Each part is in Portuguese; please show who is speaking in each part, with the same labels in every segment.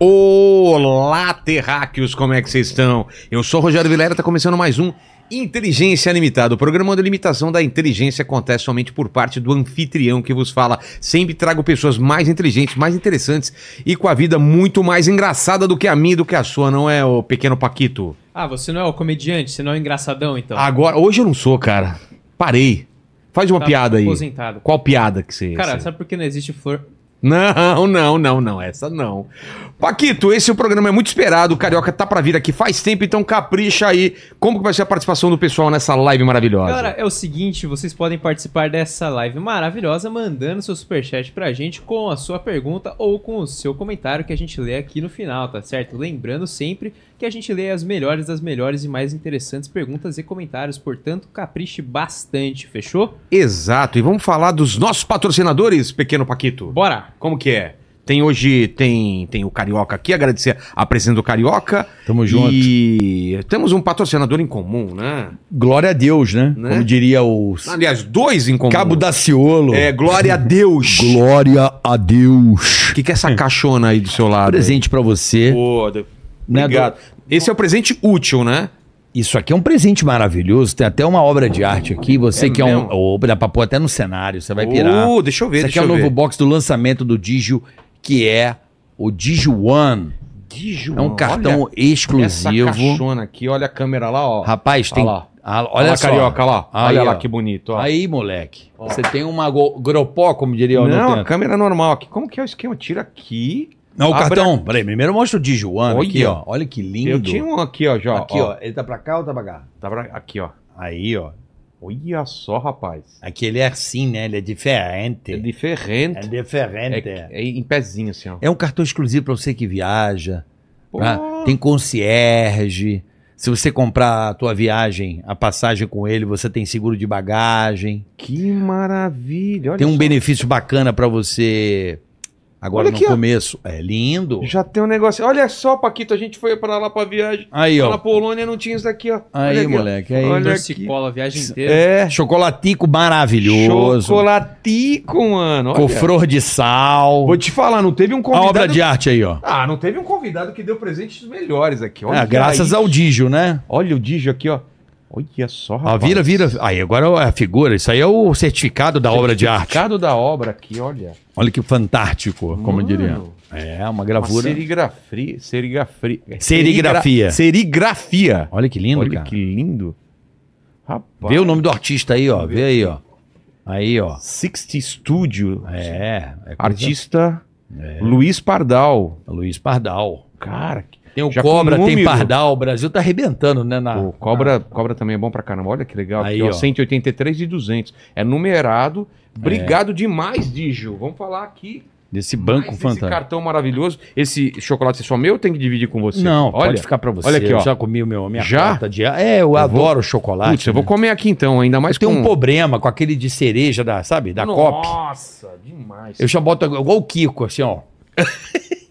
Speaker 1: Olá, terráqueos, como é que vocês estão? Eu sou o Rogério Vilera, tá começando mais um Inteligência Limitada. O programa onde a limitação da inteligência acontece somente por parte do anfitrião que vos fala. Sempre trago pessoas mais inteligentes, mais interessantes e com a vida muito mais engraçada do que a minha e do que a sua, não é, o pequeno Paquito?
Speaker 2: Ah, você não é o comediante, você não é o engraçadão, então.
Speaker 1: Agora, hoje eu não sou, cara. Parei. Faz Ah, uma
Speaker 2: Tá
Speaker 1: piada aí.
Speaker 2: aposentado.
Speaker 1: Qual piada que você...
Speaker 2: Cara,
Speaker 1: você-
Speaker 2: sabe por que não existe flor?
Speaker 1: Não, não, não, não, essa não. Paquito, esse programa é muito esperado, o Carioca tá pra vir aqui faz tempo, então capricha aí. Como que vai ser a participação do pessoal nessa live maravilhosa?
Speaker 2: Galera, é o seguinte, vocês podem participar dessa live maravilhosa mandando seu superchat pra gente com a sua pergunta ou com o seu comentário que a gente lê aqui no final, tá certo? Lembrando sempre que a gente lê as melhores das melhores e mais interessantes perguntas e comentários, portanto, capriche bastante, fechou?
Speaker 1: Exato, e vamos falar dos nossos patrocinadores, pequeno Paquito.
Speaker 2: Bora!
Speaker 1: Como que é? Tem hoje, tem, tem o Carioca aqui, agradecer a presença do Carioca.
Speaker 3: Tamo junto.
Speaker 1: E temos um patrocinador em comum, né?
Speaker 3: Glória a Deus, né?
Speaker 1: Né?
Speaker 3: Como diria o
Speaker 1: Aliás, dois em comum.
Speaker 3: Cabo Daciolo.
Speaker 1: É, glória a Deus.
Speaker 3: Glória a Deus.
Speaker 1: O que, que é essa caixona aí do seu lado?
Speaker 3: presente pra você.
Speaker 1: Pô, de-
Speaker 3: Né,
Speaker 1: obrigado. Esse é o presente útil, né?
Speaker 3: Isso aqui é um presente maravilhoso. Tem até uma obra de arte aqui. Você
Speaker 1: É
Speaker 3: que é um.
Speaker 1: mesmo?
Speaker 3: Ô, dá pra pôr até no cenário, você vai pirar.
Speaker 1: Oh, deixa eu ver,
Speaker 3: Isso aqui
Speaker 1: deixa
Speaker 3: é o
Speaker 1: eu
Speaker 3: novo
Speaker 1: ver.
Speaker 3: box do lançamento do Digio, que é o Digio One. É um cartão
Speaker 1: exclusivo. Essa
Speaker 3: exclusivo.
Speaker 1: caixona aqui, olha a câmera lá, ó.
Speaker 3: Rapaz, tem.
Speaker 1: Olha lá.
Speaker 3: Ah, olha
Speaker 1: olha lá,
Speaker 3: só.
Speaker 1: carioca lá.
Speaker 3: Aí,
Speaker 1: olha lá
Speaker 3: ó.
Speaker 1: que bonito, ó.
Speaker 3: Aí, moleque. Você tem uma go- gropó, como diria o
Speaker 1: não,
Speaker 3: Nutella.
Speaker 1: a câmera normal aqui. Como que é o esquema? Tira aqui.
Speaker 3: Não, o
Speaker 1: Abre
Speaker 3: cartão. Peraí, primeiro mostra o Dijuano
Speaker 1: Olha.
Speaker 3: aqui, ó. Olha que lindo.
Speaker 1: Eu tinha um aqui, ó, já.
Speaker 3: Aqui, ó. Ele tá pra cá ou tá pra cá?
Speaker 1: Tá pra- Aqui, ó.
Speaker 3: Aí, ó.
Speaker 1: Olha só, rapaz.
Speaker 3: Aqui ele é assim, né? Ele é diferente.
Speaker 1: É
Speaker 3: É,
Speaker 1: diferente.
Speaker 3: diferente.
Speaker 1: É, é em pezinho, assim, ó.
Speaker 3: É um cartão exclusivo pra você que viaja.
Speaker 1: Pô.
Speaker 3: pra- Ah, Tem concierge. Se você comprar a tua viagem, a passagem com ele, você tem seguro de bagagem.
Speaker 1: Que maravilha. Olha
Speaker 3: tem um
Speaker 1: só.
Speaker 3: benefício bacana pra você agora
Speaker 1: Olha
Speaker 3: no
Speaker 1: aqui, ó.
Speaker 3: começo. É lindo.
Speaker 1: Já tem um negócio. Olha só, Paquito, a gente foi pra lá pra viagem.
Speaker 3: Aí,
Speaker 1: Na
Speaker 3: ó.
Speaker 1: Polônia não tinha isso daqui, ó.
Speaker 3: Aí,
Speaker 1: Olha aqui, ó.
Speaker 3: moleque. Aí. né?
Speaker 1: Olha aqui.
Speaker 2: Torcicola a viagem inteira.
Speaker 1: É.
Speaker 3: Chocolatico maravilhoso.
Speaker 1: Chocolatico, mano.
Speaker 3: Com
Speaker 1: Olha.
Speaker 3: flor de sal.
Speaker 1: Vou te falar, não teve um
Speaker 3: A
Speaker 1: convidado.
Speaker 3: obra de arte aí, ó.
Speaker 1: Ah, não teve um convidado que deu presentes melhores aqui. Olha
Speaker 3: Ah, graças
Speaker 1: aí.
Speaker 3: ao Digio, né?
Speaker 1: Olha o Digio aqui, ó. Olha só,
Speaker 3: Ó, Ah, vira, vira. Aí, agora a figura. Isso aí é o certificado da obra de arte.
Speaker 1: Certificado da obra aqui, olha.
Speaker 3: Olha que fantástico, como
Speaker 1: Mano,
Speaker 3: diria. É, uma
Speaker 1: Uma
Speaker 3: gravura.
Speaker 1: serigrafia. Serigrafia.
Speaker 3: Serigrafia.
Speaker 1: Serigrafia.
Speaker 3: Olha que lindo,
Speaker 1: olha
Speaker 3: cara.
Speaker 1: que lindo. Rapaz.
Speaker 3: Vê o nome do artista aí, ó. Vê aí, ó. Aí, ó.
Speaker 1: 60 Studio.
Speaker 3: É. é coisa-
Speaker 1: Artista Luiz Pardal.
Speaker 3: Luiz Pardal.
Speaker 1: Cara, que-
Speaker 3: Tem o
Speaker 1: Já com
Speaker 3: Cobra, tem
Speaker 1: número.
Speaker 3: Pardal. O Brasil tá arrebentando, né? Na,
Speaker 1: Pô, cobra, cobra também é bom pra caramba. Olha que legal.
Speaker 3: Aí,
Speaker 1: aqui, ó,
Speaker 3: ó. É.
Speaker 1: 183 e 200. É numerado. Obrigado demais, Digio. Vamos falar aqui.
Speaker 3: Desse banco
Speaker 1: mais Esse
Speaker 3: fantástico.
Speaker 1: cartão maravilhoso. Esse chocolate é só meu ou tem que dividir com você?
Speaker 3: Não,
Speaker 1: olha.
Speaker 3: pode ficar pra você.
Speaker 1: olha aqui, ó.
Speaker 3: Eu já comi o meu, minha
Speaker 1: Já?
Speaker 3: torta de... É, eu, adoro chocolate.
Speaker 1: Putz, eu vou
Speaker 3: né?
Speaker 1: comer aqui então, ainda mais
Speaker 3: Tem
Speaker 1: com...
Speaker 3: um problema com aquele de cereja, da, sabe? Da COP.
Speaker 1: Nossa, demais.
Speaker 3: Eu já boto igual o Kiko, assim, ó.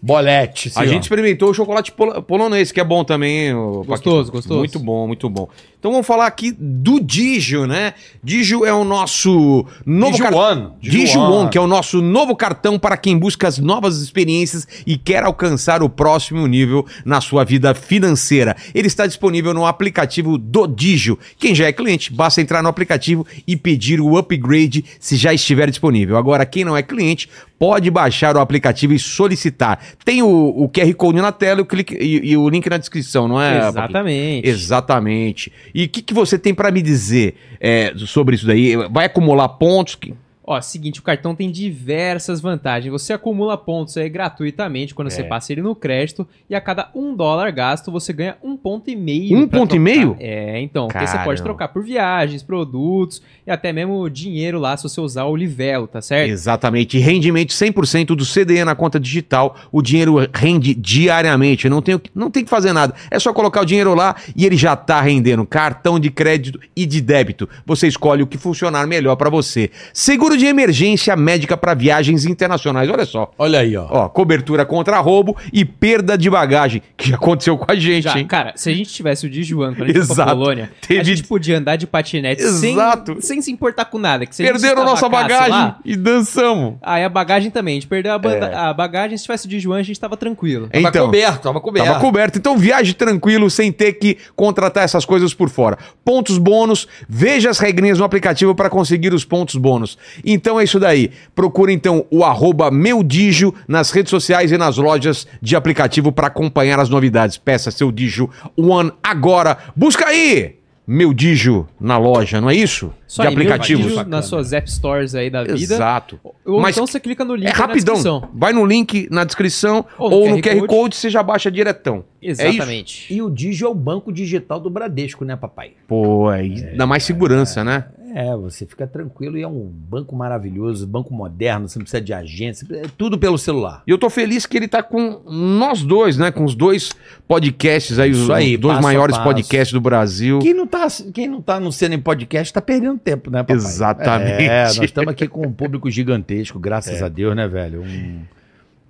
Speaker 3: Bolete. Assim,
Speaker 1: A
Speaker 3: ó.
Speaker 1: gente experimentou o chocolate polo- polonês, que é bom também. ô, Paquito.
Speaker 2: Gostoso, gostoso.
Speaker 1: Muito bom, muito bom. Então vamos falar aqui do Digio, né? Digio é o nosso novo
Speaker 3: Digio
Speaker 1: cartão.
Speaker 3: One.
Speaker 1: Digio One, que
Speaker 3: é
Speaker 1: é o nosso novo cartão para quem busca as novas experiências e quer alcançar o próximo nível na sua vida financeira. Ele está disponível no aplicativo do Digio. Quem já é cliente, basta entrar no aplicativo e pedir o upgrade se já estiver disponível. Agora, quem não é cliente, pode baixar o aplicativo e solicitar. Tem o, o QR Code na tela e o, clique- e- e o link na descrição, não é? Paquito?
Speaker 2: Exatamente.
Speaker 1: Exatamente. E o que, que você tem para me dizer é, sobre isso daí? Vai acumular pontos? Que-
Speaker 2: Ó, seguinte, o cartão tem diversas vantagens. Você acumula pontos aí gratuitamente quando
Speaker 1: É.
Speaker 2: você passa ele no crédito e a cada um dólar gasto você ganha um ponto e meio.
Speaker 1: Um
Speaker 2: pra
Speaker 1: ponto e
Speaker 2: trocar.
Speaker 1: meio?
Speaker 2: É, então, porque você
Speaker 1: Caramba.
Speaker 2: pode trocar por viagens, produtos e até mesmo dinheiro lá se você usar o Livelo, tá certo?
Speaker 1: Exatamente. E Rendimento 100% do CDE na conta digital. O dinheiro rende diariamente. Não tem, o que- não tem que fazer nada. É só colocar o dinheiro lá e ele já está rendendo. Cartão de crédito e de débito. Você escolhe o que funcionar melhor para você. Seguro de emergência médica para viagens internacionais. Olha só.
Speaker 3: Olha aí, ó.
Speaker 1: Ó, cobertura contra roubo e perda de bagagem, que já aconteceu com a gente,
Speaker 2: Já,
Speaker 1: hein?
Speaker 2: cara, se a gente tivesse o Digio ano pra gente ir pra
Speaker 1: Exato.
Speaker 2: Polônia,
Speaker 1: Teve-
Speaker 2: a gente podia andar de patinete sem,
Speaker 1: Exato.
Speaker 2: sem se importar com nada. Que se a gente
Speaker 1: Perderam nossa bagagem
Speaker 2: estabacasse lá,
Speaker 1: e dançamos.
Speaker 2: aí a bagagem também, a gente perdeu a, banda-
Speaker 3: É.
Speaker 2: a bagagem, se tivesse o Digio ano, a gente tava tranquilo.
Speaker 1: É, Então.
Speaker 3: coberto, tava coberto.
Speaker 1: Tava coberto. Então viaje tranquilo, sem ter que contratar essas coisas por fora. Pontos bônus, veja as regrinhas no aplicativo para conseguir os pontos bônus. Então é isso daí. Procura então o arroba meudijo nas redes sociais e nas lojas de aplicativo para acompanhar as novidades. Peça seu Dijo One agora. Busca aí! Meu Dijo na loja, não é isso? de
Speaker 2: aí, meu
Speaker 1: aplicativos.
Speaker 2: Digio
Speaker 3: Bacana.
Speaker 2: nas suas app stores aí da vida.
Speaker 1: Exato.
Speaker 2: Ou
Speaker 1: Mas
Speaker 2: então você clica no link
Speaker 1: é
Speaker 2: aí na
Speaker 1: rapidão.
Speaker 2: descrição.
Speaker 1: Vai no link na descrição ou
Speaker 2: Ou
Speaker 1: no,
Speaker 2: no
Speaker 1: QR,
Speaker 2: QR
Speaker 1: Code. você já baixa diretão.
Speaker 2: Exatamente.
Speaker 3: E o Digio é o banco digital do Bradesco, né, papai?
Speaker 1: Pô, aí dá mais segurança, né?
Speaker 3: É, você fica tranquilo e é um banco maravilhoso, banco moderno, você não precisa de agência, é tudo pelo celular.
Speaker 1: E eu tô feliz que ele tá com nós dois, né? Com os dois podcasts aí, os
Speaker 3: Isso aí,
Speaker 1: os dois
Speaker 3: passo a
Speaker 1: maiores
Speaker 3: passo.
Speaker 1: podcasts do Brasil.
Speaker 3: Quem não, tá, quem não tá anunciando em podcast tá perdendo tempo, né, papai?
Speaker 1: Exatamente. É.
Speaker 3: É, nós estamos aqui com um público gigantesco, graças a Deus, né, velho? Um,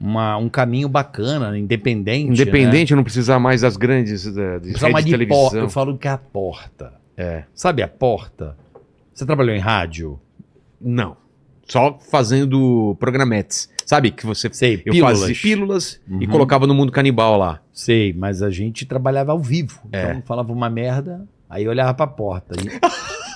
Speaker 3: uma- um caminho bacana, independente. né?
Speaker 1: Independente, não precisar mais das grandes da, das
Speaker 3: Precisa mais
Speaker 1: redes de
Speaker 3: de porta.
Speaker 1: televisão.
Speaker 3: Eu falo que é a porta. É. Sabe a porta? Você trabalhou em rádio?
Speaker 1: Não. Só fazendo programetes. Sabe que você
Speaker 3: Sei,
Speaker 1: eu
Speaker 3: pílulas.
Speaker 1: fazia pílulas e
Speaker 3: Uhum.
Speaker 1: colocava no mundo canibal lá.
Speaker 3: Sei, mas a gente trabalhava ao vivo.
Speaker 1: É.
Speaker 3: Então falava uma merda, aí olhava pra porta. E...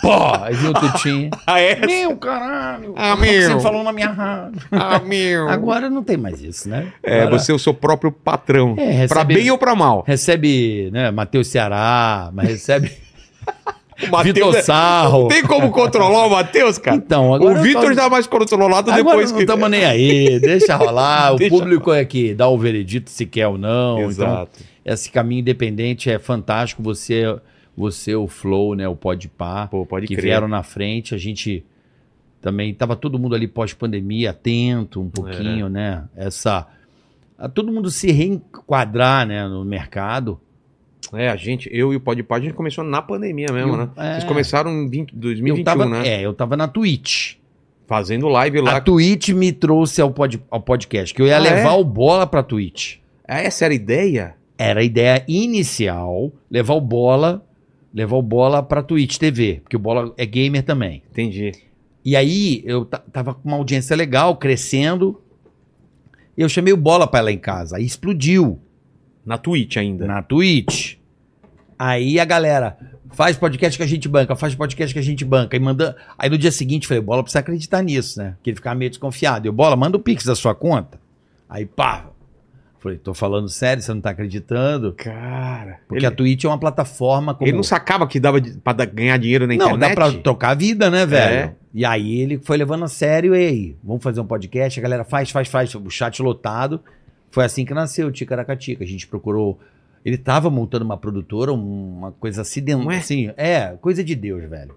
Speaker 3: Pô, aí viu o Tutinha.
Speaker 1: Ah, é?
Speaker 3: Meu caralho!
Speaker 1: Ah,
Speaker 3: como é que
Speaker 1: meu.
Speaker 3: Você falou na minha rádio.
Speaker 1: Ah, meu.
Speaker 3: Agora não tem mais isso, né?
Speaker 1: É,
Speaker 3: Agora-
Speaker 1: você é o seu próprio patrão.
Speaker 3: É, recebe,
Speaker 1: Pra bem ou pra mal?
Speaker 3: recebe, né, Matheus Ceará, mas recebe
Speaker 1: Mateus
Speaker 3: Vitor
Speaker 1: é-
Speaker 3: Sarro.
Speaker 1: Tem como controlar o Matheus, cara?
Speaker 3: Então, agora.
Speaker 1: O Vitor
Speaker 3: já
Speaker 1: já mais controlado
Speaker 3: Agora
Speaker 1: depois
Speaker 3: não
Speaker 1: que.
Speaker 3: estamos nem aí, deixa rolar. o
Speaker 1: Deixa
Speaker 3: público é que dá o veredito se quer ou não. Então, esse caminho independente é fantástico. Você, você o Flow, né? O Podpar,
Speaker 1: Pô, pode
Speaker 3: que
Speaker 1: crer.
Speaker 3: vieram na frente. A gente também estava todo mundo ali pós-pandemia, atento um
Speaker 1: É.
Speaker 3: pouquinho, né? Essa. a todo mundo se reenquadrar né, no mercado.
Speaker 1: É, a gente, eu e o Podpah, a gente começou na pandemia mesmo,
Speaker 3: Eu-
Speaker 1: né?
Speaker 3: é.
Speaker 1: Vocês começaram em 20 2021,
Speaker 3: eu tava,
Speaker 1: né?
Speaker 3: É, eu tava na Twitch.
Speaker 1: Fazendo live
Speaker 3: A
Speaker 1: lá.
Speaker 3: Twitch me trouxe ao, pod, ao podcast, que eu ia
Speaker 1: Ah, é?
Speaker 3: levar o bola pra Twitch.
Speaker 1: Ah, Essa era a ideia?
Speaker 3: era a ideia inicial levar o bola, levar o bola para Twitch TV, porque o bola é gamer também.
Speaker 1: Entendi.
Speaker 3: E aí eu ta- tava com uma audiência legal, crescendo. Eu chamei o bola para lá em casa, aí explodiu
Speaker 1: Na Twitch ainda.
Speaker 3: na Twitch. Aí a galera faz podcast que a gente banca, faz podcast que a gente banca e manda. Aí no dia seguinte eu falei, bola precisa acreditar nisso, né? Que ele ficava meio desconfiado. Eu, bola, manda o pix da sua conta. Aí pá. Falei, tô falando sério, você não tá acreditando?
Speaker 1: Cara.
Speaker 3: Porque
Speaker 1: ele,
Speaker 3: a Twitch é uma plataforma como.
Speaker 1: ele não sacava que dava de- pra dar- ganhar dinheiro na
Speaker 3: Não, dá
Speaker 1: internet?
Speaker 3: pra trocar a vida, né, velho?
Speaker 1: É.
Speaker 3: E aí ele foi levando a sério, e aí, vamos fazer um podcast, a galera faz, faz, faz, o chat lotado. Foi assim que nasceu o Ticaracatica. A gente procurou. Ele tava montando uma produtora, um- uma coisa acidental.
Speaker 1: Ué?
Speaker 3: Assim, é, coisa de Deus, velho.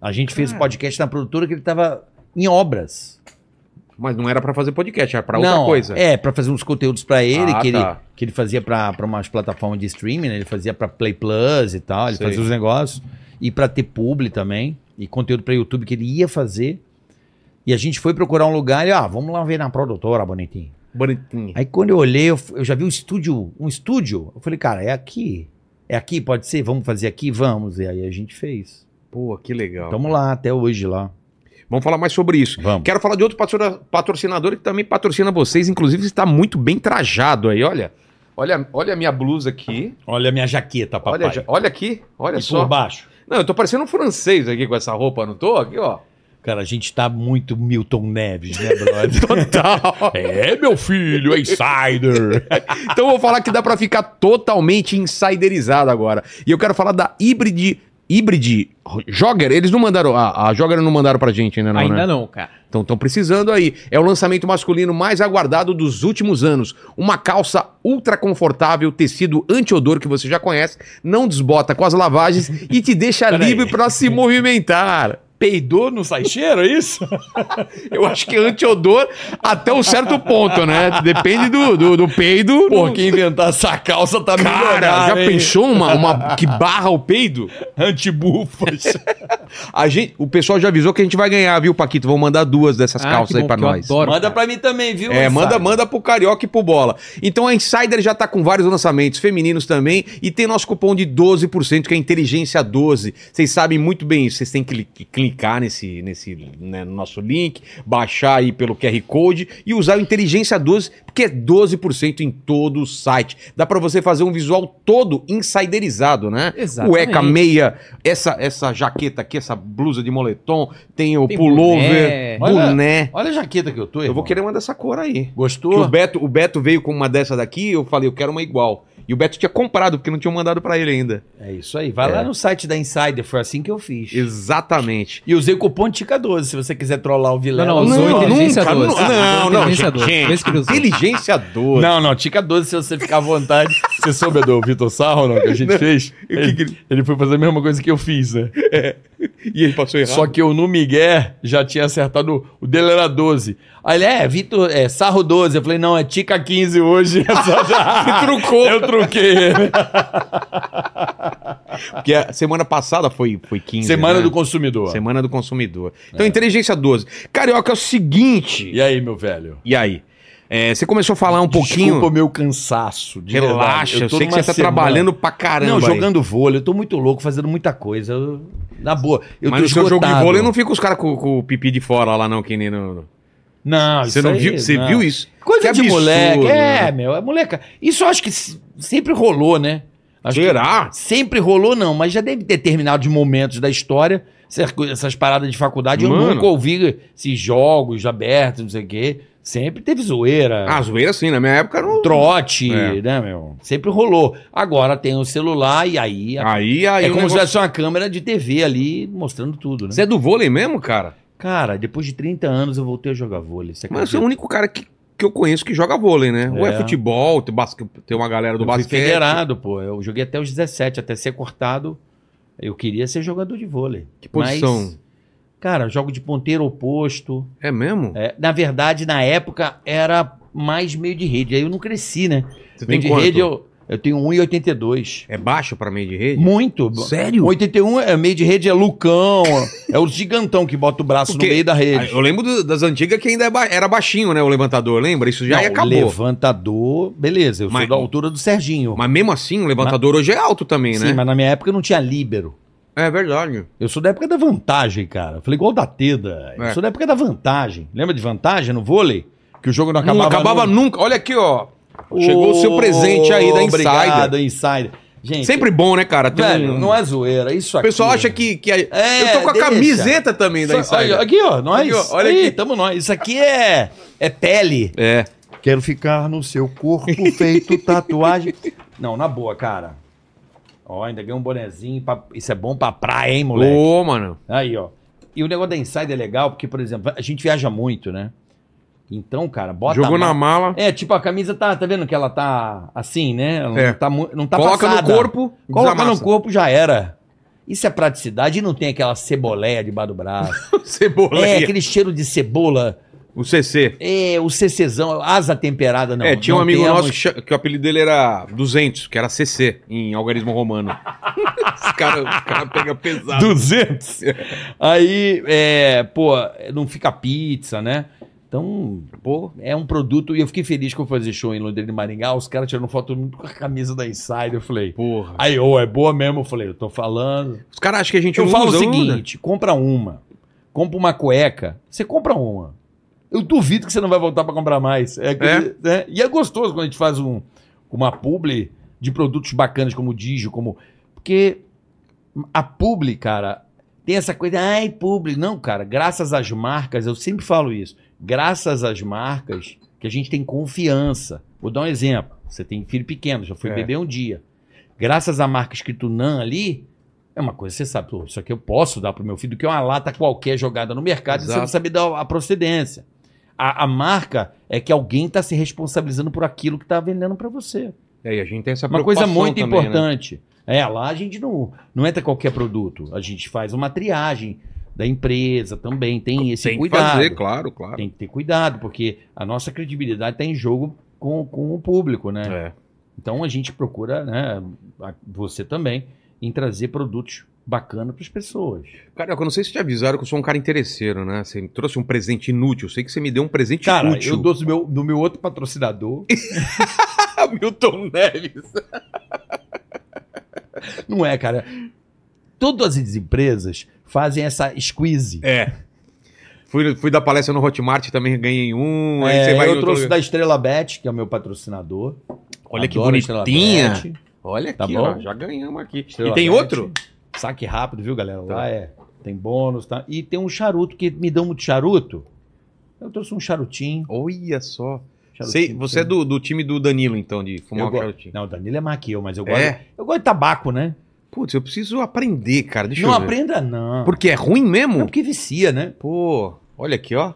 Speaker 3: A gente fez o
Speaker 1: Cara.
Speaker 3: podcast na produtora que ele tava em obras.
Speaker 1: Mas não era pra fazer podcast, era pra outra
Speaker 3: Não,
Speaker 1: coisa.
Speaker 3: É, pra fazer uns conteúdos pra ele,
Speaker 1: Ah,
Speaker 3: que ele
Speaker 1: tá.
Speaker 3: que ele fazia pra pra umas plataformas de streaming, né? ele fazia pra Play Plus e tal, ele
Speaker 1: Sei.
Speaker 3: fazia os negócios e pra ter publi também e conteúdo pra YouTube que ele ia fazer. E a gente foi procurar um lugar e ah, vamos lá ver na produtora, bonitinho.
Speaker 1: Bonitinho.
Speaker 3: Aí quando eu olhei, eu, f- eu já vi um estúdio, um estúdio. Eu falei, cara, é aqui. É aqui, pode ser? Vamos fazer aqui? Vamos. E aí a gente fez.
Speaker 1: Pô, que legal.
Speaker 3: Tamo lá até hoje lá.
Speaker 1: Vamos falar mais sobre isso.
Speaker 3: Vamos.
Speaker 1: Quero falar de outro patro- patrocinador que também patrocina vocês. Inclusive, está muito bem trajado aí, olha. Olha, olha a minha blusa aqui.
Speaker 3: Olha a minha jaqueta, papai.
Speaker 1: Olha,
Speaker 3: Olha,
Speaker 1: já- olha aqui, olha
Speaker 3: e
Speaker 1: só.
Speaker 3: por baixo.
Speaker 1: Não, eu tô parecendo um francês aqui com essa roupa, não tô? Aqui, ó.
Speaker 3: Cara, a gente tá muito Milton Neves, né, brother?
Speaker 1: Total.
Speaker 3: É, meu filho, é insider.
Speaker 1: então eu vou falar que dá pra ficar totalmente insiderizado agora. E eu quero falar da Hybrid Hybrid Jogger. Eles não mandaram, a, a Jogger não mandaram pra gente ainda não, né?
Speaker 2: Ainda não, cara.
Speaker 1: Então estão precisando aí. É o lançamento masculino mais aguardado dos últimos anos. Uma calça ultra confortável, tecido antiodor que você já conhece, não desbota com as lavagens e te deixa
Speaker 3: Peraí.
Speaker 1: livre para se movimentar.
Speaker 3: Peidou, não sai cheiro, é isso? Eu acho que é antiodor até um certo ponto, né? Depende do, do, do peido.
Speaker 1: Pô,
Speaker 3: quem inventar essa calça tá
Speaker 1: Cara, já
Speaker 3: pensou?
Speaker 1: pensou uma, uma que barra o peido?
Speaker 3: Antibufas.
Speaker 1: A gente, o pessoal já avisou que a gente vai ganhar, viu, Paquito? Vão mandar duas dessas
Speaker 2: Ah,
Speaker 1: calças
Speaker 2: que
Speaker 1: aí
Speaker 2: bom,
Speaker 1: pra
Speaker 2: que eu
Speaker 1: nós.
Speaker 2: adoro,
Speaker 4: Manda
Speaker 2: cara.
Speaker 4: pra mim também, viu?
Speaker 1: É,
Speaker 4: Insider?
Speaker 1: manda, manda pro Carioca e pro Bola. Então a Insider já tá com vários lançamentos femininos também e tem nosso cupom de 12%, que é Inteligência 12. Vocês sabem muito bem isso, vocês têm que cli- clicar nesse, nesse né, no nosso link, baixar aí pelo QR Code e usar o Inteligência 12, porque é 12% em todo o site. Dá pra você fazer um visual todo insiderizado, né?
Speaker 2: Exatamente.
Speaker 1: Cueca, meia, essa, essa jaqueta aqui, essa blusa de moletom, tem o
Speaker 2: Tem
Speaker 1: pullover,
Speaker 2: boné.
Speaker 3: Olha-
Speaker 1: boné.
Speaker 3: Olha a jaqueta que eu tô,
Speaker 1: Eu vou
Speaker 3: irmão.
Speaker 1: querer uma dessa cor aí. Que o
Speaker 3: Gostou?
Speaker 1: Beto, o Beto veio com uma dessa daqui, eu falei, eu quero uma igual. E o Beto tinha comprado, porque não tinham mandado pra ele ainda.
Speaker 3: É isso aí. Vai lá no site da Insider, foi assim que eu fiz.
Speaker 1: Exatamente.
Speaker 3: E usei o cupom TICA12, se você quiser trollar o Vilela.
Speaker 2: Não, não, usou
Speaker 1: Não,
Speaker 2: inteligência
Speaker 1: nunca,
Speaker 2: 12.
Speaker 1: não, não, não,
Speaker 2: Inteligência 12.
Speaker 1: gente.
Speaker 2: Vez que ele usou.
Speaker 1: Inteligência 12.
Speaker 3: Não, não, TICA12 se você ficar à vontade. você soube do Vitor Sarro, não, que a gente fez?
Speaker 1: Ele-
Speaker 3: ele foi fazer a mesma coisa que eu fiz, né?
Speaker 1: E ele passou errado.
Speaker 3: Só que eu no Miguel já tinha acertado. O dele era 12. Aí ele, é, Vitor, é Sarro 12. Eu falei, não, é Tica 15 hoje. Você trucou. Eu truquei.
Speaker 1: Porque a semana passada foi, foi 15.
Speaker 3: Semana
Speaker 1: né?
Speaker 3: do Consumidor.
Speaker 1: Semana do Consumidor. Então, Inteligência 12. Carioca, é o seguinte.
Speaker 3: E aí, meu velho?
Speaker 1: E aí? É, você começou a falar um
Speaker 3: Desculpa o
Speaker 1: pouquinho.
Speaker 3: meu cansaço. de verdade.
Speaker 1: Relaxa, eu,
Speaker 3: tô
Speaker 1: sei que
Speaker 3: numa
Speaker 1: você tá
Speaker 3: semana-
Speaker 1: trabalhando pra caramba.
Speaker 3: Não,
Speaker 1: aí.
Speaker 3: jogando vôlei. Eu tô muito louco, fazendo muita coisa. eu- na boa. Eu
Speaker 1: Mas
Speaker 3: tô
Speaker 1: no seu jogo de
Speaker 3: esgotado.
Speaker 1: vôlei não fica os caras com, com o pipi de fora lá, não, que nem no.
Speaker 3: Não,
Speaker 1: Você
Speaker 3: isso
Speaker 1: não
Speaker 3: aí,
Speaker 1: viu? Você
Speaker 3: não.
Speaker 1: viu isso?
Speaker 3: Coisa
Speaker 1: Que
Speaker 3: de
Speaker 1: absurdo,
Speaker 3: moleque. É,
Speaker 1: né?
Speaker 3: meu. É moleca. Isso eu acho que se- sempre rolou, né? Acho que-
Speaker 1: Será?
Speaker 3: Sempre rolou, não, mas já deve ter determinados momentos da história, essas co- essas paradas de faculdade,
Speaker 1: Mano.
Speaker 3: eu nunca ouvi esses jogos abertos, não sei o quê. Sempre teve zoeira,
Speaker 1: Ah, zoeira sim, na minha época não.
Speaker 3: trote,
Speaker 1: É.
Speaker 3: né, meu? Sempre rolou. Agora tem o celular e aí. a-
Speaker 1: Aí, aí.
Speaker 3: é
Speaker 1: o
Speaker 3: como se
Speaker 1: negócio-
Speaker 3: tivesse uma câmera de TV ali mostrando tudo, né?
Speaker 1: Você é do vôlei mesmo, cara?
Speaker 3: Cara, depois de 30 anos eu voltei a jogar vôlei. Você
Speaker 1: Mas você é o
Speaker 3: acredita?
Speaker 1: único cara que, que eu conheço que joga vôlei, né? Ou é
Speaker 3: É.
Speaker 1: futebol, tem, basque- tem uma galera do
Speaker 3: eu fui
Speaker 1: basquete.
Speaker 3: federado, pô. Eu joguei até os 17, até ser cortado. Eu queria ser jogador de vôlei.
Speaker 1: Que posição?
Speaker 3: cara, jogo de ponteiro oposto.
Speaker 1: É mesmo?
Speaker 3: É, na verdade, na época, era mais meio de rede. Aí eu não cresci, né?
Speaker 1: Você tem
Speaker 3: meio de
Speaker 1: quanto?
Speaker 3: rede eu, eu tenho 1,82.
Speaker 1: É baixo pra meio de rede?
Speaker 3: Muito.
Speaker 1: Sério?
Speaker 3: 81 é meio de rede, é Lucão. é o gigantão que bota o braço
Speaker 1: Porque-
Speaker 3: no meio da
Speaker 1: Ah,
Speaker 3: rede.
Speaker 1: Eu lembro do- das antigas que ainda é ba- era baixinho, né? O levantador, lembra? Isso já
Speaker 3: Não,
Speaker 1: acabou.
Speaker 3: Levantador, beleza. Eu
Speaker 1: Mas-
Speaker 3: sou da altura do Serginho.
Speaker 1: Mas mesmo assim, o levantador hoje é alto também,
Speaker 3: Sim,
Speaker 1: né?
Speaker 3: mas na minha época eu não tinha líbero.
Speaker 1: É verdade.
Speaker 3: Eu sou da época da vantagem, cara. Eu falei igual da Teda.
Speaker 1: É.
Speaker 3: Eu sou da época da vantagem. Lembra de vantagem no vôlei? Que o jogo não
Speaker 1: não
Speaker 3: acabava
Speaker 1: acabava
Speaker 3: nunca.
Speaker 1: nunca. Olha aqui, ó. Chegou o seu presente aí da Insider.
Speaker 3: Obrigado, Insider. Gente,
Speaker 1: Sempre bom, né, cara? Tem
Speaker 3: Velho,
Speaker 1: um-
Speaker 3: não é zoeira, isso
Speaker 1: O
Speaker 3: aqui.
Speaker 1: pessoal acha que. que a-
Speaker 3: É,
Speaker 1: eu tô com a
Speaker 3: deixa.
Speaker 1: camiseta também da
Speaker 3: Só-
Speaker 1: Insider.
Speaker 3: olha, aqui, ó, nós.
Speaker 1: Aqui, ó, olha
Speaker 3: Ih,
Speaker 1: aqui.
Speaker 3: tamo nós. Isso aqui é, é pele.
Speaker 1: É.
Speaker 3: Quero ficar no seu corpo feito tatuagem. Não, na boa, cara. Ó, ainda ganhei um bonezinho. pra- Isso é bom pra praia, hein, moleque?
Speaker 1: Ô, mano.
Speaker 3: Aí, ó. E o negócio da Insider é legal porque, por exemplo, a gente viaja muito, né? Então, cara, bota
Speaker 1: Jogou
Speaker 3: a
Speaker 1: na
Speaker 3: ma-
Speaker 1: mala.
Speaker 3: É, tipo, a camisa tá, tá vendo que ela tá assim, né? Ela
Speaker 1: É.
Speaker 3: Não tá, mu- não tá
Speaker 1: coloca
Speaker 3: passada.
Speaker 1: no corpo.
Speaker 3: Coloca
Speaker 1: desamassa.
Speaker 3: no corpo já era. Isso é praticidade e não tem aquela ceboleia debaixo do braço. é,
Speaker 1: Ceboleia.
Speaker 3: aquele cheiro de cebola.
Speaker 1: O CC.
Speaker 3: É, o CCzão, asa temperada não.
Speaker 1: é, tinha
Speaker 3: não
Speaker 1: um amigo
Speaker 3: temos.
Speaker 1: nosso que, cha- que o apelido dele era 200, que era CC, em algarismo romano. Os caras cara pegam pesado.
Speaker 3: 200. Aí, é, pô, não fica pizza, né? Então,
Speaker 1: Pô,
Speaker 3: é um produto. E eu fiquei feliz que eu fui fazer show em Londrina e Maringá. Os caras tirando foto com a camisa da Insider. Eu falei,
Speaker 1: porra.
Speaker 3: aí, ô, é boa mesmo. Eu falei, eu tô falando.
Speaker 1: Os caras acham que a gente
Speaker 3: Eu
Speaker 1: não
Speaker 3: falo o
Speaker 1: usa, né?
Speaker 3: seguinte: compra uma. Compra uma cueca. Você compra uma. Eu duvido que você não vai voltar pra comprar mais. É, que-
Speaker 1: É.
Speaker 3: né? E é gostoso quando a gente faz um, uma publi de produtos bacanas como o Digio, como. Porque a publi, cara, tem essa coisa. Ai, publi. Não, cara, graças às marcas, eu sempre falo isso. Graças às marcas que a gente tem confiança. Vou dar um exemplo. Você tem filho pequeno, já foi
Speaker 1: É.
Speaker 3: beber um dia. Graças à marca escrito NAN ali, é uma coisa que você sabe, pô, isso aqui eu posso dar pro meu filho, do que uma lata qualquer jogada no mercado, e você
Speaker 1: Exato.
Speaker 3: não sabe dar a procedência. A, a marca é que alguém está se responsabilizando por aquilo que está vendendo para você.
Speaker 1: É, e a gente tem essa
Speaker 3: Uma coisa
Speaker 1: preocupação
Speaker 3: muito
Speaker 1: também, né?
Speaker 3: importante. É, lá a gente não, não entra qualquer produto. A gente faz uma triagem. da empresa também, tem esse
Speaker 1: Tem que
Speaker 3: cuidado.
Speaker 1: fazer, claro, claro.
Speaker 3: Tem que ter cuidado, porque a nossa credibilidade está em jogo com, com o público, né?
Speaker 1: É.
Speaker 3: Então a gente procura, né, a- você também, em trazer produtos bacanas para as pessoas. Tipo,
Speaker 1: Cara, eu não sei se te avisaram que eu sou um cara interesseiro, né? Você me trouxe um presente inútil. Eu sei que você me deu um presente
Speaker 3: Cara,
Speaker 1: útil.
Speaker 3: eu dou do meu, do meu outro patrocinador.
Speaker 1: Milton Neves.
Speaker 3: Não é, cara. Todas as empresas fazem essa squeeze.
Speaker 1: É. Fui, fui dar palestra no Hotmart, também ganhei um. aí
Speaker 3: É,
Speaker 1: você vai em
Speaker 3: eu
Speaker 1: outro
Speaker 3: trouxe
Speaker 1: lugar.
Speaker 3: da Estrela Bet, que é o meu patrocinador.
Speaker 1: Olha que
Speaker 3: Adoro a Estrela
Speaker 1: bonitinha.
Speaker 3: Bet.
Speaker 1: Olha aqui,
Speaker 3: Tá bom?
Speaker 1: ó, já ganhamos aqui.
Speaker 3: Estrela
Speaker 1: e tem
Speaker 3: Bet.
Speaker 1: outro?
Speaker 3: Saque rápido, viu, galera?
Speaker 1: Tá.
Speaker 3: Lá é. Tem bônus, tá? E tem um charuto, que me dão muito charuto. Eu trouxe um charutinho.
Speaker 1: Olha só.
Speaker 3: charutinho
Speaker 1: Sei- você é do, do time do Danilo, então, de
Speaker 3: Eu
Speaker 1: fumar um
Speaker 3: go-
Speaker 1: charutinho.
Speaker 3: Não, o Danilo é mais que eu, mas eu gosto,
Speaker 1: É?
Speaker 3: eu gosto de tabaco, né?
Speaker 1: Putz, eu preciso aprender, cara. Deixa
Speaker 3: não
Speaker 1: eu ver.
Speaker 3: aprenda, não.
Speaker 1: Porque é ruim mesmo?
Speaker 3: Não, porque vicia, né?
Speaker 1: Pô, olha aqui, ó.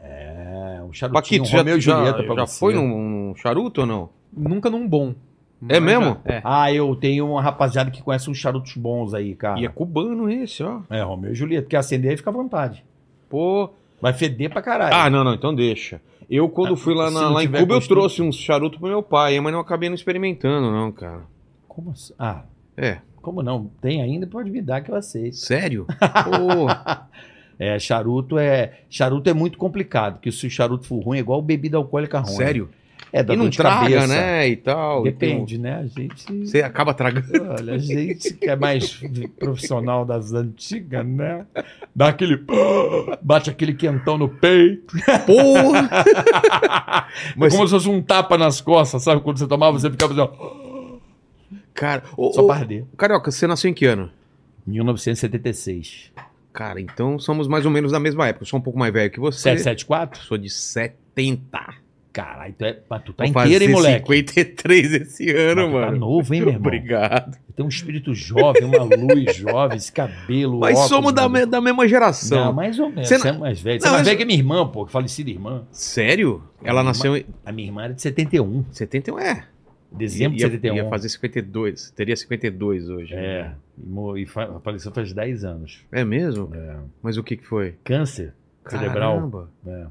Speaker 3: É, um charutinho,
Speaker 1: Paquito,
Speaker 3: um
Speaker 1: já, tá-
Speaker 3: Romeu e Julieta
Speaker 1: já,
Speaker 3: pra
Speaker 1: já
Speaker 3: você.
Speaker 1: foi num, num charuto ou não?
Speaker 2: Nunca num bom.
Speaker 1: É
Speaker 2: Mas
Speaker 1: mesmo?
Speaker 2: já- é.
Speaker 3: Ah, eu tenho uma rapaziada que conhece uns charutos bons aí, cara.
Speaker 1: E é cubano esse, ó.
Speaker 3: É, Romeu e Julieta. Quer acender aí, fica à vontade.
Speaker 1: Pô.
Speaker 3: Vai feder pra caralho.
Speaker 1: Ah, É, não, não, então deixa. Eu, quando
Speaker 3: Ah,
Speaker 1: fui lá, na-
Speaker 3: se não
Speaker 1: lá em
Speaker 3: tiver
Speaker 1: Cuba, eu
Speaker 3: costume.
Speaker 1: trouxe uns charutos pro meu pai, mas não acabei não experimentando, não, cara.
Speaker 3: Como assim? Ah,
Speaker 1: É.
Speaker 3: como não? Tem ainda, pode me dar que eu aceito.
Speaker 1: Sério? Pô,
Speaker 3: É, charuto é. Charuto é muito complicado, porque se o charuto for ruim, é igual bebida alcoólica ruim.
Speaker 1: sério?
Speaker 3: É, dá
Speaker 1: E
Speaker 3: dor
Speaker 1: não
Speaker 3: de
Speaker 1: traga,
Speaker 3: cabeça.
Speaker 1: né, e tal.
Speaker 3: Depende, né? A gente.
Speaker 1: Então, você acaba tragando.
Speaker 3: Olha, a gente que é mais profissional das antigas, né? Dá aquele. Bate aquele quentão no peito.
Speaker 1: Porra! Mas,
Speaker 3: É como se fosse um tapa nas costas, sabe? Quando você tomava, você ficava assim,
Speaker 1: cara... Ô,
Speaker 3: Só
Speaker 1: ô,
Speaker 3: parder.
Speaker 1: Carioca, você nasceu em que ano?
Speaker 3: 1976.
Speaker 1: Cara, então somos mais ou menos da mesma época. Eu sou um pouco mais velho que você.
Speaker 3: 774?
Speaker 1: Sou de 70.
Speaker 3: Caralho, tu, é, mas tu tá
Speaker 1: Vou
Speaker 3: inteiro, hein,
Speaker 1: fazer
Speaker 3: moleque?
Speaker 1: 53 esse ano,
Speaker 3: Mas tu Tá
Speaker 1: mano.
Speaker 3: novo, hein, meu irmão?
Speaker 1: Obrigado.
Speaker 3: Tem um espírito jovem, uma luz jovem, esse cabelo.
Speaker 1: Mas
Speaker 3: óculos,
Speaker 1: somos da,
Speaker 3: mano.
Speaker 1: me- da mesma geração.
Speaker 3: Não, mais ou menos.
Speaker 1: Você
Speaker 3: Você,
Speaker 1: não-
Speaker 3: é mais velho. Você
Speaker 1: Não,
Speaker 3: é mais
Speaker 1: mas-
Speaker 3: velho que a minha irmã, pô, que falecida irmã.
Speaker 1: Sério? Ela
Speaker 3: Uma-
Speaker 1: nasceu em
Speaker 3: A minha irmã era de 71.
Speaker 1: 71, é.
Speaker 3: Dezembro
Speaker 1: ia,
Speaker 3: de 71.
Speaker 1: Ia fazer 52. Teria 52 hoje. né?
Speaker 3: É. E, mo- e fa- faleceu faz 10 anos.
Speaker 1: É mesmo?
Speaker 3: É.
Speaker 1: Mas o que que foi?
Speaker 3: Câncer cerebral.
Speaker 1: Caramba.
Speaker 3: É.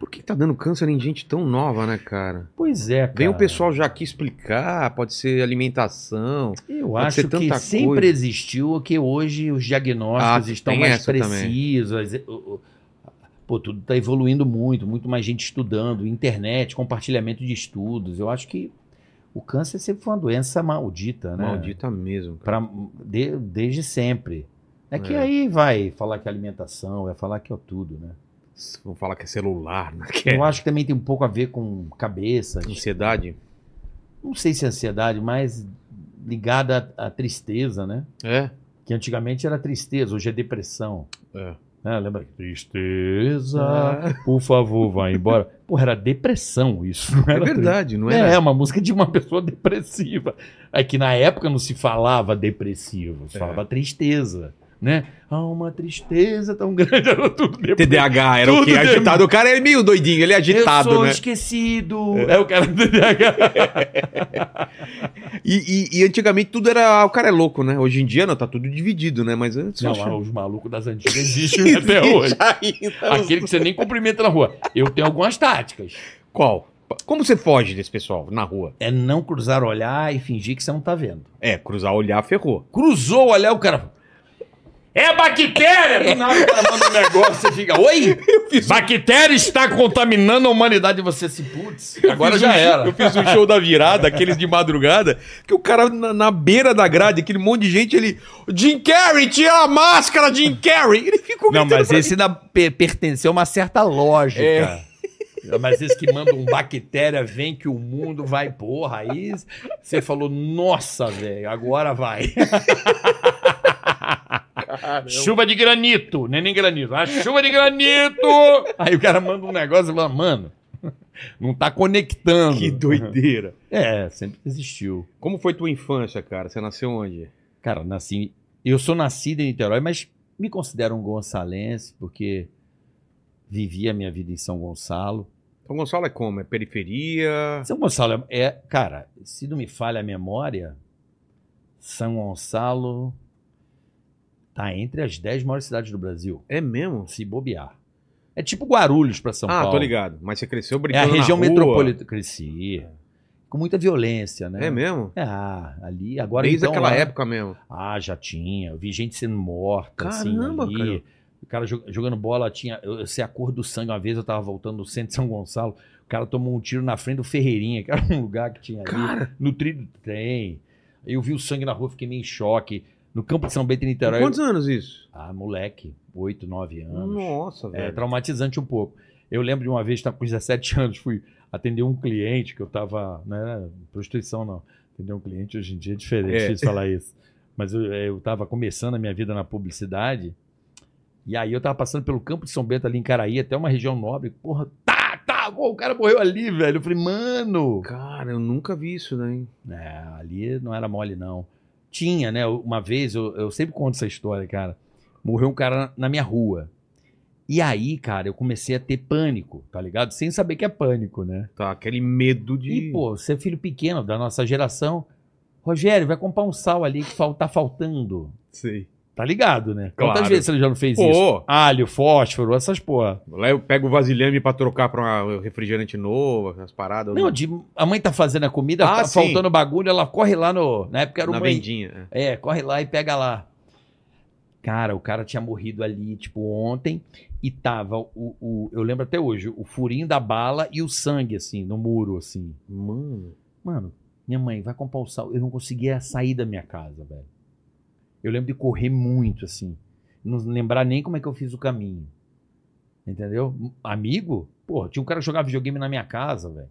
Speaker 1: Por que tá dando câncer em gente tão nova, né, cara?
Speaker 3: Pois é, cara.
Speaker 1: Vem o pessoal já aqui explicar, pode ser alimentação.
Speaker 3: Eu
Speaker 1: Pode ser
Speaker 3: acho que
Speaker 1: tanta coisa.
Speaker 3: sempre existiu que hoje os diagnósticos
Speaker 1: Ah,
Speaker 3: estão
Speaker 1: tem
Speaker 3: mais
Speaker 1: essa também.
Speaker 3: precisos. O- o- Pô, tudo está evoluindo muito, muito mais gente estudando, internet, compartilhamento de estudos. Eu acho que o câncer sempre foi uma doença maldita, né?
Speaker 1: Maldita mesmo, cara.
Speaker 3: Pra, de- desde sempre. É que
Speaker 1: É.
Speaker 3: aí vai falar que é alimentação, vai falar que é tudo, né?
Speaker 1: Vão falar que é celular, né? Que é
Speaker 3: Eu acho que também tem um pouco a ver com cabeça.
Speaker 1: ansiedade.
Speaker 3: Não sei se é ansiedade, mas ligada à à tristeza, né?
Speaker 1: É?
Speaker 3: que antigamente era tristeza, hoje é depressão.
Speaker 1: É.
Speaker 3: Né, lembra? Ah. Tristeza, por favor, vai embora. Porra, era depressão isso. Não
Speaker 1: É
Speaker 3: era
Speaker 1: verdade, não
Speaker 3: tri- É,
Speaker 1: é?
Speaker 3: é uma música de uma pessoa depressiva. É que na época não se falava depressivo, se
Speaker 1: É.
Speaker 3: falava tristeza, né? Ah, uma tristeza tão grande, era tudo depressivo.
Speaker 1: TDAH era o
Speaker 3: Tudo
Speaker 1: quê?
Speaker 3: dele.
Speaker 1: Agitado. O cara é meio doidinho, ele é agitado,
Speaker 3: Eu sou
Speaker 1: né?
Speaker 3: esquecido. É. o cara do TDAH.
Speaker 1: E, e- e antigamente tudo era. O cara é louco, né? Hoje em dia não, tá tudo dividido, né? Mas antes. eu
Speaker 3: Não,
Speaker 1: achava-
Speaker 3: ah, os malucos das antigas existem até
Speaker 1: é
Speaker 3: hoje. Aquele que você nem cumprimenta na rua. Eu tenho algumas táticas.
Speaker 1: Qual? Como você foge desse pessoal na rua?
Speaker 3: É não cruzar o olhar e fingir que você não tá vendo.
Speaker 1: É, cruzar olhar ferrou.
Speaker 3: Cruzou o olhar, o cara. É bactéria! Do nada o cara manda um negócio, você fica, oi? Bactéria está contaminando a humanidade e você se putz. Agora
Speaker 1: Fiz
Speaker 3: já
Speaker 1: um- Eu
Speaker 3: era.
Speaker 1: fiz um show da virada, aqueles de madrugada, que o cara na, na beira da grade, aquele monte de gente, ele. Jim Carrey, tira a máscara, Jim Carrey! Ele ficou
Speaker 3: Não,
Speaker 1: gritando
Speaker 3: mas
Speaker 1: pra
Speaker 3: esse ainda pe- pertenceu a uma certa lógica. É. Mas esse que manda um bactéria, vem que o mundo vai, porra. Aí você falou, nossa, velho, agora vai. Chuva de granito, é nem nem granito, a chuva de granito! Aí o cara manda um negócio e fala, mano, não tá conectando.
Speaker 1: mim. Que doideira.
Speaker 3: É, sempre existiu.
Speaker 1: Como foi tua infância, cara? Você nasceu onde?
Speaker 3: Cara, nasci. Eu sou nascido em Niterói, mas me considero um gonçalense, porque vivi a minha vida em São Gonçalo.
Speaker 1: São Gonçalo é como? É periferia?
Speaker 3: São Gonçalo é. é- Cara, se não me falha a memória, São Gonçalo. Tá entre as 10 maiores cidades do Brasil.
Speaker 1: É mesmo?
Speaker 3: Se bobear. É tipo Guarulhos pra São
Speaker 1: ah,
Speaker 3: Paulo.
Speaker 1: tô ligado. Mas você cresceu
Speaker 3: É a
Speaker 1: brincando
Speaker 3: região
Speaker 1: na rua.
Speaker 3: metropolitana. Cresci. Com muita violência, né?
Speaker 1: É mesmo?
Speaker 3: Ah, ali, agora
Speaker 1: Desde
Speaker 3: então,
Speaker 1: aquela
Speaker 3: lá-
Speaker 1: época mesmo.
Speaker 3: Ah, já tinha. Eu vi gente sendo morta,
Speaker 1: Caramba,
Speaker 3: assim,
Speaker 1: cara.
Speaker 3: ali. O cara jo- jogando bola, tinha... Eu, eu sei a cor do sangue. Uma vez eu tava voltando do centro de São Gonçalo, o cara tomou um tiro na frente do Ferreirinha, que era um lugar que tinha ali.
Speaker 1: Cara,
Speaker 3: No trilho do trem. Aí eu vi o sangue na rua, fiquei meio em choque. No campo de São Bento, em
Speaker 1: com
Speaker 3: Niterói...
Speaker 1: quantos anos isso?
Speaker 3: Ah, moleque. Oito, nove anos.
Speaker 1: Nossa,
Speaker 3: É
Speaker 1: velho.
Speaker 3: traumatizante um pouco. Eu lembro de uma vez, estava com 17 anos, fui atender um cliente que eu estava. Não era prostituição, não. Atender um cliente hoje em dia é diferente,
Speaker 1: É.
Speaker 3: difícil falar isso. Mas eu estava começando a minha vida na publicidade. E aí eu estava passando pelo campo de São Bento ali em Caraí, até uma região nobre. Porra, tá, tá, pô, o cara morreu ali, velho. Eu falei, mano.
Speaker 1: Cara, eu nunca vi isso, né? hein?
Speaker 3: É, ali não era mole, não. Tinha, né? Uma vez, eu, eu sempre conto essa história, cara. Morreu um cara na minha rua. E aí, cara, eu comecei a ter pânico, tá ligado? Sem saber que é pânico, né?
Speaker 1: Tá, aquele medo de.
Speaker 3: E, pô, você é filho pequeno da nossa geração. Rogério, vai comprar um sal ali que fal- tá faltando.
Speaker 1: Sei.
Speaker 3: Tá ligado, né? Quantas
Speaker 1: Claro.
Speaker 3: vezes você já não fez isso?
Speaker 1: Pô,
Speaker 3: Alho, fósforo, essas porra.
Speaker 1: lá eu pego o vasilhame pra trocar pra um refrigerante novo, as paradas.
Speaker 3: Não, de, a mãe tá fazendo a comida,
Speaker 1: Ah,
Speaker 3: tá
Speaker 1: sim.
Speaker 3: faltando bagulho, ela corre lá no. Na época era o
Speaker 1: na
Speaker 3: mãe,
Speaker 1: vendinha.
Speaker 3: É, corre lá e pega lá. Cara, o cara tinha morrido ali, tipo, ontem, e tava o, o- Eu lembro até hoje, o furinho da bala e o sangue, assim, no muro, assim.
Speaker 1: é. Mano.
Speaker 3: Mano, minha mãe, vai comprar o sal. Eu não conseguia sair da minha casa, velho. Eu lembro de correr muito, assim. Não lembrar nem como é que eu fiz o caminho. Entendeu? Amigo? Porra, tinha um cara que jogava videogame na minha casa, velho.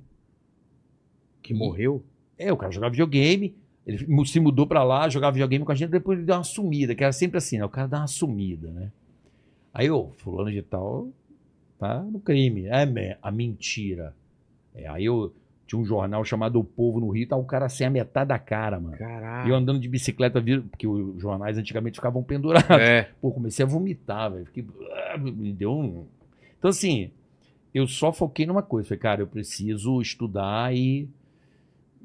Speaker 1: Que morreu?
Speaker 3: É, o cara jogava videogame, ele mu- se mudou pra lá, jogava videogame com a gente, depois ele deu uma sumida, que era sempre assim, né? O cara dá uma sumida, né? Aí, ô, fulano de tal tá no crime. É, me- a mentira. É, aí eu tinha um jornal chamado O Povo no Rio, tá o cara sem a metade da cara, mano. E
Speaker 1: Caralho.
Speaker 3: eu andando de bicicleta, vi- porque os jornais antigamente ficavam pendurados.
Speaker 1: É.
Speaker 3: Pô, comecei a vomitar, velho. Fiquei- ah, Me deu um. Então, assim, eu só foquei numa coisa. Falei, cara, eu preciso estudar e.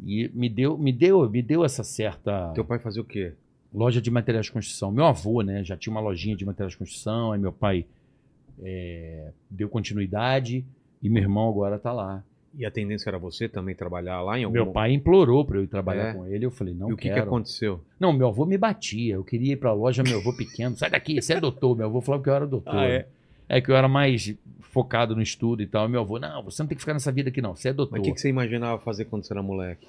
Speaker 3: E me deu, me deu, me deu essa certa
Speaker 1: Teu pai fazia o quê?
Speaker 3: loja de materiais de construção. Meu avô, né, já tinha uma lojinha de materiais de construção, aí meu pai é, deu continuidade e meu irmão agora tá lá.
Speaker 1: E a tendência era você também trabalhar lá em algum
Speaker 3: Meu pai implorou para eu ir trabalhar
Speaker 1: É.
Speaker 3: com ele, eu falei, não
Speaker 1: E o que, que
Speaker 3: quero.
Speaker 1: aconteceu?
Speaker 3: Não, meu avô me batia. Eu queria ir pra loja, meu avô pequeno. Sai daqui, você é doutor. Meu avô falava que eu era doutor.
Speaker 1: Ah, é?
Speaker 3: É que eu era mais focado no estudo e tal. E meu avô, não, você não tem que ficar nessa vida aqui, não. Você é doutor.
Speaker 1: Mas o que, que você imaginava fazer quando você era moleque?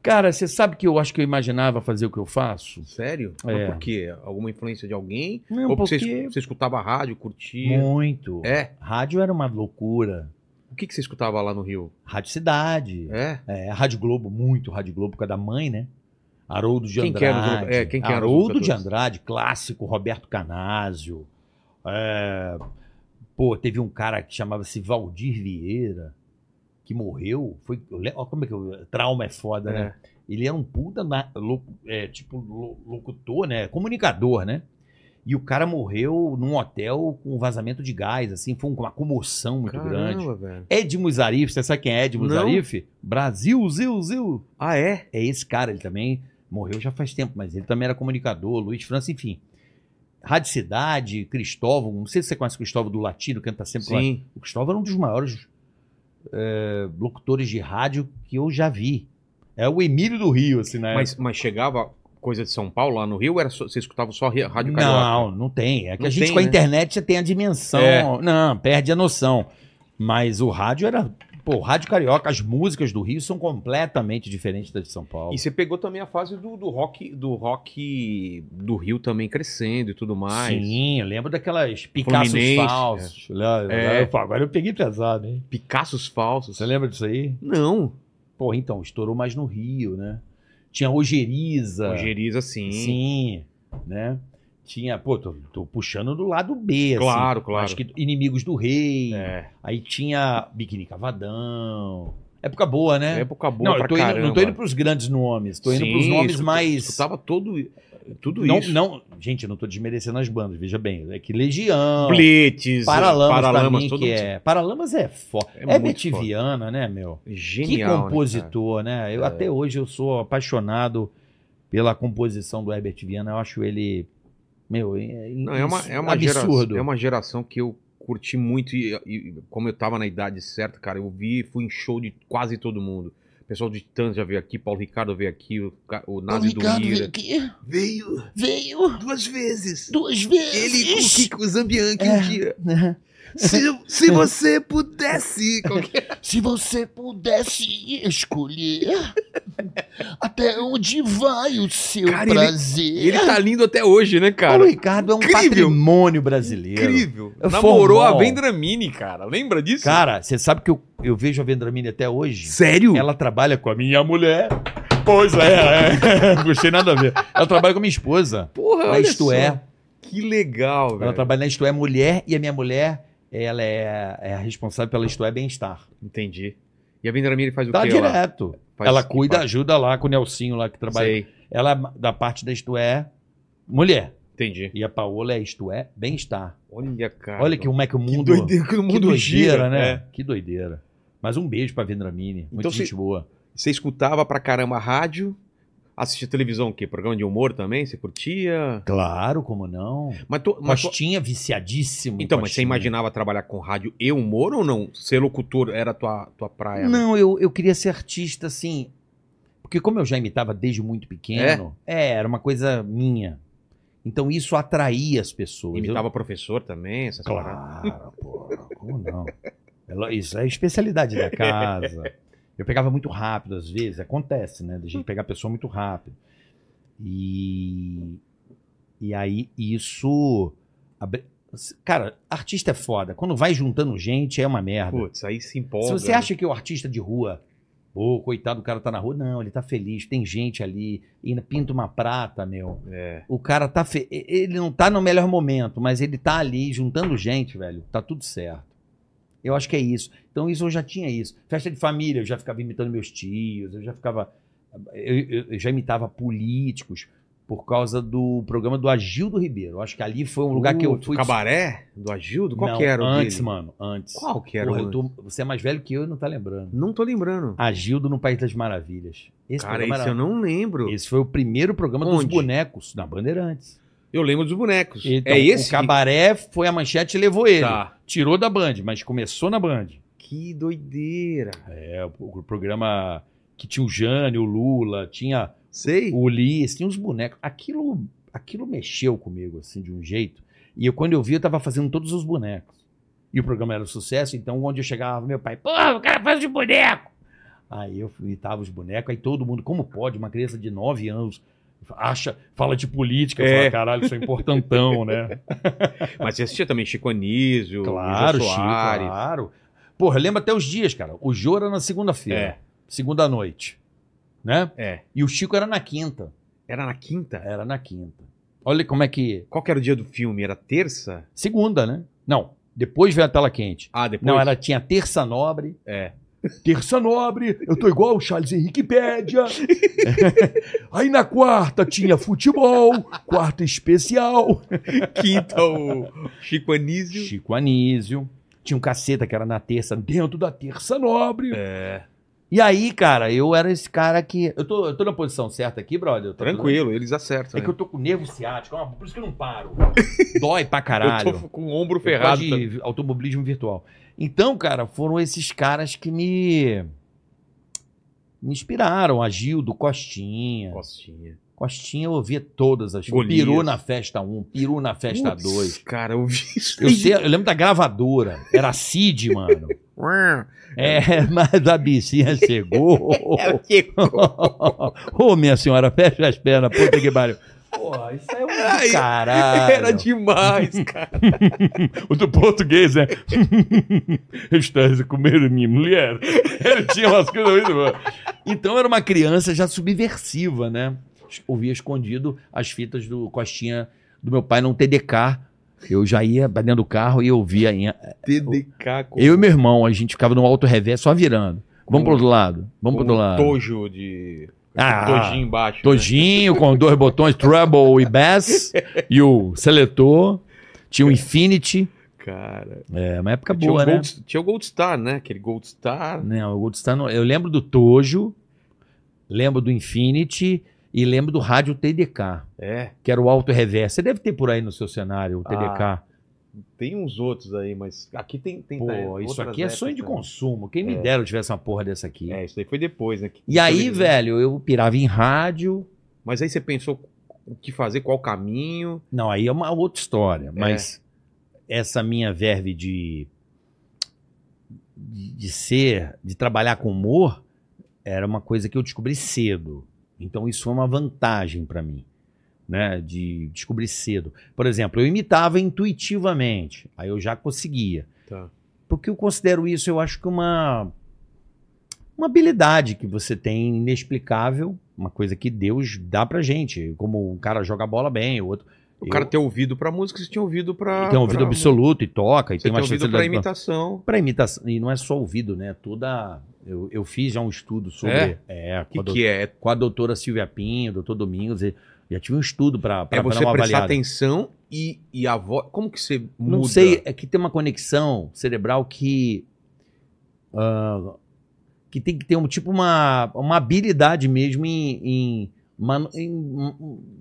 Speaker 3: Cara, você sabe que eu acho que eu imaginava fazer o que eu faço?
Speaker 1: Sério? Mas
Speaker 3: É.
Speaker 1: por quê? Alguma influência de alguém?
Speaker 3: Não,
Speaker 1: Ou porque você, es- você escutava rádio, curtia?
Speaker 3: Muito.
Speaker 1: É.
Speaker 3: Rádio era uma loucura.
Speaker 1: O que, que você escutava lá no Rio?
Speaker 3: Rádio Cidade.
Speaker 1: É?
Speaker 3: É, Rádio Globo, muito. Rádio Globo por causa da mãe, né? Haroldo de
Speaker 1: Quem
Speaker 3: Andrade.
Speaker 1: que eram os loca- é, quem que eram os
Speaker 3: Haroldo de
Speaker 1: locutores?
Speaker 3: Andrade, clássico, Roberto Canásio. É, Pô, teve um cara que chamava-se Valdir Vieira, que morreu. Foi... eu le- ó, como é que eu... Trauma é foda, né? Ele era um puta, na- locu- é, tipo, lo- locutor, né? Comunicador, né? E o cara morreu num hotel com vazamento de gás, assim. Foi uma comoção muito grande.
Speaker 1: Caramba, velho.
Speaker 3: Edmo Zarif, você sabe quem é Edmo
Speaker 1: Não.
Speaker 3: Zarif? Brasil, Zil, Zil.
Speaker 1: Ah, é?
Speaker 3: É esse cara, ele também morreu já faz tempo, mas ele também era comunicador, Luiz França, enfim. Rádio Cidade, Cristóvão, não sei se você conhece o Cristóvão do Latino, que canta sempre lá.
Speaker 1: Sim.
Speaker 3: O Cristóvão era um dos maiores é, locutores de rádio que eu já vi. É o Emílio do Rio, assim, né?
Speaker 1: Mas, mas chegava coisa de São Paulo lá no Rio? ou Era só- você escutava só ri- rádio carioca?
Speaker 3: Não, não tem. É que
Speaker 1: Não
Speaker 3: a gente
Speaker 1: tem,
Speaker 3: com a
Speaker 1: né?
Speaker 3: internet já tem a dimensão.
Speaker 1: É.
Speaker 3: Não, perde a noção. Mas o rádio era. Pô, o rádio carioca, as músicas do Rio são completamente diferentes das de São Paulo.
Speaker 1: E você pegou também a fase do, do rock do rock do Rio também crescendo e tudo mais.
Speaker 3: Sim, eu lembro daquelas Picassos
Speaker 1: Fluminense,
Speaker 3: falsos. Lá- lá-
Speaker 1: É.
Speaker 3: pô, Agora eu peguei pesado, hein?
Speaker 1: Picassos falsos.
Speaker 3: Você lembra disso aí?
Speaker 1: Não.
Speaker 3: Porra, então, estourou mais no Rio, né? Tinha Ojeriza.
Speaker 1: Rogeriza, sim.
Speaker 3: É. Sim, né? Tinha, pô, tô, tô puxando do lado B, assim.
Speaker 1: Claro, claro.
Speaker 3: Acho que Inimigos do Rei.
Speaker 1: É.
Speaker 3: Aí tinha Biquíni Cavadão. Época boa, né?
Speaker 1: Época boa
Speaker 3: não,
Speaker 1: pra
Speaker 3: eu tô indo,
Speaker 1: caramba.
Speaker 3: não tô indo pros grandes nomes. Tô indo
Speaker 1: Sim,
Speaker 3: pros nomes
Speaker 1: escuta-
Speaker 3: mais.
Speaker 1: Escutava todo, tudo
Speaker 3: não,
Speaker 1: isso.
Speaker 3: não, gente, eu não tô desmerecendo as bandas, veja bem. É que Legião.
Speaker 1: Blitz,
Speaker 3: Paralamas,
Speaker 1: Paralamas,
Speaker 3: pra mim,
Speaker 1: todo
Speaker 3: que
Speaker 1: mundo-
Speaker 3: é. Paralamas é foda.
Speaker 1: É
Speaker 3: É,
Speaker 1: muito
Speaker 3: Betiviana, né, meu?
Speaker 1: Genial. né, É.
Speaker 3: que compositor, né? Eu, Até hoje eu sou apaixonado pela composição do Herbert Viana. Eu acho ele Meu, é, é,
Speaker 1: Não, é uma, é uma
Speaker 3: absurdo.
Speaker 1: geração, é uma geração que eu curti muito e, e como eu tava na idade certa, cara, eu vi, fui em show de quase todo mundo. O pessoal de Titãs já veio aqui, Paulo Ricardo veio aqui, o, Ca- o Nazi do Mira.
Speaker 3: aqui,
Speaker 1: Veio
Speaker 3: veio
Speaker 1: duas vezes.
Speaker 3: duas vezes.
Speaker 1: Kiko Zambianchi
Speaker 3: É.
Speaker 1: um dia. É.
Speaker 3: Né?
Speaker 1: Se, se você pudesse. Qualquer...
Speaker 3: Se você pudesse escolher até onde vai o seu
Speaker 1: Cara, ele-
Speaker 3: prazer.
Speaker 1: Ele tá lindo até hoje, né,
Speaker 3: Paulo
Speaker 1: cara?
Speaker 3: Ricardo é um
Speaker 1: incrível.
Speaker 3: patrimônio brasileiro.
Speaker 1: Incrível.
Speaker 3: É
Speaker 1: Namorou a
Speaker 3: formal.
Speaker 1: Vendramini, cara. Lembra disso?
Speaker 3: Cara, você sabe que eu, eu vejo a Vendramini até hoje?
Speaker 1: Sério?
Speaker 3: Ela trabalha com a minha mulher. Pois é, é. Não Gostei nada a ver. Ela trabalha com a minha esposa.
Speaker 1: Porra,
Speaker 3: Na
Speaker 1: olha
Speaker 3: Isto
Speaker 1: só.
Speaker 3: É.
Speaker 1: Que legal,
Speaker 3: Ela
Speaker 1: velho.
Speaker 3: trabalha na Isto É Mulher e a minha mulher, ela é, é a responsável pela Isto É Bem-Estar.
Speaker 1: Entendi. E a Vendramini faz o
Speaker 3: Tá
Speaker 1: quê? lá?
Speaker 3: direto.
Speaker 1: Faz-
Speaker 3: ela cuida,
Speaker 1: faz-
Speaker 3: ajuda lá com o Nelsinho lá que trabalha.
Speaker 1: Sei.
Speaker 3: Ela é da parte da Isto É Mulher.
Speaker 1: Entendi.
Speaker 3: E a Paola é Isto É Bem-Estar.
Speaker 1: Olha, cara.
Speaker 3: Olha que, como é que o
Speaker 1: que
Speaker 3: mundo...
Speaker 1: doideira que o
Speaker 3: que
Speaker 1: mundo
Speaker 3: doideira,
Speaker 1: gira,
Speaker 3: né?
Speaker 1: né?
Speaker 3: Que doideira. Mas um beijo pra Vendramini. Muito
Speaker 1: Então, se-
Speaker 3: gente boa.
Speaker 1: Você escutava pra caramba a rádio, assistia televisão, o quê? Programa de humor também? Você curtia?
Speaker 3: Claro, como não?
Speaker 1: Mas tu, mas tu-
Speaker 3: Costinha viciadíssimo. em
Speaker 1: Então, mas você
Speaker 3: Costinha.
Speaker 1: imaginava trabalhar com rádio e humor ou não? Ser locutor era tua, tua praia? né?
Speaker 3: Não, eu, eu queria ser artista, assim. Porque como eu já imitava desde muito pequeno, é, era uma coisa minha. Então isso atraía as pessoas.
Speaker 1: Imitava professor também? Essas
Speaker 3: Eu...
Speaker 1: paradas?
Speaker 3: Claro, pô, como não? É lo- Isso é a especialidade da casa. Eu pegava muito rápido, às vezes, acontece, né? Da gente pegar a pessoa muito rápido. E, e aí isso. abre- Cara, artista é foda. Quando vai juntando gente, é uma merda.
Speaker 1: Putz, aí se empolga.
Speaker 3: Se você
Speaker 1: né?
Speaker 3: acha que o artista de rua, ô, coitado, o cara tá na rua, não, ele tá feliz, tem gente ali, ainda pinta uma prata, meu.
Speaker 1: É.
Speaker 3: O cara tá. Fe... e- Ele não tá no melhor momento, mas ele tá ali juntando gente, velho. Tá tudo certo. Eu acho que é isso. Então, isso eu já tinha isso. Festa de família, eu já ficava imitando meus tios, eu já ficava. Eu, eu- eu já imitava políticos por causa do programa do Agildo Ribeiro. Eu acho que ali foi um lugar que eu
Speaker 1: Putz,
Speaker 3: fui.
Speaker 1: Cabaré? Do Agildo? Qual
Speaker 3: Não,
Speaker 1: que era o
Speaker 3: Antes,
Speaker 1: dele?
Speaker 3: mano, antes.
Speaker 1: Qual que era
Speaker 3: Porra,
Speaker 1: o
Speaker 3: eu tô- Você é mais velho que eu e não tá lembrando.
Speaker 1: Não tô lembrando.
Speaker 3: Agildo no País das Maravilhas. Esse
Speaker 1: Cara,
Speaker 3: programa
Speaker 1: isso
Speaker 3: era-
Speaker 1: eu não lembro.
Speaker 3: esse foi o primeiro programa dos
Speaker 1: Onde?
Speaker 3: bonecos na Bandeirantes.
Speaker 1: Eu lembro dos bonecos.
Speaker 3: Então,
Speaker 1: é esse?
Speaker 3: O cabaré foi a manchete e levou ele.
Speaker 1: Tá.
Speaker 3: Tirou da Band, mas começou na Band.
Speaker 1: Que doideira.
Speaker 3: É, o, o programa que tinha o Jânio, o Lula, tinha
Speaker 1: Sei.
Speaker 3: o Ulisses, tinha os assim, bonecos. Aquilo, aquilo mexeu comigo, assim, de um jeito. E eu, quando eu vi, eu tava fazendo todos os bonecos. E o programa era um sucesso, então onde eu chegava, meu pai, porra, o cara faz de boneco! Aí eu imitava os bonecos, aí todo mundo, como pode, uma criança de 9 anos, acha, fala de política,
Speaker 1: É.
Speaker 3: fala, caralho, isso é importantão, né?
Speaker 1: Mas você assistia também Chico Anísio,
Speaker 3: claro,
Speaker 1: Jô
Speaker 3: Chico,
Speaker 1: Soares.
Speaker 3: claro. Porra, lembra até os dias, cara. O Jô era na segunda-feira,
Speaker 1: É.
Speaker 3: segunda noite, né?
Speaker 1: É.
Speaker 3: E o Chico era na quinta.
Speaker 1: Era na quinta?
Speaker 3: Era na quinta. Olha como é que.
Speaker 1: Qual que era o dia do filme? Era terça?
Speaker 3: Segunda, né? Não. Depois veio a tela quente.
Speaker 1: Ah, depois?
Speaker 3: Não, era, tinha terça nobre.
Speaker 1: É.
Speaker 3: Terça nobre, eu tô igual o Charles Henrique Pédia. Aí na quarta tinha futebol, quarta especial.
Speaker 1: Quinta o Chico Anísio.
Speaker 3: Chico Anísio. Tinha um caceta que era na terça, dentro da terça nobre.
Speaker 1: É.
Speaker 3: E aí, cara, eu era esse cara que. Eu tô, eu tô na posição certa aqui, brother? Tá tudo-
Speaker 1: Tranquilo, eles acertam. né?
Speaker 3: É que eu tô com nervo ciático, é uma- por isso que eu não paro. Dói pra caralho.
Speaker 1: tô com o ombro
Speaker 3: Eu
Speaker 1: ferrado.
Speaker 3: gosto
Speaker 1: também.
Speaker 3: de automobilismo virtual. Então, cara, foram esses caras que me me inspiraram. Agildo, Costinha.
Speaker 1: Costinha.
Speaker 3: Costinha eu ouvia todas as coisas.
Speaker 1: Golias.
Speaker 3: Peru na festa 1, Peru na festa
Speaker 1: Putz,
Speaker 3: 2.
Speaker 1: Cara, eu vi isso.
Speaker 3: tá Eu, sei- eu lembro da gravadora. Era a Cid, mano. É, mas a bichinha chegou.
Speaker 1: É
Speaker 3: Ô, minha senhora, fecha as pernas, puta que pariu. Porra, isso é um
Speaker 1: Ai,
Speaker 3: do caralho.
Speaker 1: Era demais, cara.
Speaker 3: O do português, né? Estás a comer minha mulher. Ele tinha umas coisas muito boas. Então era uma criança já subversiva, né? Ouvia escondido as fitas do Costinha do meu pai num TDK. Eu já ia pra dentro do carro e ouvia. em-
Speaker 1: TDK com
Speaker 3: Eu e meu irmão, a gente ficava no alto revés só virando. Vamos pro outro lado, vamos pro
Speaker 1: com
Speaker 3: outro lado.
Speaker 1: tojo de...
Speaker 3: Ah,
Speaker 1: tojinho embaixo.
Speaker 3: Tojinho com dois botões, Treble e Bass, e o seletor. Tinha o Infinity.
Speaker 1: né? Cara.
Speaker 3: É, uma época
Speaker 1: tinha,
Speaker 3: boa,
Speaker 1: o
Speaker 3: né?
Speaker 1: Gold, tinha o Gold Star, né? Aquele Gold Star.
Speaker 3: Não, o Goldstar não. Eu lembro do Tojo, lembro do Infinity, E lembro do rádio TDK,
Speaker 1: É,
Speaker 3: que era o Alto Reverso. Você deve ter por aí no seu cenário o TDK.
Speaker 1: tem uns outros aí, mas aqui tem. Ah, tem
Speaker 3: Pô, isso
Speaker 1: outras
Speaker 3: aqui é sonho de
Speaker 1: épocas, né?
Speaker 3: consumo. Quem me
Speaker 1: É.
Speaker 3: dera eu tivesse uma porra dessa aqui.
Speaker 1: É, isso daí foi depois, né? que-
Speaker 3: E aí,
Speaker 1: que-
Speaker 3: velho, eu pirava em rádio.
Speaker 1: Mas aí você pensou o que fazer, qual o caminho.
Speaker 3: Não, aí é uma outra história. Mas essa minha verve de, de de ser, de trabalhar com humor, era uma coisa que eu descobri cedo. Então isso foi uma vantagem pra mim, né? De descobrir cedo. Por exemplo, eu imitava intuitivamente. Aí eu já conseguia.
Speaker 1: Tá.
Speaker 3: Porque eu considero isso, eu acho que uma uma habilidade que você tem inexplicável, uma coisa que Deus dá pra gente, como um cara joga bola bem, o outro
Speaker 1: O
Speaker 3: Eu-
Speaker 1: cara ter ouvido pra música, você tinha ouvido pra.
Speaker 3: e tem um ouvido
Speaker 1: pra-
Speaker 3: absoluto e toca, e
Speaker 1: Você
Speaker 3: tem uma
Speaker 1: tem ouvido pra
Speaker 3: facilidade pra-
Speaker 1: imitação.
Speaker 3: pra imitação. E não é só ouvido, né? Toda. Eu, eu fiz já um estudo sobre.
Speaker 1: É?
Speaker 3: É,
Speaker 1: O
Speaker 3: com, a
Speaker 1: que,
Speaker 3: do-
Speaker 1: que é?
Speaker 3: com a doutora Silvia Pinho, doutor Domingos. e- Já tive um estudo pra pra
Speaker 1: É você
Speaker 3: dar uma
Speaker 1: prestar
Speaker 3: avaliada.
Speaker 1: atenção e, e a voz. Como que você muda?
Speaker 3: Não sei, é que tem uma conexão cerebral que. ah, que tem que ter um tipo uma, uma habilidade mesmo em, em man- em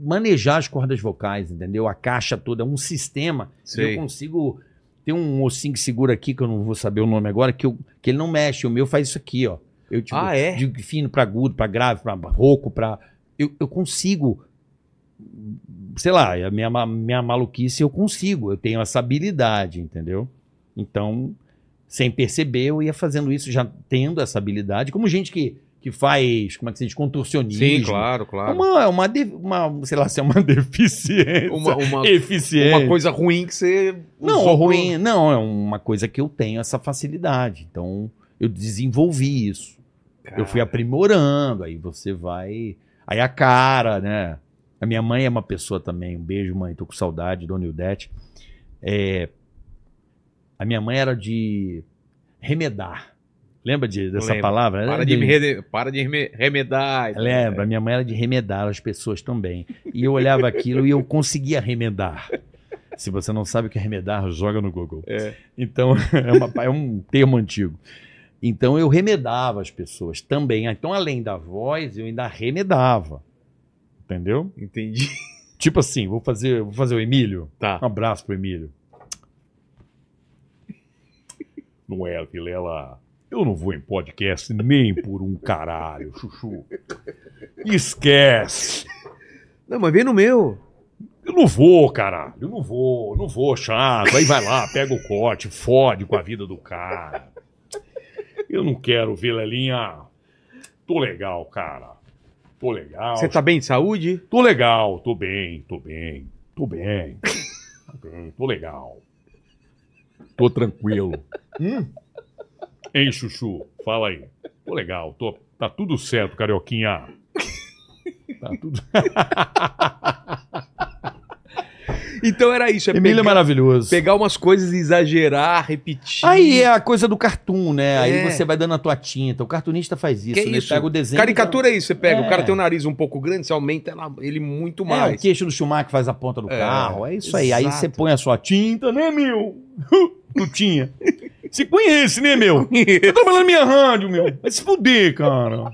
Speaker 3: manejar as cordas vocais, entendeu? A caixa toda, é um sistema
Speaker 1: Sei.
Speaker 3: eu consigo. Tem um ossinho que segura aqui, que eu não vou saber o nome agora, que, eu- que ele não mexe. O meu faz isso aqui, ó. Eu tipo,
Speaker 1: Ah, é?
Speaker 3: de fino pra agudo, pra grave, pra rouco, pra. Eu, eu consigo. Sei lá, a minha, ma- minha maluquice eu consigo. Eu tenho essa habilidade, entendeu? Então, sem perceber, eu ia fazendo isso, já tendo essa habilidade. Como gente que, que faz, como é que se diz, contorcionismo.
Speaker 1: Sim, claro,
Speaker 3: É
Speaker 1: claro.
Speaker 3: Uma, é uma, de- uma, sei lá, se é uma deficiência.
Speaker 1: Uma, uma,
Speaker 3: eficiência.
Speaker 1: uma coisa ruim que você.
Speaker 3: é Não,
Speaker 1: usou
Speaker 3: ruim, não, é uma coisa que eu tenho essa facilidade. Então, eu desenvolvi isso.
Speaker 1: pro-
Speaker 3: Eu fui aprimorando, aí você vai. Aí a cara, né? A minha mãe é uma pessoa também. Um beijo, mãe, tô com saudade, dona Ildete. É, A minha mãe era de remedar. Lembra de- dessa
Speaker 1: Lembro.
Speaker 3: palavra?
Speaker 1: Para de, me rede- para de reme- remedar.
Speaker 3: Lembra, minha mãe era de remedar as pessoas também. E eu olhava aquilo e eu conseguia remedar. Se você não sabe o que é remedar, joga no Google.
Speaker 1: É.
Speaker 3: Então, é, uma- é um termo antigo. Então, eu remedava as pessoas também. Então, além da voz, eu ainda remedava. Entendeu?
Speaker 1: Entendi.
Speaker 3: Tipo assim, vou fazer, vou fazer o Emílio.
Speaker 1: Tá.
Speaker 3: Um abraço pro Emílio. Não é, Vilela. Eu não vou em podcast nem por um caralho, Chuchu. Esquece.
Speaker 1: Não, mas vem no meu.
Speaker 3: Eu não vou, caralho. Eu não vou, eu não vou, chato. Aí vai lá, pega o corte, fode com a vida do cara. Eu não quero, Vilelinha. Tô legal, cara. Tô legal.
Speaker 1: Você tá bem de saúde?
Speaker 3: Tô legal, tô bem, tô bem, tô bem. Tô bem, tô legal. Tô tranquilo. Hum? Hein, Chuchu? Fala aí. Tô legal, tô, tá tudo certo, Carioquinha. Tá tudo...
Speaker 1: Então era isso. É
Speaker 3: Emílio é
Speaker 1: pegar,
Speaker 3: maravilhoso.
Speaker 1: pegar umas coisas e exagerar, repetir.
Speaker 3: Aí é a coisa do cartoon, né? Aí
Speaker 1: É.
Speaker 3: você vai dando a tua tinta. O cartunista faz isso,
Speaker 1: Que
Speaker 3: né?
Speaker 1: isso?
Speaker 3: Pega o desenho.
Speaker 1: Caricatura é isso. Você pega. O
Speaker 3: É.
Speaker 1: cara tem o nariz um pouco grande, você aumenta ela- ele muito
Speaker 3: e dá- É, o
Speaker 1: mais.
Speaker 3: queixo do Schumacher faz a ponta do
Speaker 1: É,
Speaker 3: carro. É isso aí. Aí
Speaker 1: exato.
Speaker 3: você põe a sua tinta, né, meu? Tu tinha. Se conhece, né, meu? Eu tô trabalhando na minha rádio, meu. Vai se fuder, cara.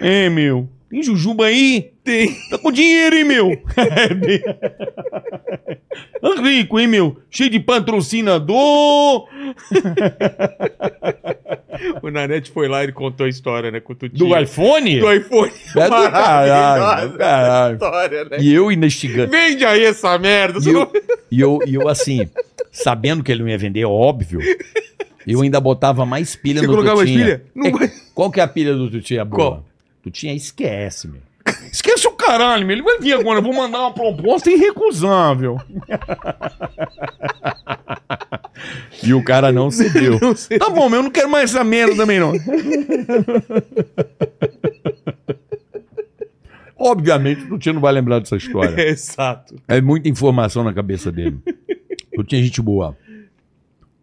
Speaker 3: É, meu. Tem Jujuba aí? Tem. Tá com dinheiro, hein, meu? É, bem- Tá rico, hein, meu? Cheio de patrocinador. É.
Speaker 1: o Nanete foi lá e ele contou a história, né? Com o Tutinho.
Speaker 3: Do iPhone?
Speaker 1: Do iPhone.
Speaker 3: É do caralho,
Speaker 1: Maravilhosa
Speaker 3: caralho.
Speaker 1: História, né?
Speaker 3: E eu investigando.
Speaker 1: Vende aí essa merda.
Speaker 3: E
Speaker 1: você não-
Speaker 3: eu, e, eu, e eu, assim, sabendo que ele não ia vender, óbvio, eu ainda botava mais pilha
Speaker 1: Você
Speaker 3: no
Speaker 1: colocar mais
Speaker 3: Tutinha.
Speaker 1: pilha? Não
Speaker 3: É,
Speaker 1: vai.
Speaker 3: Qual que é a pilha do Tutinha boa?
Speaker 1: Qual?
Speaker 3: Tutinha, esquece, meu. Esquece o caralho, meu. Ele vai vir agora. Eu vou mandar uma proposta irrecusável. e o cara não cedeu.
Speaker 1: Não sei.
Speaker 3: Tá bom, meu, eu não quero mais essa merda também, não. Obviamente, o Tutinha não vai lembrar dessa história.
Speaker 1: É, Exato.
Speaker 3: É muita informação na cabeça dele. Eu tinha gente boa.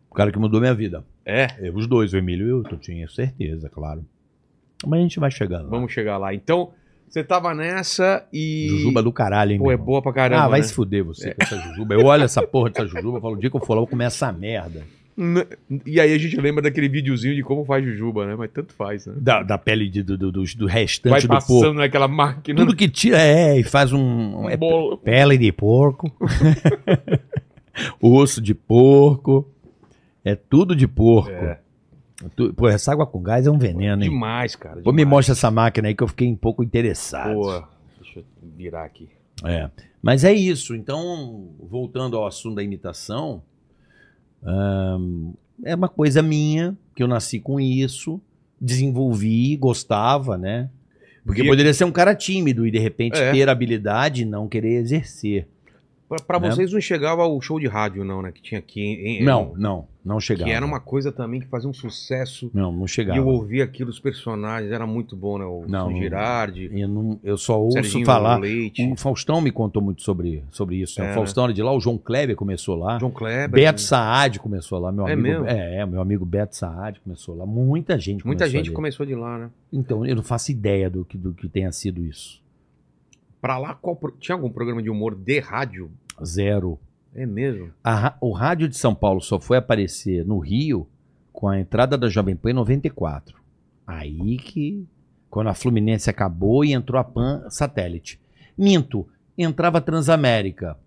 Speaker 3: O cara que mudou minha vida.
Speaker 1: É.
Speaker 3: Eu, os dois, o Emílio e o Tutinho, certeza, claro. Mas a gente vai chegando. lá.
Speaker 1: Vamos chegar lá. Então, você tava nessa e.
Speaker 3: Jujuba do caralho, hein,
Speaker 1: Pô,
Speaker 3: meu
Speaker 1: é
Speaker 3: irmão?
Speaker 1: boa pra caramba.
Speaker 3: Ah, vai
Speaker 1: né?
Speaker 3: se fuder você com essa jujuba. Eu olho essa porra dessa jujuba, eu falo, o dia que eu for lá, eu vou comer essa merda.
Speaker 1: N- E aí a gente lembra daquele videozinho de como faz jujuba, né? Mas tanto faz, né?
Speaker 3: Da, da pele de- do, do, do- do
Speaker 1: Vai
Speaker 3: restante do
Speaker 1: passando
Speaker 3: porco.
Speaker 1: naquela máquina.
Speaker 3: Tudo que tira é e faz um. é
Speaker 1: bolo.
Speaker 3: pele de porco. Osso de porco. É tudo de porco.
Speaker 1: É.
Speaker 3: Tu- Pô, essa água com gás é um veneno, hein?
Speaker 1: Demais, cara.
Speaker 3: Pô, me
Speaker 1: demais.
Speaker 3: mostra essa máquina aí que eu fiquei um pouco interessado.
Speaker 1: Boa. Deixa eu virar aqui.
Speaker 3: É. Mas é isso. Então, voltando ao assunto da imitação, ahn, é uma coisa minha, que eu nasci com isso, desenvolvi, gostava, né? Porque
Speaker 1: E-
Speaker 3: poderia ser um cara tímido e de repente
Speaker 1: É.
Speaker 3: ter habilidade e não querer exercer.
Speaker 1: Pra, pra
Speaker 3: Né?
Speaker 1: vocês não chegava o show de rádio, não, né? Que tinha aqui. Em, em-
Speaker 3: Não, não, não
Speaker 1: Que
Speaker 3: chegava.
Speaker 1: era uma coisa também que fazia um sucesso.
Speaker 3: Não, não
Speaker 1: E
Speaker 3: chegava.
Speaker 1: eu
Speaker 3: Eu,
Speaker 1: ouvi aquilo, os personagens, era muito bom, né? O
Speaker 3: Não,
Speaker 1: Wilson
Speaker 3: não-
Speaker 1: Girardi,
Speaker 3: não- eu só ouço
Speaker 1: Serginho
Speaker 3: falar.
Speaker 1: Leite,
Speaker 3: O Faustão me contou muito sobre, sobre isso. né?
Speaker 1: É,
Speaker 3: O
Speaker 1: né?
Speaker 3: Faustão era de lá, o João Kleber começou lá.
Speaker 1: John Kleber.
Speaker 3: Beto Saad começou lá, meu
Speaker 1: É
Speaker 3: amigo.
Speaker 1: mesmo?
Speaker 3: É, é, meu amigo Beto Saad começou lá. Muita gente
Speaker 1: Muita
Speaker 3: começou
Speaker 1: gente
Speaker 3: ali.
Speaker 1: começou de lá, né?
Speaker 3: Então, eu não faço ideia do que, do que tenha sido isso.
Speaker 1: Pra lá, qual pro- tinha algum programa de humor de rádio?
Speaker 3: Zero.
Speaker 1: É mesmo.
Speaker 3: A ra- o rádio de São Paulo só foi aparecer no Rio com a entrada da Jovem Pan em 94. Aí que. Quando a Fluminense acabou e entrou a Pan satélite. Minto, entrava a Transamérica.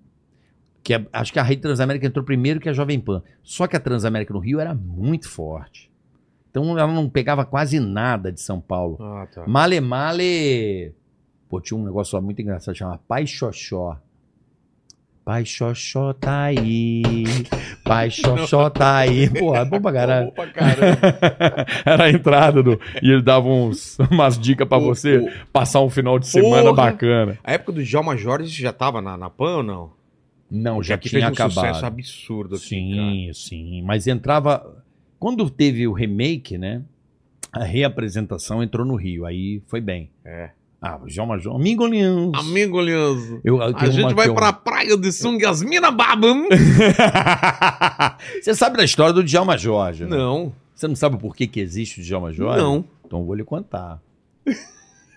Speaker 3: Que é- acho que a Rede Transamérica entrou primeiro que a Jovem Pan. Só que a Transamérica no Rio era muito forte. Então ela não pegava quase nada de São Paulo.
Speaker 1: Ah, tá.
Speaker 3: Male Male. Pô, tinha um negócio lá muito engraçado, chama Pai Xoxó. Pai Xoxó tá aí. Pai Xoxó tá aí. Pô, é bom pra caralho.
Speaker 1: Opa, caramba.
Speaker 3: Era a entrada do. E ele dava uns, umas dicas pra
Speaker 1: O-
Speaker 3: você
Speaker 1: o-
Speaker 3: passar um final de semana
Speaker 1: Porra!
Speaker 3: bacana.
Speaker 1: a época do Djalma Jorge já tava na, na PAN ou não?
Speaker 3: Não, já
Speaker 1: Porque
Speaker 3: tinha
Speaker 1: fez um sucesso
Speaker 3: acabado.
Speaker 1: absurdo aqui,
Speaker 3: assim,
Speaker 1: cara.
Speaker 3: Sim, sim. Mas entrava. Quando teve o remake, né? A reapresentação entrou no Rio. Aí foi bem.
Speaker 1: É.
Speaker 3: Ah, o João Major. Amigo Leão.
Speaker 1: Amigo Leandro,
Speaker 3: Eu, eu
Speaker 1: a
Speaker 3: tenho
Speaker 1: gente
Speaker 3: uma
Speaker 1: vai
Speaker 3: que eu-
Speaker 1: pra praia de sunga, as mina babam.
Speaker 3: Você sabe da história do Djalma Jorge? né?
Speaker 1: Não,
Speaker 3: Você não sabe por que, que existe o Djalma Jorge?
Speaker 1: não.
Speaker 3: Então eu vou lhe contar.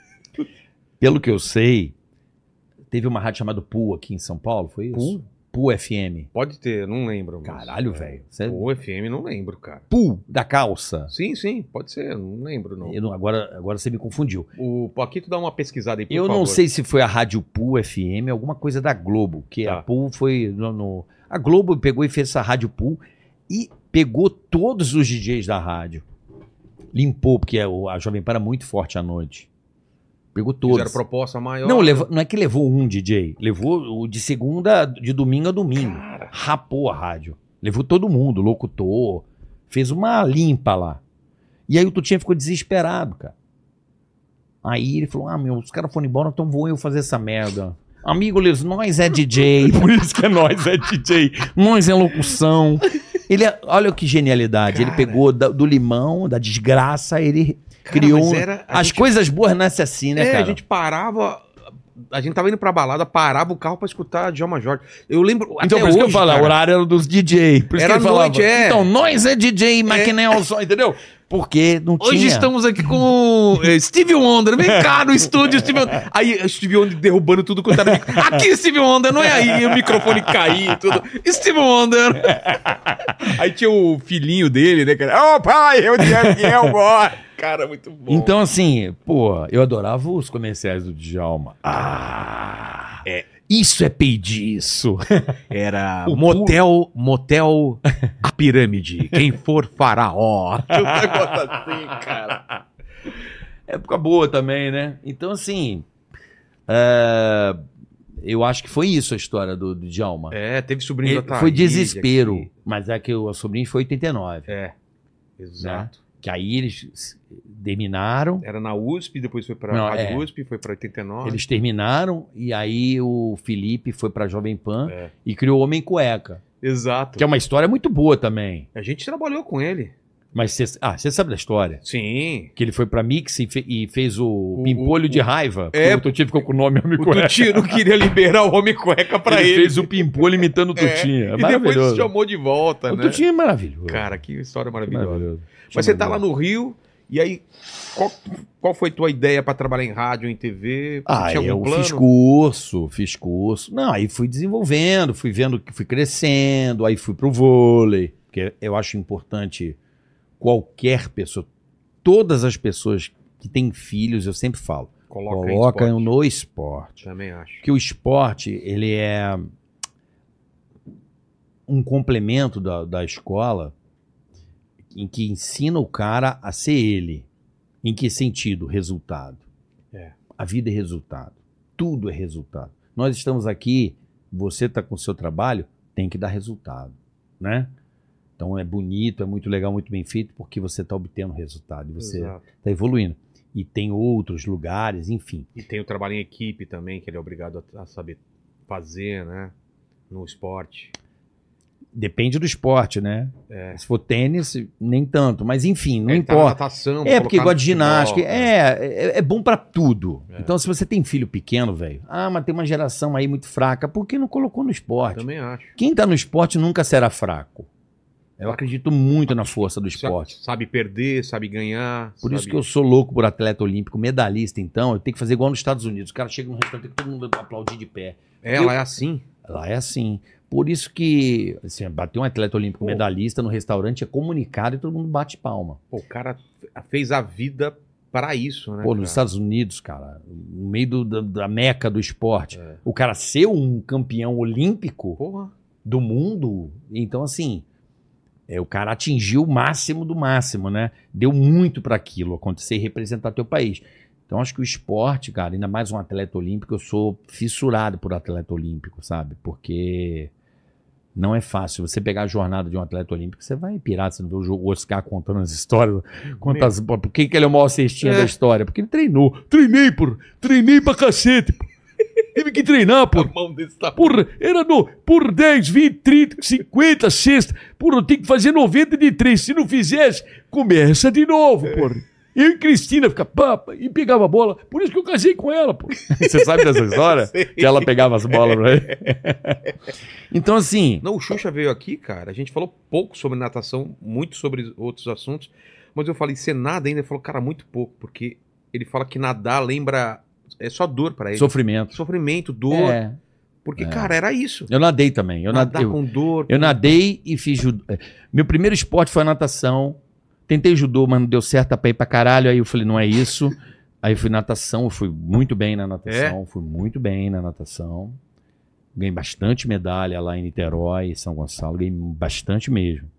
Speaker 3: Pelo que eu sei, teve uma rádio chamada PU aqui em São Paulo, foi isso? PU, FM.
Speaker 1: Pode ter, não lembro. mas-
Speaker 3: Caralho, velho. Você... é
Speaker 1: O FM, não lembro, cara.
Speaker 3: PU da calça.
Speaker 1: Sim, sim, pode ser, não lembro não.
Speaker 3: Eu não- agora, agora você me confundiu.
Speaker 1: O Paquito dá uma pesquisada aí, por
Speaker 3: Eu
Speaker 1: favor.
Speaker 3: não sei se foi a Rádio Pool FM, alguma coisa da Globo, que
Speaker 1: Tá.
Speaker 3: a Pool foi no, no- a Globo pegou e fez essa Rádio Pool e pegou todos os DJs da rádio. Limpou, porque é o- a Jovem Pan era muito forte à noite. Pegou
Speaker 1: Fizeram
Speaker 3: todos.
Speaker 1: proposta maior.
Speaker 3: Não, levou- não é que levou um DJ, levou o de segunda, de domingo a domingo. Rapou a rádio. Levou todo mundo, locutor, fez uma limpa lá. E aí o Tutinha ficou desesperado, cara. Aí ele falou: Ah, meu, os caras foram embora, então vou eu fazer essa merda. Amigo, Liz, nós é DJ. Por isso que nós é DJ. Nós é locução. Ele é- olha que genialidade.
Speaker 1: Cara.
Speaker 3: Ele pegou da- do limão, da desgraça, ele
Speaker 1: Cara,
Speaker 3: criou.
Speaker 1: mas
Speaker 3: um-
Speaker 1: era- a
Speaker 3: As
Speaker 1: gente-
Speaker 3: coisas boas nascem assim, né,
Speaker 1: é,
Speaker 3: cara?
Speaker 1: a gente parava. A gente tava indo pra balada, parava o carro pra escutar Djalma Jorge. Eu lembro. até
Speaker 3: Então, por isso que eu
Speaker 1: hoje,
Speaker 3: falo, o
Speaker 1: cara,
Speaker 3: horário era dos DJ. Por isso
Speaker 1: Era
Speaker 3: que ele
Speaker 1: noite,
Speaker 3: falava,
Speaker 1: é.
Speaker 3: Então, nós é DJ, mas que nem é o som, entendeu? Porque não
Speaker 1: Hoje
Speaker 3: tinha.
Speaker 1: estamos aqui com eh, Steve Wonder. Vem cá no estúdio, Steve Wonder. Aí Steve Wonder derrubando tudo quanto era. micro- Aqui, Steve Wonder, não é aí. O microfone cair e tudo. Steve Wonder. Aí tinha o filhinho dele, né, cara? Ô, pai, eu te amo, eu gosto. Cara, muito bom.
Speaker 3: Então, assim, pô, eu adorava os comerciais do Djalma. Ah,
Speaker 1: É.
Speaker 3: isso é peidiço.
Speaker 1: Era
Speaker 3: O
Speaker 1: motel, motel, a pirâmide. Quem for faraó. Um negócio assim, cara.
Speaker 3: Época boa também, né? Então, assim, é, eu acho que foi isso a história do, do Djalma.
Speaker 1: É, teve sobrinho
Speaker 3: Ele-
Speaker 1: da Thaís
Speaker 3: foi desespero,
Speaker 1: aqui.
Speaker 3: mas é que o sobrinho foi em 89.
Speaker 1: É,
Speaker 3: né?
Speaker 1: exato.
Speaker 3: Que aí eles se- terminaram,
Speaker 1: Era na USP, depois foi pra
Speaker 3: Não,
Speaker 1: a
Speaker 3: é.
Speaker 1: USP, foi pra 89.
Speaker 3: Eles terminaram e aí o Felipe foi pra Jovem Pan
Speaker 1: É.
Speaker 3: e criou o Homem Cueca,
Speaker 1: Exato.
Speaker 3: que é uma história muito boa também.
Speaker 1: A gente trabalhou com ele.
Speaker 3: Mas você ah, cê sabe da história?
Speaker 1: Sim.
Speaker 3: Que ele foi pra Mix e, fe- e fez o,
Speaker 1: O-
Speaker 3: Pimpolho
Speaker 1: o-
Speaker 3: de Raiva. porque
Speaker 1: É.
Speaker 3: o Tutinha ficou com o nome Homem
Speaker 1: O
Speaker 3: Cueca.
Speaker 1: Tutinho não queria liberar o homem cueca pra
Speaker 3: ele,
Speaker 1: ele.
Speaker 3: fez o Pimpolho imitando o Tutinha. É
Speaker 1: e depois
Speaker 3: maravilhoso.
Speaker 1: chamou de volta,
Speaker 3: O
Speaker 1: né?
Speaker 3: Tutinha é maravilhoso.
Speaker 1: Cara, que história maravilhosa.
Speaker 3: maravilhoso.
Speaker 1: Mas você tá lá no Rio, e aí, qual, qual foi tua ideia pra trabalhar em rádio, em TV?
Speaker 3: Ah, eu fiz curso, fiz curso. Não, aí fui desenvolvendo, fui vendo que fui crescendo, aí fui pro vôlei. porque eu acho importante qualquer pessoa, todas as pessoas que têm filhos, eu sempre falo,
Speaker 1: Coloca,
Speaker 3: coloca
Speaker 1: no...
Speaker 3: um no esporte.
Speaker 1: Também acho.
Speaker 3: que o esporte ele é um complemento da, da escola em que ensina o cara a ser ele. Em que sentido? Resultado.
Speaker 1: É.
Speaker 3: A vida é resultado. Tudo é resultado. Nós estamos aqui, você está com o seu trabalho, tem que dar resultado, né? Então é bonito, é muito legal, muito bem feito, porque você está obtendo resultado e você
Speaker 1: Exato.
Speaker 3: está evoluindo. E tem outros lugares, enfim.
Speaker 1: E tem o trabalho em equipe também, que ele é obrigado a, a saber fazer, né? No esporte.
Speaker 3: Depende do esporte, né? Se for tênis, nem tanto. Mas enfim, não
Speaker 1: É, tá na
Speaker 3: importa.
Speaker 1: natação,
Speaker 3: é porque
Speaker 1: colocar
Speaker 3: gosta
Speaker 1: no
Speaker 3: de ginástica.
Speaker 1: futebol, né?
Speaker 3: É, é, é bom pra tudo.
Speaker 1: É.
Speaker 3: Então, se você tem filho pequeno, velho, ah, mas tem uma geração aí muito fraca, por que não colocou no esporte?
Speaker 1: Também acho.
Speaker 3: Quem tá no esporte nunca será fraco. Eu acredito muito na força do esporte.
Speaker 1: Sa- Sabe perder, sabe ganhar.
Speaker 3: Por isso
Speaker 1: sabe-
Speaker 3: que eu sou louco por atleta olímpico, medalhista, então, eu tenho que fazer igual nos Estados Unidos. O cara chega num restaurante, tem que todo mundo aplaudir de pé.
Speaker 1: Ela é assim.
Speaker 3: Lá é assim. Por isso que, assim, bater um atleta olímpico
Speaker 1: Pô.
Speaker 3: medalhista no restaurante é comunicado e todo mundo bate palma.
Speaker 1: Pô, o cara fe- fez a vida pra isso, né?
Speaker 3: Pô,
Speaker 1: cara?
Speaker 3: nos Estados Unidos, cara, no meio do- da, da meca do esporte,
Speaker 1: É.
Speaker 3: o cara ser um campeão olímpico
Speaker 1: Porra.
Speaker 3: do mundo, então assim, é, o cara atingiu o máximo do máximo, né? Deu muito pra aquilo acontecer e representar teu país. Então acho que o esporte, cara, ainda mais um atleta olímpico, eu sou fissurado por atleta olímpico, sabe? Porque não é fácil. Você pegar a jornada de um atleta olímpico, você vai pirar, você não vê o jogo- o Oscar contando as histórias, quantas, por que, que ele é o maior cestinha
Speaker 1: É.
Speaker 3: da história? Porque ele treinou. Treinei, por, treinei pra cacete. pô. Tive que treinar, pô.
Speaker 1: mão desse tá...
Speaker 3: Por, era no, por 10, 20, 30, 50, sexta. Por, eu tenho que fazer 90 de 3. Se não fizesse, começa de novo, porra. Eu e Cristina ficava papa e pegava a bola. Por isso que eu casei com ela, pô. Você sabe dessa história? que ela pegava as bolas, né? então, assim.
Speaker 1: Não, o Xuxa veio aqui, cara. A gente falou pouco sobre natação, muito sobre outros assuntos. Mas eu falei, você nada ainda? Ele falou, cara, muito pouco. Porque ele fala que nadar lembra. É só dor pra ele.
Speaker 3: Sofrimento.
Speaker 1: Sofrimento, dor.
Speaker 3: É.
Speaker 1: Porque,
Speaker 3: É.
Speaker 1: cara, era isso.
Speaker 3: Eu nadei também. Eu
Speaker 1: Nadar
Speaker 3: nadei, eu,
Speaker 1: com dor.
Speaker 3: eu nadei e fiz judô. Meu primeiro esporte foi a natação. Tentei judô, mas não deu certo, tapei pra caralho. Aí eu falei, não é isso. Aí eu fui natação, eu fui muito bem na natação, fui muito bem na natação. Ganhei bastante medalha lá em Niterói, São Gonçalo, ganhei bastante mesmo.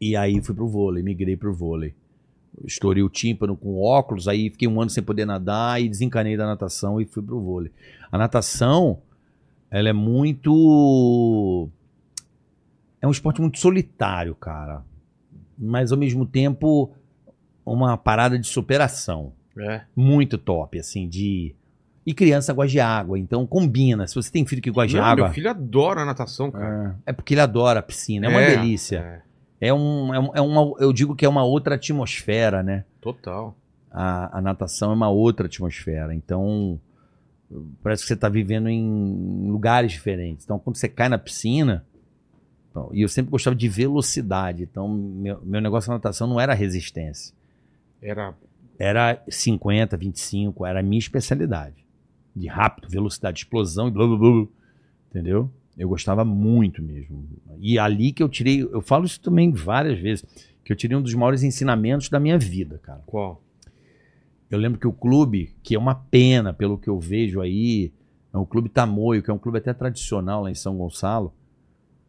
Speaker 3: E aí fui pro vôlei, migrei pro vôlei. Estourei o tímpano com óculos, aí fiquei um ano sem poder nadar e desencanei da natação e fui pro vôlei. A natação, ela é muito. É um esporte muito solitário, cara. Mas ao mesmo tempo, uma parada de superação
Speaker 1: É.
Speaker 3: muito top, assim, de. E criança gosta de água, então combina. Se você tem filho que gosta de
Speaker 1: Não,
Speaker 3: água.
Speaker 1: Meu filho adora natação, cara.
Speaker 3: É porque ele adora a piscina, é uma
Speaker 1: É,
Speaker 3: delícia.
Speaker 1: é,
Speaker 3: É, um, é, um- é uma. Eu digo que é uma outra atmosfera, né?
Speaker 1: total.
Speaker 3: A, a natação é uma outra atmosfera. Então, parece que você está vivendo em lugares diferentes. Então, quando você cai na piscina. então, E eu sempre gostava de velocidade. Então, meu, meu negócio na natação não era resistência.
Speaker 1: Era.
Speaker 3: era 50, 25, era a minha especialidade. De rápido, velocidade, explosão e blá blá blá. blá. Entendeu? Eu gostava muito mesmo. E ali que eu tirei, eu falo isso também várias vezes, que eu tirei um dos maiores ensinamentos da minha vida, cara.
Speaker 1: Qual?
Speaker 3: Eu lembro que o clube, que é uma pena pelo que eu vejo aí, é um clube tamoio, que é um clube até tradicional lá em São Gonçalo.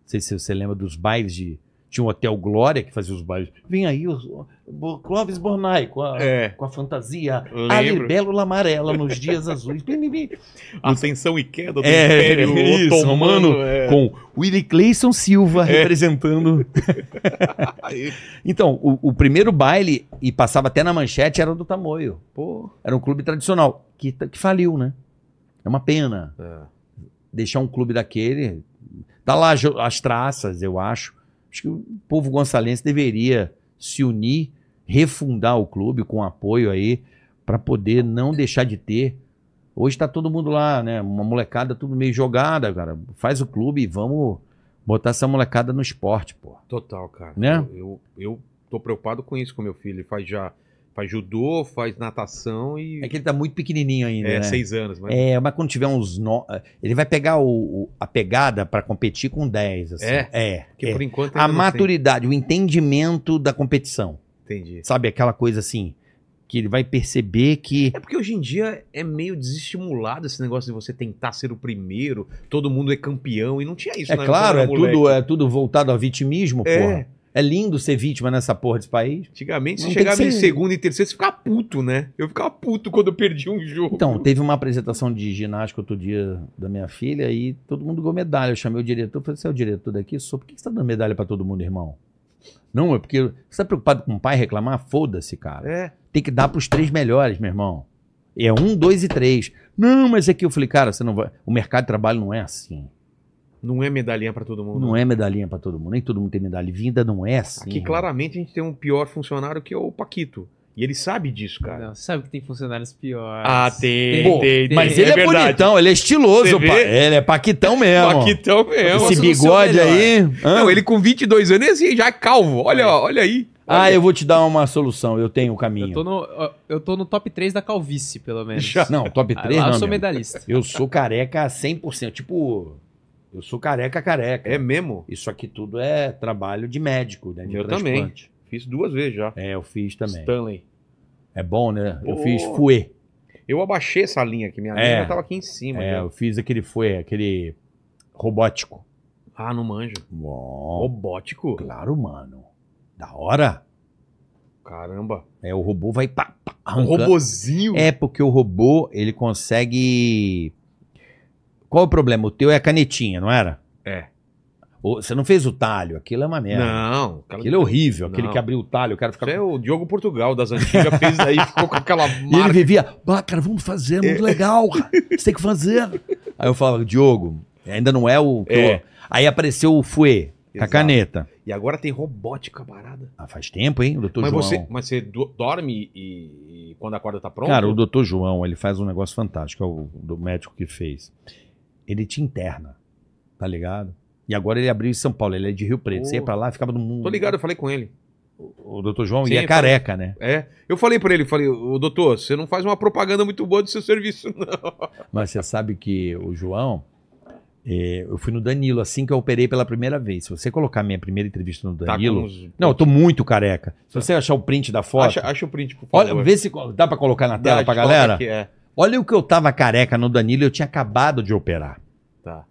Speaker 3: Não sei se você lembra dos bailes de. Tinha um Hotel Glória que fazia os bailes. Vem aí, os, Bo- Clóvis Bornai, com a,
Speaker 1: É.
Speaker 3: com a fantasia
Speaker 1: Lembro.
Speaker 3: a libélula amarela nos dias azuis. Bim, bim, bim.
Speaker 1: Ascensão e queda do
Speaker 3: Ah. É,
Speaker 1: Império
Speaker 3: isso,
Speaker 1: Otomano.
Speaker 3: mano.
Speaker 1: É.
Speaker 3: Com Willie Clayson Silva representando.
Speaker 1: Aí,
Speaker 3: Então, o, o primeiro baile, e passava até na manchete, era do Tamoio.
Speaker 1: pô.
Speaker 3: Era um clube tradicional, que, ta- que faliu, né? É uma pena
Speaker 1: É.
Speaker 3: deixar um clube daquele. Tá lá as, as traças, eu acho. Acho que o povo gonçalense deveria se unir, refundar o clube com apoio aí, para poder não deixar de ter. Hoje tá todo mundo lá, né? Uma molecada tudo meio jogada, cara. Faz o clube e vamos botar essa molecada no esporte, pô.
Speaker 1: Total, cara.
Speaker 3: Né?
Speaker 1: Eu, eu, eu tô preocupado com isso com meu filho. Ele faz já Faz judô, faz natação e.
Speaker 3: É que ele tá muito pequenininho ainda,
Speaker 1: É,
Speaker 3: né?
Speaker 1: seis anos, mas.
Speaker 3: É, mas quando tiver uns. No... Ele vai pegar o, o- a pegada pra competir com 10. Assim.
Speaker 1: É?
Speaker 3: É.
Speaker 1: Porque
Speaker 3: é.
Speaker 1: por enquanto.
Speaker 3: A
Speaker 1: ainda não tem.
Speaker 3: maturidade, o entendimento da competição.
Speaker 1: Entendi.
Speaker 3: Sabe aquela coisa assim? Que ele vai perceber que.
Speaker 1: É porque hoje em dia é meio desestimulado esse negócio de você tentar ser o primeiro, todo mundo é campeão, e não tinha isso
Speaker 3: É
Speaker 1: na- quando eu
Speaker 3: claro, é
Speaker 1: era moleque.
Speaker 3: tudo, é tudo voltado ao vitimismo,
Speaker 1: É.
Speaker 3: porra. É lindo ser vítima nessa porra desse país.
Speaker 1: Antigamente,
Speaker 3: Não
Speaker 1: você
Speaker 3: tem
Speaker 1: chegava
Speaker 3: que
Speaker 1: em
Speaker 3: ser-
Speaker 1: segundo e terceiro, você ficava puto, né? Eu ficava puto quando eu perdi um jogo.
Speaker 3: Então, teve uma apresentação de ginástica outro dia da minha filha e todo mundo ganhou medalha. Eu chamei o diretor, falei: Você é o diretor daqui? Sou, por que que você tá dando medalha pra todo mundo, irmão? Não, é porque você tá preocupado com o pai reclamar? Foda-se, cara.
Speaker 1: É.
Speaker 3: tem que dar para os três melhores, meu irmão. É um, dois e três. Não, mas é que eu falei, cara, você não vai. O mercado de trabalho não é assim.
Speaker 1: Não é medalhinha pra todo mundo.
Speaker 3: Não é medalhinha para todo mundo. Nem todo mundo tem medalha. Vinda não é assim.
Speaker 1: Aqui,
Speaker 3: irmão.
Speaker 1: claramente, a gente tem um pior funcionário que é o Paquito. E ele sabe disso, cara.
Speaker 2: Não, você sabe que tem funcionários piores.
Speaker 1: Ah, tem,
Speaker 3: Pô,
Speaker 1: tem, tem.
Speaker 3: Mas ele é,
Speaker 1: verdade.
Speaker 3: bonitão, ele é estiloso,
Speaker 1: Você
Speaker 3: pa...
Speaker 1: vê?
Speaker 3: Ele é paquitão mesmo.
Speaker 1: Paquitão mesmo.
Speaker 2: gosto
Speaker 3: Esse
Speaker 2: do seu
Speaker 3: bigode
Speaker 2: melhor.
Speaker 3: aí. hã?
Speaker 1: Não, ele com 22 anos é assim, já é calvo. Olha, ó, olha aí.
Speaker 3: Ah, eu vou te dar uma solução. Eu tenho o
Speaker 2: Eu
Speaker 3: caminho.
Speaker 2: tô, no, eu tô no top 3 da calvície, pelo menos.
Speaker 1: Já.
Speaker 3: Não, top
Speaker 2: Ah,
Speaker 3: 3
Speaker 2: lá
Speaker 3: não.
Speaker 2: eu sou
Speaker 3: meu irmão.
Speaker 2: medalhista.
Speaker 3: Eu sou careca 100%. Tipo, eu sou careca, careca.
Speaker 1: É mesmo?
Speaker 3: Isso aqui tudo é trabalho de médico, né? De
Speaker 1: Eu também.
Speaker 3: transplante.
Speaker 1: Fiz duas vezes já.
Speaker 3: É, eu fiz também.
Speaker 1: Stanley.
Speaker 3: É bom, né? Eu
Speaker 1: Pô.
Speaker 3: fiz fuê.
Speaker 1: Eu abaixei essa linha aqui. Minha
Speaker 3: É.
Speaker 1: linha tava aqui em cima.
Speaker 3: É,
Speaker 1: já.
Speaker 3: eu fiz aquele fuê, aquele robótico.
Speaker 1: Ah, não manjo.
Speaker 3: Bom.
Speaker 1: Robótico?
Speaker 3: Claro, mano. Da hora.
Speaker 1: Caramba.
Speaker 3: É, o robô vai pá, pá,
Speaker 1: Um
Speaker 3: arrancando.
Speaker 1: robozinho.
Speaker 3: É, porque o robô, ele consegue... Qual o problema? O teu é a canetinha, não era?
Speaker 1: É.
Speaker 3: O- Você não fez o talho, aquilo é uma merda.
Speaker 1: Não. cara-
Speaker 3: Aquilo é horrível, aquele
Speaker 1: Não.
Speaker 3: que abriu o talho, o cara
Speaker 1: Isso
Speaker 3: ficava...
Speaker 1: é o Diogo Portugal das antigas fez aí, ficou com aquela
Speaker 3: E ele
Speaker 1: marca.
Speaker 3: vivia, ah, cara, vamos fazer, é muito legal, cara, você tem que fazer. Aí eu falava, Diogo, ainda não é o que eu-
Speaker 1: É.
Speaker 3: Aí apareceu o Fouet, com a
Speaker 1: Exato.
Speaker 3: caneta.
Speaker 1: E agora tem robótica parada.
Speaker 3: Ah, faz tempo, hein, o doutor
Speaker 1: Mas
Speaker 3: João.
Speaker 1: você, mas você do- dorme e, e quando a corda tá pronta?
Speaker 3: Cara, o doutor João, ele faz um negócio fantástico, é o do médico que fez. Ele te interna, tá ligado? E agora ele abriu em São Paulo, ele é de Rio Preto. Você ia
Speaker 1: Pô.
Speaker 3: pra lá, ficava no mundo.
Speaker 1: Tô ligado, eu falei com ele.
Speaker 3: O doutor João
Speaker 1: Sim,
Speaker 3: e é
Speaker 1: eu
Speaker 3: careca, né?
Speaker 1: É, eu falei pra ele, falei, ô doutor, você não faz uma propaganda muito boa do seu serviço, Tá não.
Speaker 3: Mas você sabe que o João, é, eu fui no Danilo assim que eu operei pela primeira vez. Se você colocar minha primeira entrevista no
Speaker 1: Tá
Speaker 3: Danilo.
Speaker 1: uns...
Speaker 3: Não, eu tô muito careca. Se você achar o print da foto.
Speaker 1: acha, acha o print, por favor.
Speaker 3: Olha, vê se co- dá pra colocar na tela
Speaker 1: Dá,
Speaker 3: pra
Speaker 1: coloca
Speaker 3: galera.
Speaker 1: aqui, é.
Speaker 3: Olha o que eu tava careca no Danilo, eu tinha acabado de operar.
Speaker 1: Tá.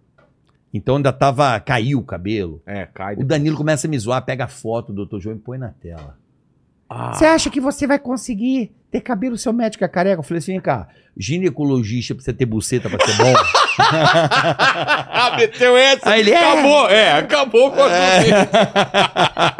Speaker 3: Então ainda tava caiu o cabelo.
Speaker 1: É, cai.
Speaker 3: O Danilo começa a me zoar, pega a foto do Dr. João e põe na tela.
Speaker 1: Ah,
Speaker 3: Você acha que você vai conseguir ter cabelo seu médico é careca? Eu falei assim, vem cá, ginecologista precisa ter buceta pra ser bom.
Speaker 1: meteu essa.
Speaker 3: Ah. Aí ele, é.
Speaker 1: Acabou, é, acabou com a sua-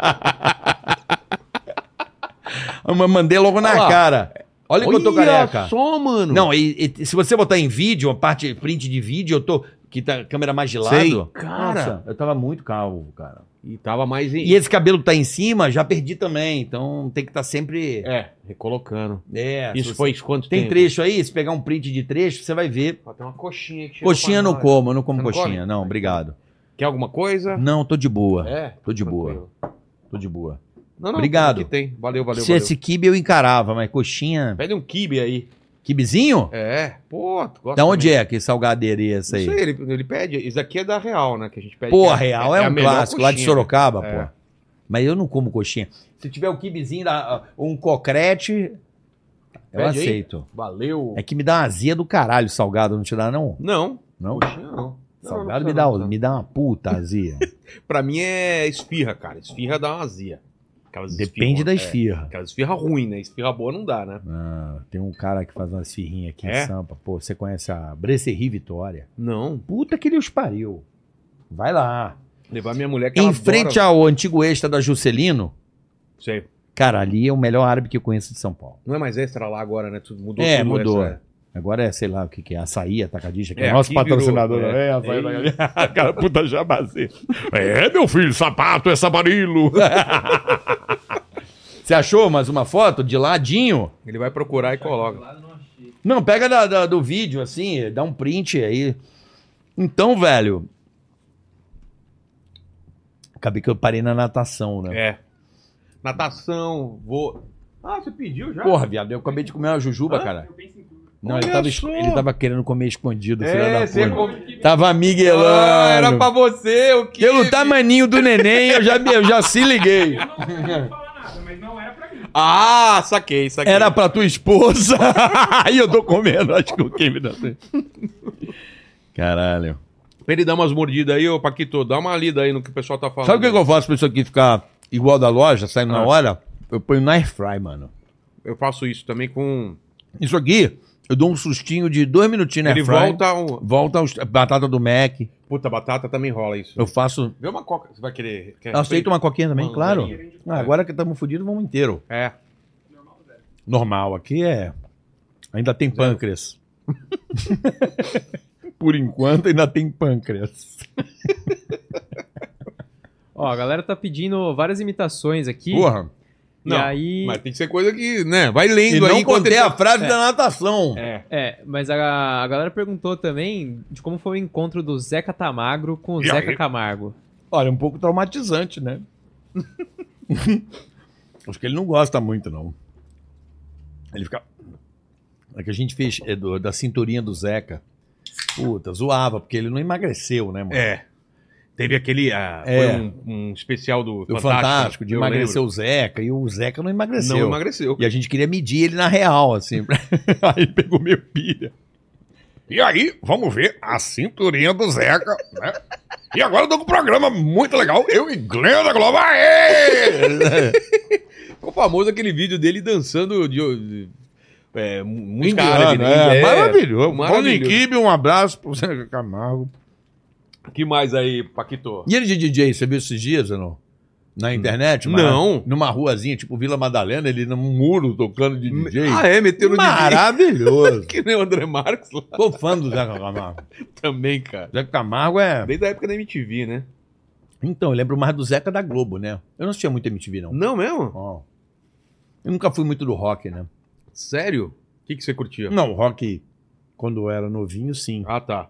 Speaker 3: Eu ma- mandei logo na
Speaker 1: Olha lá.
Speaker 3: cara. Olha que eu tô careca.
Speaker 1: só, mano.
Speaker 3: Não, e, e se você botar em vídeo, a parte print de vídeo, eu tô. Que tá câmera mais de lado.
Speaker 1: Sei. Cara.
Speaker 3: Nossa, eu tava muito calvo, cara.
Speaker 1: E tava mais em...
Speaker 3: E esse cabelo que tá em cima, já perdi também. Então tem que estar sempre.
Speaker 1: É, recolocando.
Speaker 3: É, se
Speaker 1: Isso
Speaker 3: você-
Speaker 1: foi quanto
Speaker 3: Tem
Speaker 1: tempo?
Speaker 3: trecho aí? Se pegar um print de trecho, você vai ver.
Speaker 1: Ó, Tem uma coxinha aí que chegou
Speaker 3: Coxinha eu
Speaker 1: pra
Speaker 3: não
Speaker 1: nós.
Speaker 3: como, eu não como
Speaker 1: Você não
Speaker 3: coxinha.
Speaker 1: come?
Speaker 3: Não, obrigado.
Speaker 1: Quer alguma coisa?
Speaker 3: Não, tô de boa.
Speaker 1: É.
Speaker 3: Tô de boa.
Speaker 1: tranquilo.
Speaker 3: Tô de boa.
Speaker 1: Não, não,
Speaker 3: Obrigado.
Speaker 1: aqui tem. Valeu, valeu,
Speaker 3: Se
Speaker 1: valeu.
Speaker 3: esse kibe eu encarava, mas coxinha.
Speaker 1: Pede um kibe aí.
Speaker 3: Kibizinho?
Speaker 1: É. Pô, tu gosta
Speaker 3: Da onde é que salgadeiro é esse
Speaker 1: Isso aí.
Speaker 3: aí?
Speaker 1: ele, ele pede. Isso aqui é da Real, né? Que a gente pede.
Speaker 3: Pô,
Speaker 1: que
Speaker 3: a Real é,
Speaker 1: a
Speaker 3: um
Speaker 1: melhor
Speaker 3: clássico lá de
Speaker 1: coxinha.
Speaker 3: Sorocaba,
Speaker 1: É.
Speaker 3: pô. Mas eu não como coxinha. Se tiver o quibezinho, da- um cocrete, eu
Speaker 1: Pede aí.
Speaker 3: aceito.
Speaker 1: Valeu.
Speaker 3: É que me dá uma azia do caralho salgado, não te dá não?
Speaker 1: Não.
Speaker 3: Não?
Speaker 1: Coxinha não.
Speaker 3: salgado
Speaker 1: não
Speaker 3: me, dá, um, né?
Speaker 1: precisa não,
Speaker 3: me dá uma puta azia.
Speaker 1: tá? Pra mim é esfirra, cara. Esfirra dá uma azia. Aquelas
Speaker 3: Depende da
Speaker 1: é.
Speaker 3: esfirra.
Speaker 1: Aquelas esfirra ruim, né? Esfirra boa não dá, né?
Speaker 3: Ah, tem um cara que faz uma esfirrinha aqui
Speaker 1: É?
Speaker 3: em Sampa. Pô, você conhece a Bresserri Vitória?
Speaker 1: Não.
Speaker 3: Puta que ele os pariu. Vai lá.
Speaker 1: Levar minha mulher que
Speaker 3: Em frente ao antigo extra da Juscelino,
Speaker 1: a... Sei.
Speaker 3: cara, ali é o melhor árabe que eu conheço de São Paulo.
Speaker 1: Não é mais extra lá agora, né? Tudo mudou.
Speaker 3: é,
Speaker 1: tudo
Speaker 3: mudou.
Speaker 1: essa-
Speaker 3: Agora é, sei lá, o que, que é, açaí, atacadista, que é,
Speaker 1: É,
Speaker 3: nosso
Speaker 1: aqui virou,
Speaker 3: patrocinador.
Speaker 1: é.
Speaker 3: né?
Speaker 1: É
Speaker 3: atacadista.
Speaker 4: Cara, puta jabazi. É, meu filho, sapato é sabarilo.
Speaker 3: Você achou mais uma foto de ladinho?
Speaker 1: Ele vai procurar e coloca.
Speaker 2: Lá eu não achei.
Speaker 3: Não, pega da- da- do vídeo, assim, dá um print aí. Então, velho. Acabei que eu parei na natação, né?
Speaker 1: É. Natação, vou.
Speaker 2: Ah, você pediu já?
Speaker 3: Porra, viado, eu acabei de comer uma jujuba, cara. Não, ele
Speaker 4: Olha
Speaker 3: tava, es-
Speaker 4: só.
Speaker 3: ele tava querendo comer escondido, filho
Speaker 2: É, você
Speaker 3: da puta.
Speaker 2: come...
Speaker 3: Tava miguelando.
Speaker 1: Ah, era pra você, o que?
Speaker 3: Pelo tamaninho do neném, eu já, eu já se liguei.
Speaker 1: Ah, saquei, saquei.
Speaker 3: Era pra tua esposa. Aí eu tô comendo, acho que o que me dá. Caralho.
Speaker 1: Ele dá umas mordidas aí, ô Paquito, dá uma lida aí no que o pessoal tá falando.
Speaker 3: Sabe o que, que eu faço pra isso aqui ficar igual da loja, saindo
Speaker 1: Ah.
Speaker 3: na hora? Eu ponho na air fry, mano.
Speaker 1: Eu faço isso também com... um.
Speaker 3: Isso aqui, eu dou um sustinho de dois minutinhos na
Speaker 1: Ele
Speaker 3: air Né, fry.
Speaker 1: volta... Um...
Speaker 3: Volta aos- batata do Mac.
Speaker 1: Puta, batata também rola isso.
Speaker 3: Eu faço.
Speaker 1: Vê uma coca, você vai querer... quer-
Speaker 3: Eu aceito uma coquinha também,
Speaker 1: É, Uma
Speaker 3: claro.
Speaker 1: lasanha.
Speaker 3: Ah, agora que estamos fodidos, vamos inteiro.
Speaker 1: É.
Speaker 3: Normal, aqui é. Ainda tem pâncreas. Por enquanto, ainda tem pâncreas.
Speaker 2: Ó, a galera tá pedindo várias imitações aqui.
Speaker 3: Porra.
Speaker 2: E
Speaker 1: Não,
Speaker 2: aí...
Speaker 1: Mas tem que ser coisa que, né, vai lendo
Speaker 3: E
Speaker 1: aí
Speaker 3: não
Speaker 1: enquanto
Speaker 3: contei
Speaker 1: ele-
Speaker 3: a frase da natação.
Speaker 1: É.
Speaker 2: É, mas a, a galera perguntou também de como foi o encontro do Zeca Tamagro com o
Speaker 4: E
Speaker 2: Zeca
Speaker 4: aí?
Speaker 2: Camargo.
Speaker 3: Olha, um pouco traumatizante, né? Acho que ele não gosta muito, não. Ele fica. É que a gente fez é, do- da cinturinha do Zeca. Puta, zoava, porque ele não emagreceu, né, mano?
Speaker 1: É. Teve aquele. ah,
Speaker 3: É.
Speaker 1: Foi um, um especial do
Speaker 3: O Fantástico, de
Speaker 1: eu
Speaker 3: emagrecer o Zeca, e o Zeca não
Speaker 1: lembro.
Speaker 3: emagreceu.
Speaker 1: Não emagreceu.
Speaker 3: E a gente queria medir ele na real, assim. Aí pegou meio pilha.
Speaker 4: E aí, vamos ver a cinturinha do Zeca, né? E agora eu tô com um programa muito legal, eu e Glenda da Globo. Ah, é, Aê!
Speaker 1: Ficou famoso aquele vídeo dele dançando de. de é, mu- música
Speaker 3: Indiano,
Speaker 1: árabe, né?
Speaker 3: é,
Speaker 1: É. Maravilhoso.
Speaker 3: Maravilhoso. Maravilhoso.
Speaker 4: Kibe, um abraço pro Zeca Camargo.
Speaker 1: Que mais aí, Paquito?
Speaker 3: E ele de DJ, você viu esses dias ou não? Na internet? uma-
Speaker 1: Não.
Speaker 3: Numa ruazinha, tipo Vila Madalena, ele num muro tocando de DJ.
Speaker 1: Ah, é, meteu no DJ.
Speaker 3: Maravilhoso.
Speaker 1: Que nem o André Marques lá
Speaker 3: Tô fã do Zeca Camargo.
Speaker 1: também, cara.
Speaker 3: Zeca Camargo é.
Speaker 1: Desde a época da MTV, né?
Speaker 3: Então, eu lembro mais do Zeca da Globo, né? Eu não assistia muito MTV, não.
Speaker 1: Não mesmo?
Speaker 3: Ó. Eu nunca fui muito do rock, né?
Speaker 1: Sério? O que, que você curtia?
Speaker 3: Não, rock quando eu era novinho, sim.
Speaker 1: Ah, tá.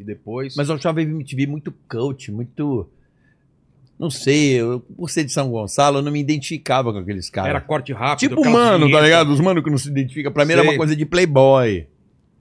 Speaker 1: E depois.
Speaker 3: Mas eu achava a MTV muito cult, muito. Não sei, eu, por ser de São Gonçalo, eu não me identificava com aqueles caras.
Speaker 1: Era corte rápido.
Speaker 3: tipo
Speaker 1: aquelas
Speaker 3: mano, tá
Speaker 1: vinhetas.
Speaker 3: ligado? Os mano que não se identifica. Pra mim era
Speaker 1: Sei.
Speaker 3: uma coisa de playboy.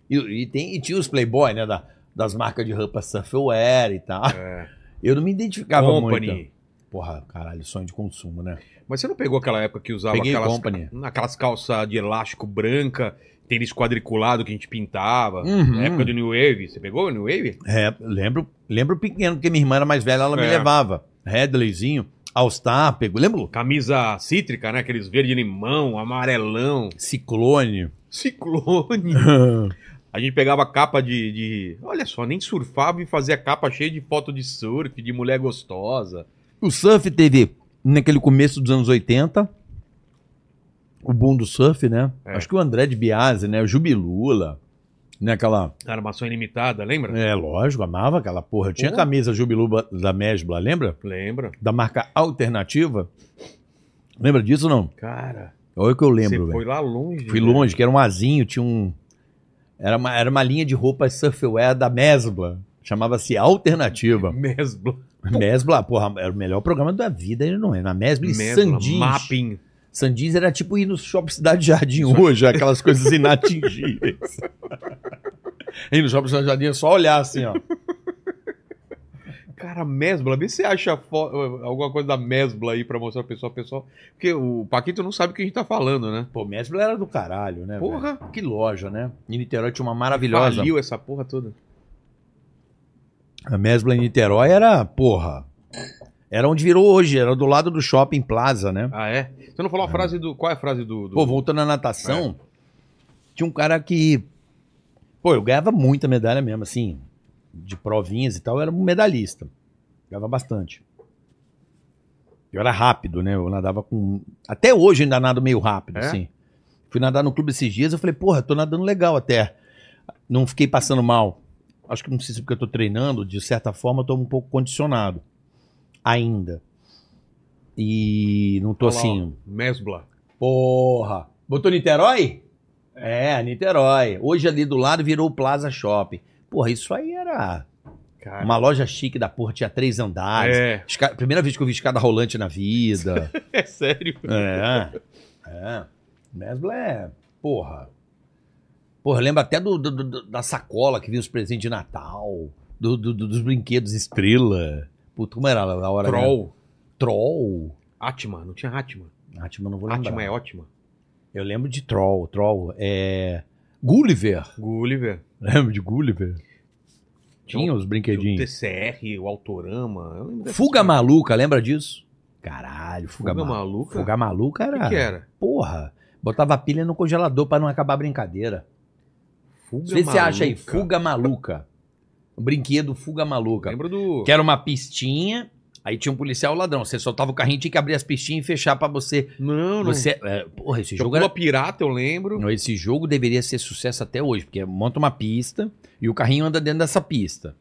Speaker 3: E, e tem, e tinha os playboy, né? da- das marcas de roupa Surfwear e tal.
Speaker 1: É.
Speaker 3: Eu não me identificava muito.
Speaker 1: Company.
Speaker 3: Porra, caralho, sonho de consumo, né?
Speaker 1: Mas você não pegou aquela época que usava
Speaker 3: Peguei
Speaker 1: aquelas,
Speaker 3: Company.
Speaker 1: naquelas calças de elástico branca, tênis quadriculado que a gente pintava.
Speaker 3: Uhum.
Speaker 1: Na época do New Wave. Você pegou o New Wave?
Speaker 3: É, lembro, lembro pequeno, porque minha irmã era mais velha, ela me
Speaker 1: É.
Speaker 3: levava. Redleyzinho, All Star, pegou. Lembro?
Speaker 1: Camisa cítrica, né? Aqueles verde-limão, amarelão,
Speaker 3: Ciclone.
Speaker 1: ciclone. A gente pegava capa de, de- Olha só, nem surfava e fazia capa cheia de foto de surf, de mulher gostosa.
Speaker 3: O surf teve naquele começo dos anos 80. O boom do surf, né?
Speaker 1: É.
Speaker 3: Acho que o André de Biase, né? O Jubilula. Né, aquela.
Speaker 1: Armação ilimitada, lembra?
Speaker 3: É, lógico, amava aquela porra. Eu tinha
Speaker 1: Porra.
Speaker 3: camisa Jubiluba da Mesbla, lembra?
Speaker 1: Lembra?
Speaker 3: Da marca Alternativa. Lembra disso ou não?
Speaker 1: Cara,
Speaker 3: Olha o que eu lembro,
Speaker 1: você
Speaker 3: velho.
Speaker 1: foi lá longe. né?
Speaker 3: Fui
Speaker 1: velho.
Speaker 3: longe, que era um azinho, tinha um. Era uma, era uma linha de roupas surfwear da Mesbla. Chamava-se Alternativa.
Speaker 1: Mesbla.
Speaker 3: Mesbla, porra, era o melhor programa da vida, ele não é? Na Mesbla e
Speaker 1: Mesbla.
Speaker 3: Sandins.
Speaker 1: Mapping.
Speaker 3: Sandins era tipo ir no shopping Cidade Jardim hoje, aquelas coisas inatingíveis. ir no shopping Cidade Jardim é só olhar assim, ó.
Speaker 1: Cara, Mesbla, vê se você acha fo- alguma coisa da Mesbla aí pra mostrar pro pessoal, pessoal. Porque o Paquito não sabe o que a gente tá falando, né?
Speaker 3: Pô, Mesbla era do caralho,
Speaker 1: É
Speaker 3: né? Porra.
Speaker 1: Porra,
Speaker 3: Que loja, né? Em Niterói tinha uma maravilhosa.
Speaker 1: faliu essa porra toda.
Speaker 3: A Mesbla em Niterói era, porra. Era onde virou hoje, era do lado do shopping Plaza, né?
Speaker 1: Ah, é? Você não falou a frase do... Qual é a frase do... É. do-
Speaker 3: Pô, voltando à natação, tinha um cara que. Pô, eu ganhava muita medalha mesmo, assim, de provinhas e tal, eu era um medalhista. Ganhava bastante. Eu era rápido, né? Eu nadava com. Até hoje eu ainda nado meio rápido,
Speaker 1: É?
Speaker 3: assim. Fui nadar no clube esses dias, eu falei, porra, tô nadando legal até. Não fiquei passando mal. Acho que não sei se é porque eu tô treinando, de certa forma eu tô um pouco condicionado. Ainda. E não tô
Speaker 1: Olha lá,
Speaker 3: assim.
Speaker 1: ó, Mesbla.
Speaker 3: Porra! Botou Niterói? É, Niterói. Hoje ali do lado virou o Plaza Shopping. Porra, isso aí era
Speaker 1: Cara,
Speaker 3: uma loja chique da porra, tinha três andares.
Speaker 1: é.
Speaker 3: Esca- Primeira vez que eu vi escada rolante na vida.
Speaker 1: É sério.
Speaker 3: é. É. Mesbla é. Porra. Porra, lembra até do, do- do- da sacola que vinha os presentes de Natal, do- do- do- dos brinquedos estrela. Puta, como era lá na hora? né?
Speaker 1: Troll.
Speaker 3: Troll.
Speaker 1: Atma, não tinha Atma.
Speaker 3: Atman, não vou lembrar.
Speaker 1: Atma é ótima.
Speaker 3: Eu lembro de Troll. Troll. É. Gulliver.
Speaker 1: Gulliver.
Speaker 3: Lembro de Gulliver?
Speaker 1: um
Speaker 3: Tinha os
Speaker 1: O
Speaker 3: brinquedinhos.
Speaker 1: TCR, o Autorama. Eu lembro dessas
Speaker 3: Fuga
Speaker 1: coisas.
Speaker 3: Maluca, lembra disso? Caralho, Fuga,
Speaker 1: Fuga
Speaker 3: Maluca.
Speaker 1: Maluca?
Speaker 3: Fuga Maluca
Speaker 1: O
Speaker 3: era.
Speaker 1: que, é? que era?
Speaker 3: Porra. Botava a pilha no congelador pra não acabar a brincadeira.
Speaker 1: Fuga
Speaker 3: Vê se você acha aí, Fuga Maluca. Um brinquedo Fuga Maluca.
Speaker 1: Lembra do.
Speaker 3: Que é era uma pistinha, aí tinha um policial e um ladrão. Você soltava o carrinho, tinha que abrir as pistinhas e fechar pra você.
Speaker 1: Não, não.
Speaker 3: você é, porra, esse jogo
Speaker 1: Jogou
Speaker 3: era-
Speaker 1: a pirata, eu lembro.
Speaker 3: não, Esse jogo deveria ser sucesso até hoje, porque monta uma pista e o carrinho anda dentro dessa pista.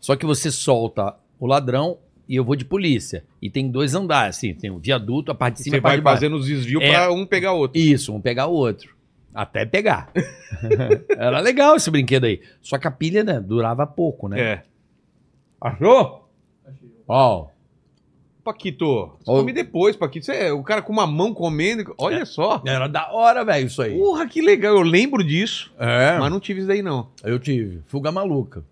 Speaker 3: Só que você solta o ladrão e eu vou de polícia. E tem dois andares, assim, tem o viaduto, a parte de cima e
Speaker 1: Você
Speaker 3: a parte
Speaker 1: vai
Speaker 3: de baixo.
Speaker 1: fazendo os desvios
Speaker 3: É.
Speaker 1: pra um pegar o outro.
Speaker 3: Isso, um pegar o outro. Até pegar. Era legal esse brinquedo aí. Só que a pilha, né, durava pouco, né?
Speaker 1: É.
Speaker 3: Achou? Ó,
Speaker 1: Paquito,
Speaker 3: Ô.
Speaker 1: come depois, Paquito. Você é o cara com uma mão comendo. Olha só.
Speaker 3: era da hora, velho, isso aí.
Speaker 1: Porra, que legal. Eu lembro disso,
Speaker 3: É,
Speaker 1: Uh, mas não tive isso daí, não.
Speaker 3: eu tive. Fuga maluca.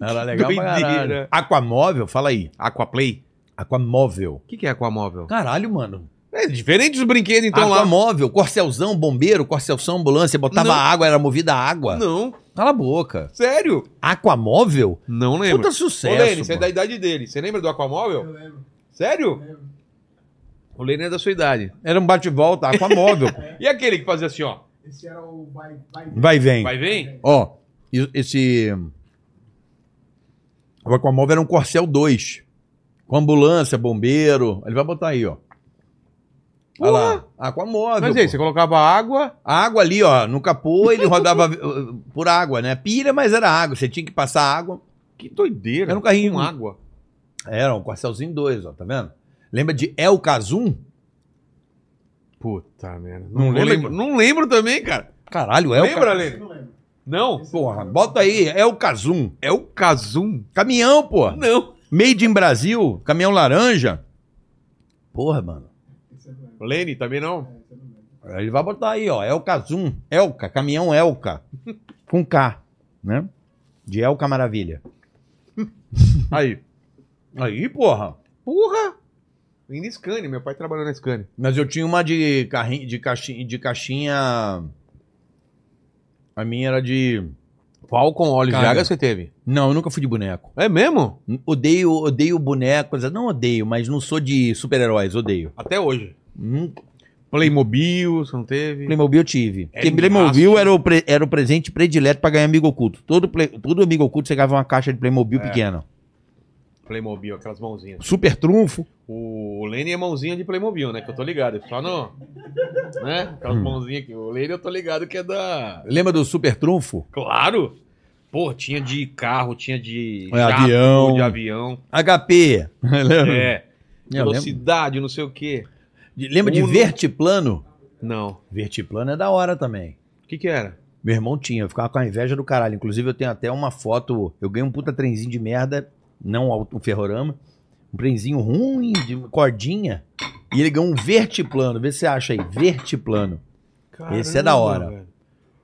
Speaker 3: Era legal pra
Speaker 1: Doideira.
Speaker 3: caralho. Aquamóvel, fala aí.
Speaker 1: Aquaplay?
Speaker 3: Aquamóvel.
Speaker 1: O que, que é Aquamóvel?
Speaker 3: Caralho, mano.
Speaker 1: É diferente dos brinquedos, então, lá.
Speaker 3: Aquamóvel, corcelzão, bombeiro, corcelzão, ambulância, botava
Speaker 1: Não.
Speaker 3: água, era movida a água.
Speaker 1: Não,
Speaker 3: Cala a boca.
Speaker 1: sério.
Speaker 3: Aquamóvel?
Speaker 1: Não lembro.
Speaker 3: Puta
Speaker 1: Ô,
Speaker 3: sucesso.
Speaker 1: Lene, você é
Speaker 3: mano.
Speaker 1: da idade dele. Você lembra do Aquamóvel? Eu lembro. Sério? O Lene é da sua idade.
Speaker 3: Era um bate-volta, aquamóvel. pô.
Speaker 1: E aquele que fazia assim, ó.
Speaker 5: Esse era o vai, vai,
Speaker 3: Vai e vem.
Speaker 1: Vai, vem?
Speaker 3: Ó, e- esse. O Aquamóvel era um Corcel 2. Com ambulância, bombeiro. Ele vai botar aí, ó. Olha lá. Aquamóvel.
Speaker 1: Mas aí,
Speaker 3: pô.
Speaker 1: você colocava água.
Speaker 3: A água ali, ó, no capô, ele rodava eh, por água, né? Pilha, mas era água. Você tinha que passar água.
Speaker 1: Que doideira.
Speaker 3: Era um carrinho-
Speaker 1: com água.
Speaker 3: Era um Corcelzinho 2, ó, tá vendo? Lembra de El Kazum?
Speaker 1: Puta merda.
Speaker 3: Não
Speaker 1: Não,
Speaker 3: lembra?
Speaker 1: lembro. É Não lembro também, cara.
Speaker 3: Caralho, El
Speaker 1: lembra,
Speaker 3: Kazum.
Speaker 5: Esse eu
Speaker 1: Lene?
Speaker 5: não lembro.
Speaker 1: Não.
Speaker 5: Esse eu
Speaker 3: Porra,
Speaker 5: não
Speaker 3: bota aí, El Kazum.
Speaker 1: É o Kazum?
Speaker 3: Caminhão, porra.
Speaker 1: Não.
Speaker 3: Made in Brasil, caminhão laranja. Porra, mano.
Speaker 5: lembro. Esse eu não lembro.
Speaker 1: Lene, também não?
Speaker 5: É, esse eu não lembro.
Speaker 3: Ele vai botar aí, ó, Elka Zoom, Elka, caminhão Elka, com K, né? De Elka Maravilha.
Speaker 1: É.
Speaker 3: Aí. Aí, porra.
Speaker 1: Porra. Vem na Scania. Meu pai trabalhou na Scania.
Speaker 3: Mas eu tinha uma de carrinho, de caixinha, de caixinha... A minha era de...
Speaker 1: Falcon óleo
Speaker 3: Cara.
Speaker 1: você teve?
Speaker 3: Não, eu nunca fui de boneco.
Speaker 1: É mesmo?
Speaker 3: Odeio, odeio bonecos, não odeio, mas não sou de super-heróis, odeio.
Speaker 1: Até hoje.
Speaker 3: Nunca
Speaker 1: Playmobil, você não teve?
Speaker 3: Playmobil eu tive.
Speaker 1: É
Speaker 3: Porque
Speaker 1: de
Speaker 3: Playmobil
Speaker 1: rastro.
Speaker 3: era o, pre- era o presente predileto pra ganhar amigo oculto. Todo, play- todo amigo oculto você ganhava uma caixa de Playmobil pequena.
Speaker 1: Playmobil, aquelas mãozinhas.
Speaker 3: Super trunfo.
Speaker 1: O Lene é mãozinha de Playmobil, né? Que eu tô ligado. Só não. Né? Aquelas
Speaker 3: Hum.
Speaker 1: mãozinhas aqui. O Lene eu tô ligado que é da.
Speaker 3: Lembra do Super Trunfo?
Speaker 1: Claro! Pô, tinha de carro, tinha de.
Speaker 3: É, avião.
Speaker 1: De avião.
Speaker 3: HP. Lembra?
Speaker 1: É.
Speaker 3: Eu lembro.
Speaker 1: Velocidade, não sei o quê.
Speaker 3: De- Lembra de
Speaker 1: Uno.
Speaker 3: Vertiplano?
Speaker 1: Não.
Speaker 3: Vertiplano é da hora também.
Speaker 1: O que que era?
Speaker 3: Meu irmão tinha, eu ficava com a inveja do caralho. Inclusive, eu tenho até uma foto. Eu ganhei um puta trenzinho de merda, não um ferrorama. Um trenzinho ruim, de cordinha. E ele ganhou um vertiplano. Vê se você acha aí. Vertiplano. Esse é da hora.
Speaker 1: velho.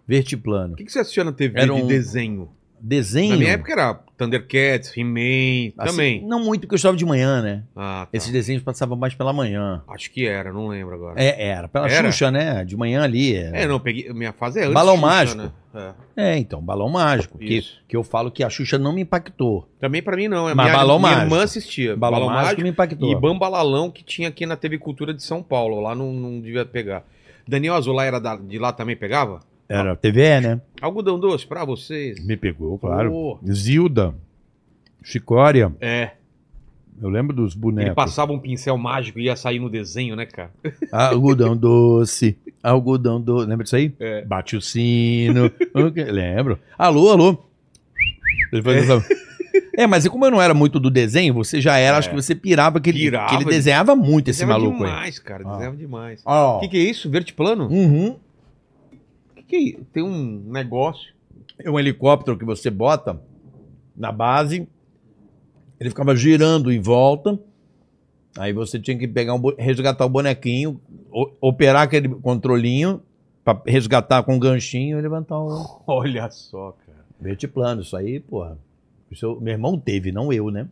Speaker 3: Vertiplano.
Speaker 1: O que, que você assistia na TV
Speaker 3: Era um-
Speaker 1: de desenho?
Speaker 3: Desenho.
Speaker 1: Na minha época era Thundercats, He-Man,
Speaker 3: Assim,
Speaker 1: também.
Speaker 3: Não muito, porque eu estava de manhã, né?
Speaker 1: Ah, tá.
Speaker 3: Esses desenhos passavam mais pela manhã.
Speaker 1: Acho que era, não lembro agora.
Speaker 3: É, era. Pela
Speaker 1: Era?
Speaker 3: Xuxa, né? De manhã ali. É,
Speaker 1: É, não, peguei. Minha fase é antes.
Speaker 3: Balão
Speaker 1: de Xuxa,
Speaker 3: Mágico.
Speaker 1: né? É.
Speaker 3: É, então, Balão Mágico. Que,
Speaker 1: Isso.
Speaker 3: que eu falo que a Xuxa não me impactou.
Speaker 1: Também pra mim não. É
Speaker 3: Mas
Speaker 1: minha,
Speaker 3: Balão
Speaker 1: minha
Speaker 3: Mágico.
Speaker 1: irmã assistia.
Speaker 3: Balão, Mágico, me
Speaker 1: É, e
Speaker 3: impactou.
Speaker 1: Bambalalão que tinha aqui na TV Cultura de São Paulo. Lá não, não devia pegar. Daniel Azulay era da- de lá também, pegava?
Speaker 3: Era TVE, né?
Speaker 1: Algodão doce pra vocês.
Speaker 3: Me pegou,
Speaker 1: Pô.
Speaker 3: Zilda. Chicória.
Speaker 1: É.
Speaker 3: Eu lembro dos
Speaker 1: Ele passava um pincel mágico e ia sair no desenho, né, cara?
Speaker 3: Algodão doce. Algodão doce. Lembra disso aí?
Speaker 1: É.
Speaker 3: Bate o sino. O quê? Lembro. Alô, alô. Ele fazia essa- É, mas e como eu não era muito do desenho, você já era, acho que você pirava que ele,
Speaker 1: É. Pirava,
Speaker 3: que ele
Speaker 1: ele-
Speaker 3: desenhava muito esse
Speaker 1: Desenhava
Speaker 3: maluco aí.
Speaker 1: demais, cara.
Speaker 3: Ah.
Speaker 1: Desenhava demais.
Speaker 3: Ó.
Speaker 1: O que, que é isso? Vertiplano?
Speaker 3: Uhum.
Speaker 1: O que, que é isso? Tem um negócio.
Speaker 3: É um helicóptero que você bota na base, ele ficava girando em volta. Aí você tinha que pegar um bo- resgatar o bonequinho, o- operar aquele controlinho Pra resgatar com um ganchinho e levantar o
Speaker 1: Olha só, cara.
Speaker 3: vertiplano. Isso aí, porra. o seu- meu irmão teve, não eu, né?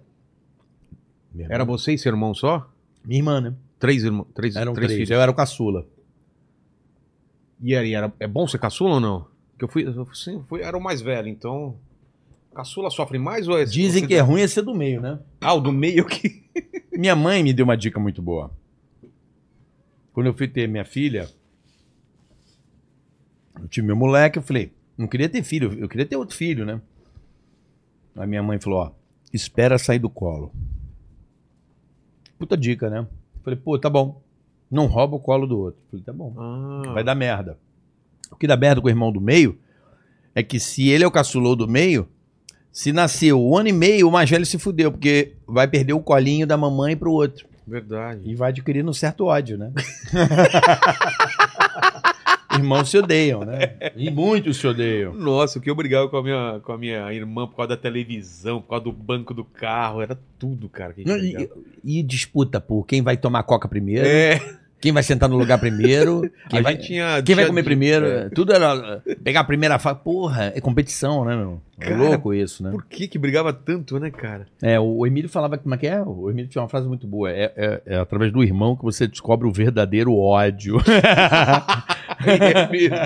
Speaker 3: Meu irmão-
Speaker 1: Era você e seu irmão só?
Speaker 3: minha irmã, né?
Speaker 1: Três irmãos. Três,
Speaker 3: Eram
Speaker 1: três
Speaker 3: três.
Speaker 1: filhos.
Speaker 3: Eu era o caçula.
Speaker 1: E aí, era, é bom ser caçula ou não? Porque eu fui. Eu sim, fui era o mais velho, então. Caçula sofre mais ou é.
Speaker 3: Dizem que é ruim é ser do meio, né?
Speaker 1: Ah, o do meio que.
Speaker 3: Minha mãe me deu uma dica muito boa. Quando eu fui ter minha filha, eu tive meu moleque, eu falei, não queria ter filho, eu queria ter outro filho, né? Aí minha mãe falou, ó, espera sair do colo. Puta dica, né? Eu Falei, pô, tá bom. Não rouba o colo do outro. Eu Falei, tá bom.
Speaker 1: Ah,
Speaker 3: Vai dar merda. O que dá merda com o irmão do meio é que se ele é o caçulou do meio, se nasceu um ano e meio, o mais velho se fudeu, porque vai perder o colinho da mamãe pro outro.
Speaker 1: verdade.
Speaker 3: E vai adquirindo um certo ódio, né? Irmãos se odeiam, né? E muitos se odeiam.
Speaker 1: Nossa, o que eu brigava com a, minha, com a minha irmã por causa da televisão, por causa do banco do carro, era tudo, cara. Que a gente
Speaker 3: Não,
Speaker 1: brigava.
Speaker 3: e, e disputa por quem vai tomar coca primeiro,
Speaker 1: É,
Speaker 3: quem vai sentar no lugar primeiro, quem,
Speaker 1: a
Speaker 3: vai,
Speaker 1: gente tinha.
Speaker 3: quem vai
Speaker 1: tinha-
Speaker 3: comer primeiro.
Speaker 1: É.
Speaker 3: Tudo era. Pegar a primeira fase. Porra, é competição, né, meu? É
Speaker 1: Cara,
Speaker 3: louco isso, né?
Speaker 1: Por que que brigava tanto, né, cara?
Speaker 3: É, o o Emílio falava como é que é? O Emílio tinha uma frase muito boa. É, é- é através do irmão que você descobre o verdadeiro ódio.
Speaker 1: É mesmo.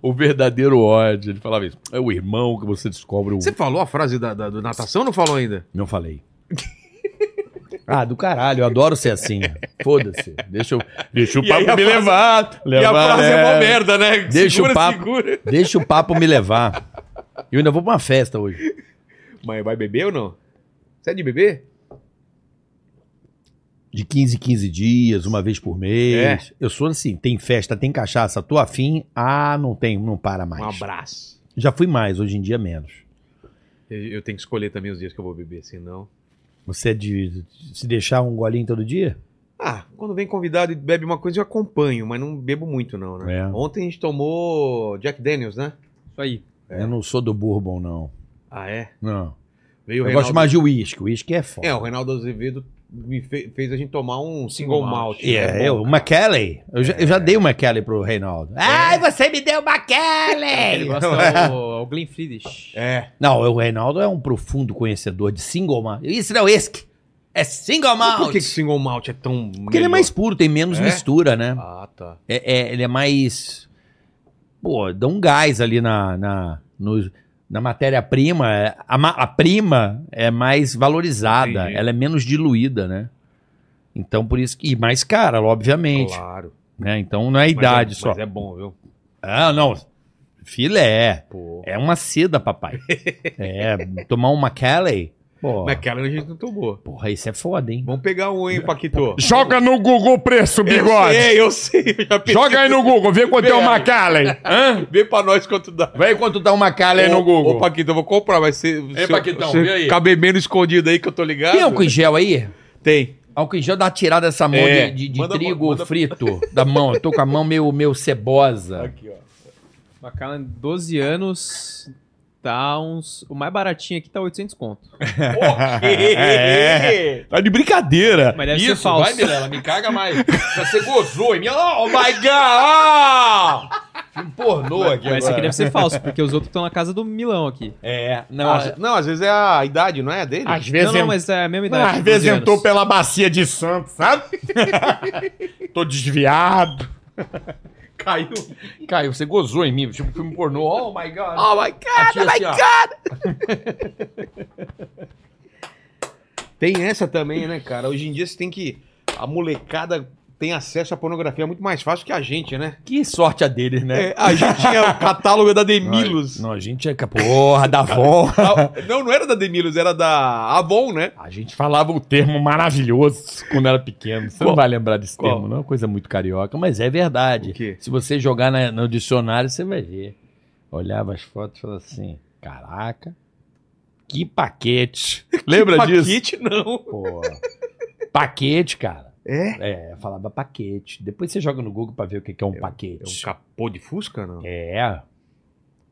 Speaker 3: o verdadeiro ódio. Ele falava isso. É o irmão que você descobre o.
Speaker 1: Você falou a frase da, da, do natação ou não falou ainda?
Speaker 3: Não falei. ah, do caralho, eu adoro ser assim. Foda-se. Deixa, eu- deixa o
Speaker 1: E aí
Speaker 3: papo
Speaker 1: a
Speaker 3: me
Speaker 1: frase-
Speaker 3: levar. levar, né?
Speaker 1: merda, né?
Speaker 3: Deixa o papo.
Speaker 1: segura.
Speaker 3: Deixa o papo me levar. Eu ainda vou pra uma festa hoje.
Speaker 1: Mas vai beber ou não? Você é de beber?
Speaker 3: De 15 em 15 dias, uma vez por mês. Eu sou assim, tem festa, tem cachaça, tô afim. Ah, não tem, não para mais.
Speaker 1: Um abraço.
Speaker 3: Já fui mais, hoje em dia menos.
Speaker 1: Eu, eu tenho que escolher também os dias que eu vou beber, senão.
Speaker 3: Você é de se deixar um golinho todo dia?
Speaker 1: Ah, quando vem convidado e bebe uma coisa, eu acompanho, mas não bebo muito, não, né?
Speaker 3: É.
Speaker 1: Ontem a gente tomou Jack Daniels, né?
Speaker 2: Isso aí.
Speaker 1: É.
Speaker 3: Eu não sou do bourbon, não.
Speaker 1: Ah, é?
Speaker 3: Não.
Speaker 1: Veio
Speaker 3: Eu
Speaker 1: o Reinaldo.
Speaker 3: gosto mais de uísque. Uísque é foda.
Speaker 1: É, o Reinaldo Azevedo me fe- fez a gente tomar um single malt.
Speaker 3: É,
Speaker 1: É
Speaker 3: eu,
Speaker 1: bom, É.
Speaker 3: uma Kelly. Eu, já, eu já dei uma Kelly pro Reinaldo. Ai, você me deu uma
Speaker 2: Ele
Speaker 3: Kelly!
Speaker 2: gosta ao, ao Glenn Friedrich.
Speaker 1: É.
Speaker 3: é? não, o Reinaldo é um profundo conhecedor de single malt. Isso não é uísque. É single
Speaker 1: Mas
Speaker 3: malt.
Speaker 1: Por que, que single malt é tão.
Speaker 3: Porque ele é mais puro, tem menos
Speaker 1: É?
Speaker 3: mistura, né?
Speaker 1: Ah, tá.
Speaker 3: É, é- ele é mais. Pô, dá um gás ali na, na, no- na matéria-prima. É, A, ma- a prima é mais valorizada,
Speaker 1: Entendi.
Speaker 3: ela é menos diluída, né? Então, por isso que. E mais cara, obviamente.
Speaker 1: Claro.
Speaker 3: Né? Então não é a
Speaker 1: Mas é-
Speaker 3: idade só.
Speaker 1: Mas é bom, viu?
Speaker 3: Ah, não. Filé.
Speaker 1: Pô.
Speaker 3: É uma seda, papai. é, tomar uma Kelly. Pô,
Speaker 1: Mas aquela a gente não tomou.
Speaker 3: porra, isso é foda, hein?
Speaker 1: Vamos pegar um, hein, Paquito?
Speaker 4: Joga no Google o preço, bigode.
Speaker 1: Eu sei, eu sei. Eu já pensei.
Speaker 4: Joga aí no Google, vê quanto é o Macallen. Hã?
Speaker 1: Vê pra nós quanto dá.
Speaker 4: Vê quanto dá o Macallen aí no
Speaker 1: Ô, Ô,
Speaker 4: Google.
Speaker 1: Paquito, eu vou comprar, vai ser.
Speaker 4: Ei, Paquitão, vê aí.
Speaker 1: Caber menos escondido aí que eu tô ligado.
Speaker 3: Tem álcool em gel aí?
Speaker 1: Tem.
Speaker 3: Álcool em gel dá uma tirada dessa mão
Speaker 1: É.
Speaker 3: de, de- de
Speaker 1: Manda-
Speaker 3: trigo
Speaker 1: manda-
Speaker 3: frito da mão. Eu tô com a mão meio, meio cebosa.
Speaker 1: Aqui, ó.
Speaker 2: Macallan, 12 anos, tá uns... O mais baratinho aqui tá 800 conto.
Speaker 4: É. Tá de brincadeira.
Speaker 2: Mas deve ser falso.
Speaker 3: Mirella, me caga mais. Você gozou em mim. Oh my God! Filme pornô aqui
Speaker 2: Mas esse aqui deve ser falso, porque os outros estão na casa do Milão aqui.
Speaker 3: É, não.
Speaker 1: Não, às- não, às vezes é a idade, não é? A dele?
Speaker 4: Às
Speaker 2: Não,
Speaker 4: vezes,
Speaker 2: não,
Speaker 4: en-
Speaker 2: mas é a mesma idade.
Speaker 4: às vezes
Speaker 2: 12 anos.
Speaker 4: entrou pela bacia de Santos, sabe? Tô desviado.
Speaker 3: Caiu. Caiu, você gozou em mim. Tipo filme pornô. Oh my God.
Speaker 1: Oh my God!
Speaker 3: A tia assim, ó.
Speaker 1: Tem essa também, né, cara? Hoje em dia você tem que. A molecada tem acesso à pornografia muito mais fácil que a gente, né?
Speaker 3: Que sorte a deles, né?
Speaker 1: É, a gente tinha o catálogo da Demilos.
Speaker 3: Não, a gente é. que- Porra, da avó.
Speaker 1: A- Não, não era da Demilos, era da Avon, né?
Speaker 4: A gente falava um termo maravilhoso quando era pequeno. Você
Speaker 3: Qual?
Speaker 4: não vai lembrar desse
Speaker 3: Qual?
Speaker 4: termo, não é uma coisa muito carioca, mas é verdade.
Speaker 1: O quê?
Speaker 3: Se você jogar na- no dicionário, você vai ver. Olhava as fotos e falava assim: caraca, que paquete. Lembra disso?
Speaker 1: Paquete, não.
Speaker 3: Pô, paquete, cara.
Speaker 1: É?
Speaker 3: É, falava paquete. Depois você joga no Google pra ver o que que é um
Speaker 1: É um
Speaker 3: paquete.
Speaker 1: capô de Fusca, não?
Speaker 3: É.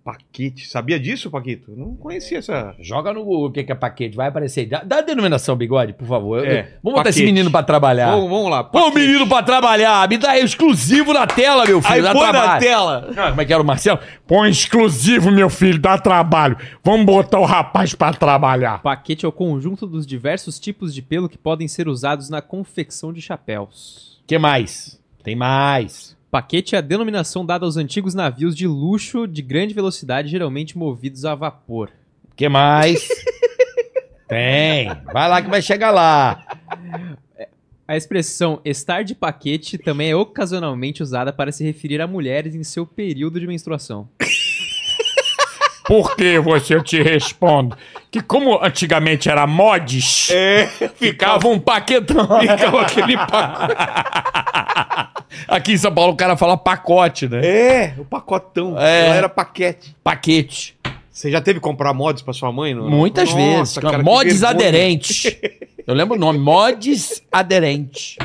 Speaker 1: Paquete. Sabia disso, Paquito? Não conhecia essa.
Speaker 3: Joga no Google o que que é paquete, vai aparecer. Dá, dá a denominação bigode, por favor. Eu-
Speaker 1: É,
Speaker 3: eu- vamos botar esse
Speaker 1: paquete.
Speaker 3: menino pra trabalhar.
Speaker 1: Vamos, vamos lá.
Speaker 3: Pô, o É. menino pra trabalhar, me dá exclusivo na tela, meu filho.
Speaker 1: Aí
Speaker 3: dá
Speaker 1: põe na
Speaker 3: trabalho.
Speaker 1: tela.
Speaker 3: Ah, como é que era o Marcelo?
Speaker 4: Põe exclusivo, meu filho, dá trabalho. Vamos botar o rapaz pra trabalhar.
Speaker 2: Paquete é o conjunto dos diversos tipos de pelo que podem ser usados na confecção de chapéus.
Speaker 3: que mais? Tem mais.
Speaker 2: Paquete é a denominação dada aos antigos navios de luxo de grande velocidade, geralmente movidos a vapor.
Speaker 3: que mais? Tem. Vai lá que vai chegar lá.
Speaker 2: A expressão estar de paquete também é ocasionalmente usada para se referir a mulheres em seu período de menstruação.
Speaker 4: Por que você te respondo? Que como antigamente era mods,
Speaker 1: É,
Speaker 4: ficava um paquetão. Ficava aquele pacote.
Speaker 3: Aqui em São Paulo o cara fala pacote, né?
Speaker 1: É, o pacotão.
Speaker 3: É.
Speaker 1: Ela era paquete.
Speaker 3: Paquete.
Speaker 1: Você já teve que comprar mods pra sua mãe? não?
Speaker 3: Muitas
Speaker 1: Nossa,
Speaker 3: vezes.
Speaker 1: cara, que
Speaker 3: mods
Speaker 1: vergonha.
Speaker 3: aderentes. Eu lembro o nome. Mods aderente.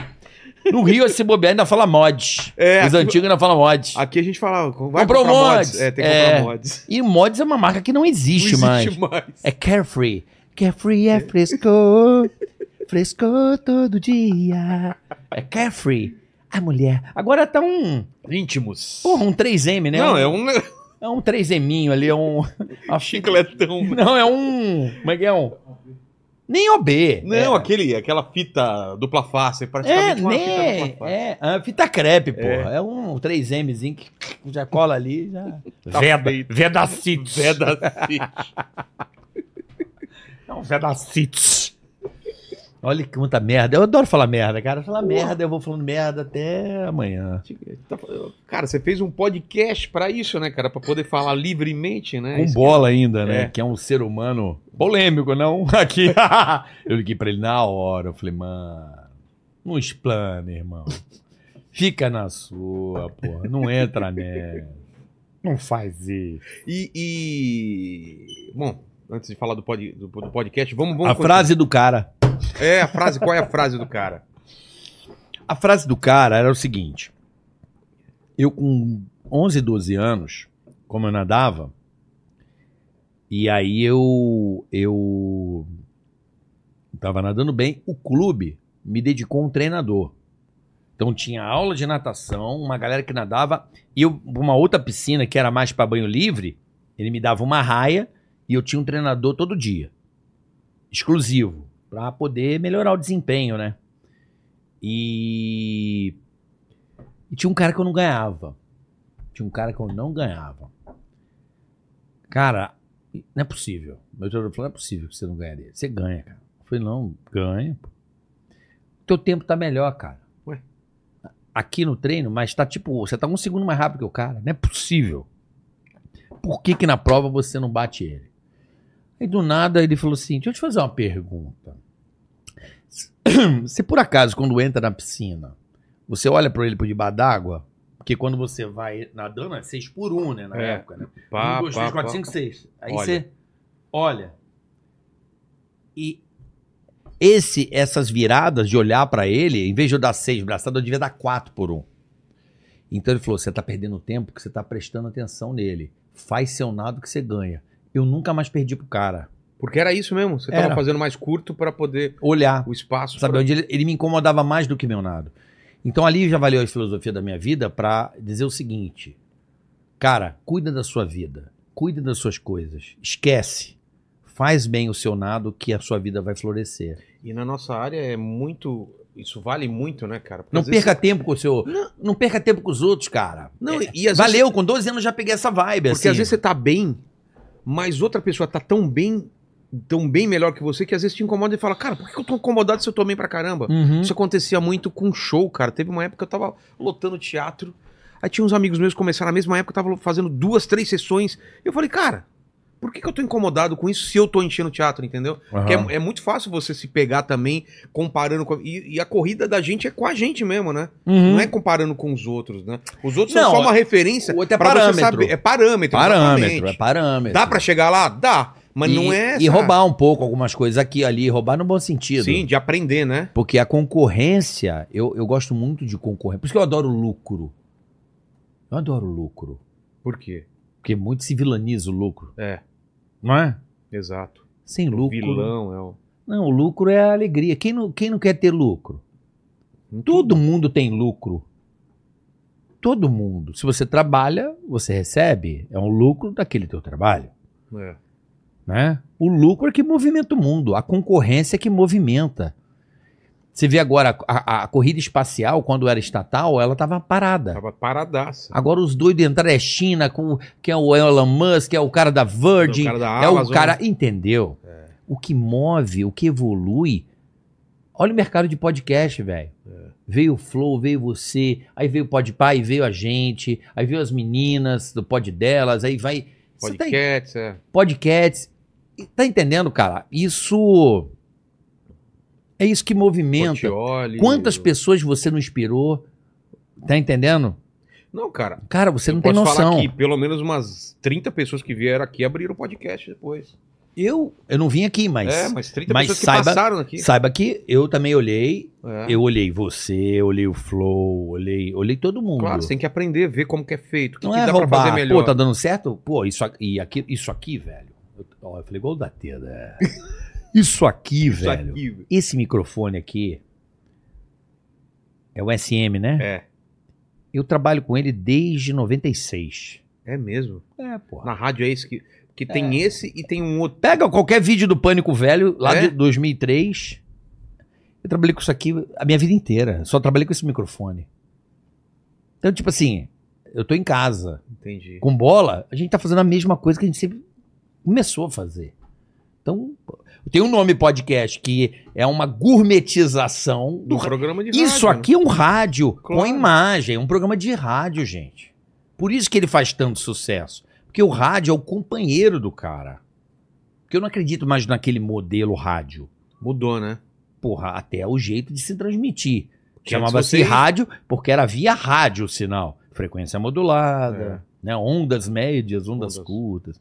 Speaker 3: No Rio, esse bobear ainda fala mods.
Speaker 1: É,
Speaker 3: Os
Speaker 1: aqui-
Speaker 3: antigos ainda falam mods.
Speaker 1: Aqui a gente falava. Vai comprar
Speaker 3: Comprou
Speaker 1: mods.
Speaker 3: mods.
Speaker 1: É, tem que
Speaker 3: É.
Speaker 1: comprar mods.
Speaker 3: E mods é uma marca que não existe,
Speaker 1: Não
Speaker 3: mais.
Speaker 1: existe mais.
Speaker 3: É Carefree. Carefree é fresco. fresco todo dia. É Carefree. A mulher. Agora tá um.
Speaker 1: Íntimos.
Speaker 3: Porra, um 3M, né?
Speaker 1: Não,
Speaker 3: um,
Speaker 1: é um
Speaker 3: é um 3Minho ali, é um. uma fi-
Speaker 1: chicletão.
Speaker 3: Não, é um. Como é que é um? Nem OB.
Speaker 1: Não,
Speaker 3: é.
Speaker 1: aquele, aquela fita dupla face.
Speaker 3: É,
Speaker 1: Praticamente uma fita
Speaker 3: né?
Speaker 1: dupla face.
Speaker 3: É, a fita crepe, porra. É, um 3Mzinho que já cola ali, já.
Speaker 4: Veda, Vedacites.
Speaker 1: Vedacite.
Speaker 4: Não, Vedacites.
Speaker 3: Olha que muita merda. Eu adoro falar merda, cara. Falar merda, eu vou falando merda até amanhã.
Speaker 1: Tá fal- Cara, você fez um podcast pra isso, né, cara? Pra poder falar livremente,
Speaker 4: É
Speaker 1: né?
Speaker 3: Com
Speaker 1: Isso-
Speaker 3: bola ainda, né?
Speaker 1: É.
Speaker 3: Que é um ser humano polêmico, não? Aqui. eu liguei pra ele na hora. Eu falei, mano, não explana, irmão. Fica na sua, porra. Não entra nela.
Speaker 4: Não faz isso.
Speaker 1: E, e- Bom, antes de falar do, pod- do- do podcast, vamos. vamos
Speaker 3: A frase Um, do cara.
Speaker 1: É, a frase. Qual é a frase do cara?
Speaker 3: A frase do cara era o seguinte: eu com 11, 12 anos, como eu nadava, e aí eu eu tava nadando bem, o clube me dedicou um treinador. Então tinha aula de natação, uma galera que nadava, e eu pra uma outra piscina que era mais para banho livre, ele me dava uma raia e eu tinha um treinador todo dia. Exclusivo, para poder melhorar o desempenho, né? E... e tinha um cara que eu não ganhava. Tinha um cara que eu não ganhava. Cara, não é possível. Meu treinador falou, não é possível que você não ganha dele. Você ganha, cara. Eu falei, não, ganha. pô. Teu tempo tá melhor, cara.
Speaker 1: Ué?
Speaker 3: Aqui no treino, mas tá tipo, você tá um segundo mais rápido que o cara. Não é possível. Por que que na prova você não bate ele? Aí do nada ele falou assim, deixa eu te fazer uma pergunta. Você por acaso, quando entra na piscina, você olha pra ele por debaixo d'água? Porque quando você vai nadando, é 6 por 1, um, né? Na
Speaker 1: É.
Speaker 3: época, né?
Speaker 1: Pá,
Speaker 3: 1, 2,
Speaker 1: pá,
Speaker 3: 3,
Speaker 1: pá.
Speaker 3: 4, 5, 6. Aí
Speaker 1: Olha.
Speaker 3: você olha. E esse, essas viradas de olhar pra ele, em vez de eu dar 6 braçadas, eu devia dar 4 por 1. Um. Então ele falou: você tá perdendo tempo porque você tá prestando atenção nele. Faz seu nado que você ganha. Eu nunca mais perdi pro cara.
Speaker 1: Porque era isso mesmo. Você tava
Speaker 3: Era.
Speaker 1: fazendo mais curto pra poder.
Speaker 3: Olhar.
Speaker 1: O espaço.
Speaker 3: Sabe
Speaker 1: pra-
Speaker 3: onde ele, ele me incomodava mais do que meu nado. Então ali já valeu a filosofia da minha vida pra dizer o seguinte: cara, cuida da sua vida, cuida das suas coisas, esquece, faz bem o seu nado que a sua vida vai florescer.
Speaker 1: E na nossa área é muito. Isso vale muito, né, cara? Porque
Speaker 3: Não
Speaker 1: às vezes-
Speaker 3: perca tempo com o seu, não, perca tempo com os outros, cara.
Speaker 1: Não,
Speaker 3: É,
Speaker 1: e às vezes-
Speaker 3: valeu, com 12 anos já peguei essa vibe
Speaker 1: Porque
Speaker 3: assim.
Speaker 1: às vezes você tá bem, mas outra pessoa tá tão bem, tão bem melhor que você, que às vezes te incomoda e fala, cara, por que eu tô incomodado se eu tô bem pra caramba?
Speaker 3: Uhum.
Speaker 1: Isso acontecia muito com show, cara. Teve uma época que eu tava lotando teatro. Aí tinha uns amigos meus que começaram na mesma época, tava fazendo duas, três sessões. Eu falei, cara, por que, que eu tô incomodado com isso se eu tô enchendo o teatro, entendeu? Porque
Speaker 3: Aham.
Speaker 1: é, é muito fácil você se pegar também comparando com. E, e a corrida da gente é com a gente mesmo, né?
Speaker 3: Uhum.
Speaker 1: Não é comparando com os outros, né? Os outros
Speaker 3: Não,
Speaker 1: são só uma referência.
Speaker 3: o outro é
Speaker 1: pra você
Speaker 3: parâmetro.
Speaker 1: saber. É parâmetro.
Speaker 3: Parâmetro,
Speaker 1: exatamente.
Speaker 3: é parâmetro.
Speaker 1: Dá pra chegar lá? Dá. Mas
Speaker 3: E-
Speaker 1: não é.
Speaker 3: E
Speaker 1: sabe?
Speaker 3: roubar um pouco algumas coisas aqui ali, roubar no bom sentido.
Speaker 1: Sim, de aprender, né?
Speaker 3: Porque a concorrência, eu, eu gosto muito de concorrência. Por isso que eu adoro lucro. Eu adoro lucro.
Speaker 1: Por quê?
Speaker 3: Porque muito se vilaniza o lucro.
Speaker 1: É.
Speaker 3: Não é?
Speaker 1: Exato.
Speaker 3: Sem
Speaker 1: O
Speaker 3: lucro.
Speaker 1: vilão é o.
Speaker 3: Não, o lucro é a alegria. Quem não, quem não quer ter lucro? Todo mundo tem lucro. Todo mundo. Se você trabalha, você recebe. É um lucro daquele teu trabalho.
Speaker 1: É.
Speaker 3: né? O lucro é que movimenta o mundo, a concorrência é que movimenta. Você vê agora a, a- a corrida espacial, quando era estatal, ela estava parada.
Speaker 1: Tava paradaça.
Speaker 3: Agora os doidos entraram é China, com que é o Elon Musk, que é o cara da Virgin,
Speaker 1: cara da
Speaker 3: é o
Speaker 1: Amazon. É.
Speaker 3: cara, entendeu? O que move, o que evolui. Olha o mercado de podcast, velho.
Speaker 1: É.
Speaker 3: Veio o Flow, veio você, aí veio o Podpai, veio a gente, aí veio as meninas do Pod delas, aí vai. Você tá
Speaker 1: Podcast, é.
Speaker 3: podcasts. E Tá entendendo, cara? Isso é isso que movimenta.
Speaker 1: Portioli.
Speaker 3: Quantas pessoas você não inspirou? Tá entendendo?
Speaker 1: Não, cara.
Speaker 3: Cara, você não tem
Speaker 1: posso
Speaker 3: noção.
Speaker 1: falar que pelo menos umas 30 pessoas que vieram aqui abriram podcast depois.
Speaker 3: Eu, eu não vim aqui, mas
Speaker 1: é, mas 30
Speaker 3: mas
Speaker 1: pessoas
Speaker 3: saiba-
Speaker 1: que passaram aqui.
Speaker 3: saiba que eu também olhei.
Speaker 1: É.
Speaker 3: Eu olhei você, eu olhei o Flow, olhei, olhei todo mundo.
Speaker 1: Claro, você tem que aprender, ver como que é feito, o que,
Speaker 3: não
Speaker 1: que
Speaker 3: é
Speaker 1: dá
Speaker 3: roubar.
Speaker 1: pra fazer melhor.
Speaker 3: Pô, tá dando certo? Pô, isso aqui, aqui- isso aqui velho. Eu, ó, eu falei igual o da Teda. Isso aqui,
Speaker 1: Isso
Speaker 3: velho.
Speaker 1: aqui, velho.
Speaker 3: Esse microfone aqui é o SM, né?
Speaker 1: É.
Speaker 3: Eu trabalho com ele desde 96.
Speaker 1: É mesmo.
Speaker 3: É, porra.
Speaker 1: Na rádio é esse que, que tem esse e tem um outro.
Speaker 3: Pega qualquer vídeo do Pânico Velho, lá
Speaker 1: É?
Speaker 3: de 2003. Eu trabalhei com isso aqui a minha vida inteira. Só trabalhei com esse microfone. Então, tipo assim, eu tô em casa.
Speaker 1: Entendi.
Speaker 3: Com bola, a gente tá fazendo a mesma coisa que a gente sempre começou a fazer. Então, tem um nome podcast que é uma gourmetização
Speaker 1: Do
Speaker 3: do
Speaker 1: Um programa de rádio.
Speaker 3: Isso
Speaker 1: né?
Speaker 3: aqui é um rádio com
Speaker 1: Claro.
Speaker 3: imagem, um programa de rádio, gente. Por isso que ele faz tanto sucesso. Porque o rádio é o companheiro do cara. Porque eu não acredito mais naquele modelo rádio.
Speaker 1: Mudou, né?
Speaker 3: Porra, até é o jeito de se transmitir.
Speaker 1: Porque antes
Speaker 3: Chamava-se
Speaker 1: você-
Speaker 3: rádio porque era via rádio o sinal. Frequência modulada, né? ondas médias, ondas,
Speaker 1: É. Ondas.
Speaker 3: curtas.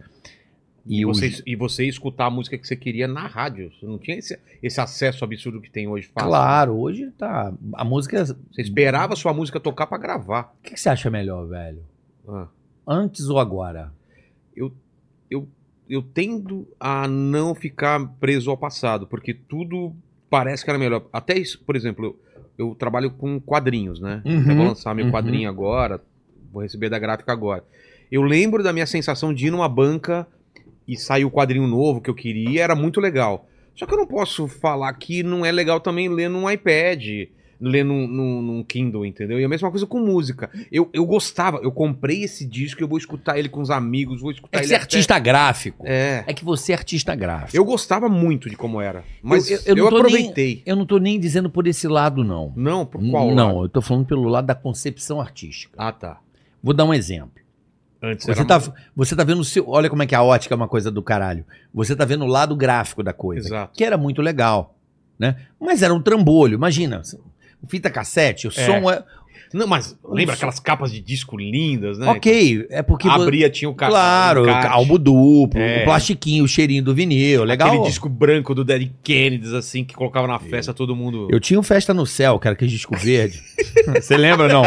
Speaker 1: E
Speaker 3: E o-
Speaker 1: você, e você escutar a música que você queria na rádio. Você não tinha esse, esse acesso absurdo que tem hoje. fácil.
Speaker 3: Claro, hoje tá. A música.
Speaker 1: Você esperava a sua música tocar pra gravar.
Speaker 3: O que que você acha melhor, velho?
Speaker 1: Ah.
Speaker 3: Antes ou agora?
Speaker 1: eu tendo a não ficar preso ao passado, porque tudo parece que era melhor. Até isso, por exemplo, eu, eu trabalho com quadrinhos, né?
Speaker 3: Uhum,
Speaker 1: Eu vou lançar meu
Speaker 3: uhum.
Speaker 1: quadrinho agora, vou receber da gráfica agora. Eu lembro da minha sensação de ir numa banca e sair o quadrinho novo que eu queria, era muito legal. Só que eu não posso falar que não é legal também ler num iPad, ler num, num- num Kindle, entendeu? E a mesma coisa com música. Eu, eu gostava, eu comprei esse disco, eu vou escutar ele com os amigos, vou escutar
Speaker 3: É que
Speaker 1: ele
Speaker 3: você é
Speaker 1: até-
Speaker 3: artista gráfico.
Speaker 1: É.
Speaker 3: É que você é artista gráfico.
Speaker 1: Eu gostava muito de como era, mas eu,
Speaker 3: Eu- eu- eu não tô
Speaker 1: aproveitei.
Speaker 3: Eu não tô nem dizendo por esse lado, não.
Speaker 1: Não, por qual?
Speaker 3: N- não,
Speaker 1: lado?
Speaker 3: eu tô falando pelo lado da concepção artística.
Speaker 1: Ah, tá.
Speaker 3: Vou dar um exemplo.
Speaker 1: Antes
Speaker 3: Você tá, você tá vendo o seu. Olha como é que a ótica é uma coisa do caralho. Você tá vendo né? o lado gráfico da coisa.
Speaker 1: Exato.
Speaker 3: Que era muito legal. né? Mas era um trambolho, imagina. Fita cassete, o som é.
Speaker 1: Não, mas lembra
Speaker 3: Isso.
Speaker 1: aquelas capas de disco lindas, né?
Speaker 3: ok, é porque. vo-
Speaker 1: Abria, tinha um o cara.
Speaker 3: claro, calmo duplo,
Speaker 1: É.
Speaker 3: o plastiquinho, o cheirinho do vinil, legal.
Speaker 1: Aquele disco branco do Dead Kennedys, assim, que colocava na festa todo mundo.
Speaker 3: Eu tinha um Festa no Céu, cara, que disco verde. Você lembra, não?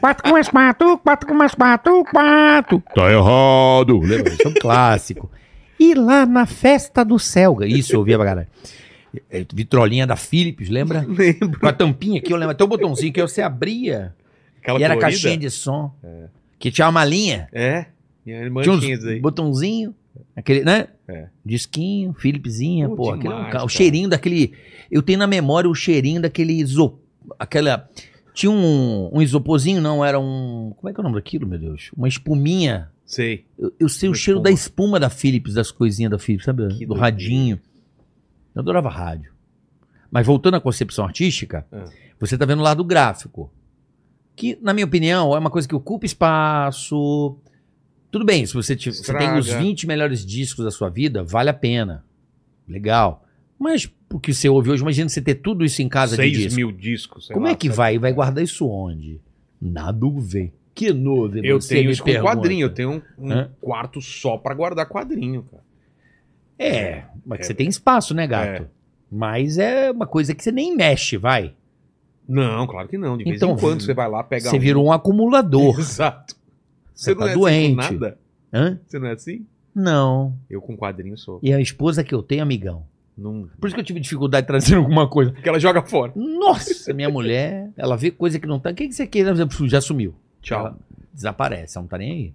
Speaker 4: Quatro com mais quatro, quatro com mais quatro, quatro.
Speaker 3: Tá errado. Lembra? Isso é um clássico. E lá na festa do Selga. Isso eu ouvia pra caralho. É, Vitrolinha da Philips, lembra?
Speaker 1: lembro.
Speaker 3: Com a tampinha aqui, eu lembro. Até o botãozinho que você abria.
Speaker 1: Aquela
Speaker 3: e era
Speaker 1: colorida.
Speaker 3: caixinha de som. Que tinha uma malinha.
Speaker 1: É. E aí,
Speaker 3: Tinha uns
Speaker 1: manchinhas aí.
Speaker 3: botãozinho. Aquele, né?
Speaker 1: É.
Speaker 3: Disquinho, Philipsinha,
Speaker 1: Pô,
Speaker 3: pô. aquele- é um
Speaker 1: demais,
Speaker 3: o
Speaker 1: cara.
Speaker 3: cheirinho daquele. Eu tenho na memória o cheirinho daquele isopor. Aquela. Tinha um, um isoporzinho, não, era um. Como é que é o nome daquilo, meu Deus? Uma espuminha.
Speaker 1: Sei.
Speaker 3: Eu, eu sei o
Speaker 1: Uma
Speaker 3: cheiro
Speaker 1: espuma.
Speaker 3: da espuma da Philips, das coisinhas da Philips, sabe?
Speaker 1: Que
Speaker 3: do
Speaker 1: doideira.
Speaker 3: radinho. Eu adorava rádio. Mas voltando à concepção artística,
Speaker 1: Ah.
Speaker 3: você tá vendo o lado gráfico. Que, na minha opinião, é uma coisa que ocupa espaço. Tudo bem, se você, tiver- você tem os
Speaker 1: Estraga.
Speaker 3: 20 melhores discos da sua vida, vale a pena. Legal. Mas porque você ouve hoje, imagina você ter tudo isso em casa de
Speaker 1: 6
Speaker 3: disco.
Speaker 1: mil discos. sei
Speaker 3: Como
Speaker 1: lá,
Speaker 3: é que
Speaker 1: sabe?
Speaker 3: vai? Vai guardar isso onde? Na nuvem. Que nuvem?
Speaker 1: Eu
Speaker 3: você
Speaker 1: tenho
Speaker 3: me
Speaker 1: isso com
Speaker 3: pergunta?
Speaker 1: quadrinho, eu tenho um, um
Speaker 3: Hã?
Speaker 1: quarto só pra guardar quadrinho, cara.
Speaker 3: É, mas
Speaker 1: É.
Speaker 3: você tem espaço, né, gato? Mas é uma coisa que você nem mexe, vai.
Speaker 1: Não, claro que não. De vez
Speaker 3: Então,
Speaker 1: em quando você vai lá pegar
Speaker 3: Você
Speaker 1: um.
Speaker 3: virou um acumulador.
Speaker 1: Exato.
Speaker 3: Você tá
Speaker 1: assim com
Speaker 3: doente.
Speaker 1: nada.
Speaker 3: Hã?
Speaker 1: Você não é assim?
Speaker 3: Não.
Speaker 1: Eu com quadrinho sou.
Speaker 3: E a esposa que eu tenho, amigão.
Speaker 1: Não...
Speaker 3: Por isso que eu tive dificuldade trazendo alguma coisa.
Speaker 1: Porque ela joga fora.
Speaker 3: Nossa, minha mulher, ela vê coisa que não tá. O que, que você quer? Já sumiu.
Speaker 1: Tchau.
Speaker 3: Ela desaparece, ela não tá nem aí.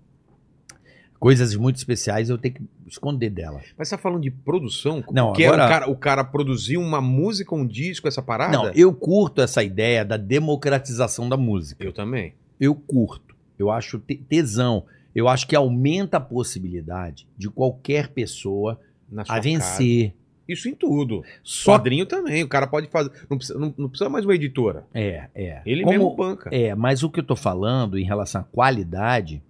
Speaker 3: Coisas muito especiais eu tenho que esconder dela.
Speaker 1: Mas você tá falando de produção?
Speaker 3: Não,
Speaker 1: que
Speaker 3: agora-
Speaker 1: é o cara, o cara produzir uma música, um disco, essa parada?
Speaker 3: Não, eu curto essa ideia da democratização da música.
Speaker 1: Eu também.
Speaker 3: Eu curto. Eu acho te- tesão. Eu acho que aumenta a possibilidade de qualquer pessoa
Speaker 1: Na sua
Speaker 3: a
Speaker 1: cara.
Speaker 3: vencer.
Speaker 1: Isso em tudo.
Speaker 3: Só
Speaker 1: Quadrinho também. O cara pode fazer. Não precisa, não- não precisa mais uma editora.
Speaker 3: é, é.
Speaker 1: Ele mesmo banca.
Speaker 3: É, mas o que eu tô falando em relação à qualidade,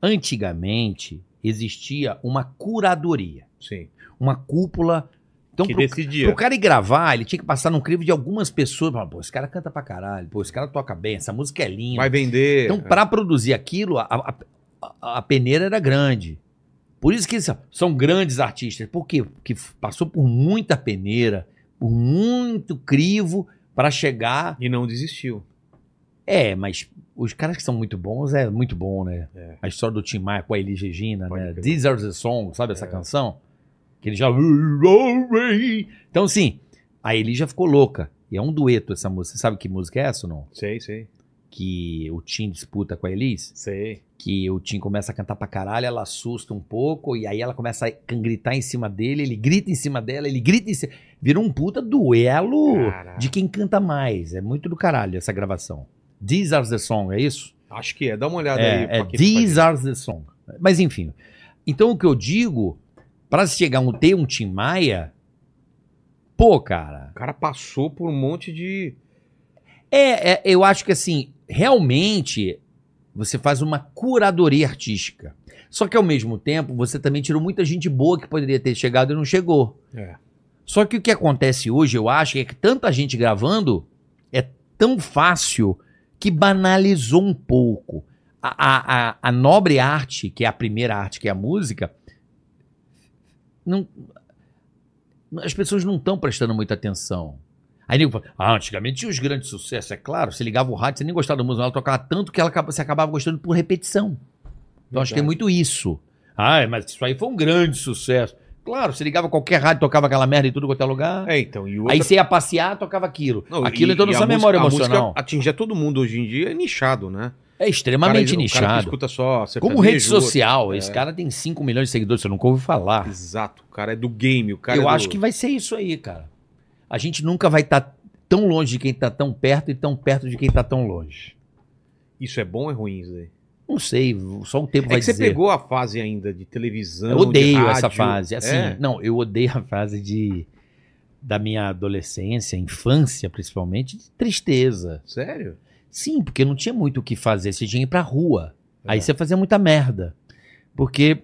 Speaker 3: antigamente existia uma curadoria,
Speaker 1: Sim.
Speaker 3: uma cúpula. Então,
Speaker 1: que
Speaker 3: pro,
Speaker 1: decidia.
Speaker 3: pro cara ir gravar, ele tinha que passar num crivo de algumas pessoas. Falar, pô, esse cara canta pra caralho, pô, esse cara toca bem, essa música é linda.
Speaker 1: Vai vender.
Speaker 3: Então, pra produzir aquilo, a, a- a- a peneira era grande. Por isso que eles são- são grandes artistas. Por quê? Porque f- passou por muita peneira, por muito crivo pra chegar.
Speaker 1: E não desistiu.
Speaker 3: É, mas os caras que são muito bons é muito bom, né?
Speaker 1: É.
Speaker 3: A história do Tim Maia com a Elis Regina,
Speaker 1: Pode
Speaker 3: né?
Speaker 1: crer.
Speaker 3: These are the songs, sabe essa
Speaker 1: É.
Speaker 3: canção? Que ele já. Então, assim, a Elis já ficou louca. E é um dueto essa música. Você sabe que música é essa ou não?
Speaker 1: Sei, sei.
Speaker 3: Que o Tim disputa com a Elis?
Speaker 1: Sei.
Speaker 3: que o Tim começa a cantar pra caralho, ela assusta um pouco, e aí ela começa a gritar em cima dele, ele grita em cima dela, ele grita em cima. Vira um puta duelo
Speaker 1: Caraca.
Speaker 3: de quem canta mais. É muito do caralho essa gravação. These are the song, é isso?
Speaker 1: Acho que é. Dá uma olhada aí.
Speaker 3: É, é
Speaker 1: pra quem não faz
Speaker 3: These are the song. Mas enfim. Então o que eu digo, pra se chegar a um, ter um Tim Maia, pô, cara.
Speaker 1: O cara passou por um monte de.
Speaker 3: É, é, eu acho que assim, realmente você faz uma curadoria artística. Só que ao mesmo tempo, você também tirou muita gente boa que poderia ter chegado e não chegou.
Speaker 1: É.
Speaker 3: Só que o que acontece hoje, eu acho, é que tanta gente gravando é tão fácil que banalizou um pouco. A, a- a- a nobre arte, que é a primeira arte, que é a música, não- as pessoas não estão prestando muita atenção. Aí nego fala, ah, antigamente tinha os grandes sucessos, é claro. Você ligava o rádio, você nem gostava da música, ela tocava tanto que ela, acaba- você acabava gostando por repetição. Então acho que é
Speaker 1: Verdade.
Speaker 3: muito isso. Ah, mas isso aí foi um grande sucesso. Claro, você ligava qualquer rádio, tocava aquela merda em tudo quanto é lugar.
Speaker 1: É, então. E outra...
Speaker 3: Aí você ia passear, tocava aquilo.
Speaker 1: Não,
Speaker 3: aquilo
Speaker 1: e-
Speaker 3: entrou
Speaker 1: e
Speaker 3: na
Speaker 1: a
Speaker 3: sua
Speaker 1: música-
Speaker 3: memória
Speaker 1: a música
Speaker 3: emocional.
Speaker 1: Atingir todo mundo hoje em dia é nichado, né?
Speaker 3: É
Speaker 1: O cara- O
Speaker 3: extremamente
Speaker 1: cara que
Speaker 3: nichado.
Speaker 1: escuta só. sertanejo,
Speaker 3: Como rede
Speaker 1: outro- É.
Speaker 3: social, esse cara tem 5 milhões de seguidores, você nunca ouve falar.
Speaker 1: Exato. O cara é do game. O cara
Speaker 3: Ah. Eu
Speaker 1: é do-
Speaker 3: acho que vai ser isso aí, cara. A gente nunca vai estar tão longe de quem tá tão perto e tão perto de quem tá tão longe.
Speaker 1: Isso é bom ou é ruim isso daí?
Speaker 3: Não sei, só o tempo
Speaker 1: é
Speaker 3: vai
Speaker 1: que você
Speaker 3: dizer.
Speaker 1: pegou a fase ainda de televisão.
Speaker 3: eu
Speaker 1: de
Speaker 3: odeio essa
Speaker 1: rádio.
Speaker 3: fase. Assim,
Speaker 1: É.
Speaker 3: não, eu odeio a fase de da minha adolescência, infância principalmente, de tristeza.
Speaker 1: Sério?
Speaker 3: Sim, porque não tinha muito o que fazer, você tinha que ir pra rua. Aí
Speaker 1: É.
Speaker 3: você fazia muita merda. Porque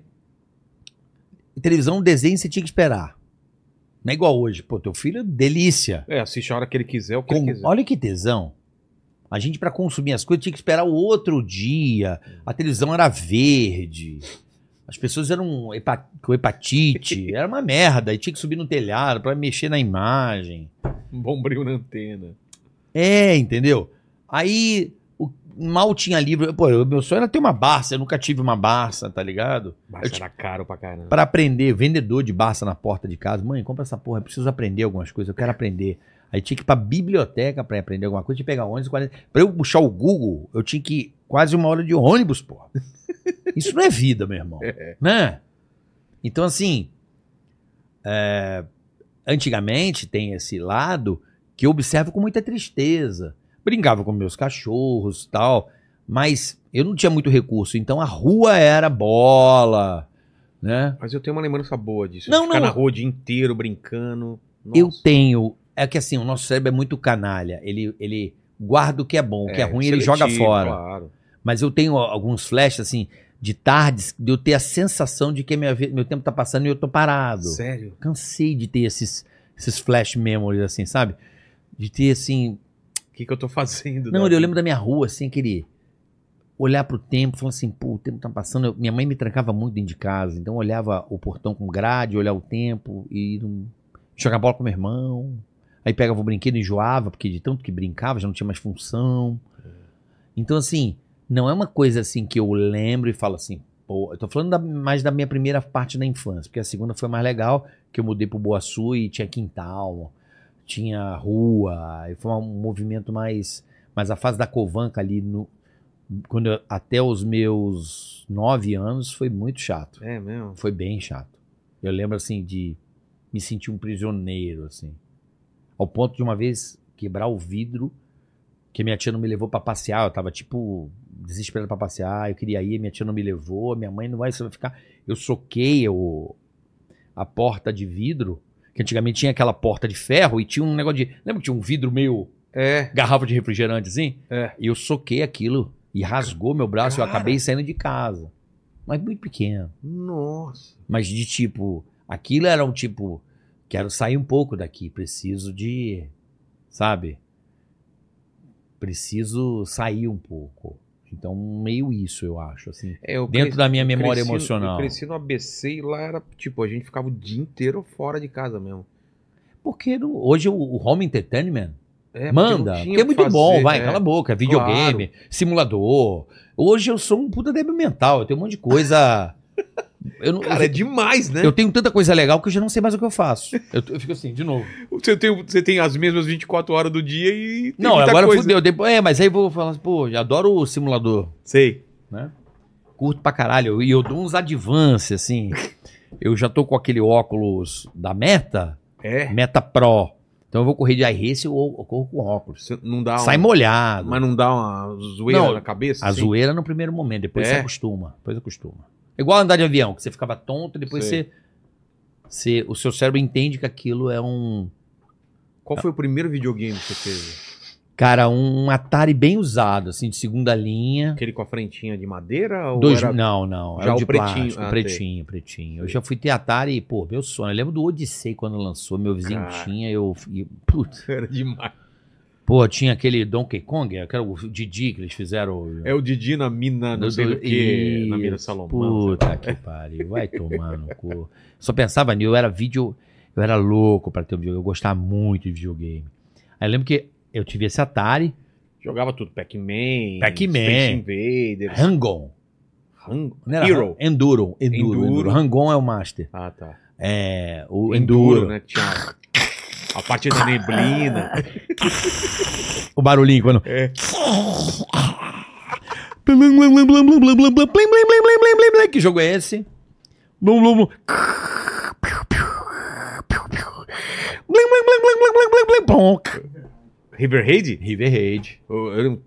Speaker 3: televisão, desenho, você tinha que esperar. Não é igual hoje. Pô, teu filho é delícia.
Speaker 1: É, assiste a hora que ele quiser, o que é
Speaker 3: Com-
Speaker 1: ele quiser.
Speaker 3: Olha que tesão. A gente, pra consumir as coisas, tinha que esperar o outro dia. A televisão era verde. As pessoas eram hepa- com hepatite. Era uma merda. E tinha que subir no telhado pra mexer na imagem.
Speaker 1: Um bombril na antena.
Speaker 3: É, entendeu? Aí o- mal tinha livro. Pô, eu- meu sonho era ter uma Barça. Eu nunca tive uma Barça, tá ligado?
Speaker 1: Mas era caro pra caramba.
Speaker 3: Pra aprender, vendedor de Barça na porta de casa. Mãe, compra essa porra, eu preciso aprender algumas coisas, eu quero aprender. Aí tinha que ir pra biblioteca pra aprender alguma coisa, tinha que pegar um ônibus, 40... pra eu puxar o Google, eu tinha que ir quase uma hora de ônibus, porra. Isso não é vida, meu irmão. Né? Então, assim, é, antigamente tem esse lado que eu observo com muita tristeza. Brincava com meus cachorros e tal, mas eu não tinha muito recurso, então a rua era bola, né?
Speaker 1: Mas eu tenho uma lembrança boa disso.
Speaker 3: Não,
Speaker 1: de ficar
Speaker 3: não.
Speaker 1: na rua o dia inteiro brincando.
Speaker 3: Eu
Speaker 1: Nossa.
Speaker 3: tenho. É que assim, o nosso cérebro é muito canalha. Ele, ele guarda o que é bom, o que é, ruim, ele joga
Speaker 1: seletivo,
Speaker 3: fora.
Speaker 1: Claro.
Speaker 3: Mas eu tenho alguns flashes, assim, de tardes, de eu ter a sensação de que minha vi- meu tempo tá passando e eu tô parado.
Speaker 1: Sério?
Speaker 3: Cansei de ter esses, esses flash memories, assim, sabe? De ter, assim.
Speaker 1: O que, que eu tô fazendo?
Speaker 3: Não,
Speaker 1: da
Speaker 3: eu
Speaker 1: vida?
Speaker 3: lembro da minha rua, assim, aquele. Olhar pro tempo, falando assim, pô, o tempo tá passando. Eu- minha mãe me trancava muito dentro de casa, então eu olhava o portão com grade, olhava o tempo e ir num- jogar bola com meu irmão. Aí pegava o brinquedo e enjoava, porque de tanto que brincava já não tinha mais função. Então, assim, não é uma coisa assim que eu lembro e falo assim, Pô, eu tô falando da- mais da minha primeira parte da infância, porque a segunda foi mais legal, que eu mudei pro Boaçu e tinha quintal, tinha rua, e foi um movimento mais. Mas a fase da Covanca ali, no, quando eu- até os meus nove anos, foi muito chato.
Speaker 1: É mesmo.
Speaker 3: Foi bem chato. Eu lembro, assim, de me sentir um prisioneiro, assim. Ao ponto de uma vez quebrar o vidro, que minha tia não me levou pra passear. Eu tava, tipo, desesperado pra passear. Eu queria ir, minha tia não me levou. Minha mãe não vai, você vai ficar... Eu soquei o, a porta de vidro, que antigamente tinha aquela porta de ferro e tinha um negócio de... Lembra que tinha um vidro meio
Speaker 1: É.
Speaker 3: garrafa de refrigerante, assim?
Speaker 1: É.
Speaker 3: E eu soquei aquilo e rasgou meu braço. Eu acabei saindo de casa. Mas muito pequeno.
Speaker 1: Nossa.
Speaker 3: Mas de tipo, aquilo era um tipo, quero sair um pouco daqui, preciso de, sabe? Preciso sair um pouco. Então, meio isso, eu acho, assim.
Speaker 1: É, eu
Speaker 3: Dentro da minha
Speaker 1: cresci-
Speaker 3: memória
Speaker 1: eu
Speaker 3: emocional.
Speaker 1: cresci no ABC e lá era, tipo, a gente ficava o dia inteiro fora de casa mesmo.
Speaker 3: Porque no- hoje o, o home entertainment
Speaker 1: É, porque
Speaker 3: manda.
Speaker 1: não tinha
Speaker 3: Porque é
Speaker 1: o que
Speaker 3: muito bom,
Speaker 1: fazer,
Speaker 3: vai,
Speaker 1: é.
Speaker 3: cala a boca. Videogame, simulador. Hoje eu sou um puta débil mental, eu tenho um monte de coisa... Eu, não,
Speaker 1: Cara, é
Speaker 3: eu,
Speaker 1: demais, né?
Speaker 3: eu tenho tanta coisa legal que eu já não sei mais o que eu faço. Eu, eu fico assim, de novo.
Speaker 1: Você, tem, você tem as mesmas 24 horas do dia e. tem
Speaker 3: Não,
Speaker 1: muita
Speaker 3: agora
Speaker 1: coisa.
Speaker 3: fudeu. Depois, é, mas aí eu vou falar assim, pô, já adoro o simulador.
Speaker 1: Sei.
Speaker 3: Curto pra caralho. E eu dou uns advance, assim. Eu já tô com aquele óculos da Meta,
Speaker 1: É.
Speaker 3: Meta Pro. Então eu vou correr de iRace e eu, eu corro com óculos.
Speaker 1: Você não dá
Speaker 3: Sai
Speaker 1: um-
Speaker 3: molhado.
Speaker 1: Mas não dá uma zoeira
Speaker 3: Não,
Speaker 1: na cabeça?
Speaker 3: A
Speaker 1: assim?
Speaker 3: zoeira no primeiro momento, depois
Speaker 1: É.
Speaker 3: você acostuma. Depois acostuma. É igual andar de avião, que você ficava tonto, depois
Speaker 1: Sei.
Speaker 3: você, você. O seu cérebro entende que aquilo é um.
Speaker 1: Qual foi o primeiro videogame que você teve?
Speaker 3: Cara, um Atari bem usado, assim, de segunda linha.
Speaker 1: Aquele com a frentinha de madeira? Ou
Speaker 3: Dois,
Speaker 1: era...
Speaker 3: Não, não.
Speaker 1: Já
Speaker 3: Já
Speaker 1: o
Speaker 3: o de
Speaker 1: pretinho.
Speaker 3: plástico,
Speaker 1: Ah,
Speaker 3: pretinho, pretinho. Eu já fui ter Atari e, pô, meu sonho. Eu lembro do Odyssey quando lançou, meu vizinho
Speaker 1: Cara.
Speaker 3: tinha, eu... e, putz.
Speaker 1: Era demais.
Speaker 3: Pô, tinha aquele Donkey Kong, eu quero o Didi que eles fizeram...
Speaker 1: É o Didi na mina, não sei do que, na mina
Speaker 3: Isso,
Speaker 1: Salomão. sei lá.
Speaker 3: Puta que pariu, vai tomar no cu. Só pensava nisso, eu era vídeo... Eu era louco pra ter um videogame, eu gostava muito de videogame. Aí eu lembro que eu tive esse Atari,
Speaker 1: Jogava tudo, Pac-Man,
Speaker 3: Pac-Man.
Speaker 1: Space Invaders,
Speaker 3: Rangon.
Speaker 1: Rango.
Speaker 3: Não era
Speaker 1: Hero.
Speaker 3: Ran- Enduro, Enduro,
Speaker 1: Enduro.
Speaker 3: Enduro. Rangon é o Master.
Speaker 1: Ah, tá.
Speaker 3: É, o Enduro.
Speaker 1: né? que Tinha a a parte da neblina.
Speaker 3: O barulhinho quando.
Speaker 1: É.
Speaker 3: Que jogo é esse? Blum, blum, blum.
Speaker 1: River Raid?
Speaker 3: River Raid.
Speaker 1: Eu- eu não-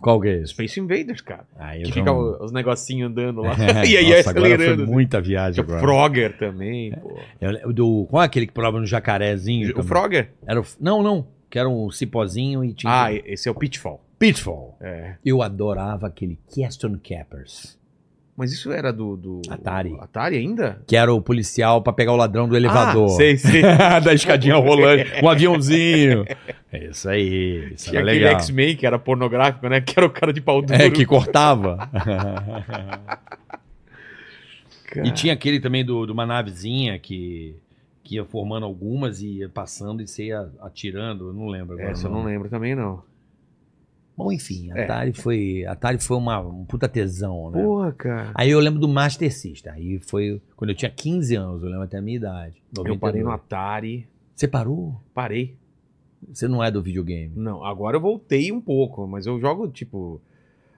Speaker 3: Qual que é esse?
Speaker 1: Space Invaders, cara.
Speaker 3: Ah, eu
Speaker 1: Que
Speaker 3: já
Speaker 1: fica
Speaker 3: não-
Speaker 1: o- os negocinhos andando lá.
Speaker 3: É,
Speaker 1: e aí
Speaker 3: nossa, agora foi
Speaker 1: acelerando. assim.
Speaker 3: muita
Speaker 1: Tinha
Speaker 3: viagem
Speaker 1: o
Speaker 3: agora.
Speaker 1: Frogger também, pô.
Speaker 3: Eu le- do, qual é aquele que prova no jacarezinho?
Speaker 1: O
Speaker 3: também?
Speaker 1: Frogger?
Speaker 3: Era o- não, não. Que era um cipozinho e tinha...
Speaker 1: Ah, esse é o Pitfall.
Speaker 3: Pitfall.
Speaker 1: É.
Speaker 3: Eu adorava aquele Keston Cappers.
Speaker 1: Mas isso era do. do-
Speaker 3: Atari.
Speaker 1: Atari ainda?
Speaker 3: Que era o policial pra pegar o ladrão do elevador.
Speaker 1: Ah, sei, sei.
Speaker 3: da escadinha rolante, um aviãozinho. É isso aí, isso
Speaker 1: Tinha
Speaker 3: era
Speaker 1: aquele
Speaker 3: legal.
Speaker 1: X-Men que era pornográfico, né? Que era o cara de pau duro.
Speaker 3: É, que cortava.
Speaker 1: Cara,
Speaker 3: e tinha aquele também do, de uma navezinha que, que ia formando algumas e ia passando e você ia atirando, eu não lembro agora.
Speaker 1: Essa eu
Speaker 3: o nome.
Speaker 1: É, não lembro também, não.
Speaker 3: Bom, enfim,
Speaker 1: É.
Speaker 3: Atari foi, Atari foi uma, um puta tesão, né?
Speaker 1: Porra, cara.
Speaker 3: Aí eu lembro do Master System, aí foi quando eu tinha 15 anos, eu lembro até a minha idade.
Speaker 1: Eu parei no
Speaker 3: 92.
Speaker 1: Atari.
Speaker 3: Você parou?
Speaker 1: Parei.
Speaker 3: Você não é do videogame.
Speaker 1: Não, agora eu voltei um pouco, mas eu jogo tipo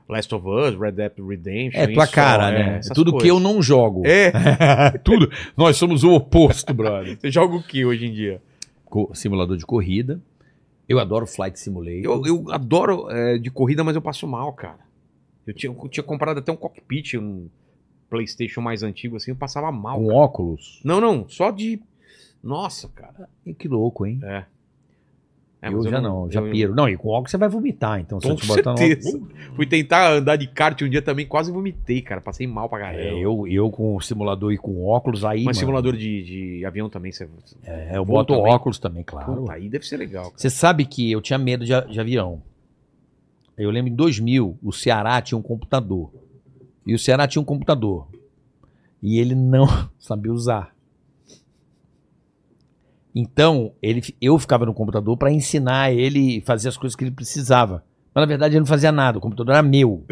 Speaker 1: Last of Us, Red Dead Redemption.
Speaker 3: É tua
Speaker 1: isso,
Speaker 3: cara,
Speaker 1: é,
Speaker 3: né?
Speaker 1: essas
Speaker 3: Tudo que eu
Speaker 1: coisas.
Speaker 3: não jogo.
Speaker 1: É,
Speaker 3: Tudo. Nós somos o oposto, brother.
Speaker 1: você joga o que hoje em dia?
Speaker 3: Co- Simulador de corrida. Eu adoro Flight Simulator.
Speaker 1: Eu, eu adoro é, de corrida, mas eu passo mal, cara. Eu tinha, eu tinha comprado até um cockpit, um PlayStation mais antigo assim, eu passava mal.
Speaker 3: Com óculos.
Speaker 1: Não, não, só de. Nossa, cara.
Speaker 3: E que louco, hein?
Speaker 1: É. É,
Speaker 3: eu
Speaker 1: mas
Speaker 3: já não, já
Speaker 1: eu-
Speaker 3: piro. Não, e com óculos você vai vomitar, então.
Speaker 1: Com
Speaker 3: eu te botar no óculos-
Speaker 1: certeza. Fui tentar andar de kart um dia também, quase vomitei, cara. Passei mal pra caramba.
Speaker 3: É, eu, eu com o simulador e com óculos aí.
Speaker 1: Mas
Speaker 3: mano,
Speaker 1: simulador de, de avião também, você.
Speaker 3: É, eu
Speaker 1: Voo
Speaker 3: boto
Speaker 1: também.
Speaker 3: óculos também, claro.
Speaker 1: Puta, aí deve ser legal, cara.
Speaker 3: Você sabe que eu tinha medo de, a- de avião. Eu lembro em 2000, o Ceará tinha um computador. E o Ceará tinha um computador. E ele não sabia usar. Então, ele, fi- eu ficava no computador para ensinar ele e fazer as coisas que ele precisava. Mas na verdade ele não fazia nada, o computador era meu.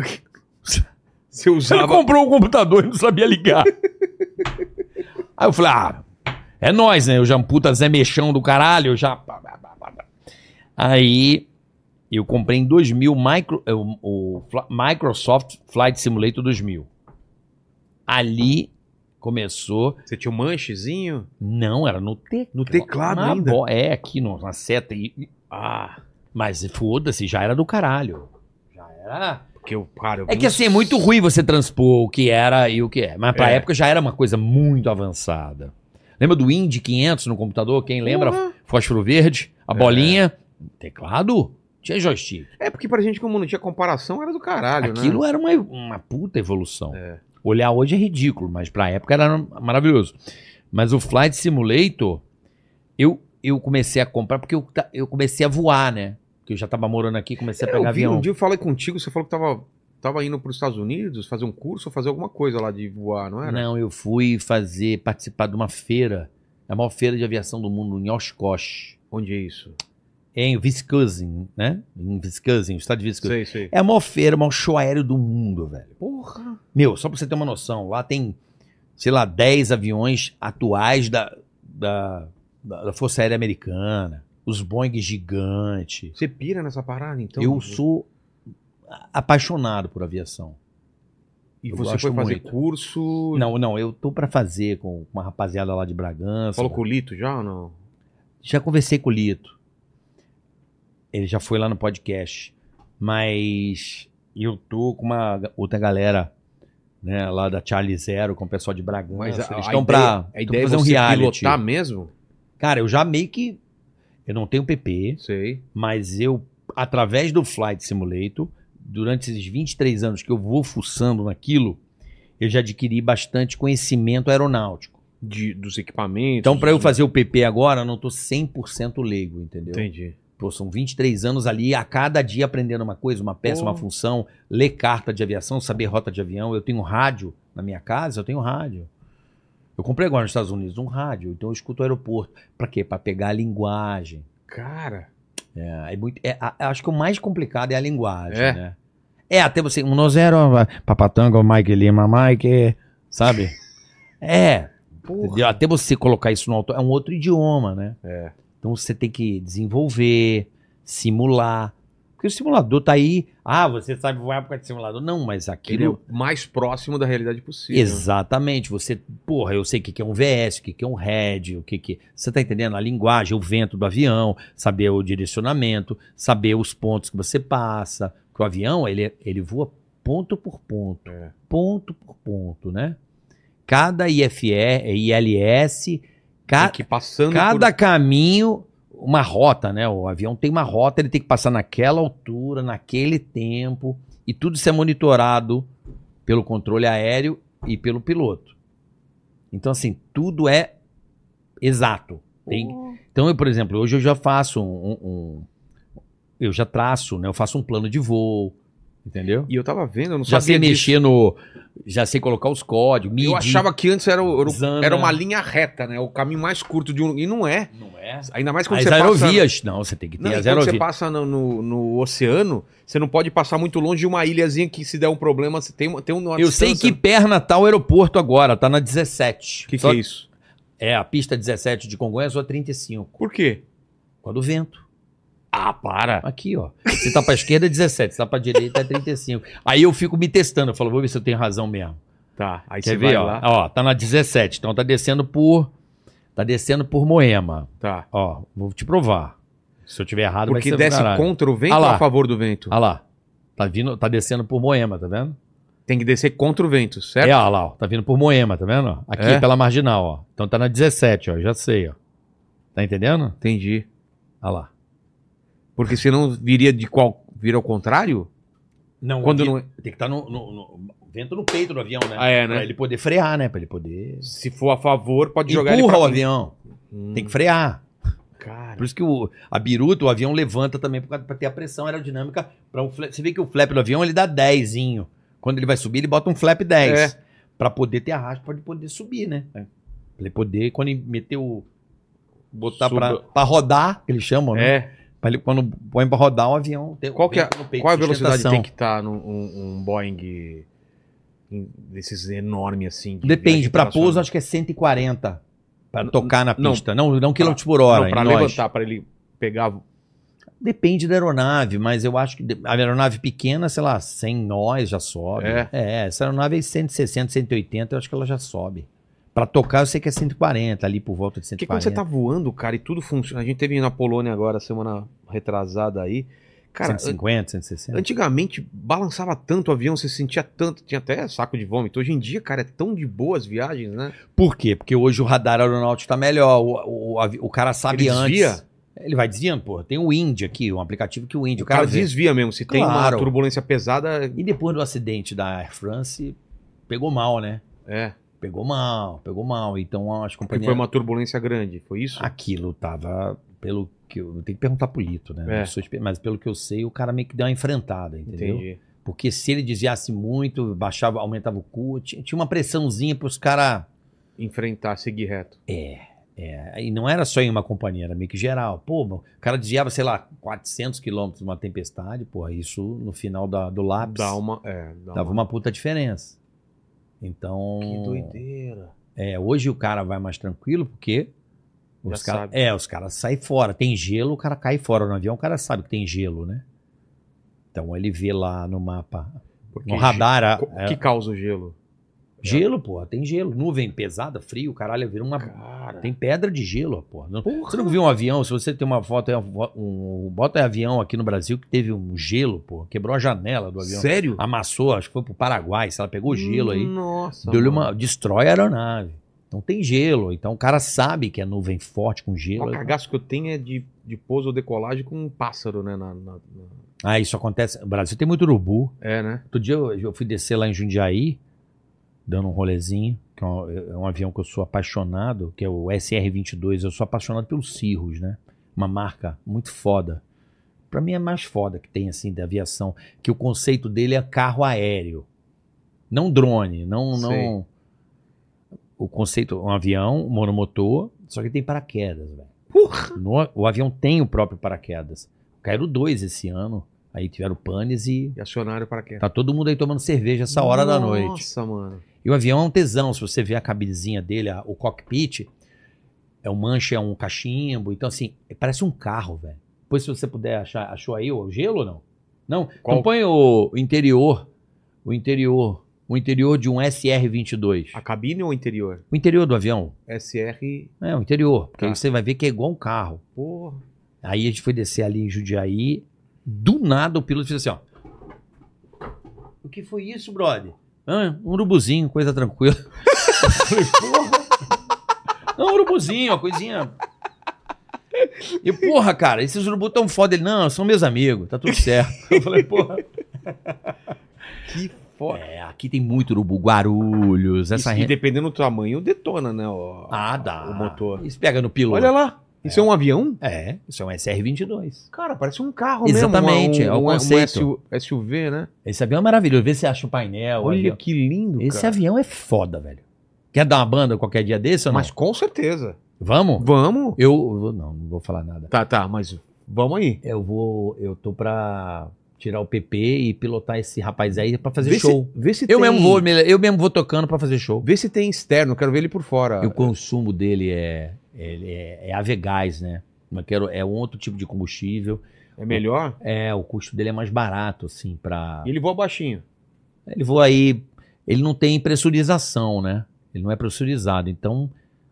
Speaker 1: Você
Speaker 3: Ele
Speaker 1: usava.
Speaker 3: comprou o computador e não sabia ligar. Aí eu falei, ah, é nós, né? Eu já um puta Zé Mexão do caralho, eu já... pá, pá, pá, pá, pá. Aí eu comprei em 2000 micro, eh, o, o Fla- Microsoft Flight Simulator 2000. Ali começou...
Speaker 1: Você tinha um manchezinho?
Speaker 3: Não, era no teclado.
Speaker 1: No teclado
Speaker 3: Na
Speaker 1: ainda.
Speaker 3: bo- É, aqui no- na seta. E, e- ah, mas foda-se, já era do caralho. Já era...
Speaker 1: Porque eu, cara, eu
Speaker 3: É
Speaker 1: vi
Speaker 3: que
Speaker 1: uns-
Speaker 3: assim, é muito ruim você transpor o que era e o que é. Mas pra
Speaker 1: É.
Speaker 3: época já era uma coisa muito avançada. Lembra do Indy 500 no computador? Quem lembra?
Speaker 1: Uhum.
Speaker 3: Fósforo verde, a
Speaker 1: É.
Speaker 3: bolinha, teclado, tinha joystick.
Speaker 1: É porque pra gente, como não tinha comparação, era do caralho,
Speaker 3: Aquilo é,
Speaker 1: né?
Speaker 3: era uma, uma puta evolução. Olhar hoje é ridículo, mas pra época era maravilhoso. Mas o Flight Simulator, eu, eu comecei a comprar porque eu, ta- eu comecei a voar, né? Porque eu já tava morando aqui, comecei a pegar
Speaker 1: eu vi,
Speaker 3: avião.
Speaker 1: um dia eu falei contigo, você falou que tava, tava indo pros Estados Unidos fazer um curso ou fazer alguma coisa lá de voar, não era?
Speaker 3: Não, eu fui fazer, participar de uma feira, a maior feira de aviação do mundo, em Oshkosh,
Speaker 1: Onde é isso?
Speaker 3: em Wisconsin, né? Em Wisconsin, o estado de Wisconsin.
Speaker 1: Sei, sei.
Speaker 3: É a maior feira, o maior show aéreo do mundo, velho.
Speaker 1: Porra!
Speaker 3: Meu, só pra você ter uma noção, lá tem, sei lá, 10 aviões atuais da, da, da- da Força Aérea Americana, os Boeing gigante.
Speaker 1: Você pira nessa parada, então?
Speaker 3: eu sou a- apaixonado por aviação.
Speaker 1: E
Speaker 3: eu
Speaker 1: você
Speaker 3: gosto
Speaker 1: foi fazer
Speaker 3: muito.
Speaker 1: curso.
Speaker 3: Não, não, eu tô pra fazer com uma rapaziada lá de Bragança.
Speaker 1: Falou com o Lito já ou não?
Speaker 3: Já conversei com o Lito. Ele já foi lá no podcast. Mas eu tô com uma outra galera, né, lá da Charlie Zero, com o pessoal de Bragança. Eles estão pra,
Speaker 1: a
Speaker 3: tão
Speaker 1: ideia fazer
Speaker 3: pra fazer
Speaker 1: é
Speaker 3: um
Speaker 1: você
Speaker 3: reality.
Speaker 1: pilotar mesmo?
Speaker 3: Cara, eu já meio que. Eu não tenho PP,
Speaker 1: Sei.
Speaker 3: mas eu, através do Flight Simulator, durante esses 23 anos que eu vou fuçando naquilo, eu já adquiri bastante conhecimento aeronáutico.
Speaker 1: De, dos equipamentos.
Speaker 3: Então, pra eu
Speaker 1: dos-
Speaker 3: fazer o PP agora, eu não tô 100% leigo, entendeu?
Speaker 1: Entendi.
Speaker 3: Pô, são 23 anos ali, a cada dia aprendendo uma coisa, uma peça,
Speaker 1: Pô.
Speaker 3: uma função, ler carta de aviação, saber rota de avião. Eu tenho rádio na minha casa, eu tenho rádio. Eu comprei agora nos Estados Unidos um rádio, então eu escuto o aeroporto. Pra quê? Pra pegar a linguagem.
Speaker 1: Cara.
Speaker 3: É, é muito, é, a- acho que o mais complicado é a linguagem,
Speaker 1: É.
Speaker 3: né? É, até você, um no zero, vai, papatango, Mike Lima, Mike, sabe? é,
Speaker 1: Porra.
Speaker 3: entendeu? até você colocar isso no auto, é um outro idioma, né?
Speaker 1: É.
Speaker 3: Então você tem que desenvolver, simular. Porque o simulador tá aí. Ah, você sabe voar por causa de simulador. Não, mas
Speaker 1: Ele é
Speaker 3: aquilo.
Speaker 1: o mais próximo da realidade possível.
Speaker 3: Exatamente. Você, porra, eu sei o que que é um VS, o que que é um head, o que que. Você tá entendendo? A linguagem, o vento do avião, saber o direcionamento, saber os pontos que você passa. Porque o avião, ele, ele voa ponto por ponto.
Speaker 1: É.
Speaker 3: Ponto por ponto, né? Cada IFE, ILS, cada,
Speaker 1: Tem que ir passando
Speaker 3: Cada caminho, uma rota, né? O avião tem uma rota, ele tem que passar naquela altura, naquele tempo, e tudo isso é monitorado pelo controle aéreo e pelo piloto. Então, assim, tudo é exato. Tem- Então, eu, por exemplo, hoje eu já faço um. um- eu já traço, né? Eu faço um plano de voo, entendeu?
Speaker 1: por... E eu tava vendo, eu não
Speaker 3: Já sei
Speaker 1: sabia disso.
Speaker 3: mexer no. Já sei colocar os códigos, medir.
Speaker 1: Eu achava que antes era, o- era, o-
Speaker 3: Zana.
Speaker 1: era uma linha reta, né? O caminho mais curto de um. E não é.
Speaker 3: Não é?
Speaker 1: Ainda mais quando
Speaker 3: As
Speaker 1: você passa.
Speaker 3: aerovias. Não, você tem que ter
Speaker 1: Não, e
Speaker 3: as
Speaker 1: quando você
Speaker 3: aerovias.
Speaker 1: passa no, no- no oceano, você não pode passar muito longe de uma ilhazinha que, se der um problema, você tem, uma- tem uma
Speaker 3: Eu sei que
Speaker 1: distância.
Speaker 3: perna tá o aeroporto agora, tá na 17.
Speaker 1: O que, que
Speaker 3: Só-
Speaker 1: é isso?
Speaker 3: É, a pista 17 de Congonhas ou a 35.
Speaker 1: Por quê?
Speaker 3: Quando o vento.
Speaker 4: Ah, para.
Speaker 3: Aqui, ó. Você tá pra esquerda é 17, você tá pra direita é 35. Aí eu fico me testando, eu falo, vou ver se eu tenho razão mesmo.
Speaker 1: Tá, aí
Speaker 3: Quer ver, ó? Ó, tá na 17, então tá descendo por tá descendo por Moema.
Speaker 1: Tá.
Speaker 3: Ó, vou te provar. Se eu tiver errado,
Speaker 1: Porque
Speaker 3: vai ser do
Speaker 1: desce
Speaker 3: caralho.
Speaker 1: contra o vento
Speaker 3: Ah lá.
Speaker 1: ou a favor do vento?
Speaker 3: Olha lá. Tá vindo, tá descendo por Moema, tá vendo?
Speaker 1: Tem que descer contra o vento, certo?
Speaker 3: É, ó lá, ó, tá vindo por Moema, tá vendo? ó? Aqui
Speaker 1: É.
Speaker 3: pela marginal, ó. Então tá na 17, ó, já sei, ó. Tá entendendo?
Speaker 1: Entendi.
Speaker 3: Olha lá.
Speaker 1: Porque senão viria de qual. Vira ao contrário?
Speaker 3: Não,
Speaker 1: Quando
Speaker 3: o avi-
Speaker 1: não é-
Speaker 3: tem que estar no, no- no- o vento no peito do avião, né?
Speaker 1: Ah, é, né?
Speaker 3: Pra ele poder frear, né? Pra ele poder.
Speaker 1: Se for a favor, pode jogar ele
Speaker 3: Empurra
Speaker 1: pra
Speaker 3: o
Speaker 1: frente.
Speaker 3: avião.
Speaker 1: Hum,
Speaker 3: Tem que frear.
Speaker 1: Cara.
Speaker 3: Por isso que o, a biruta, o avião levanta também por causa- pra ter a pressão aerodinâmica. Pra um flap- você vê que o flap do avião ele dá 10zinho. Quando ele vai subir, ele bota um flap 10.
Speaker 1: É.
Speaker 3: Pra poder ter arrasto, pra ele poder subir, né? Pra ele poder, quando ele meter o. Botar
Speaker 1: Suba.
Speaker 3: pra, pra rodar, que eles chamam, né?
Speaker 1: É.
Speaker 3: Pra ele- quando põe pra rodar o avião. tem-
Speaker 1: Qual, que é,
Speaker 3: vem no peito,
Speaker 1: qual a velocidade que
Speaker 3: sustentação.
Speaker 1: tem que estar num um, um Boeing em- desses enorme assim? de
Speaker 3: Depende,
Speaker 1: viagem
Speaker 3: pra
Speaker 1: internacional?
Speaker 3: pouso acho que é 140 pra
Speaker 1: Não,
Speaker 3: tocar na
Speaker 1: não. Ah,
Speaker 3: pista. Não, não, quilômetros por hora.
Speaker 1: Não, pra
Speaker 3: em nós.
Speaker 1: levantar, pra ele pegar.
Speaker 3: Depende da aeronave, mas eu acho que de- a aeronave pequena, sei lá, 100 nós já sobe.
Speaker 1: É?
Speaker 3: essa aeronave é 160, 180, eu acho que ela já sobe. Pra tocar eu sei que é 140, ali por volta de
Speaker 1: Porque
Speaker 3: 140.
Speaker 1: quando você tá voando, cara, e tudo funciona. A gente teve na Polônia agora, semana retrasada aí. Cara,
Speaker 3: 150, 160.
Speaker 1: Antigamente balançava tanto o avião, você sentia tanto, tinha até saco de vômito. Hoje em dia, cara, é tão de boa as viagens, né?
Speaker 3: Por quê? Porque hoje o radar aeronáutico tá melhor, o, o, avi- o cara sabe
Speaker 1: Ele
Speaker 3: antes.
Speaker 1: desvia?
Speaker 3: Ele vai desviando, pô. Tem o Indy aqui, um aplicativo que o Indy,
Speaker 1: O cara
Speaker 3: vê.
Speaker 1: desvia mesmo. Se tem uma
Speaker 3: Claro.
Speaker 1: turbulência pesada,
Speaker 3: E depois do acidente da Air France, pegou mal, né?
Speaker 1: é.
Speaker 3: Pegou mal, pegou mal. Então as
Speaker 1: Porque
Speaker 3: companhias.
Speaker 1: foi uma turbulência grande, foi isso?
Speaker 3: Aquilo tava, pelo que eu. Tem que perguntar pro Lito, né?
Speaker 1: É.
Speaker 3: Não sou espe- Mas pelo que eu sei, o cara meio que deu uma enfrentada, entendeu?
Speaker 1: Entendi.
Speaker 3: Porque se ele desviasse muito, baixava, aumentava o cu, tinha, tinha uma pressãozinha pros caras.
Speaker 1: Enfrentar, seguir reto.
Speaker 3: É, e não era só em uma companhia, era meio que geral. Pô, o cara desviava, sei lá, 400 quilômetros numa tempestade, porra, isso no final da- do lápis
Speaker 1: Dá uma. É, dá
Speaker 3: dava uma puta diferença. Então.
Speaker 1: Que doideira.
Speaker 3: É, hoje o cara vai mais tranquilo porque os
Speaker 1: Já
Speaker 3: caras
Speaker 1: sabe.
Speaker 3: é, os caras saem fora. Tem gelo, o cara cai fora no avião, o cara sabe que tem gelo, né? Então ele vê lá no mapa,
Speaker 1: Porque
Speaker 3: no radar, a-
Speaker 1: ge- co-
Speaker 3: é,
Speaker 1: que causa o gelo?
Speaker 3: gelo, pô, tem gelo, nuvem pesada, frio, caralho, vira uma
Speaker 1: Cara.
Speaker 3: tem pedra de gelo, pô. Não- Você não viu um avião? Se você tem uma foto, aí, um, um, bota aí avião aqui no Brasil que teve um gelo, pô, quebrou a janela do avião,
Speaker 1: Sério?
Speaker 3: amassou, acho que foi pro Paraguai, se ela pegou gelo aí.
Speaker 1: Nossa.
Speaker 3: Deu-lhe
Speaker 1: mano.
Speaker 3: uma, destrói a aeronave. Então tem gelo. Então o cara sabe que é nuvem forte com
Speaker 1: O
Speaker 3: gelo.
Speaker 1: cagaço que eu tenho é de, de pouso ou decolagem com um pássaro, né? na- na- na-
Speaker 3: Ah, isso acontece. O Brasil tem muito urubu.
Speaker 1: É, né?
Speaker 3: Outro dia eu, eu fui descer lá em Jundiaí, dando um rolezinho, que é um, é um avião que eu sou apaixonado, que é o SR-22. Eu sou apaixonado pelos Cirrus, né? Uma marca muito foda. Pra mim é mais foda que tem, assim, da aviação. Que o conceito dele é carro aéreo. Não drone, não... não... O conceito é um avião, um monomotor, só que tem paraquedas, velho. No- o avião tem o próprio paraquedas. Caíram dois esse ano. Aí tiveram panes e
Speaker 1: E acionário para quê?
Speaker 3: Tá todo mundo aí tomando cerveja essa hora da noite.
Speaker 1: Nossa, mano.
Speaker 3: E o avião é um tesão, se você vê a cabinezinha dele, a- o cockpit, é um manche, é um cachimbo. Então, assim, parece um carro, velho. Depois, se você puder achar, achou aí o gelo ou não? Não?
Speaker 1: Qual?
Speaker 3: Então põe o o interior, o interior, o interior de um SR-22.
Speaker 1: A cabine ou o interior?
Speaker 3: O interior do avião.
Speaker 1: SR.
Speaker 3: É, o interior. Porque
Speaker 1: Tá.
Speaker 3: aí você vai ver que é igual um carro.
Speaker 1: Porra.
Speaker 3: Aí a gente foi descer ali em Jundiaí. Do nada o piloto fez assim, ó. O que foi isso, brother? Ah, um urubuzinho, coisa tranquila. Eu falei, porra. Não, um urubuzinho, uma coisinha. E porra, cara, esses urubus tão foda. Ele, não, são meus amigos, tá tudo certo. Eu falei, porra.
Speaker 1: Que foda.
Speaker 3: É, aqui tem muito urubu, Guarulhos, essa
Speaker 1: Isso, e
Speaker 3: re...
Speaker 1: dependendo do tamanho, detona, né? O,
Speaker 3: Ah, dá.
Speaker 1: o motor.
Speaker 3: Isso pega no piloto.
Speaker 1: Olha lá. Isso é. um avião?
Speaker 3: É, isso é um SR-22.
Speaker 1: Cara, parece um carro
Speaker 3: Exatamente,
Speaker 1: mesmo.
Speaker 3: é o
Speaker 1: um- um
Speaker 3: conceito.
Speaker 1: SU SUV, né?
Speaker 3: Esse avião é maravilhoso. Vê se acha o painel. o avião.
Speaker 1: Olha que lindo,
Speaker 3: Esse
Speaker 1: cara.
Speaker 3: avião é foda, velho. Quer dar uma banda qualquer dia desse ou não?
Speaker 1: Mas com certeza.
Speaker 3: Vamos?
Speaker 1: Vamos.
Speaker 3: Eu vou, não, não vou falar nada.
Speaker 1: Tá, tá, mas vamos aí.
Speaker 3: Eu vou, eu tô pra tirar o PP e pilotar esse rapaz aí pra fazer
Speaker 1: Vê se-
Speaker 3: show.
Speaker 1: vê se
Speaker 3: eu
Speaker 1: tem-
Speaker 3: mesmo vou, me- eu mesmo vou tocando pra fazer show.
Speaker 1: Vê se tem externo, quero ver ele por fora.
Speaker 3: E o consumo dele é, ele é, é avegás, né? Não quero, é um outro tipo de combustível.
Speaker 1: É melhor?
Speaker 3: É, o custo dele é mais barato, assim, pra.
Speaker 1: E ele voa baixinho.
Speaker 3: Ele voa aí. Ele não tem pressurização, né? Ele não é pressurizado. Então,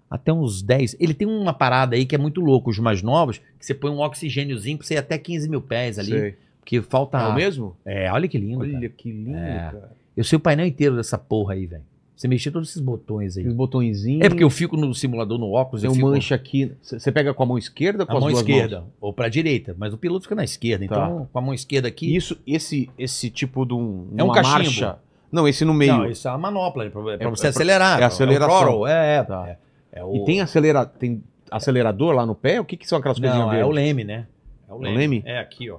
Speaker 3: até uns 10. Ele tem uma parada aí que é muito louco, os mais novos, que você põe um oxigêniozinho pra você ir até 15 mil pés ali.
Speaker 1: Sei.
Speaker 3: Porque falta.
Speaker 1: É o
Speaker 3: ar.
Speaker 1: mesmo?
Speaker 3: É, olha que lindo. cara.
Speaker 1: Olha que lindo,
Speaker 3: É.
Speaker 1: cara.
Speaker 3: Eu sei o painel inteiro dessa porra aí, velho. Você mexer todos esses botões aí.
Speaker 1: Os botõezinhos.
Speaker 3: É porque eu fico no simulador, no óculos,
Speaker 1: Tem um
Speaker 3: fico
Speaker 1: mancha aqui. C- Você pega com a mão esquerda ou com
Speaker 3: a
Speaker 1: as
Speaker 3: mão
Speaker 1: duas
Speaker 3: esquerda ou pra direita, mas o piloto fica na esquerda.
Speaker 1: Tá.
Speaker 3: Então, com a mão esquerda aqui.
Speaker 1: mãos? Isso, esse, esse tipo de um,
Speaker 3: É um
Speaker 1: uma
Speaker 3: cachimbo.
Speaker 1: marcha. Não, esse no meio.
Speaker 3: Não, isso é uma manopla, é pra, é pra
Speaker 1: É-
Speaker 3: você
Speaker 1: é pra-
Speaker 3: acelerar.
Speaker 1: é aceleração.
Speaker 3: É, o throttle, é, é,
Speaker 1: Tá.
Speaker 3: é, é o-
Speaker 1: E tem, acelera... tem acelerador lá no pé? O que, que são aquelas coisinhas
Speaker 3: Não, é
Speaker 1: verdes?
Speaker 3: o leme, né? É o
Speaker 1: leme.
Speaker 3: É aqui, ó.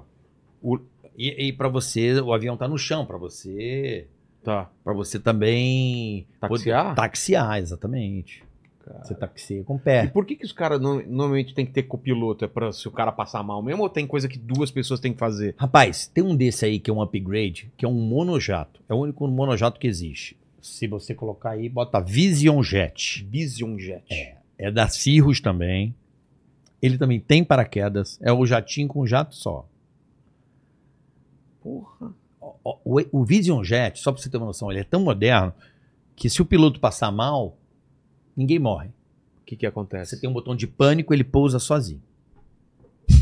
Speaker 1: O-
Speaker 3: E, e para você, o avião tá no chão, pra você,
Speaker 1: Tá.
Speaker 3: para você também
Speaker 1: Taxiar?
Speaker 3: tá. taxiar, exatamente.
Speaker 2: cara.
Speaker 3: Você taxia com o
Speaker 1: E
Speaker 3: pé.
Speaker 1: por que, que os caras no- normalmente tem que ter copiloto? É pra se o cara passar mal mesmo ou tem coisa que duas pessoas têm que fazer?
Speaker 3: Rapaz, tem um desse aí que é um upgrade, que é um monojato. É o único monojato que existe. Se você colocar aí, bota Vision Jet.
Speaker 1: Vision Jet.
Speaker 3: É da Cirrus também. Ele também tem paraquedas. É o jatinho com jato só.
Speaker 1: Porra.
Speaker 3: O- O, o Vision Jet, só pra você ter uma noção, ele é tão moderno que se o piloto passar mal, ninguém morre.
Speaker 1: O que que
Speaker 3: Você
Speaker 1: acontece?
Speaker 3: tem um botão de pânico, ele pousa sozinho.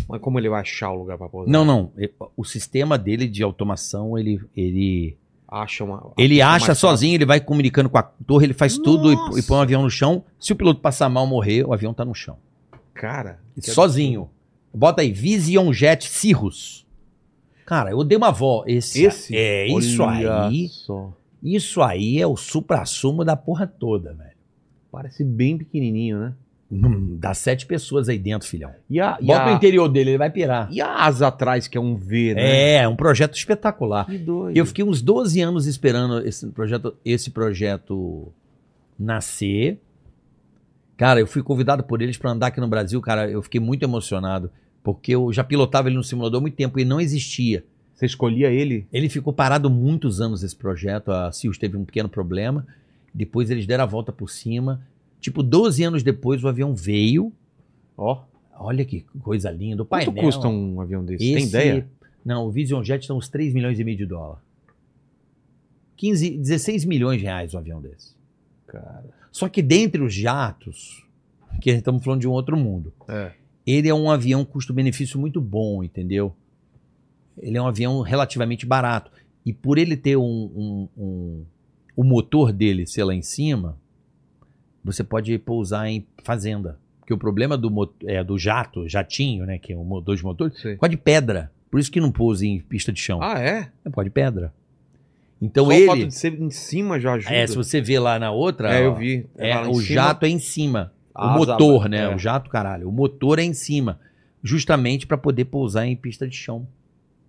Speaker 1: Mas como ele vai achar o lugar pra pousar?
Speaker 3: Não, não. e- O sistema dele de automação, ele, ele,
Speaker 1: Acha uma...
Speaker 3: ele
Speaker 1: uma
Speaker 3: acha
Speaker 1: mais
Speaker 3: sozinho, ele vai comunicando com a torre, ele faz tudo e, e põe um
Speaker 1: Nossa.
Speaker 3: avião no chão. Se o piloto passar mal, morrer, o avião tá no chão.
Speaker 1: fácil. Cara. que é
Speaker 3: sozinho. Bota aí, Vision Jet Cirrus. Cara, eu dei uma avó. Esse,
Speaker 1: Esse?
Speaker 3: É,
Speaker 1: absurdo.
Speaker 3: isso
Speaker 1: Olha
Speaker 3: aí.
Speaker 1: só.
Speaker 3: Isso aí é o supra-sumo da porra toda, velho.
Speaker 1: Parece bem pequenininho, né?
Speaker 3: Hum, dá sete pessoas aí dentro, filhão.
Speaker 1: E a, Ah, e,
Speaker 3: Bota o
Speaker 1: a,
Speaker 3: interior dele, ele vai pirar.
Speaker 1: e a asa atrás, que é um V, né?
Speaker 3: É, é um projeto espetacular.
Speaker 1: Que doido.
Speaker 3: Eu fiquei uns 12 anos esperando esse projeto, esse projeto nascer. Cara, eu fui convidado por eles para andar aqui no Brasil, cara, eu fiquei muito emocionado, porque eu já pilotava ele no simulador há muito tempo e não existia.
Speaker 1: Você escolhia ele?
Speaker 3: Ele ficou parado muitos anos esse projeto, a Sirius teve um pequeno problema, depois eles deram a volta por cima. Tipo, 12 anos depois o avião veio.
Speaker 1: Ó.
Speaker 3: Olha que coisa linda, o
Speaker 1: Quanto
Speaker 3: painel.
Speaker 1: custa um avião desse? Tem
Speaker 3: Esse-
Speaker 1: ideia?
Speaker 3: Não, o Vision Jet são uns 3 milhões e meio de dólar. 15, 16 milhões de reais um avião desse.
Speaker 1: Cara.
Speaker 3: Só que dentre os jatos, que estamos falando de um outro mundo,
Speaker 1: É.
Speaker 3: ele é um avião custo-benefício muito bom, entendeu? Ele é um avião relativamente barato. E por ele ter um, um- um- o motor dele ser lá em cima, você pode pousar em fazenda. Porque o problema do, mo- é, do jato, jatinho, né, que é um, mo- dois motores,
Speaker 1: Sei.
Speaker 3: Pode pedra. Por isso que não pousa em pista de chão.
Speaker 1: Ah, é?
Speaker 3: É pó de pedra. Então
Speaker 1: Só o fato
Speaker 3: ele.
Speaker 1: de ser em cima já ajuda.
Speaker 3: É, se você vê lá na outra.
Speaker 1: É, eu
Speaker 3: ó,
Speaker 1: vi.
Speaker 3: é,
Speaker 1: Lá em
Speaker 3: o
Speaker 1: cima,
Speaker 3: jato é em cima. O
Speaker 1: a asa-
Speaker 3: motor, né?
Speaker 1: é.
Speaker 3: O jato, caralho. O motor é em cima. Justamente para poder pousar em pista de chão.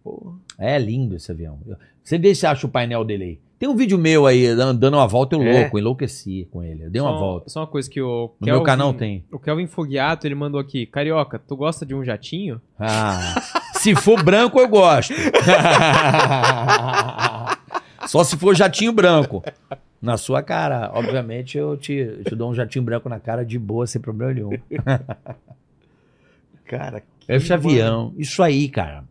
Speaker 1: Porra.
Speaker 3: É lindo esse avião. Eu- Você vê se acha o painel dele aí. Tem um vídeo meu aí, dan- dando uma volta, eu
Speaker 1: É.
Speaker 3: louco, enlouqueci com ele. Eu dei uma
Speaker 2: Só-
Speaker 3: volta.
Speaker 2: Só uma coisa que o
Speaker 3: No
Speaker 1: é
Speaker 3: meu canal tem.
Speaker 2: O Kelvin Fogiato, ele mandou aqui. Carioca, tu gosta de um jatinho?
Speaker 3: Ah, se for branco, eu gosto. Só se for jatinho branco. Na sua cara. Obviamente, eu te, te dou um jatinho branco na cara de boa, sem problema nenhum.
Speaker 1: Cara, que
Speaker 3: É Esse avião. Isso aí, cara.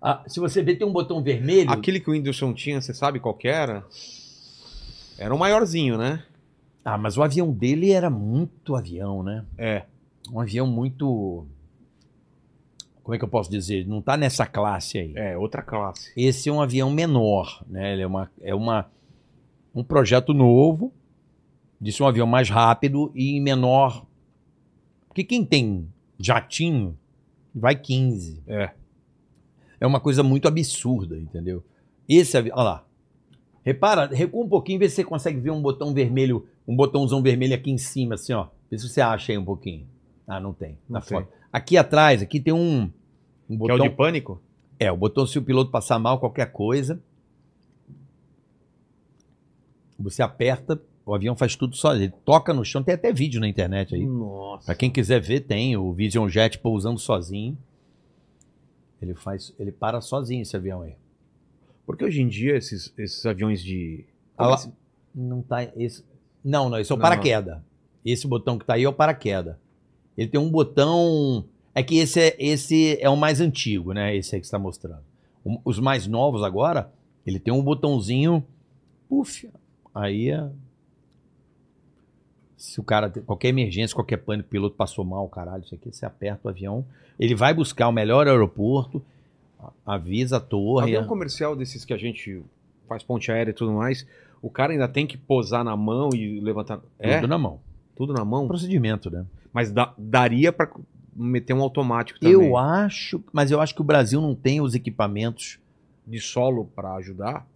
Speaker 3: Ah, se você ver, tem um botão vermelho.
Speaker 1: Aquele que o Whindersson tinha, você sabe qual que era? Era um maiorzinho, né?
Speaker 3: Ah, mas o avião dele era muito avião, né?
Speaker 1: É.
Speaker 3: Um avião muito. Como é que eu posso dizer? Não tá nessa classe aí.
Speaker 1: É, outra classe.
Speaker 3: Esse é um avião menor, né? Ele é uma, é uma um projeto novo de ser um avião mais rápido e menor. Porque quem tem jatinho vai 15.
Speaker 1: É.
Speaker 3: É uma coisa muito absurda, entendeu? Esse avião, olha lá. Repara, recua um pouquinho, vê se você consegue ver um botão vermelho, um botãozão vermelho aqui em cima, assim, ó. Vê se você acha aí um pouquinho. Ah, não tem.
Speaker 1: Não
Speaker 3: na
Speaker 1: tem.
Speaker 3: foto. Aqui atrás, aqui tem um, um
Speaker 1: Que é
Speaker 3: botão.
Speaker 1: o de pânico?
Speaker 3: É, o botão se o piloto passar mal, qualquer coisa. Você aperta, o avião faz tudo sozinho. Ele toca no chão, tem até vídeo na internet aí.
Speaker 1: Nossa.
Speaker 3: Pra quem quiser ver, tem o Vision Jet pousando sozinho. Ele faz, ele para sozinho esse avião aí.
Speaker 1: Porque hoje em dia esses, esses aviões de.
Speaker 3: Ah lá.
Speaker 1: Como
Speaker 3: Não tá esse, Não, não, esse é o
Speaker 1: Não.
Speaker 3: paraquedas. Esse botão que tá aí é o paraquedas. Ele tem um botão, é que esse é esse é o mais antigo, né? Esse aí que está mostrando. O- os mais novos agora, ele tem um botãozinho Puf. Aí é. Se o cara. tem- Qualquer emergência, qualquer pânico, o piloto passou mal, caralho, isso aqui, você aperta o avião. Ele vai buscar o melhor aeroporto, a- avisa a
Speaker 1: é?
Speaker 3: torre.
Speaker 1: Avião comercial desses que a gente faz ponte aérea e tudo mais, o cara ainda tem que posar na mão e levantar. É?
Speaker 3: Tudo né? na mão.
Speaker 1: Tudo na
Speaker 3: Um
Speaker 1: mão?
Speaker 3: procedimento, né?
Speaker 1: Mas dá- daria pra meter um automático também.
Speaker 3: Eu acho. Mas eu acho que o Brasil não tem os equipamentos.
Speaker 1: De solo pra ajudar?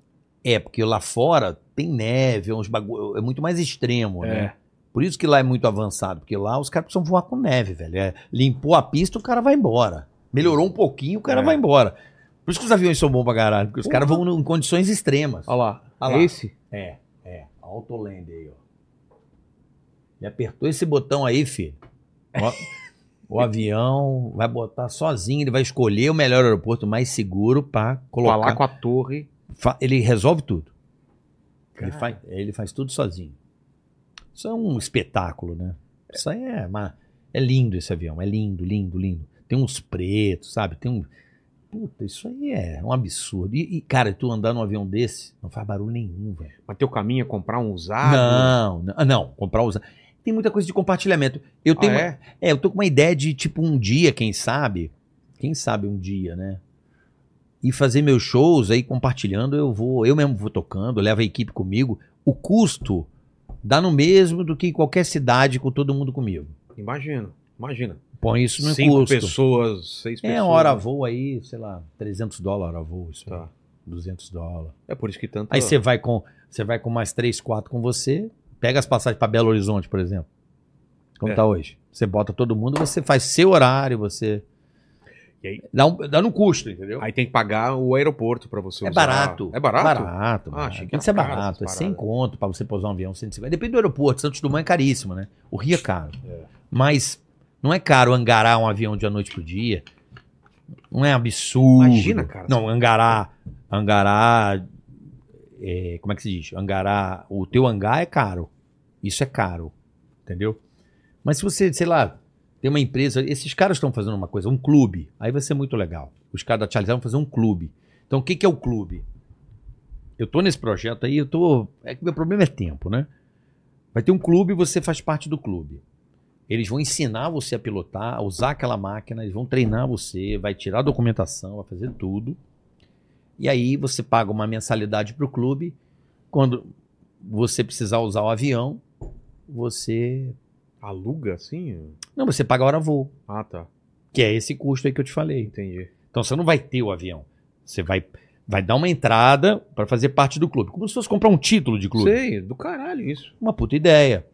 Speaker 3: É, porque lá fora tem neve, é uns bagulho. É muito mais extremo, né? Por isso que lá é muito avançado, porque lá os caras precisam voar com neve, velho. É, limpou a pista, o cara vai embora. Melhorou um pouquinho, o cara
Speaker 1: É.
Speaker 3: vai embora. Por isso que os aviões são bons pra caralho, porque os
Speaker 1: Porra.
Speaker 3: caras vão em condições extremas.
Speaker 2: Ah É
Speaker 1: Olha lá.
Speaker 3: Olha
Speaker 1: É
Speaker 3: lá.
Speaker 1: esse?
Speaker 3: É, é. Autoland aí, ó. E apertou esse botão aí, filho. Ó, o avião vai botar sozinho, ele vai escolher o melhor aeroporto mais seguro pra colocar.
Speaker 4: Falar com a torre.
Speaker 3: Fa- Ele resolve tudo. Ele faz, ele faz tudo sozinho. Isso é um espetáculo, né? Isso aí é, uma- é lindo esse avião. É lindo, lindo, lindo. Tem uns pretos, sabe? Tem um. Puta, isso aí é um absurdo. E, e, cara, tu andar num avião desse não faz barulho nenhum, velho.
Speaker 1: Mas teu caminho é comprar um usado?
Speaker 3: Não, não, não, comprar usar. Tem muita coisa de compartilhamento. Eu
Speaker 1: Ah,
Speaker 3: tenho, uma-
Speaker 1: é?
Speaker 3: é, eu tô com uma ideia de, tipo, um dia, quem sabe? Quem sabe um dia, né? E fazer meus shows aí compartilhando, eu vou, eu mesmo vou tocando, levo a equipe comigo. O custo dá no mesmo do que em qualquer cidade com todo mundo comigo.
Speaker 1: Imagino, imagina.
Speaker 3: Põe isso no
Speaker 1: Cinco
Speaker 3: custo.
Speaker 1: pessoas, seis pessoas.
Speaker 3: É, hora voo aí, sei lá, 300 dólares a voo, isso aí,
Speaker 1: Tá.
Speaker 3: 200 dólares.
Speaker 1: É por isso que tanto...
Speaker 3: Aí você vai com você vai com mais três, quatro com você, pega as passagens para Belo Horizonte, por exemplo. Como
Speaker 1: É.
Speaker 3: tá hoje? Você bota todo mundo, você faz seu horário, você
Speaker 1: E aí?
Speaker 3: dá um dá no custo, entendeu?
Speaker 1: Aí tem que pagar o aeroporto pra você
Speaker 3: é
Speaker 1: usar.
Speaker 3: barato.
Speaker 1: É barato?
Speaker 3: Barato.
Speaker 1: Ah,
Speaker 3: barato.
Speaker 1: achei que
Speaker 3: Tem que
Speaker 1: era
Speaker 3: ser
Speaker 1: caro
Speaker 3: barato, é
Speaker 1: essas
Speaker 3: 100
Speaker 1: paradas.
Speaker 3: conto para você pousar um avião 150. Depende do aeroporto, Santos Dumont é caríssimo, né? O Rio é caro. Mas não é caro angarar um avião de a noite pro dia. Não é absurdo.
Speaker 1: Imagina, cara.
Speaker 3: Não, angará, angará é, como é que se diz? Angará, o teu hangar é caro. Isso é caro, entendeu? Mas se você, sei lá, tem uma empresa, esses caras estão fazendo uma coisa, um clube, aí vai ser muito legal. Os caras da Charles vão fazer um clube. Então, o que, que é o clube? Eu tô nesse projeto aí, eu tô. É que meu problema é tempo, né? Vai ter um clube e você faz parte do clube. Eles vão ensinar você a pilotar, a usar aquela máquina, eles vão treinar você, vai tirar a documentação, vai fazer tudo. E aí você paga uma mensalidade para o clube. Quando você precisar usar o avião, você.
Speaker 1: Aluga, assim?
Speaker 3: Não, você paga a hora voo,
Speaker 1: Ah, tá.
Speaker 3: que é esse custo aí que eu te falei.
Speaker 1: Entendi.
Speaker 3: Então você não vai ter o avião. Você vai, vai dar uma entrada para fazer parte do clube. Como se fosse comprar um título de clube.
Speaker 1: Sei, do caralho isso.
Speaker 3: Uma puta ideia.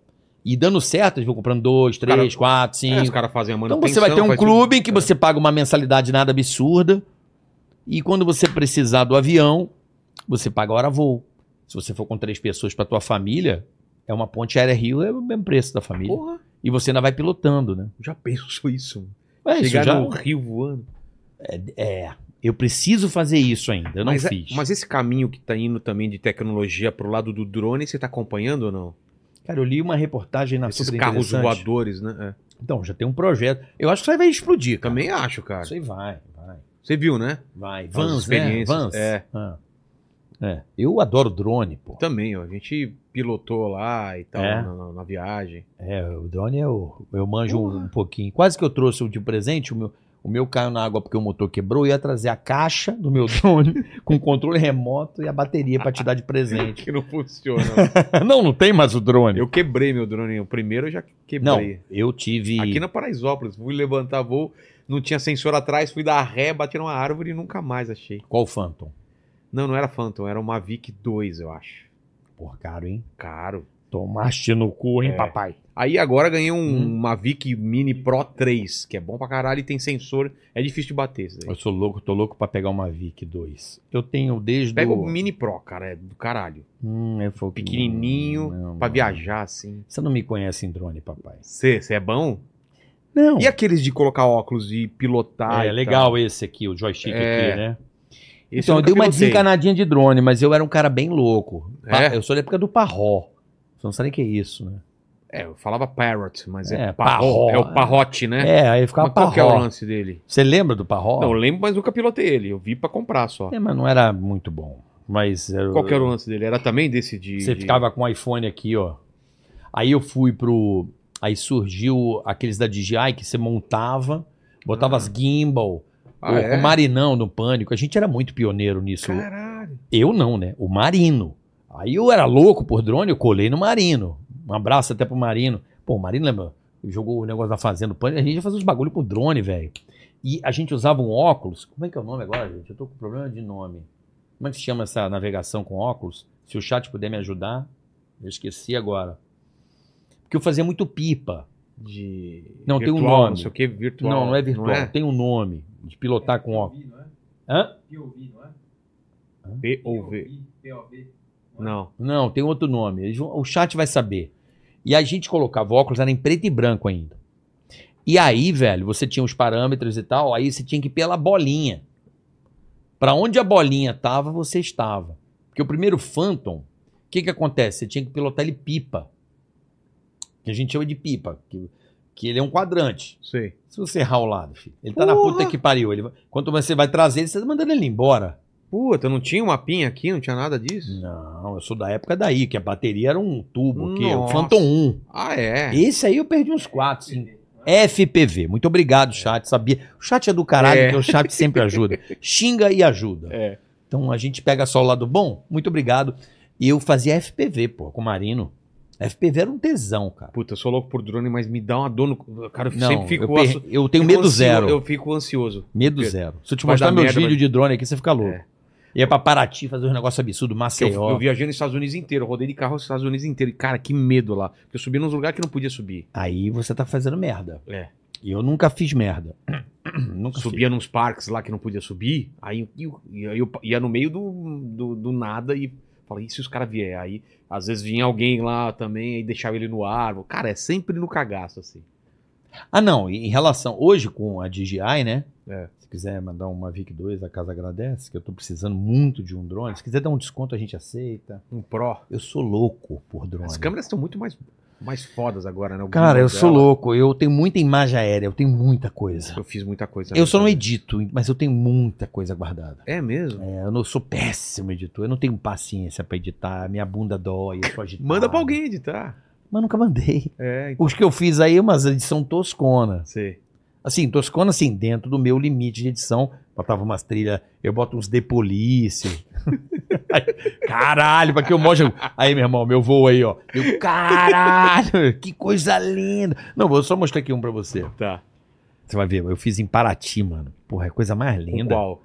Speaker 3: E dando certo, eles vão comprando dois, três,
Speaker 1: Cara,
Speaker 3: quatro,
Speaker 1: É,
Speaker 3: cinco.
Speaker 1: os caras fazem a
Speaker 3: Então
Speaker 1: manutenção.
Speaker 3: você vai ter um
Speaker 1: faz tudo.
Speaker 3: clube em que
Speaker 1: É.
Speaker 3: você paga uma mensalidade nada absurda. E quando você precisar do avião, você paga a hora voo. Se você for com três pessoas para tua família, é uma ponte aérea Rio, é o mesmo preço da família.
Speaker 1: Porra,
Speaker 3: E você ainda vai pilotando, né?
Speaker 1: já pensou isso?
Speaker 3: É, isso
Speaker 1: Chegar
Speaker 3: já-
Speaker 1: no rio voando.
Speaker 3: é, eu preciso fazer isso ainda, eu não
Speaker 1: mas, é-
Speaker 3: fiz.
Speaker 1: mas esse caminho que tá indo também de tecnologia pro lado do drone, você tá acompanhando ou não?
Speaker 3: Cara, eu li uma reportagem na
Speaker 1: Esses
Speaker 3: super
Speaker 1: carros
Speaker 3: Tá interessante.
Speaker 1: voadores, né? É.
Speaker 3: Então, já tem um projeto. Eu acho que isso aí vai explodir, cara.
Speaker 1: Também acho, cara.
Speaker 3: Isso aí vai, vai.
Speaker 1: Você viu, né?
Speaker 3: Vai,
Speaker 1: As
Speaker 3: Vans, né?
Speaker 1: experiências,
Speaker 3: Vans.
Speaker 1: é.
Speaker 3: Ah. É. Eu adoro drone, pô.
Speaker 1: Também, ó. A gente pilotou lá e tal,
Speaker 3: É?
Speaker 1: na, na- na viagem.
Speaker 3: É, o drone eu, eu manjo um, um pouquinho. Quase que eu trouxe o de presente, o meu, o meu caiu na água porque o motor quebrou. Eu ia trazer a caixa do meu drone com controle remoto e a bateria pra te dar de presente.
Speaker 1: Que não funciona.
Speaker 3: não, não tem mais o drone.
Speaker 1: eu quebrei meu drone. O primeiro eu já
Speaker 3: não,
Speaker 1: quebrei.
Speaker 3: eu tive.
Speaker 1: Aqui na Paraisópolis, fui levantar voo, não tinha sensor atrás, fui dar ré, bati numa árvore e nunca mais achei.
Speaker 3: Qual Phantom?
Speaker 1: Não, não era Phantom, era uma Mavic 2, eu acho.
Speaker 3: Porra, caro, hein?
Speaker 1: Caro.
Speaker 3: Tomaste no cu, hein,
Speaker 1: É.
Speaker 3: papai?
Speaker 1: Aí agora ganhei um
Speaker 3: Hum.
Speaker 1: Mavic Mini Pro 3, que é bom pra caralho e tem sensor. É difícil de bater isso daí.
Speaker 3: Eu sou louco, tô louco pra pegar uma Vic 2. Eu tenho desde.
Speaker 1: Pega
Speaker 3: o.
Speaker 1: o Mini Pro, cara, é do caralho.
Speaker 3: Hum, eu falo que-
Speaker 1: Pequenininho,
Speaker 3: Não,
Speaker 1: Pra
Speaker 3: não.
Speaker 1: viajar, assim.
Speaker 3: Você não me conhece em drone, papai.
Speaker 1: Você é bom?
Speaker 3: Não.
Speaker 1: E aqueles de colocar óculos e pilotar? e
Speaker 3: é
Speaker 1: tal?
Speaker 3: legal esse aqui, o joystick
Speaker 1: É.
Speaker 3: aqui, né?
Speaker 1: Esse
Speaker 3: então, eu
Speaker 1: nunca
Speaker 3: dei uma
Speaker 1: pilotei.
Speaker 3: desencanadinha de drone, mas eu era um cara bem louco. Pa-
Speaker 1: É?
Speaker 3: Eu sou da época do parró. Você não sabe nem o que é isso, né?
Speaker 1: É, eu falava Parrot, mas é,
Speaker 3: É,
Speaker 1: parró.
Speaker 3: parró.
Speaker 1: É o parrote, né?
Speaker 3: É, aí ficava
Speaker 1: mas qual que é o
Speaker 3: parró.
Speaker 1: lance dele?
Speaker 3: Você lembra do parró?
Speaker 1: Não, eu lembro, mas nunca pilotei ele. Eu vi pra comprar só.
Speaker 3: É, mas não era muito bom. Mas era-
Speaker 1: Qual que era o lance dele? Era também desse de.
Speaker 3: você
Speaker 1: de-
Speaker 3: ficava com o iPhone aqui, ó. Aí eu fui pro... Aí surgiu aqueles da DJI que você montava,
Speaker 1: Ah.
Speaker 3: botava as gimbal,
Speaker 1: Ah,
Speaker 3: o,
Speaker 1: é?
Speaker 3: o Marinão no Pânico. A gente era muito pioneiro nisso.
Speaker 1: Caralho.
Speaker 3: Eu não, né? O Marino. Aí eu era louco por drone, eu colei no Marino. Um abraço até pro Marino. Pô, o Marino lembra? Jogou o negócio da Fazenda Pânico. A gente ia fazer uns bagulho por drone, velho. E a gente usava um óculos. Como é que é o nome agora, gente? Eu tô com problema de nome. Como é que se chama essa navegação com óculos? Se o chat puder me ajudar, eu esqueci agora. Porque eu fazia muito pipa.
Speaker 1: De.
Speaker 3: Não, tem um
Speaker 1: virtual, Não
Speaker 3: nome.
Speaker 1: sei o que, virtual.
Speaker 3: não, não é virtual. Tem um nome de pilotar com óculos.
Speaker 5: POV, não é?
Speaker 3: Hã?
Speaker 5: POV, não é?
Speaker 1: P ou V.
Speaker 5: POV.
Speaker 1: Não.
Speaker 3: Não, tem outro nome. Eles vão- O chat vai saber. E a gente colocava óculos, era em preto e branco ainda. E aí, velho, você tinha os parâmetros e tal, aí você tinha que ir pela bolinha. Pra onde a bolinha tava, você estava. Porque o primeiro Phantom, o que que acontece? Você tinha que pilotar ele pipa. Que a gente chama de pipa, que, que ele é um quadrante.
Speaker 1: Sei.
Speaker 3: Se você errar o lado, filho, ele tá na puta que pariu. Ele, vai- quando você vai trazer ele, você tá mandando ele embora.
Speaker 1: Puta, não tinha uma pinha aqui, não tinha nada
Speaker 3: Hum.
Speaker 1: disso?
Speaker 3: Não, eu sou da época daí, que a bateria era um tubo, que o
Speaker 1: Nossa.
Speaker 3: Phantom 1.
Speaker 1: Ah, é.
Speaker 3: Esse aí eu perdi uns 4, 5. FPV, muito obrigado, chat. Sabia? O chat é do caralho,
Speaker 1: É.
Speaker 3: porque o chat sempre ajuda. Xinga e ajuda.
Speaker 4: É.
Speaker 3: Então a gente pega só o lado bom, muito obrigado. E eu fazia FPV, pô, com o Marino. FPV era um tesão, cara.
Speaker 1: Puta, eu sou louco por drone, mas me dá uma dor no. Cara, eu
Speaker 3: Não,
Speaker 1: sempre fico.
Speaker 3: eu, per-
Speaker 1: asso-
Speaker 3: eu
Speaker 1: fico
Speaker 3: tenho medo
Speaker 1: ansioso,
Speaker 3: zero.
Speaker 1: Eu fico ansioso.
Speaker 3: Medo
Speaker 1: Pedro.
Speaker 3: zero. Se eu te
Speaker 1: Vai
Speaker 3: mostrar
Speaker 1: dar
Speaker 3: meus
Speaker 1: merda,
Speaker 3: vídeos de drone aqui, você fica louco.
Speaker 1: É.
Speaker 3: E é pra Paraty fazer um negócio absurdo,
Speaker 1: Eu,
Speaker 3: Maceió.
Speaker 1: eu viajei nos Estados Unidos inteiro, eu rodei de carro nos Estados Unidos inteiro. E, cara, que medo lá. Porque eu subi num lugar que não podia subir.
Speaker 3: Aí você tá fazendo merda.
Speaker 1: É.
Speaker 3: E eu nunca fiz merda. nunca
Speaker 1: Subia nos parques lá que não podia subir. Aí eu, e aí eu ia no meio do, do, do nada e falei, e se os caras vier? Aí, às vezes vinha alguém lá também e deixava ele no ar. Cara, é sempre no cagaço, assim.
Speaker 3: fiz. Ah, não. e Em relação. Hoje com a DJI, né?
Speaker 1: É.
Speaker 3: Se quiser mandar uma Vic 2, a casa agradece, que eu tô precisando muito de um drone. Se quiser dar um desconto, a gente aceita.
Speaker 1: Um pró.
Speaker 3: Eu sou louco por drone.
Speaker 1: As câmeras estão muito mais, mais fodas agora, né? O
Speaker 3: Cara, eu
Speaker 1: brilho
Speaker 3: sou
Speaker 1: dela.
Speaker 3: louco. Eu tenho muita imagem aérea, eu tenho muita coisa.
Speaker 1: Eu fiz muita coisa.
Speaker 3: Eu um só não
Speaker 1: nessa
Speaker 3: edito, mas eu tenho muita coisa guardada.
Speaker 1: vida. É mesmo?
Speaker 3: É, eu não sou péssimo editor, eu não tenho paciência pra editar, minha bunda dói, eu sou agitado.
Speaker 1: Manda pra alguém editar.
Speaker 3: Mas nunca mandei.
Speaker 1: É,
Speaker 3: Os que eu fiz aí, umas edição toscona.
Speaker 1: sei.
Speaker 3: Assim, toscona assim, dentro do meu limite de edição. Botava umas trilhas, eu boto uns de polícia. caralho, pra que eu mostro. Aí, meu irmão, meu voo aí, ó. Eu, caralho, que coisa linda. Não, vou só mostrar aqui um pra você.
Speaker 1: Tá.
Speaker 3: Você vai ver, eu fiz em Paraty, mano. Porra, é a coisa mais
Speaker 1: Com
Speaker 3: linda.
Speaker 1: qual?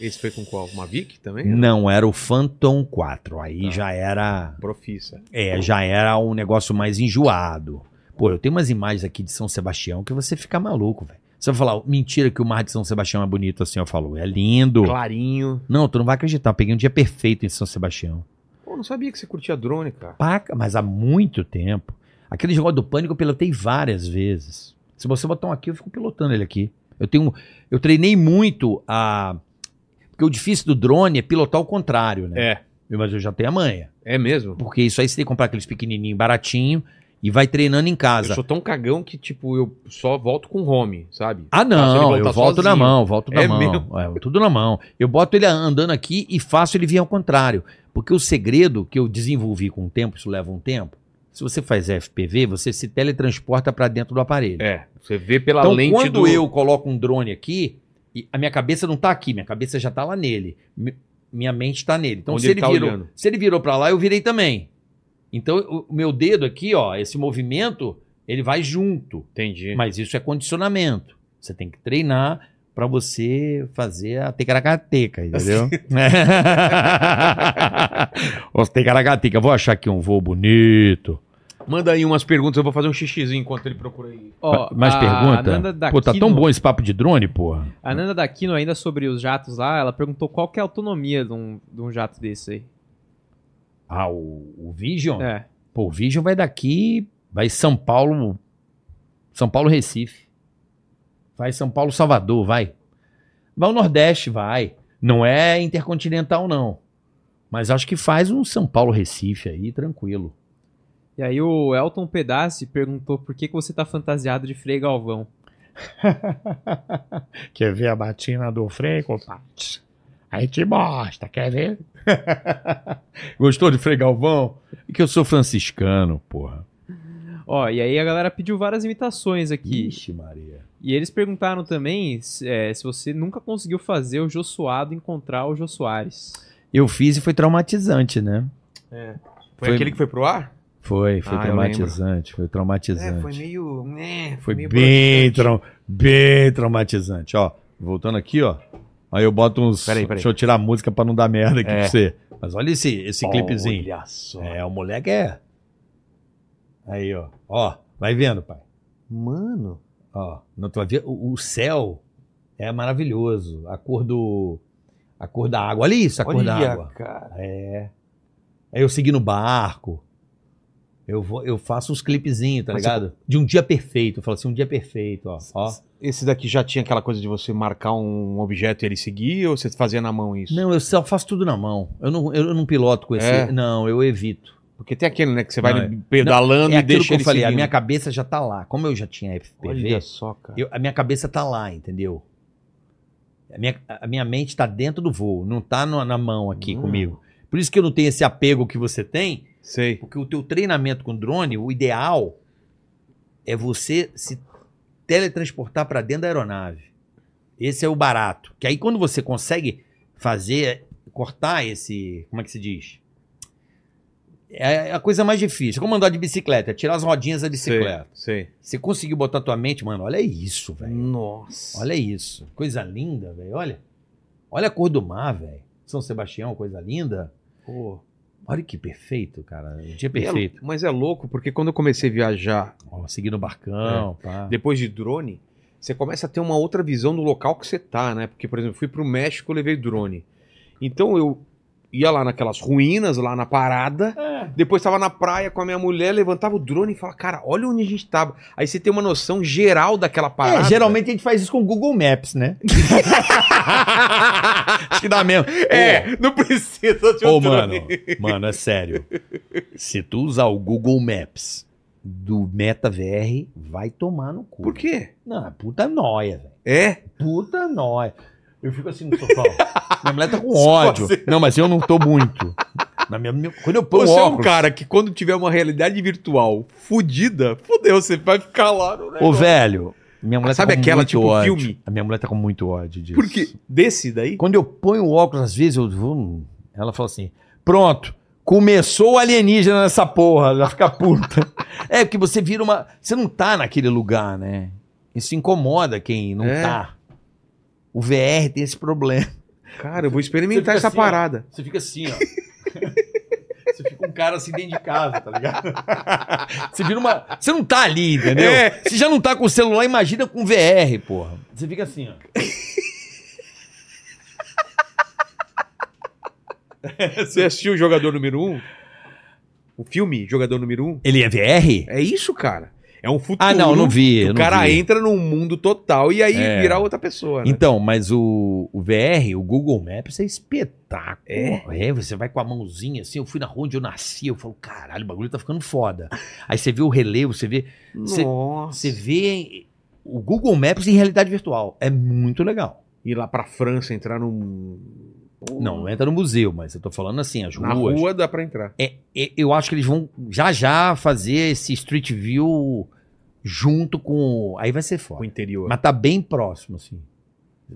Speaker 1: Esse foi com qual? Uma Vic também?
Speaker 3: Não, era o Phantom 4. Aí
Speaker 1: Tá.
Speaker 3: já era.
Speaker 1: Profissa.
Speaker 3: É, já era um negócio mais enjoado. Pô, eu tenho umas imagens aqui de São Sebastião que você fica maluco, velho. Você vai falar, mentira que o mar de São Sebastião é bonito assim, eu falo, é lindo.
Speaker 1: Clarinho.
Speaker 3: Não, tu não vai acreditar, eu peguei um dia perfeito em São Sebastião.
Speaker 1: Pô, não sabia que você curtia drone, cara.
Speaker 3: Paca, mas há muito tempo. Aquele negócio do pânico eu pilotei várias vezes. Se você botar um aqui, eu fico pilotando ele aqui. Eu tenho, eu treinei muito a... Porque o difícil do drone é pilotar o contrário, né?
Speaker 1: É.
Speaker 3: Mas eu já tenho a manha.
Speaker 1: É mesmo?
Speaker 3: Porque isso aí você tem que comprar aqueles pequenininhos, baratinho, e vai treinando em casa.
Speaker 1: Eu sou tão cagão que, tipo, eu só volto com home, sabe?
Speaker 3: Ah,
Speaker 1: Ah, se
Speaker 3: não,
Speaker 1: ele
Speaker 3: eu
Speaker 1: voltar
Speaker 3: volto na
Speaker 1: sozinho.
Speaker 3: mão, volto na
Speaker 1: É
Speaker 3: mão.
Speaker 1: mesmo?
Speaker 3: É, tudo na mão. Eu boto ele andando aqui e faço ele vir ao contrário. Porque o segredo que eu desenvolvi com o tempo, isso leva um tempo, se você faz FPV, você se teletransporta para dentro do aparelho.
Speaker 1: É. Você vê pela
Speaker 3: então,
Speaker 1: lente
Speaker 3: quando
Speaker 1: do.
Speaker 3: eu coloco um drone aqui, e a minha cabeça não tá aqui, minha cabeça já tá lá nele. Mi- Minha mente tá nele. Então,
Speaker 1: Onde
Speaker 3: se
Speaker 1: ele
Speaker 3: ele,
Speaker 1: tá
Speaker 3: virou,
Speaker 1: olhando.
Speaker 3: se ele virou para lá, eu virei também. Então, o o meu dedo aqui, ó, esse movimento, ele vai junto.
Speaker 1: Entendi.
Speaker 3: Mas isso é condicionamento. Você tem que treinar pra você fazer a tecaracateca, entendeu? Os tecaracateca. Vou achar aqui um voo bonito.
Speaker 1: Manda aí umas perguntas, eu vou fazer um xixizinho enquanto ele procura aí.
Speaker 2: Ó,
Speaker 3: Mais
Speaker 1: Ah,
Speaker 2: a
Speaker 3: pergunta?
Speaker 2: Nanda da
Speaker 3: Pô, tá tão
Speaker 2: Quino-
Speaker 3: bom esse papo de drone, porra.
Speaker 2: A Nanda Daquino, ainda sobre os jatos lá, ela perguntou qual que é a autonomia de um, de um jato desse aí.
Speaker 3: Ah, o, o Vision?
Speaker 2: É.
Speaker 3: Pô, o Vision vai daqui, vai São Paulo, São Paulo, Recife. Vai São Paulo, Salvador, vai. Vai o Nordeste, vai. Não é intercontinental, não. Mas acho que faz um São Paulo, Recife aí, tranquilo.
Speaker 2: E aí o Elton Pedace perguntou por que, que você tá fantasiado de Frei Galvão.
Speaker 4: Quer ver a batina do freio, compadre? A gente mostra, quer ver?
Speaker 3: Gostou de Frei Galvão? É que eu sou franciscano, porra.
Speaker 2: Ó, e aí a galera pediu várias imitações aqui.
Speaker 3: Ixi, Maria.
Speaker 2: E eles perguntaram também se- é, se você nunca conseguiu fazer o Jô Suado encontrar o Jô Soares.
Speaker 3: Eu fiz e foi traumatizante, né?
Speaker 1: Foi,
Speaker 3: Foi-
Speaker 1: aquele que foi pro ar?
Speaker 3: Foi, foi
Speaker 1: Ah, eu
Speaker 3: traumatizante, foi traumatizante.
Speaker 1: É, meio. né,
Speaker 3: Foi
Speaker 1: meio
Speaker 3: bem,
Speaker 1: broxante.
Speaker 3: trau- bem traumatizante. Ó, voltando aqui, ó. Aí eu boto uns.
Speaker 1: Peraí, peraí.
Speaker 3: Deixa eu tirar a música pra não dar merda aqui
Speaker 1: É.
Speaker 3: pra você. Mas olha esse, esse clipezinho.
Speaker 1: Olha só.
Speaker 3: É, o moleque é. Aí, ó. Ó, vai vendo, pai.
Speaker 1: Mano.
Speaker 3: Ó, não tu vai ver. O, o céu é maravilhoso. A cor do. A cor da água. Olha isso, a cor da água.
Speaker 1: cara.
Speaker 3: É. Aí eu segui no barco. Eu, vou, eu faço uns clipezinhos, tá
Speaker 1: Mas
Speaker 3: ligado? De um dia perfeito. Eu falo assim, um dia perfeito, ó. ó.
Speaker 1: Esse daqui já tinha aquela coisa de você marcar um objeto e ele seguir, ou você fazia na mão isso?
Speaker 3: Não, eu só faço tudo na mão. Eu não, eu não piloto com esse.
Speaker 1: É.
Speaker 3: Não, eu evito.
Speaker 1: Porque tem aquele, né, que você vai
Speaker 3: Não, é-
Speaker 1: pedalando e
Speaker 3: é aquilo
Speaker 1: deixa
Speaker 3: que eu
Speaker 1: ele
Speaker 3: falei, a
Speaker 1: seguindo.
Speaker 3: minha cabeça já tá lá. Como eu já tinha FPV,
Speaker 1: Olha só, cara.
Speaker 3: eu- a minha cabeça tá lá, entendeu? A minha, a minha mente tá dentro do voo, não tá no- na mão aqui
Speaker 1: Hum.
Speaker 3: comigo. Por isso que eu não tenho esse apego que você tem,
Speaker 1: Sei.
Speaker 3: porque o teu treinamento com drone, o ideal é você se teletransportar para dentro da aeronave. Esse é o barato. Que aí quando você consegue fazer, cortar esse, como é que se diz? É a coisa mais difícil. É como andar de bicicleta, é tirar as rodinhas da bicicleta.
Speaker 1: Sei.
Speaker 3: Você conseguiu botar tua mente, mano, olha isso, velho.
Speaker 1: Nossa.
Speaker 3: Olha isso. Coisa linda, velho. Olha. Olha a cor do mar, velho. São Sebastião, coisa linda.
Speaker 1: Pô,
Speaker 3: Olha que perfeito, cara. Um dia
Speaker 1: é-
Speaker 3: perfeito.
Speaker 1: mas é louco, porque quando eu comecei a viajar
Speaker 3: Ó, seguindo o
Speaker 1: É.
Speaker 3: barcão, pá.
Speaker 1: depois de drone, você começa a ter uma outra visão do local que você tá, né? Porque, por exemplo, fui pro México, eu levei drone. Então eu ia lá naquelas ruínas, lá na parada, depois tava na praia com a minha mulher, levantava o drone e falava, cara, olha onde a gente tava. Aí você tem uma noção geral daquela parada.
Speaker 3: É, geralmente a gente faz isso com o Google Maps, né? Acho que dá mesmo.
Speaker 1: É, não precisa de um
Speaker 3: Ô, mano,
Speaker 1: drone.
Speaker 3: mano, é sério. Se tu usar o Google Maps do MetaVR, vai tomar no cu.
Speaker 1: Por quê?
Speaker 3: Não, é puta noia, velho.
Speaker 1: É?
Speaker 3: Puta nóia. Eu fico assim no sofá. ó. minha mulher tá com ódio.
Speaker 1: Você-
Speaker 3: Não, mas eu não tô muito. Na minha, minha- quando eu pôr o
Speaker 1: Você é um
Speaker 3: óculos...
Speaker 1: cara que quando tiver uma realidade virtual fudida, fudeu, você vai ficar lá no
Speaker 3: Ô,
Speaker 1: negócio.
Speaker 3: velho, minha mulher
Speaker 1: Sabe
Speaker 3: tá com
Speaker 1: aquela,
Speaker 3: muito
Speaker 1: tipo,
Speaker 3: ódio.
Speaker 1: filme?
Speaker 3: A minha mulher tá com muito ódio disso.
Speaker 1: Por quê? Desse daí?
Speaker 3: Quando eu ponho o óculos, às vezes eu vou... Ela fala assim, pronto, começou o alienígena nessa porra. Ela fica puta. é, porque você vira uma... Você não tá naquele lugar, né? Isso incomoda quem não
Speaker 1: É.
Speaker 3: tá. O VR tem esse problema.
Speaker 1: Cara, eu vou
Speaker 3: Você fica
Speaker 1: experimentar essa
Speaker 3: assim, ó.
Speaker 1: parada.
Speaker 3: Você fica assim, ó. Você fica um cara assim dentro de casa, tá ligado? Você vira uma. Você não tá ali, entendeu?
Speaker 1: É.
Speaker 3: Você já não tá com o celular, imagina com VR, porra. Você fica assim, ó.
Speaker 1: Você assistiu o Jogador Número 1? O filme Jogador Número 1?
Speaker 3: Ele é VR?
Speaker 1: É isso, cara. É um futuro.
Speaker 3: Ah, não, não vi. eu
Speaker 1: O
Speaker 3: não
Speaker 1: cara
Speaker 3: vi.
Speaker 1: entra né? num mundo total e aí
Speaker 3: É.
Speaker 1: vira outra pessoa, né?
Speaker 3: Então, mas o, o VR, o Google Maps é espetáculo. É? você vai com a mãozinha assim, eu fui na rua onde eu nasci, eu falo, caralho, o bagulho tá ficando foda. Aí você vê o relevo, você vê Você-
Speaker 1: Nossa.
Speaker 3: Você vê o Google Maps em realidade virtual. É muito legal.
Speaker 1: Ir lá pra França, entrar num...
Speaker 3: Não é entra no museu, mas eu tô falando assim, as
Speaker 1: Na
Speaker 3: ruas.
Speaker 1: rua dá pra entrar.
Speaker 3: E- Eu acho que eles vão já já fazer esse Street View junto com. Aí vai ser
Speaker 1: O
Speaker 3: foda.
Speaker 1: interior.
Speaker 3: Mas tá bem próximo, assim.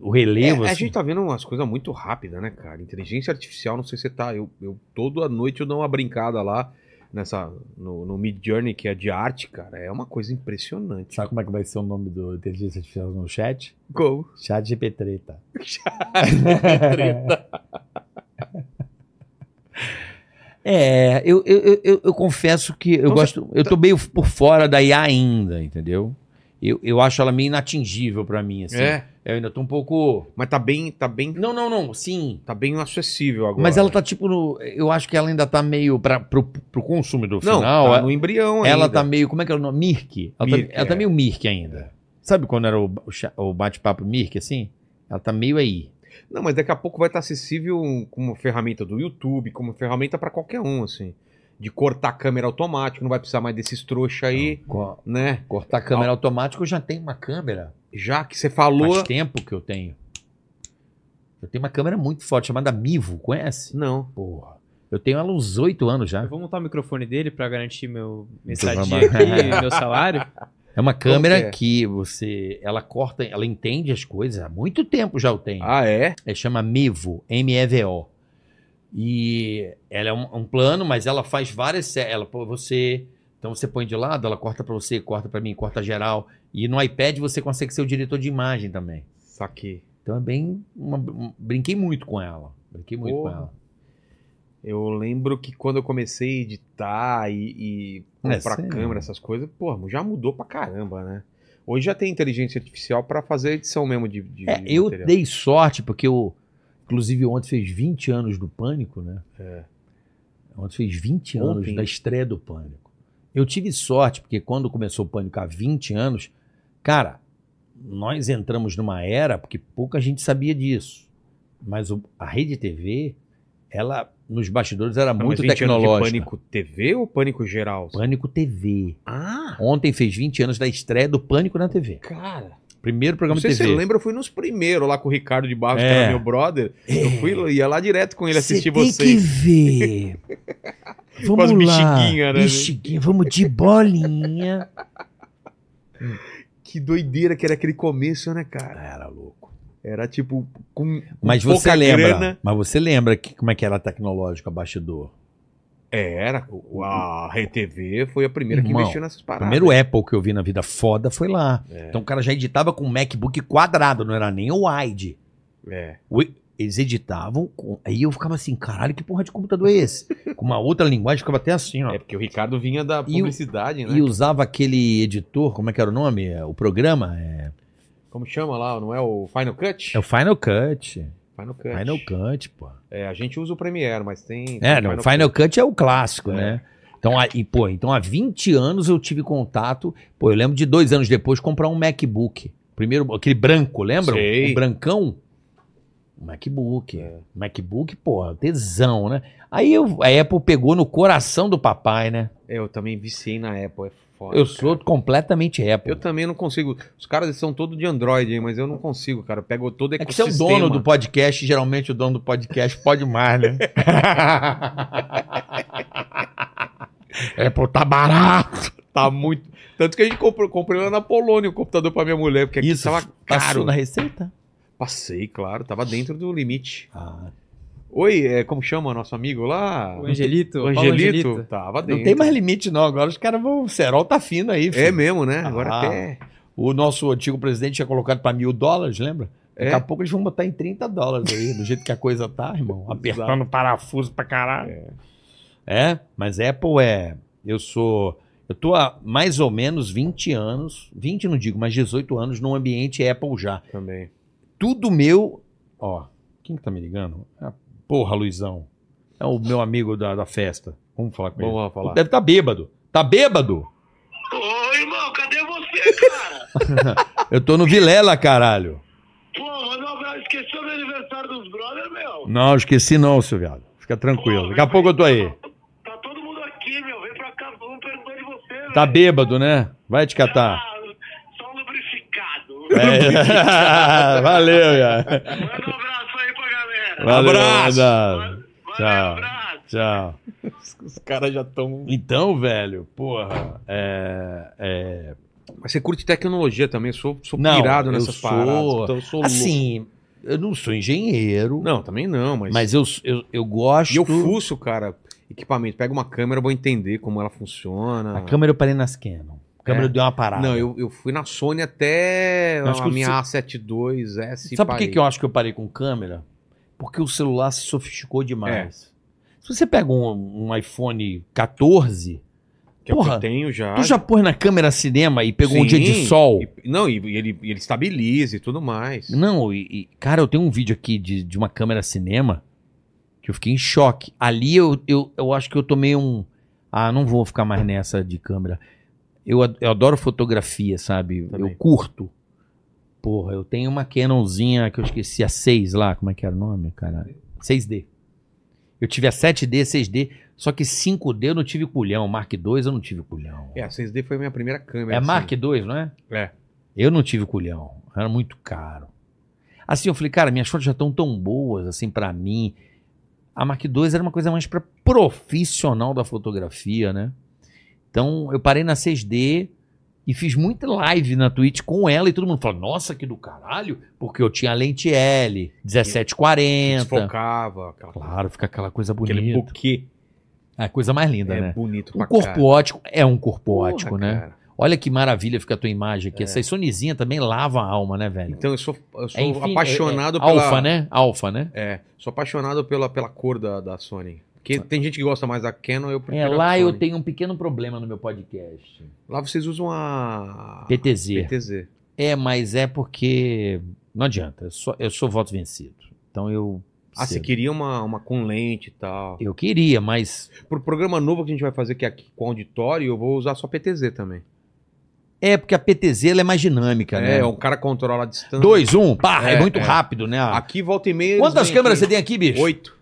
Speaker 3: O
Speaker 1: É,
Speaker 3: relevo,
Speaker 1: a
Speaker 3: assim.
Speaker 1: gente tá vendo umas coisas muito rápidas, né, cara? Inteligência artificial, não sei se você tá. Eu, eu toda noite eu dou uma brincada lá nessa no, no Mid Journey, que é de arte, cara. É uma coisa impressionante.
Speaker 3: Sabe como é que vai ser o nome do inteligência artificial no chat?
Speaker 1: Como?
Speaker 3: Chat GP-treta. É, eu, eu, eu- eu, eu confesso que eu
Speaker 1: Então,
Speaker 3: gosto. Eu tô meio por fora da IA ainda, entendeu? Eu, eu acho ela meio inatingível pra mim, assim.
Speaker 1: É.
Speaker 3: Eu ainda tô um pouco.
Speaker 1: Mas tá bem, tá bem,
Speaker 3: Não, não, não, sim.
Speaker 1: tá bem acessível agora.
Speaker 3: Mas ela tá tipo no. Eu acho que ela ainda tá meio. Pra, pro, pro consumidor
Speaker 1: não,
Speaker 3: final.
Speaker 1: tá
Speaker 3: é-
Speaker 1: no embrião
Speaker 3: ela
Speaker 1: ainda.
Speaker 3: tá meio. Como é que é o nome? Mirk. Ela,
Speaker 1: Mirk,
Speaker 3: tá, ela tá
Speaker 1: é.
Speaker 3: meio Mirk ainda. Sabe quando era o, o cha- o bate-papo Mirk, assim? Ela tá meio aí.
Speaker 1: Não, mas daqui a pouco vai estar acessível como ferramenta do YouTube, como ferramenta pra qualquer um, assim. De cortar a câmera automática, não vai precisar mais desses trouxa aí,
Speaker 3: Co-
Speaker 1: né?
Speaker 3: Cortar a câmera automática, eu já tenho uma câmera.
Speaker 1: Já que você falou.
Speaker 3: Faz tempo que eu tenho. Eu tenho uma câmera muito forte chamada Mivo, conhece?
Speaker 1: Não.
Speaker 3: Porra. Eu tenho ela uns oito anos
Speaker 2: Eu
Speaker 3: já.
Speaker 2: vou montar o microfone dele pra garantir meu minha
Speaker 3: Então
Speaker 2: estadia
Speaker 3: vamos lá.
Speaker 2: aqui, meu salário.
Speaker 3: É uma
Speaker 1: que é?
Speaker 3: câmera que você. Ela corta, ela entende as coisas. Há muito tempo já eu tenho.
Speaker 1: Ah, é?
Speaker 3: É, chama Mevo, M-E-V-O. E ela é um, um plano, mas ela faz várias. sé- Ela põe você. Então você põe de lado, ela corta pra você, corta pra mim, corta geral. E no iPad você consegue ser o diretor de imagem também.
Speaker 1: Saquei.
Speaker 3: Então é bem. uma- um- brinquei muito com ela. Brinquei muito
Speaker 1: Porra.
Speaker 3: com ela.
Speaker 1: Eu lembro que quando eu comecei a editar e, e
Speaker 3: É,
Speaker 1: comprar
Speaker 3: sim.
Speaker 1: câmera, essas coisas, pô, já mudou pra caramba, né? Hoje já tem inteligência artificial pra fazer edição mesmo de, de
Speaker 3: É, eu
Speaker 1: material.
Speaker 3: dei sorte, porque eu. Inclusive, ontem fez 20 anos do pânico, né?
Speaker 1: É.
Speaker 3: Ontem fez 20 anos
Speaker 1: Ontem?
Speaker 3: da estreia do pânico. Eu tive sorte, porque quando começou o Pânico há 20 anos, cara, nós entramos numa era porque pouca gente sabia disso. Mas o- a Rede TV, ela, nos bastidores,
Speaker 1: Não,
Speaker 3: era
Speaker 1: Tá, mas
Speaker 3: muito
Speaker 1: 20 anos de
Speaker 3: tecnológica. Pânico.
Speaker 1: Pânico TV ou Pânico Geral?
Speaker 3: TV.
Speaker 1: Ah,
Speaker 3: Ontem fez 20 anos da estreia do Pânico na TV.
Speaker 1: cara.
Speaker 3: Primeiro
Speaker 1: Não
Speaker 3: programa de
Speaker 1: sei se
Speaker 3: TV.
Speaker 1: você lembra, eu fui nos primeiros lá com o Ricardo de Barros, que
Speaker 3: É.
Speaker 1: era meu brother. Eu fui, ia lá direto com ele assistir
Speaker 3: tem que
Speaker 1: vocês.
Speaker 3: ver. Vamos
Speaker 1: Com as
Speaker 3: lá.
Speaker 1: bexiguinha, né?
Speaker 3: Bexiguinha, vamos de bolinha.
Speaker 1: Que... doideira que era aquele começo, né, cara?
Speaker 3: Era louco.
Speaker 1: Era tipo com
Speaker 3: Mas
Speaker 1: pouca
Speaker 3: você lembra,
Speaker 1: grana.
Speaker 3: mas você lembra que, como é que era a tecnológica bastidor?
Speaker 1: É, Era. O- A RTV foi a primeira que
Speaker 3: Irmão,
Speaker 1: investiu nessas
Speaker 3: O
Speaker 1: paradas.
Speaker 3: primeiro Apple que eu vi na vida foda foi lá.
Speaker 1: Ah, né? É.
Speaker 3: Então o cara já editava com MacBook quadrado, não era nem o wide.
Speaker 1: É.
Speaker 3: Eles editavam, com... aí eu ficava assim, caralho, que porra de computador é esse? com uma outra linguagem, ficava até assim, ó.
Speaker 1: É porque o Ricardo vinha da
Speaker 3: E o-
Speaker 1: publicidade, né?
Speaker 3: E usava aquele editor, como é que era o nome? É, O programa? É,
Speaker 1: Como chama lá? Não é o Final Cut?
Speaker 3: é o Final Cut.
Speaker 1: Final Cut.
Speaker 3: Final Cut, pô.
Speaker 1: É, a gente usa o Premiere, mas tem.
Speaker 3: É,
Speaker 1: tem
Speaker 3: não, Final Cut é o clássico, né? Então, há- e, pô, então há 20 anos eu tive contato. Pô, eu lembro de dois anos depois comprar um MacBook. Primeiro, aquele branco, lembra?
Speaker 1: Sei.
Speaker 3: O brancão. O MacBook. MacBook, porra, tesão, né? Aí eu- a Apple pegou no coração do papai, né?
Speaker 1: É, Eu também viciei na Apple, é foda. cara.
Speaker 3: Eu sou completamente Apple.
Speaker 1: Eu também não consigo. Os caras são todos de Android, hein, mas eu não consigo, cara. Eu pego todo
Speaker 3: É que você é
Speaker 1: ecossistema.
Speaker 3: o dono do podcast, geralmente o dono do podcast pode mais, né?
Speaker 4: Apple tá barato.
Speaker 1: Tá muito. Tanto que a gente comprou, comprei lá na Polônia o computador pra minha mulher, porque aqui
Speaker 3: Isso, tá né?
Speaker 1: tava
Speaker 3: Passou
Speaker 1: caro.
Speaker 3: na receita?
Speaker 1: Passei, claro, tava dentro do limite.
Speaker 3: Ah,
Speaker 1: Oi, é, como chama nosso amigo lá?
Speaker 2: O Angelito.
Speaker 1: O
Speaker 2: Paulo
Speaker 1: Angelito. Tava dentro.
Speaker 3: não tem mais limite, não. Agora os caras vão. O Serol tá fino aí. filho.
Speaker 1: É mesmo, né? Agora
Speaker 3: Ah.
Speaker 1: até.
Speaker 3: O nosso antigo presidente tinha colocado para mil dólares, lembra?
Speaker 4: É.
Speaker 3: Daqui a pouco eles vão botar em 30 dólares aí, do jeito que a coisa tá, irmão. Apertando.
Speaker 4: Apertando parafuso pra caralho.
Speaker 3: É, mas Apple é. Eu sou. Eu tô há mais ou menos 20 anos, 20 não digo, mas 18 anos num ambiente Apple já.
Speaker 1: Também.
Speaker 3: Tudo meu. Ó, quem que tá me ligando? Ah, porra, Luizão. É o meu amigo da, da festa. Vamos falar com ele.
Speaker 1: Vamos lá falar.
Speaker 3: Deve tá bêbado. Tá bêbado?
Speaker 6: Ô, irmão, cadê você, cara?
Speaker 3: Eu tô no Vilela, caralho.
Speaker 6: Pô, mas não, não, esqueceu do aniversário dos brothers, meu?
Speaker 3: Não, esqueci não, seu viado. Fica tranquilo. Daqui a pouco eu tô aí.
Speaker 6: Tá todo mundo aqui, meu. Vem pra cá, vamos perguntar de você, velho.
Speaker 3: Tá bêbado, né? Vai te catar.
Speaker 6: Ah, só um lubrificado.
Speaker 3: É. Valeu, cara.
Speaker 6: Manda um abraço aí pra galera.
Speaker 3: Valeu,
Speaker 1: Abraço.
Speaker 3: Adão.
Speaker 6: Valeu,
Speaker 3: Tchau.
Speaker 6: abraço.
Speaker 3: Tchau.
Speaker 1: Os caras já estão.
Speaker 3: Então, velho, porra. É, é,
Speaker 1: Mas você curte tecnologia também, eu sou, sou
Speaker 3: Não,
Speaker 1: pirado
Speaker 3: eu
Speaker 1: nessas
Speaker 3: sou-
Speaker 1: paradas. Então eu sou louco.
Speaker 3: assim, eu não sou engenheiro,
Speaker 1: Não, também não, mas.
Speaker 3: mas eu, eu, eu gosto.
Speaker 1: E eu fuço, cara, equipamento. Pega uma câmera, eu vou entender como ela funciona.
Speaker 3: A câmera eu parei nas Canon. A câmera
Speaker 1: É?
Speaker 3: deu uma parada.
Speaker 1: Não, eu, eu fui na Sony até
Speaker 3: Não, acho
Speaker 1: a
Speaker 3: que o
Speaker 1: minha
Speaker 3: seu-
Speaker 1: A72S.
Speaker 3: Sabe por que, que eu acho que eu parei com câmera? Porque o celular se sofisticou demais. Se você pega um, um iPhone 14,
Speaker 1: que, é o que
Speaker 3: Porra,
Speaker 1: eu tenho já?
Speaker 3: tu já pôs na câmera cinema e pegou um
Speaker 1: Sim,
Speaker 3: dia de sol.
Speaker 1: e- não, e, e ele, e ele estabiliza e tudo mais.
Speaker 3: Não, e, e, cara, eu tenho um vídeo aqui de, de uma câmera cinema que eu fiquei em choque. Ali eu, eu, eu acho que eu tomei um. Ah, não vou ficar mais nessa de câmera. Eu, ad- eu adoro fotografia, sabe?
Speaker 1: Também.
Speaker 3: Eu curto. Porra, eu tenho uma Canonzinha que eu esqueci, a 6 lá, como é que era o nome, cara? 6D. Eu tive a 7D, 6D, só que 5D eu não tive culhão, Mark II eu não tive culhão.
Speaker 1: É, a 6D foi a minha primeira câmera.
Speaker 3: É
Speaker 1: assim.
Speaker 3: Mark II, não é?
Speaker 1: É.
Speaker 3: Eu não tive culhão. Era muito caro. Assim, eu falei, cara, minhas fotos já estão tão boas, assim, pra mim. A Mark II era uma coisa mais pra profissional da fotografia, né? Então, eu parei na 6D e fiz muita live na Twitch com ela e todo mundo falou, nossa, que do caralho, porque eu tinha a lente L, 1740.
Speaker 1: Desfocava. Aquela,
Speaker 3: Claro, fica aquela coisa
Speaker 1: aquele
Speaker 3: bonita.
Speaker 1: buquê.
Speaker 3: É a coisa mais linda,
Speaker 1: É
Speaker 3: né?
Speaker 1: bonito
Speaker 3: Um
Speaker 1: pra
Speaker 3: corpo
Speaker 1: caralho.
Speaker 3: ótico é um corpo ótico,
Speaker 1: Porra,
Speaker 3: né?
Speaker 1: cara.
Speaker 3: Olha que maravilha fica a tua imagem aqui. Essa Sonyzinha também lava a alma, né, velho?
Speaker 1: Então É. eu sou, eu sou
Speaker 3: É, enfim,
Speaker 1: apaixonado
Speaker 3: é, é,
Speaker 1: pela.
Speaker 3: Alfa, né? Alfa, né?
Speaker 1: É, sou apaixonado pela, pela cor da, da Sony. Porque tem gente que gosta mais da Canon, eu
Speaker 3: É,
Speaker 1: prefiro. a
Speaker 3: lá eu
Speaker 1: Sony.
Speaker 3: tenho um pequeno problema no meu podcast.
Speaker 1: Lá vocês usam a.
Speaker 3: PTZ.
Speaker 1: PTZ.
Speaker 3: É, mas é porque não adianta. Eu sou, eu sou voto vencido. Então eu
Speaker 1: Ah, você
Speaker 3: cedo.
Speaker 1: queria uma, uma com lente e tal.
Speaker 3: Eu queria, mas.
Speaker 1: Pro programa novo que a gente vai fazer que é aqui com auditório, eu vou usar só PTZ também.
Speaker 3: É, porque a PTZ ela é mais dinâmica,
Speaker 1: É,
Speaker 3: né?
Speaker 1: o cara controla a distância.
Speaker 3: 2, 1, um, pá, é,
Speaker 1: É,
Speaker 3: muito
Speaker 1: é.
Speaker 3: rápido, né?
Speaker 1: Aqui volta e meia. eles
Speaker 3: Quantas
Speaker 1: vêm
Speaker 3: câmeras
Speaker 1: aqui.
Speaker 3: você tem aqui, bicho?
Speaker 1: Oito.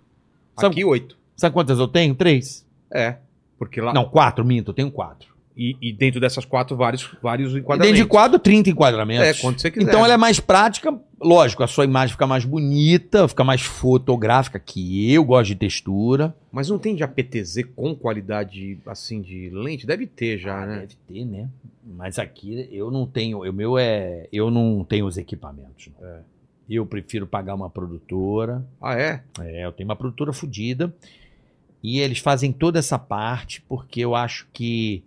Speaker 3: Sabe-
Speaker 1: Aqui oito.
Speaker 3: Sabe quantas eu tenho? Três?
Speaker 1: É. Porque lá.
Speaker 3: Não, quatro, minto, eu tenho quatro.
Speaker 1: E, e dentro dessas quatro, vários, vários
Speaker 3: E dentro
Speaker 1: enquadramentos.
Speaker 3: de quadro, 30 enquadramentos.
Speaker 1: É, quando você quiser.
Speaker 3: Então ela é mais prática, lógico, a sua imagem fica mais bonita, fica mais fotográfica, que eu gosto de textura.
Speaker 1: Mas não tem já PTZ com qualidade assim de lente? Deve ter já, né?
Speaker 3: Deve ter, né? Mas aqui eu não tenho, o meu é, eu não tenho os equipamentos. não.
Speaker 1: É.
Speaker 3: Eu prefiro pagar uma produtora.
Speaker 1: Ah, é?
Speaker 3: É, eu tenho uma produtora fodida e eles fazem toda essa parte porque eu acho que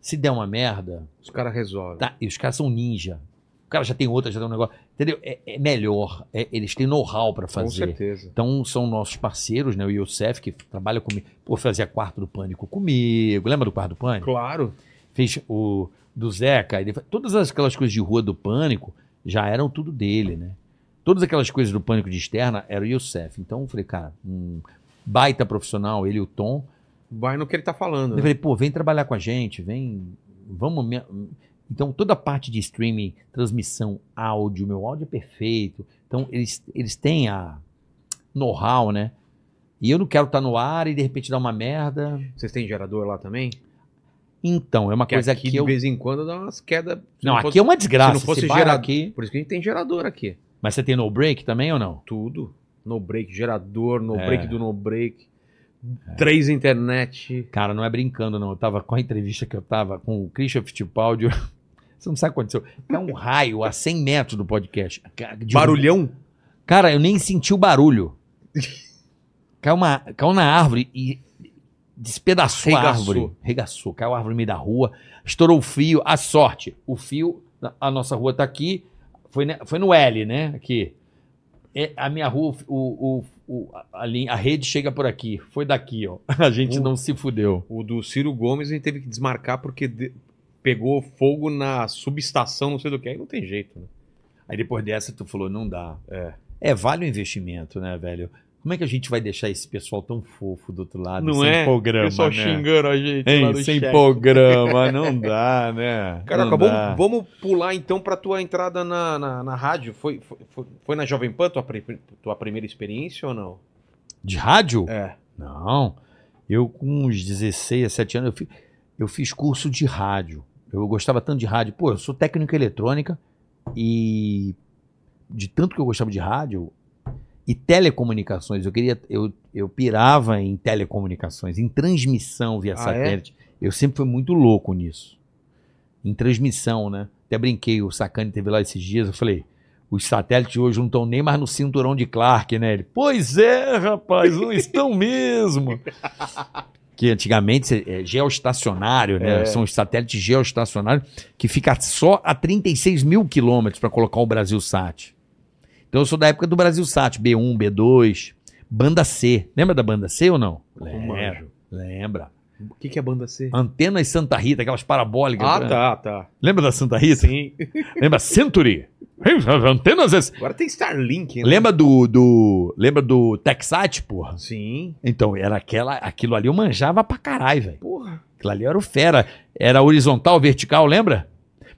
Speaker 3: se der uma merda,
Speaker 1: Os caras resolvem.
Speaker 3: Tá, e os caras são ninja. O cara já tem outra, já tem um negócio. Entendeu? É, é melhor. É- eles têm know-how pra
Speaker 1: Com
Speaker 3: fazer.
Speaker 1: certeza.
Speaker 3: Então são nossos parceiros, né? O Youssef, que trabalha comigo. Pô, fazia Quarto do Pânico comigo. Lembra do Quarto do Pânico?
Speaker 1: Claro.
Speaker 3: Fez o do Zeca. Ele, fa- todas aquelas coisas de rua do Pânico já eram tudo dele, né? Todas aquelas coisas do Pânico de externa era o Youssef. Então eu falei, cara, um baita profissional, ele e o Tom.
Speaker 1: Vai no que ele tá falando.
Speaker 3: Eu
Speaker 1: né?
Speaker 3: falei, pô, vem trabalhar com a gente, vem, vamos. me- Então, toda a parte de streaming, transmissão, áudio, meu áudio é perfeito. Então, eles, eles têm a know-how, né? E eu não quero estar no ar e de repente dar uma merda.
Speaker 1: Vocês têm gerador lá também?
Speaker 3: Então, é uma
Speaker 1: Porque
Speaker 3: coisa
Speaker 1: aqui,
Speaker 3: que
Speaker 1: de
Speaker 3: eu.
Speaker 1: vez em quando dá umas quedas. Se
Speaker 3: Não,
Speaker 1: fosse-
Speaker 3: aqui é uma desgraça.
Speaker 1: se não fosse
Speaker 3: Você para
Speaker 1: gerado-
Speaker 3: aqui.
Speaker 1: Por isso que a gente tem gerador aqui.
Speaker 3: Mas você tem no break também ou não?
Speaker 1: Tudo. No break, gerador, no
Speaker 3: É.
Speaker 1: break do no break. Três internet.
Speaker 3: Cara, não é brincando, não. Eu tava com a entrevista que eu tava com o Christian Fittipaldi. Você não sabe o que aconteceu. É um raio a 100 metros do podcast. De- um-
Speaker 1: Barulhão.
Speaker 3: Cara, eu nem senti o barulho. caiu, uma, caiu na árvore e despedaçou a
Speaker 1: Regaçou.
Speaker 3: árvore. Regaçou. Caiu a árvore no meio da rua, estourou o fio. A sorte, o fio, a nossa rua tá aqui, foi, ne- foi no L, né? Aqui. É, a minha rua, o, o, o- a, linha- a rede chega por aqui. Foi daqui, ó. A gente
Speaker 1: Uh.
Speaker 3: não se fudeu.
Speaker 1: O do Ciro Gomes a gente teve que desmarcar porque de- pegou fogo na subestação, não sei do que. Aí não tem jeito, né?
Speaker 3: Aí depois dessa tu falou, não dá. É. vale o investimento, né, velho? Como é que a gente vai deixar esse pessoal tão fofo do outro lado,
Speaker 1: Não
Speaker 3: sem
Speaker 1: é?
Speaker 3: programa,
Speaker 1: Pessoal
Speaker 3: né?
Speaker 1: xingando a gente.
Speaker 3: Hein,
Speaker 1: lá no
Speaker 3: sem
Speaker 1: chat.
Speaker 3: programa, não dá, né?
Speaker 1: Cara,
Speaker 3: Não
Speaker 1: acabou.
Speaker 3: dá.
Speaker 1: Vamos pular então pra tua entrada na, na, na rádio. Foi, foi, foi- foi na Jovem Pan tua, pri- tua primeira experiência ou não?
Speaker 3: De rádio?
Speaker 1: É.
Speaker 3: Não. Eu, com uns 16, 17 anos, eu fiz, eu fiz curso de rádio. Eu gostava tanto de rádio. Pô, eu sou técnico em eletrônica e de tanto que eu gostava de rádio e telecomunicações, eu queria. Eu, eu pirava em telecomunicações, em transmissão via
Speaker 1: Ah,
Speaker 3: satélite. Eu sempre fui muito louco nisso. Em transmissão, né? Até brinquei, o Sacani teve lá esses dias, eu falei. Os satélites hoje não estão nem mais no cinturão de Clark, né? Ele, pois é, rapaz, não estão mesmo. que antigamente cê- é geoestacionário,
Speaker 1: É.
Speaker 3: né? São os satélites geoestacionários que fica só a 36 mil quilômetros para colocar o Brasil Sat. Então eu sou da época do Brasil Sat, B1, B2, banda C. Lembra da banda C ou não? Lembra. Lembra.
Speaker 1: O que, que é banda C?
Speaker 3: Antenas Santa Rita, aquelas parabólicas.
Speaker 1: Ah,
Speaker 3: né?
Speaker 1: tá, tá.
Speaker 3: Lembra da Santa Rita?
Speaker 1: Sim.
Speaker 3: Lembra Century? Antenas é
Speaker 1: Agora tem Starlink, né?
Speaker 3: Lembra do, do. Lembra do Texat, porra?
Speaker 1: Sim.
Speaker 3: Então, era aquela. Aquilo ali eu manjava pra caralho, velho.
Speaker 1: Porra.
Speaker 3: Aquilo ali eu era o fera. Era horizontal, vertical, lembra?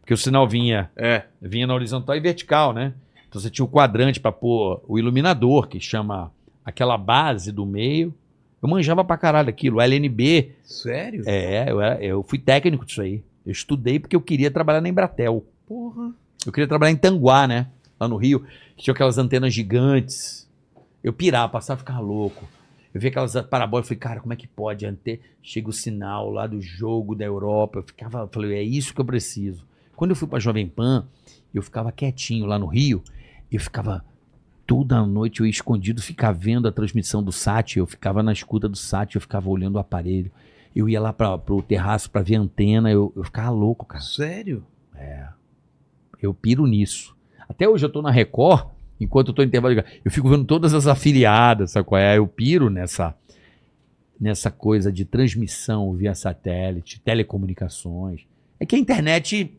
Speaker 3: Porque o sinal vinha.
Speaker 1: É.
Speaker 3: Vinha na horizontal e vertical, né? Então você tinha o quadrante pra pôr o iluminador, que chama aquela base do meio. Eu manjava pra caralho aquilo. LNB.
Speaker 1: Sério?
Speaker 3: É, eu, era- eu fui técnico disso aí. Eu estudei porque eu queria trabalhar na Embratel.
Speaker 1: Porra.
Speaker 3: Eu queria trabalhar em Tanguá, né? Lá no Rio, que tinha aquelas antenas gigantes. Eu pirava, passava, ficava louco. Eu via aquelas parabólicas, falei, cara, como é que pode? Ante... Chega o sinal lá do jogo da Europa. Eu ficava, eu falei, é isso que eu preciso. Quando eu fui pra Jovem Pan, eu ficava quietinho lá no Rio. Eu ficava toda noite, eu ia escondido, ficava vendo a transmissão do SAT. Eu ficava na escuta do SAT, eu ficava olhando o aparelho. Eu ia lá pra, pro terraço pra ver a antena. Eu, eu ficava louco, cara.
Speaker 1: Sério?
Speaker 3: Eu piro nisso. Até hoje eu tô na Record, enquanto eu tô em intervalo de... gra- Eu fico vendo todas as afiliadas, sabe qual é? Eu piro nessa, nessa coisa de transmissão via satélite, telecomunicações. É que a internet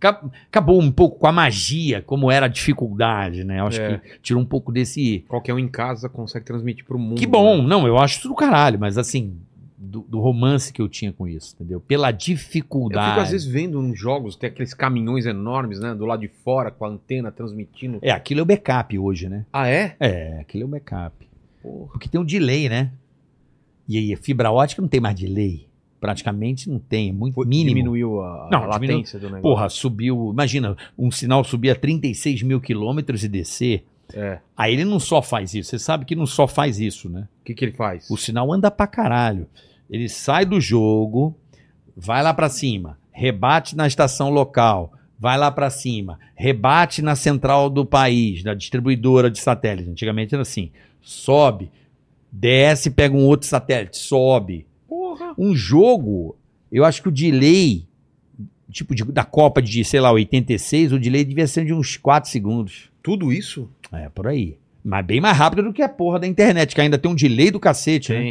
Speaker 3: ca- acabou um pouco com a magia, como era a dificuldade, né? Eu acho
Speaker 1: É.
Speaker 3: que tirou um pouco desse.
Speaker 1: Qualquer um em casa consegue transmitir pro mundo.
Speaker 3: Que bom,
Speaker 1: né?
Speaker 3: não, eu acho isso do caralho, mas assim, do, do romance que eu tinha com isso, entendeu? Pela
Speaker 1: Eu
Speaker 3: dificuldade.
Speaker 1: fico às vezes vendo nos jogos, tem aqueles caminhões enormes, né? Do lado de fora, com a antena transmitindo.
Speaker 3: É, aquilo é o backup hoje, né?
Speaker 1: Ah, é?
Speaker 3: É, aquilo é o backup. Porque tem um delay, né? E aí, a fibra ótica não tem mais delay. Praticamente não tem, é muito mínimo.
Speaker 1: Diminuiu a,
Speaker 3: Não,
Speaker 1: a
Speaker 3: diminui-
Speaker 1: latência do negócio.
Speaker 3: Porra, subiu. Imagina, um sinal subir a 36 mil quilômetros e descer.
Speaker 1: É.
Speaker 3: Aí ele não só faz isso, você sabe que não só faz isso, né?
Speaker 1: O que, que ele faz?
Speaker 3: O sinal anda pra caralho. Ele sai do jogo, vai lá pra cima, rebate na estação local, vai lá pra cima, rebate na central do país, da distribuidora de satélite. Antigamente era assim: sobe, desce, pega um outro satélite, sobe. Um jogo, eu acho que o delay, tipo de- da Copa de, sei lá, 86, o delay devia ser de uns 4 segundos.
Speaker 1: Tudo isso?
Speaker 3: É, por aí. Mas bem mais rápido do que a porra da internet, que ainda tem um delay do cacete, né?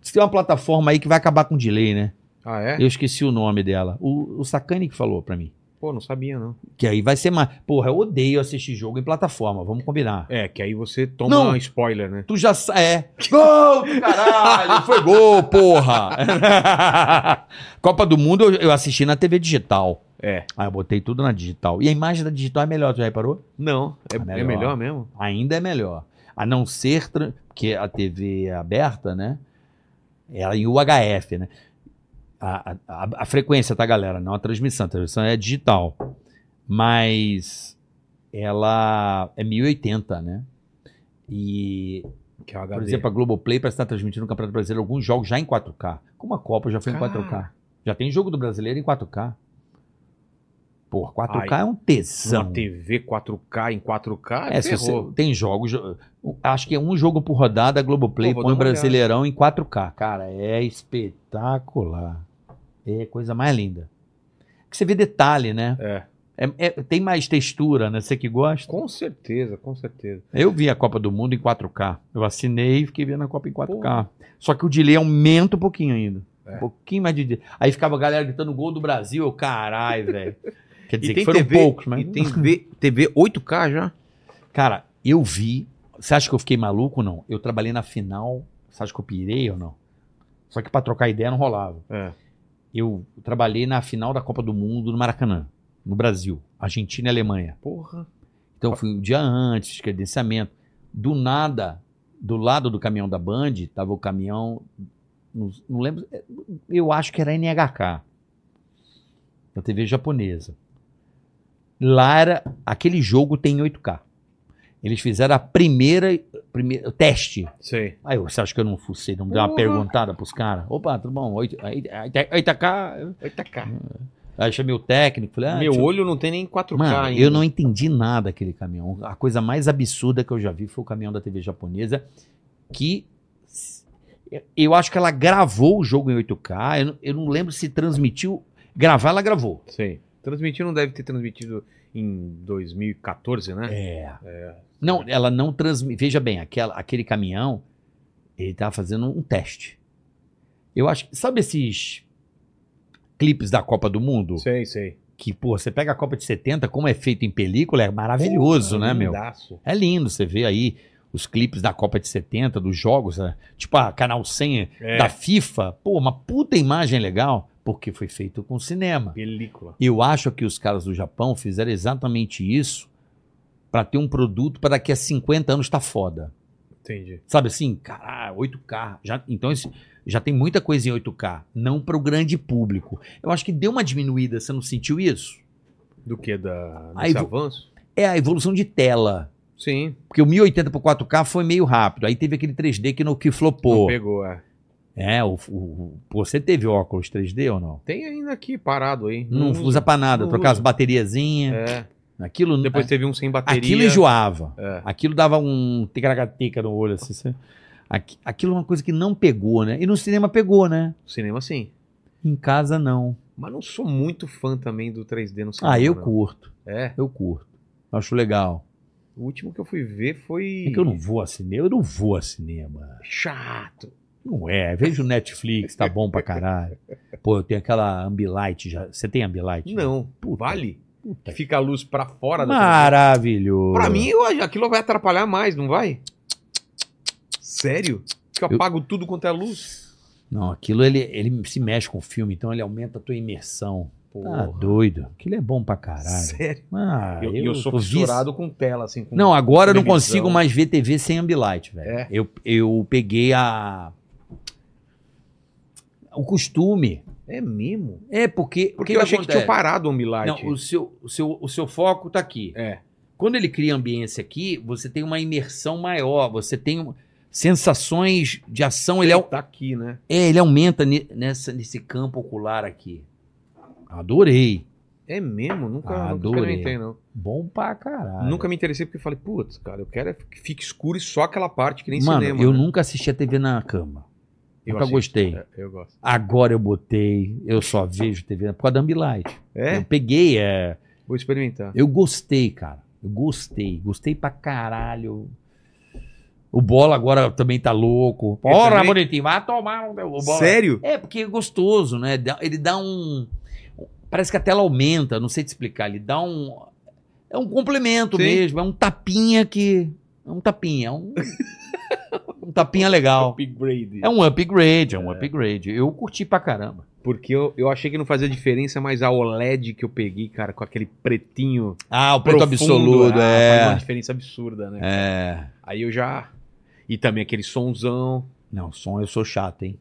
Speaker 3: Diz que Tem uma plataforma aí que vai acabar com delay, né?
Speaker 1: Ah, é?
Speaker 3: Eu esqueci o nome dela. O, o Sacani que falou pra mim.
Speaker 1: Pô, não sabia, não.
Speaker 3: Que aí vai ser mais. Porra, eu odeio assistir jogo em plataforma, vamos combinar.
Speaker 1: É, que aí você toma
Speaker 3: Não.
Speaker 1: um spoiler, né?
Speaker 3: Tu já sa- é. Gol do caralho! Foi gol, porra! Copa do Mundo eu, eu assisti na TV digital.
Speaker 1: É.
Speaker 3: Aí eu botei tudo na digital. E a imagem da digital é melhor, tu já reparou?
Speaker 1: Não, é,
Speaker 3: É melhor.
Speaker 1: é melhor mesmo.
Speaker 3: ainda é melhor. A não ser tran- porque a TV é aberta, né? Ela em UHF, né? A, a- a- a frequência, tá, galera? Não a transmissão. A transmissão é digital. Mas ela é 1080, né? E,
Speaker 1: Que é o HD.
Speaker 3: por exemplo, a Globoplay parece estar transmitindo o Campeonato Brasileiro alguns jogos já em 4K. Como a Copa já foi em
Speaker 1: Cara.
Speaker 3: 4K. Já tem jogo do brasileiro em 4K. Porra, 4K
Speaker 1: Ai,
Speaker 3: é um tesão.
Speaker 1: uma TV 4K em 4K,
Speaker 3: É,
Speaker 1: é,
Speaker 3: se
Speaker 1: ferrou.
Speaker 3: você, tem jogos. Acho que é um jogo por rodada, a Globoplay
Speaker 1: Pô, vou
Speaker 3: põe
Speaker 1: dar
Speaker 3: o
Speaker 1: uma
Speaker 3: Brasileirão em 4K. Cara, é espetacular. É coisa mais linda. Que você vê detalhe, né?
Speaker 1: É.
Speaker 3: É- é- tem mais textura, né? Você que gosta.
Speaker 1: Com certeza, com certeza.
Speaker 3: Eu vi a Copa do Mundo em 4K. Eu assinei e fiquei vendo a Copa em 4K.
Speaker 1: Porra.
Speaker 3: Só que o delay aumenta um pouquinho ainda.
Speaker 1: É.
Speaker 3: Um pouquinho mais de delay. Aí ficava a galera gritando gol do Brasil. Eu, Caralho, velho. Quer dizer, que foram poucos, mas.
Speaker 1: e tem V- TV 8K já?
Speaker 3: Cara, eu vi. Você acha que eu fiquei maluco ou não? Eu trabalhei na final. Você acha que eu pirei ou não? Só que pra trocar ideia não rolava.
Speaker 1: É.
Speaker 3: Eu trabalhei na final da Copa do Mundo no Maracanã, no Brasil, Argentina e Alemanha.
Speaker 1: Porra.
Speaker 3: Então eu fui um dia antes, credenciamento. Do nada, do lado do caminhão da Band, tava o caminhão. Não, não lembro. é, Eu acho que era NHK. Da TV japonesa. Lá era. Aquele jogo tem 8K. Eles fizeram a primeira. primeira o teste.
Speaker 1: Sei.
Speaker 3: Aí você acha que eu não fucei, não dei uma
Speaker 1: Porra.
Speaker 3: perguntada pros caras? Opa, tudo bom? 8K.
Speaker 1: 8K.
Speaker 3: Aí chamei o técnico, falei, ah,
Speaker 1: Meu
Speaker 3: deixa eu-
Speaker 1: olho não tem nem 4K
Speaker 3: Mano,
Speaker 1: ainda.
Speaker 3: eu não entendi nada aquele caminhão. A coisa mais absurda que eu já vi foi o caminhão da TV japonesa, que s- eu acho que ela gravou o jogo em 8K. Eu, não- eu não lembro se transmitiu. Gravar, ela gravou.
Speaker 1: Sei. Transmitir não deve ter transmitido em 2014, né?
Speaker 3: É. Não, ela não transmite. Veja bem, aquela, aquele caminhão, ele tá fazendo um teste. Eu acho. Sabe esses clipes da Copa do Mundo?
Speaker 1: Sei, sei.
Speaker 3: Que, pô, você pega a Copa de 70, como é feito em película, é maravilhoso, né, meu?
Speaker 1: Lindaço.
Speaker 3: É lindo, você vê aí os clipes da Copa de 70, dos jogos, né? tipo a Canal 100
Speaker 1: É.
Speaker 3: da FIFA. Pô, uma puta imagem legal, porque foi feito com cinema.
Speaker 1: Película.
Speaker 3: Eu acho que os caras do Japão fizeram exatamente isso pra ter um produto para daqui a 50 anos tá foda.
Speaker 1: Entendi.
Speaker 3: Sabe assim, caralho, 8K. Já, então esse- já tem muita coisa em 8K, não para o grande público. Eu acho que deu uma diminuída, você não sentiu isso?
Speaker 1: Do que? Da,
Speaker 3: Aí
Speaker 1: desse
Speaker 3: vo-
Speaker 1: avanço?
Speaker 3: É a evolução de tela.
Speaker 1: Sim.
Speaker 3: Porque o 1080 pro 4K foi meio rápido. Aí teve aquele 3D que, no, que flopou.
Speaker 1: Não pegou, é.
Speaker 3: É, o, o- o- você teve óculos 3D ou não?
Speaker 1: Tem ainda aqui, parado aí.
Speaker 3: Não, usa pra nada,
Speaker 1: não
Speaker 3: trocar as
Speaker 1: usa.
Speaker 3: bateriazinhas.
Speaker 1: É.
Speaker 3: Aquilo,
Speaker 1: Depois teve um sem bateria.
Speaker 3: aquilo enjoava.
Speaker 1: É.
Speaker 3: Aquilo dava um ticaracateca no olho. Assim, sabe? Aqui- aquilo é uma coisa que não pegou, né? E no cinema pegou, né?
Speaker 1: Cinema sim.
Speaker 3: Em casa não.
Speaker 1: Mas não sou muito fã também do 3D no cinema.
Speaker 3: Ah, eu
Speaker 1: não.
Speaker 3: curto.
Speaker 1: É.
Speaker 3: Eu curto. Acho legal.
Speaker 1: O último que eu fui ver foi.
Speaker 3: É que eu não vou a cinema. Eu não vou a cinema.
Speaker 1: Chato.
Speaker 3: Não é, vejo Netflix, tá bom pra caralho. Pô, eu tenho aquela Ambilight já. Você tem Ambilight?
Speaker 1: Não.
Speaker 3: Puta.
Speaker 1: Vale? que fica a luz pra fora da televisão.
Speaker 3: Maravilhoso.
Speaker 1: Pra mim, eu acho- aquilo vai atrapalhar mais, não vai? Sério? Que eu
Speaker 3: Eu-
Speaker 1: apago tudo quanto é luz?
Speaker 3: Não, aquilo ele, ele se mexe com o filme, então ele aumenta a tua imersão. Tá doido. Aquilo é bom pra caralho.
Speaker 1: Sério?
Speaker 3: Ah,
Speaker 1: eu, eu sou
Speaker 3: tô vici-
Speaker 1: fissurado com tela, assim. Com...
Speaker 3: Não, agora eu não
Speaker 1: televisão.
Speaker 3: consigo mais ver TV sem ambilight, velho.
Speaker 1: É.
Speaker 3: Eu, eu peguei a. O costume.
Speaker 1: É mesmo?
Speaker 3: É, porque. o
Speaker 1: Porque
Speaker 3: que
Speaker 1: eu achei que tinha um
Speaker 3: acontece?
Speaker 1: parado o Ambilight.
Speaker 3: Não, o seu, o, seu, o seu foco tá aqui.
Speaker 1: É.
Speaker 3: Quando ele cria ambiência aqui, você tem uma imersão maior, você tem um- sensações de ação. Ele, é, um-
Speaker 1: Tá aqui, né?
Speaker 3: é, ele aumenta ni- nessa, nesse campo ocular aqui. Adorei.
Speaker 1: É mesmo? Nunca,
Speaker 3: Ah,
Speaker 1: nunca
Speaker 3: adorei. Ah, é.
Speaker 1: experimentei, não.
Speaker 3: Bom pra caralho.
Speaker 1: Nunca me interessei porque eu falei, putz, cara, eu quero é que fique escuro e só aquela parte que nem
Speaker 3: Mano,
Speaker 1: cinema.
Speaker 3: eu
Speaker 1: né?
Speaker 3: nunca assisti a TV na cama. nunca gostei.
Speaker 1: É, eu gosto.
Speaker 3: Agora eu botei, eu só vejo TV por causa da Ambilight.
Speaker 1: É?
Speaker 3: Eu peguei, é,
Speaker 1: Vou experimentar.
Speaker 3: Eu gostei, cara. Eu gostei. Gostei pra caralho. O Bola agora também tá louco.
Speaker 1: Ele
Speaker 3: Porra,
Speaker 1: também?
Speaker 3: bonitinho. Vai tomar um- o Bola.
Speaker 1: Sério?
Speaker 3: É, porque é gostoso, né? Dá- Ele dá um... Parece que a tela aumenta, não sei te explicar. Ele dá um... É um complemento
Speaker 1: Sim.
Speaker 3: mesmo. É um tapinha que... É um tapinha. É um... um tapinha legal.
Speaker 1: Upgrade.
Speaker 3: É um upgrade, é um upgrade. Eu curti pra caramba.
Speaker 1: Porque eu, eu achei que não fazia diferença, mas a OLED que eu peguei, cara, com aquele pretinho.
Speaker 3: Ah, o preto
Speaker 1: profundo,
Speaker 3: absoluto,
Speaker 1: ah, Faz uma
Speaker 3: é.
Speaker 1: diferença absurda, né?
Speaker 3: É.
Speaker 1: Aí eu já. E também aquele sonzão.
Speaker 3: Não, som eu sou chato, hein?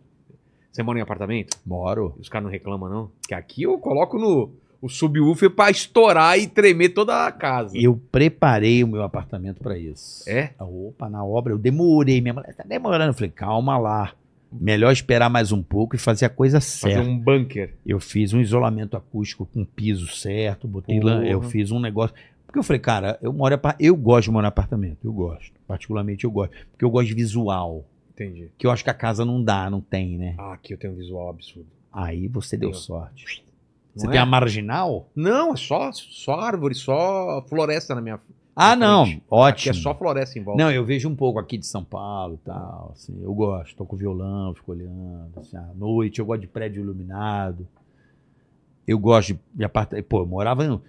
Speaker 1: Você mora em apartamento?
Speaker 3: Moro.
Speaker 1: Os caras não reclamam, não? Porque aqui eu coloco no o subwoofer pra estourar e tremer toda a casa.
Speaker 3: Eu preparei o meu apartamento pra isso. Ah,
Speaker 1: É?
Speaker 3: Opa, na obra eu demorei. Minha mulher tá demorando. Eu falei, calma lá. Melhor esperar mais um pouco e fazer a coisa
Speaker 1: Fazer
Speaker 3: certa.
Speaker 1: um bunker.
Speaker 3: Eu fiz um isolamento acústico com piso certo, botei lã,
Speaker 1: Porra.
Speaker 3: eu fiz um negócio. Porque eu falei, cara, eu moro em apa- eu gosto de morar em apartamento, eu gosto. Particularmente eu gosto, porque eu gosto de visual,
Speaker 1: Entendi.
Speaker 3: que eu acho que a casa não dá, não tem, né?
Speaker 1: Ah, aqui eu tenho um visual absurdo.
Speaker 3: Aí você deu
Speaker 1: Não.
Speaker 3: sorte.
Speaker 1: Não
Speaker 3: Você
Speaker 1: é?
Speaker 3: tem a marginal?
Speaker 1: Não, é só, só árvore, só floresta na minha.
Speaker 3: Ah, não,
Speaker 1: frente. Aqui
Speaker 3: ótimo.
Speaker 1: é só floresta em volta.
Speaker 3: Não, eu vejo um pouco aqui de São Paulo e tal. Assim, eu gosto, toco violão, fico olhando. Assim, à noite, eu gosto de prédio iluminado. Eu gosto de, de apartamento. Pô, eu morava. no-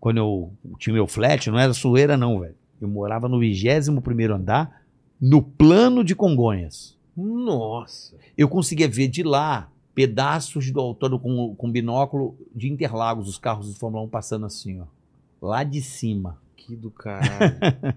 Speaker 3: quando eu tinha meu flat, não era sueira, não, velho. Eu morava no 21 andar, no plano de Congonhas.
Speaker 1: Nossa.
Speaker 3: Eu conseguia ver de lá pedaços do autônomo com, com binóculo de Interlagos, os carros de Fórmula 1 passando assim, ó. Lá de cima.
Speaker 1: Que do caralho.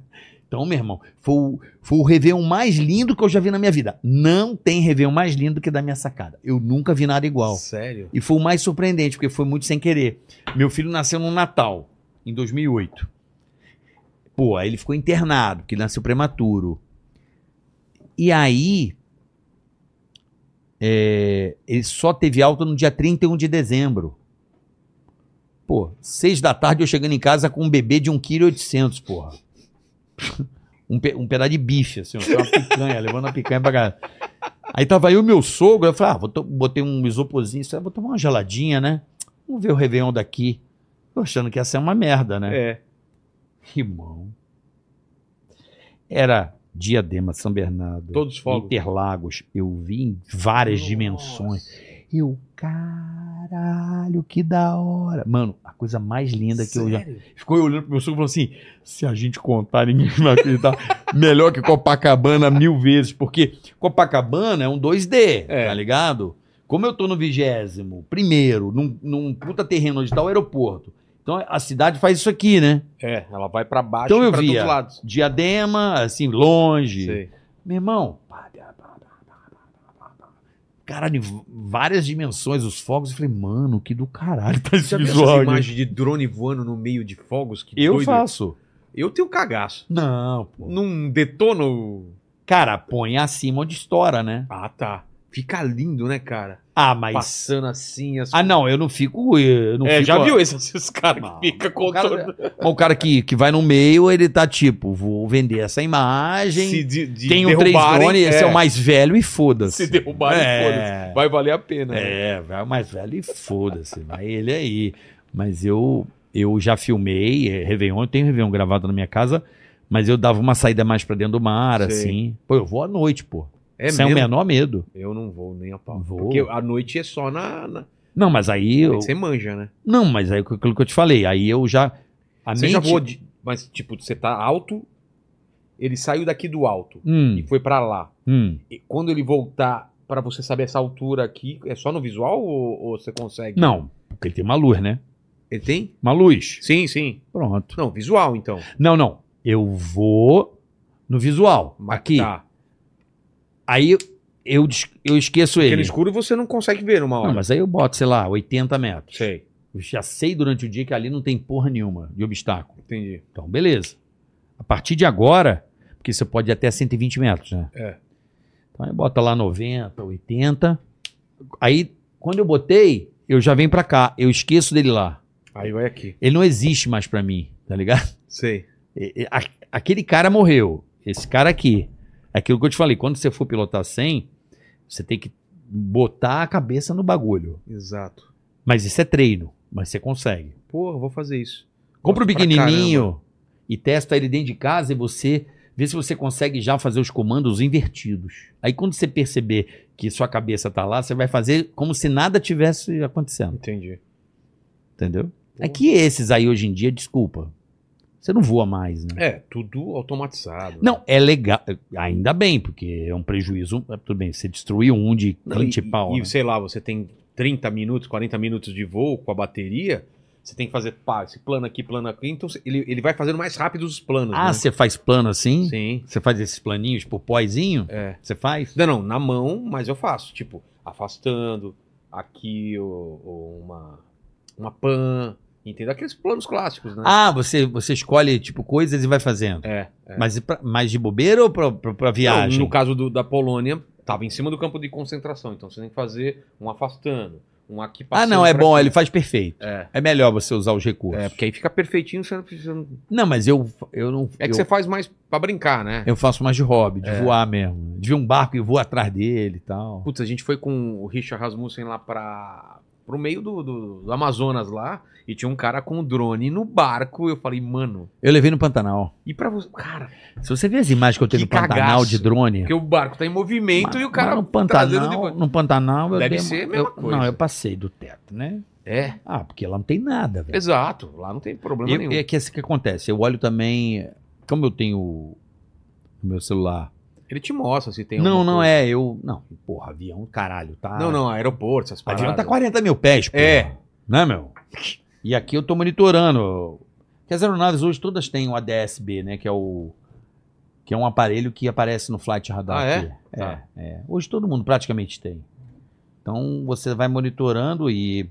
Speaker 3: Então, meu irmão, foi o, foi o Réveillon mais lindo que eu já vi na minha vida. Não tem Réveillon mais lindo que da minha sacada. Eu nunca vi nada igual.
Speaker 1: Sério?
Speaker 3: E foi o mais surpreendente, porque foi muito sem querer. Meu filho nasceu no Natal, em 2008. Pô, aí ele ficou internado, porque ele nasceu prematuro. E aí, é, ele só teve alta no dia 31 de dezembro. Pô, seis da tarde eu chegando em casa com um bebê de 1,8 kg, porra. Um, pe- um pedaço de bife, assim, ó, uma picanha, levando a picanha pra casa. Aí tava eu e meu sogro, eu falei, ah, vou to- botei um isoporzinho, sabe, vou tomar uma geladinha, né? Vamos ver o Réveillon daqui. Tô achando que ia ser uma merda, né?
Speaker 1: É.
Speaker 3: Irmão. Era Diadema, São Bernardo,
Speaker 1: Todos fogos.
Speaker 3: Interlagos. Eu vi em várias dimensões. Eu, caralho, que da hora. Mano, a coisa mais linda que eu já... Ficou eu olhando pro meu sogro e falou assim, se a gente contar, ninguém vai acreditar. Melhor que Copacabana mil vezes, porque Copacabana é um 2D,
Speaker 1: É.
Speaker 3: tá ligado? Como eu tô no vigésimo primeiro, num, num puta terreno onde tá o aeroporto, então a cidade faz isso aqui, né?
Speaker 1: É, ela vai pra baixo
Speaker 3: Então
Speaker 1: e
Speaker 3: eu
Speaker 1: pra
Speaker 3: via.
Speaker 1: todos os lados.
Speaker 3: Diadema, assim, longe.
Speaker 1: Sei.
Speaker 3: Meu irmão. pá, pá, pá, pá, pá, pá, pá, pá. Caralho, em v- várias dimensões, os fogos. Eu falei, mano, que do caralho tá esse
Speaker 1: Já viu essas
Speaker 3: visual. aqui?
Speaker 1: imagens de drone voando no meio de fogos? Que
Speaker 3: Eu
Speaker 1: doido.
Speaker 3: faço.
Speaker 1: Eu tenho cagaço.
Speaker 3: Não, pô.
Speaker 1: Não detona o...
Speaker 3: Cara, põe acima onde estoura, né?
Speaker 1: Ah, tá. Fica lindo, né, cara?
Speaker 3: Ah, mas.
Speaker 1: Passando assim, as...
Speaker 3: Ah, não, eu não fico. Eu não
Speaker 1: É,
Speaker 3: fico-
Speaker 1: já viu esses, esses caras
Speaker 3: Não.
Speaker 1: que ficam
Speaker 3: O cara,
Speaker 1: contando?
Speaker 3: o cara que, que vai no meio, ele tá tipo, vou vender essa imagem.
Speaker 1: de, de
Speaker 3: tem um 3
Speaker 1: derrubarem,
Speaker 3: drone, esse é o mais velho e foda-se.
Speaker 1: Se derrubarem, foda-se.
Speaker 3: é...
Speaker 1: Vai valer a pena. né?
Speaker 3: É, vai o mais velho e foda-se, vai ele aí. Mas eu eu já filmei é, Réveillon, eu tenho Réveillon gravado na minha casa, mas eu dava uma saída mais pra dentro do mar,
Speaker 1: Sei.
Speaker 3: assim. Pô, eu vou à noite, pô.
Speaker 1: É
Speaker 3: Sem o
Speaker 1: mesmo?
Speaker 3: menor medo.
Speaker 1: Eu não vou nem a pau.
Speaker 3: Vou.
Speaker 1: Porque a noite é só na... na-
Speaker 3: Não, mas aí. Eu,
Speaker 1: Você manja, né?
Speaker 3: não, mas aí aquilo que eu te falei. Aí eu já. A
Speaker 1: Você
Speaker 3: mente,
Speaker 1: já voou, de- mas tipo, você tá alto, ele saiu daqui do alto e
Speaker 3: Hum,
Speaker 1: foi pra lá.
Speaker 3: hum.
Speaker 1: E quando ele voltar, pra você saber essa altura aqui, é só no visual ou, ou você consegue?
Speaker 3: Não, porque ele tem uma luz, né?
Speaker 1: Ele tem?
Speaker 3: Uma luz.
Speaker 1: Sim, sim.
Speaker 3: Pronto.
Speaker 1: Não, visual então.
Speaker 3: Não, não. Eu vou no visual. aqui.
Speaker 1: Tá.
Speaker 3: Aí eu, eu, des- eu esqueço
Speaker 1: Porque no
Speaker 3: ele.
Speaker 1: escuro você não consegue ver numa hora.
Speaker 3: Não, mas aí eu boto, sei lá, 80 metros.
Speaker 1: Sei,
Speaker 3: Eu já sei durante o dia que ali não tem porra nenhuma de obstáculo.
Speaker 1: entendi.
Speaker 3: Então, beleza. A partir de agora, porque você pode ir até 120 metros, né?
Speaker 1: É.
Speaker 3: Então aí bota lá 90, 80. Aí, quando eu botei, eu já venho pra cá. Eu esqueço dele lá.
Speaker 1: Aí vai aqui.
Speaker 3: Ele não existe mais pra mim, tá ligado?
Speaker 1: Sei.
Speaker 3: E- e- a- Aquele cara morreu. Esse cara aqui. É Aquilo que eu te falei, quando você for pilotar 100, você tem que botar a cabeça no bagulho.
Speaker 1: Exato.
Speaker 3: Mas isso é treino. Mas você consegue.
Speaker 1: Porra, vou fazer isso.
Speaker 3: Compra o
Speaker 1: Gosto pra
Speaker 3: pequenininho e testa ele dentro de casa e você vê se você consegue já fazer os comandos invertidos. Aí quando você perceber que sua cabeça tá lá, você vai fazer como se nada tivesse acontecendo,
Speaker 1: Entendi.
Speaker 3: entendeu? É que esses aí hoje em dia, desculpa, você não voa mais, né?
Speaker 1: É, tudo automatizado.
Speaker 3: Não, é legal, ainda bem, porque é um prejuízo, tudo bem, você destruiu um de
Speaker 1: Não,
Speaker 3: 20
Speaker 1: e,
Speaker 3: pau,
Speaker 1: e
Speaker 3: né?
Speaker 1: sei lá, você tem 30 minutos, 40 minutos de voo com a bateria, você tem que fazer pá, esse plano aqui, plano aqui, então cê- ele, ele vai fazendo mais rápido os planos.
Speaker 3: Ah,
Speaker 1: né?
Speaker 3: você faz plano assim?
Speaker 1: Sim.
Speaker 3: Você faz esses planinhos por pózinho?
Speaker 1: É.
Speaker 3: Você faz?
Speaker 1: Não, não, na mão, mas eu faço. Tipo, afastando, aqui o- o uma, uma pan, entendeu? Aqueles planos clássicos, né?
Speaker 3: Ah, você, você escolhe, tipo, coisas e vai fazendo.
Speaker 1: É, é.
Speaker 3: Mas e pra- mais de bobeira ou pra, pra, pra viagem?
Speaker 1: Não, no caso do- da Polônia, tava em cima do campo de concentração, então você tem que fazer um afastando, um aqui
Speaker 3: ah,
Speaker 1: passando.
Speaker 3: não, é
Speaker 1: pra
Speaker 3: bom,
Speaker 1: aqui.
Speaker 3: ele faz perfeito.
Speaker 1: É.
Speaker 3: É melhor você usar os recursos.
Speaker 1: É, porque aí fica perfeitinho, você não precisa.
Speaker 3: Não, mas eu, eu não.
Speaker 1: É que
Speaker 3: eu,
Speaker 1: você faz mais pra brincar, né?
Speaker 3: eu faço mais de hobby, de
Speaker 1: É.
Speaker 3: voar mesmo. De ver um barco e vou atrás dele e tal.
Speaker 1: Putz, a gente foi com o Richard Rasmussen lá pra. pro meio do, do- do Amazonas lá, e tinha um cara com um drone no barco. Eu falei, mano,
Speaker 3: Eu levei no Pantanal.
Speaker 1: e pra você. Cara,
Speaker 3: Se você ver as imagens que eu tenho
Speaker 1: Que
Speaker 3: no Pantanal
Speaker 1: cagaço.
Speaker 3: de drone.
Speaker 1: porque o barco tá em movimento
Speaker 3: mas-
Speaker 1: e o cara.
Speaker 3: mas no
Speaker 1: trazendo
Speaker 3: Pantanal, no Pantanal eu
Speaker 1: Deve
Speaker 3: dei uma-
Speaker 1: ser a mesma
Speaker 3: eu-
Speaker 1: coisa.
Speaker 3: Não, eu passei do teto, né?
Speaker 1: De... É,
Speaker 3: Ah, porque lá não tem nada, velho.
Speaker 1: exato. Lá não tem problema
Speaker 3: Eu,
Speaker 1: nenhum.
Speaker 3: é que é isso que acontece. Eu olho também. Como eu tenho o meu celular.
Speaker 1: Ele te mostra se tem
Speaker 3: não,
Speaker 1: alguma
Speaker 3: não
Speaker 1: coisa.
Speaker 3: é. Eu. Não, porra, avião, caralho, tá?
Speaker 1: Não, não, aeroporto, essas paradas.
Speaker 3: Avião tá 40 mil pés, pô.
Speaker 1: É.
Speaker 3: Né, meu? E aqui eu tô monitorando. Porque as aeronaves hoje todas têm o ADS-B, né? Que é o. Que é um aparelho que aparece no Flight Radar
Speaker 1: Ah, é?
Speaker 3: aqui.
Speaker 1: Tá.
Speaker 3: É, é. Hoje todo mundo praticamente tem. Então você vai monitorando e.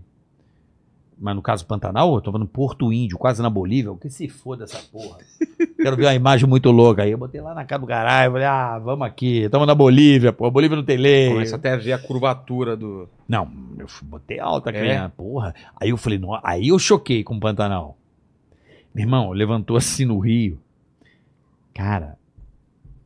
Speaker 3: Mas no caso Pantanal, eu tô falando Porto Índio, quase na Bolívia. O que se foda essa porra? Quero ver uma imagem muito louca. Aí eu botei lá na cara do caralho, falei, ah, vamos aqui, estamos na Bolívia, pô, a Bolívia não tem lei.
Speaker 1: Começa até a ver a curvatura do.
Speaker 3: Não, eu f- botei alta,
Speaker 1: É?
Speaker 3: cara. Porra. Aí eu falei, "Nó-" aí eu choquei com o Pantanal. Meu irmão, levantou assim no Rio. Cara,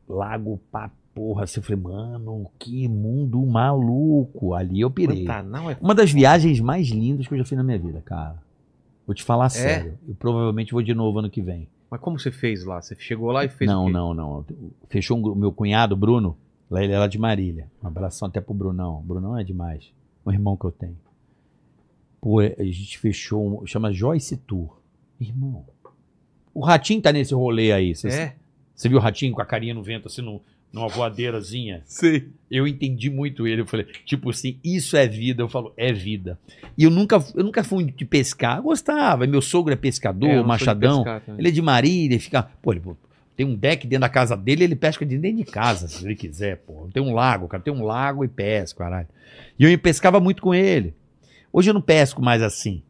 Speaker 3: lago pra porra. Assim, eu falei, mano, que mundo maluco. Ali eu pirei.
Speaker 1: Pantanal é.
Speaker 3: Uma das viagens mais lindas que eu já fiz na minha vida, cara. Vou te falar sério. Eu provavelmente vou de novo ano que vem.
Speaker 1: Mas como você fez lá? Você chegou lá e fez. o
Speaker 3: não,
Speaker 1: quê?
Speaker 3: não, não. Fechou um gru- meu cunhado, Bruno. Lá ele é lá de Marília. Um abração até pro Brunão. Brunão é demais. Um irmão que eu tenho. Pô, é- a gente fechou um. Chama Joyce Tour. Irmão. O Ratinho tá nesse rolê aí. Você
Speaker 1: É?
Speaker 3: você viu o Ratinho com a carinha no vento, assim, num- numa voadeirazinha?
Speaker 1: Sei.
Speaker 3: Eu entendi muito ele. Eu falei, tipo assim, isso é vida. Eu falo, é vida. E eu nunca, eu nunca fui de pescar. Eu gostava. Meu sogro é pescador,
Speaker 1: É, eu não sou de
Speaker 3: machadão.
Speaker 1: pescar também.
Speaker 3: Ele é de Marília, ele fica. Pô, ele tem um deck dentro da casa dele, ele pesca de dentro de casa, se ele quiser, pô. Tem um lago, cara, tem um lago e pesca, caralho. E eu pescava muito com ele. Hoje eu não pesco mais assim.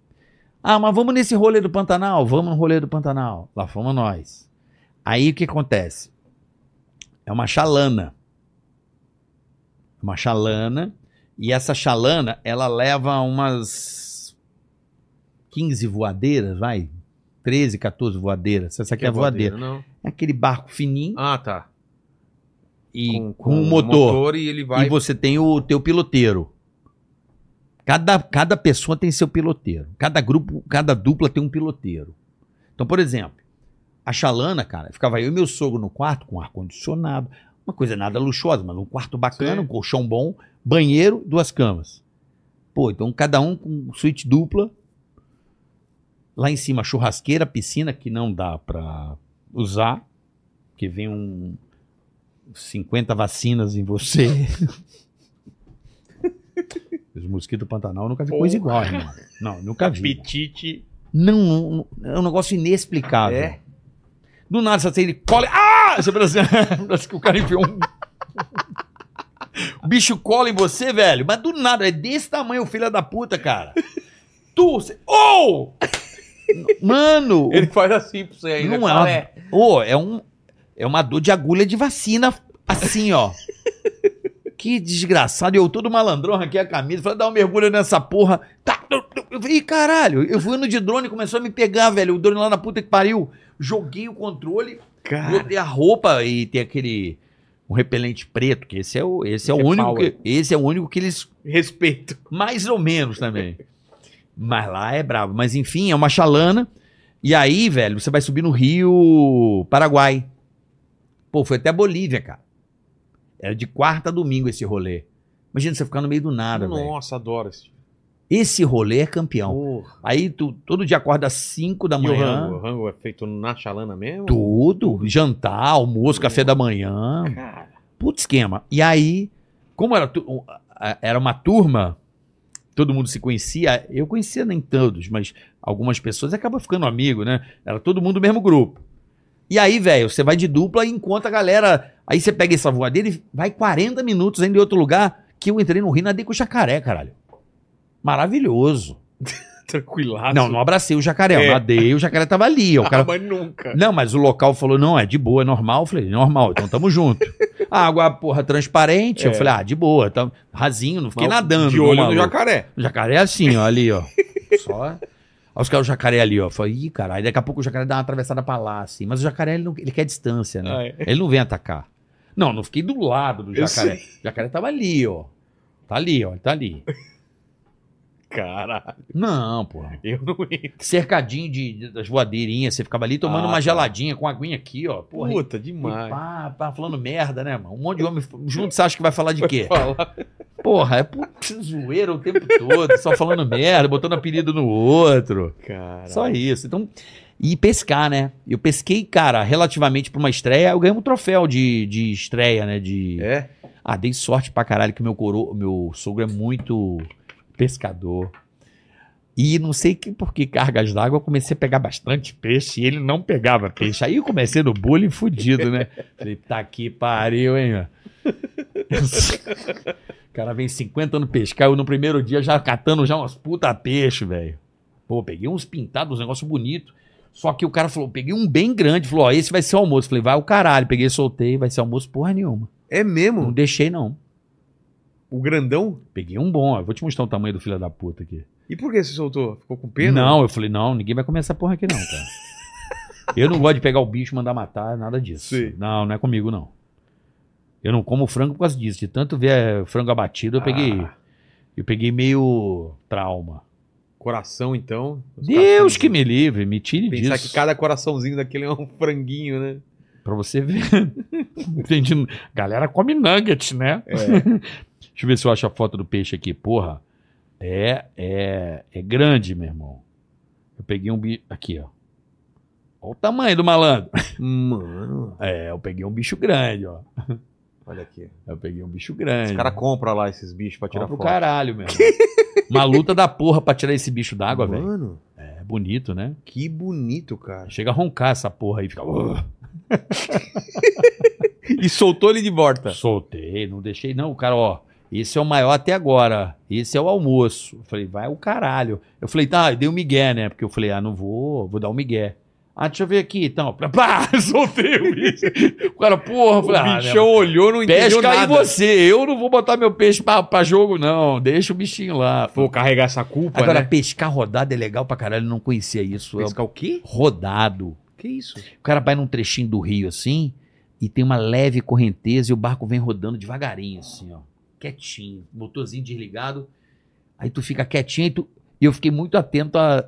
Speaker 3: Ah, mas vamos nesse rolê do Pantanal? Vamos no rolê do Pantanal. Lá fomos nós. Aí o que acontece? É uma chalana. Uma chalana. E essa chalana, ela leva umas 15 voadeiras, vai. 13, 14 voadeiras. Essa aqui é a voadeira.
Speaker 1: Não.
Speaker 3: É aquele barco fininho
Speaker 1: Ah, tá.
Speaker 3: e com, um motor.
Speaker 1: e ele vai.
Speaker 3: E você tem o teu piloteiro. Cada, cada pessoa tem seu piloteiro. Cada grupo, cada dupla tem um piloteiro. Então, por exemplo, a Xalana, cara, ficava eu e meu sogro no quarto com ar-condicionado. Uma coisa nada luxuosa, mas um quarto bacana,
Speaker 1: Sim.
Speaker 3: um colchão bom, banheiro, duas camas. Pô, então cada um com suíte dupla. Lá em cima, churrasqueira, piscina, que não dá pra usar, porque vem um 50 vacinas em
Speaker 1: É.
Speaker 3: você. Os mosquitos do Pantanal nunca vi coisa igual, irmão. Não, nunca vi.
Speaker 2: Apetite.
Speaker 3: Não, não, é um negócio inexplicável.
Speaker 1: É?
Speaker 3: Do nada, você tem ele cola. Ah! Você pensa assim, parece que o cara enfiou um. O bicho cola em você, velho. Mas do nada, é desse tamanho, filho da puta, cara. Tu. você- Oh! Mano!
Speaker 1: Ele faz assim pra você ainda.
Speaker 3: Não é uma, Ô, é, um, é uma dor de agulha de vacina, assim, ó. que desgraçado. Eu todo malandrão, aqui a camisa, falei, dá um mergulho nessa porra. Tá, eu, eu, eu, ih, caralho, eu fui no de drone, começou a me pegar, velho. O drone lá na puta que pariu. Joguei o controle, botei a roupa e tem aquele... Um repelente preto, que esse é o, esse é o
Speaker 2: é
Speaker 3: único
Speaker 2: power.
Speaker 3: que, esse é o único que eles
Speaker 1: Respeito.
Speaker 3: mais ou menos também. Mas lá é brabo. Mas enfim, é uma chalana. E aí, velho, você vai subir no Rio Paraguai. Pô, foi até Bolívia, cara. Era de quarta a domingo esse rolê. Imagina você ficar no meio do nada, velho.
Speaker 1: Nossa, adoro esse tipo.
Speaker 3: Esse rolê é campeão.
Speaker 1: Porra.
Speaker 3: Aí tu todo dia acorda às 5 da
Speaker 1: E o
Speaker 3: manhã.
Speaker 1: rango? O rango é feito na chalana mesmo?
Speaker 3: Tudo. Jantar, almoço, café da manhã. Puto esquema. E aí, como era, tu- um, a- era uma turma, todo mundo se conhecia, eu conhecia nem todos, mas algumas pessoas acabam ficando amigo, né? Era todo mundo do mesmo grupo. E aí, velho, você vai de dupla e encontra a galera. Aí você pega essa voadeira e vai 40 minutos ainda em outro lugar que eu entrei no Rio nadei com o jacaré, caralho. Maravilhoso.
Speaker 1: Tranquilaço.
Speaker 3: Não, não abracei o jacaré,
Speaker 1: Ah, É.
Speaker 3: eu nadei, o jacaré tava ali. ó, O cara
Speaker 1: mas nunca.
Speaker 3: não, mas o local falou, não, é de boa, é normal. Eu falei, normal, então tamo junto. A água, porra, transparente. Eu
Speaker 1: É.
Speaker 3: falei, ah, de boa, tá rasinho, não fiquei
Speaker 1: Mas
Speaker 3: nadando.
Speaker 1: De
Speaker 3: não,
Speaker 1: olho no
Speaker 3: maluco.
Speaker 1: jacaré.
Speaker 3: O jacaré é assim, ó, ali, ó. Só. Aí os caras, o jacaré ali, ó. Eu Falei, ih, caralho, daqui a pouco o jacaré dá uma atravessada pra lá, assim. Mas o jacaré, ele, não- ele quer distância, né?
Speaker 1: Ah, é.
Speaker 3: Ele não vem atacar. Não, não fiquei do lado do
Speaker 1: Eu
Speaker 3: jacaré. O jacaré tava ali, ó. Tá ali, ó, ele tá ali.
Speaker 1: Caralho,
Speaker 3: Não, porra.
Speaker 1: eu não entro.
Speaker 3: Cercadinho de, de- das voadeirinhas, você ficava ali tomando
Speaker 1: Ah,
Speaker 3: uma
Speaker 1: tá.
Speaker 3: geladinha com aguinha aqui, ó. Porra,
Speaker 1: Puta,
Speaker 3: E
Speaker 1: demais.
Speaker 3: pá, pá, falando merda, né, mano? Um monte de homem junto, você acha que vai falar de quê?
Speaker 1: Falar.
Speaker 3: Porra, é puta zoeira o tempo todo, só falando merda, botando apelido no outro.
Speaker 1: Caralho.
Speaker 3: Só isso. Então, e pescar, né? Eu pesquei, cara, relativamente pra uma estreia, eu ganhei um troféu de, de estreia, né? De...
Speaker 1: É?
Speaker 3: Ah, dei sorte pra caralho que meu coro... meu sogro é muito pescador. E não sei que por que cargas d'água eu comecei a pegar bastante peixe e ele não pegava peixe. Aí eu comecei no bullying fudido, né? Falei, tá que pariu, hein? ó. o cara vem 50 anos pescar, eu no primeiro dia já catando já umas puta peixe, velho. Pô, peguei uns pintados, uns negócios bonitos. Só que o cara falou, peguei um bem grande, falou, ó, esse vai ser o almoço. Falei, vai o caralho, peguei, soltei, vai ser almoço porra nenhuma.
Speaker 1: É
Speaker 3: Não
Speaker 1: mesmo?
Speaker 3: deixei, não.
Speaker 1: O grandão?
Speaker 3: Peguei um bom, ó. Eu Vou te mostrar o tamanho do filho da puta aqui.
Speaker 1: E por que você soltou? Ficou com pena? né?
Speaker 3: Não, eu falei, não, ninguém vai comer essa porra aqui, não, cara. eu não gosto de pegar o bicho, mandar matar, nada disso.
Speaker 1: Sim.
Speaker 3: Não, não é comigo, não. Eu não como frango por causa disso. De tanto ver eh, frango abatido, eu
Speaker 1: Ah.
Speaker 3: peguei. Eu peguei meio trauma.
Speaker 1: Coração, então. Os
Speaker 3: Deus
Speaker 1: caras-
Speaker 3: que me livre, me tire
Speaker 1: Pensar
Speaker 3: disso.
Speaker 1: que cada coraçãozinho daquele é um franguinho, né?
Speaker 3: Pra você ver. Entendi.
Speaker 2: Galera come nugget, né?
Speaker 3: É. Deixa eu ver se eu acho a foto do peixe aqui. Porra, é, é, é grande, meu irmão. Eu peguei um bicho. Aqui, ó. Olha o tamanho do malandro.
Speaker 1: Mano,
Speaker 3: É, eu peguei um bicho grande, ó.
Speaker 1: olha aqui.
Speaker 3: Eu peguei um bicho grande.
Speaker 1: Os caras compram lá esses bichos pra tirar
Speaker 3: Compra o
Speaker 1: foto.
Speaker 3: caralho, meu irmão. Uma luta da porra pra tirar esse bicho d'água, velho.
Speaker 1: Mano,
Speaker 3: É bonito, né?
Speaker 1: que bonito, cara.
Speaker 3: Chega a roncar essa porra aí, fica. "Ugh".
Speaker 1: E soltou ele de volta.
Speaker 3: Soltei, não deixei, não. O cara, ó, esse é o maior até agora. Esse é o almoço. Eu falei, vai o caralho. Eu falei, tá, eu dei um migué, né? Porque eu falei, ah, não vou, vou dar um migué. Ah, deixa eu ver aqui, então. Pá, Pá, soltei o bicho. O cara, porra, eu falei, ah,
Speaker 1: o
Speaker 3: né,
Speaker 1: bichão olhou, não entendeu
Speaker 3: pesca aí
Speaker 1: nada.
Speaker 3: você. Eu não vou botar meu peixe pra, pra jogo, não. Deixa o bichinho lá.
Speaker 1: Vou carregar essa culpa,
Speaker 3: Agora,
Speaker 1: né?
Speaker 3: pescar rodado é legal pra caralho, eu não conhecia isso. É
Speaker 1: Pescar o quê?
Speaker 3: rodado.
Speaker 1: Que isso?
Speaker 3: O cara vai num trechinho do rio assim e tem uma leve correnteza e o barco vem rodando devagarinho, assim, ó. Quietinho, motorzinho desligado. Aí tu fica quietinho e tu- e eu fiquei muito atento à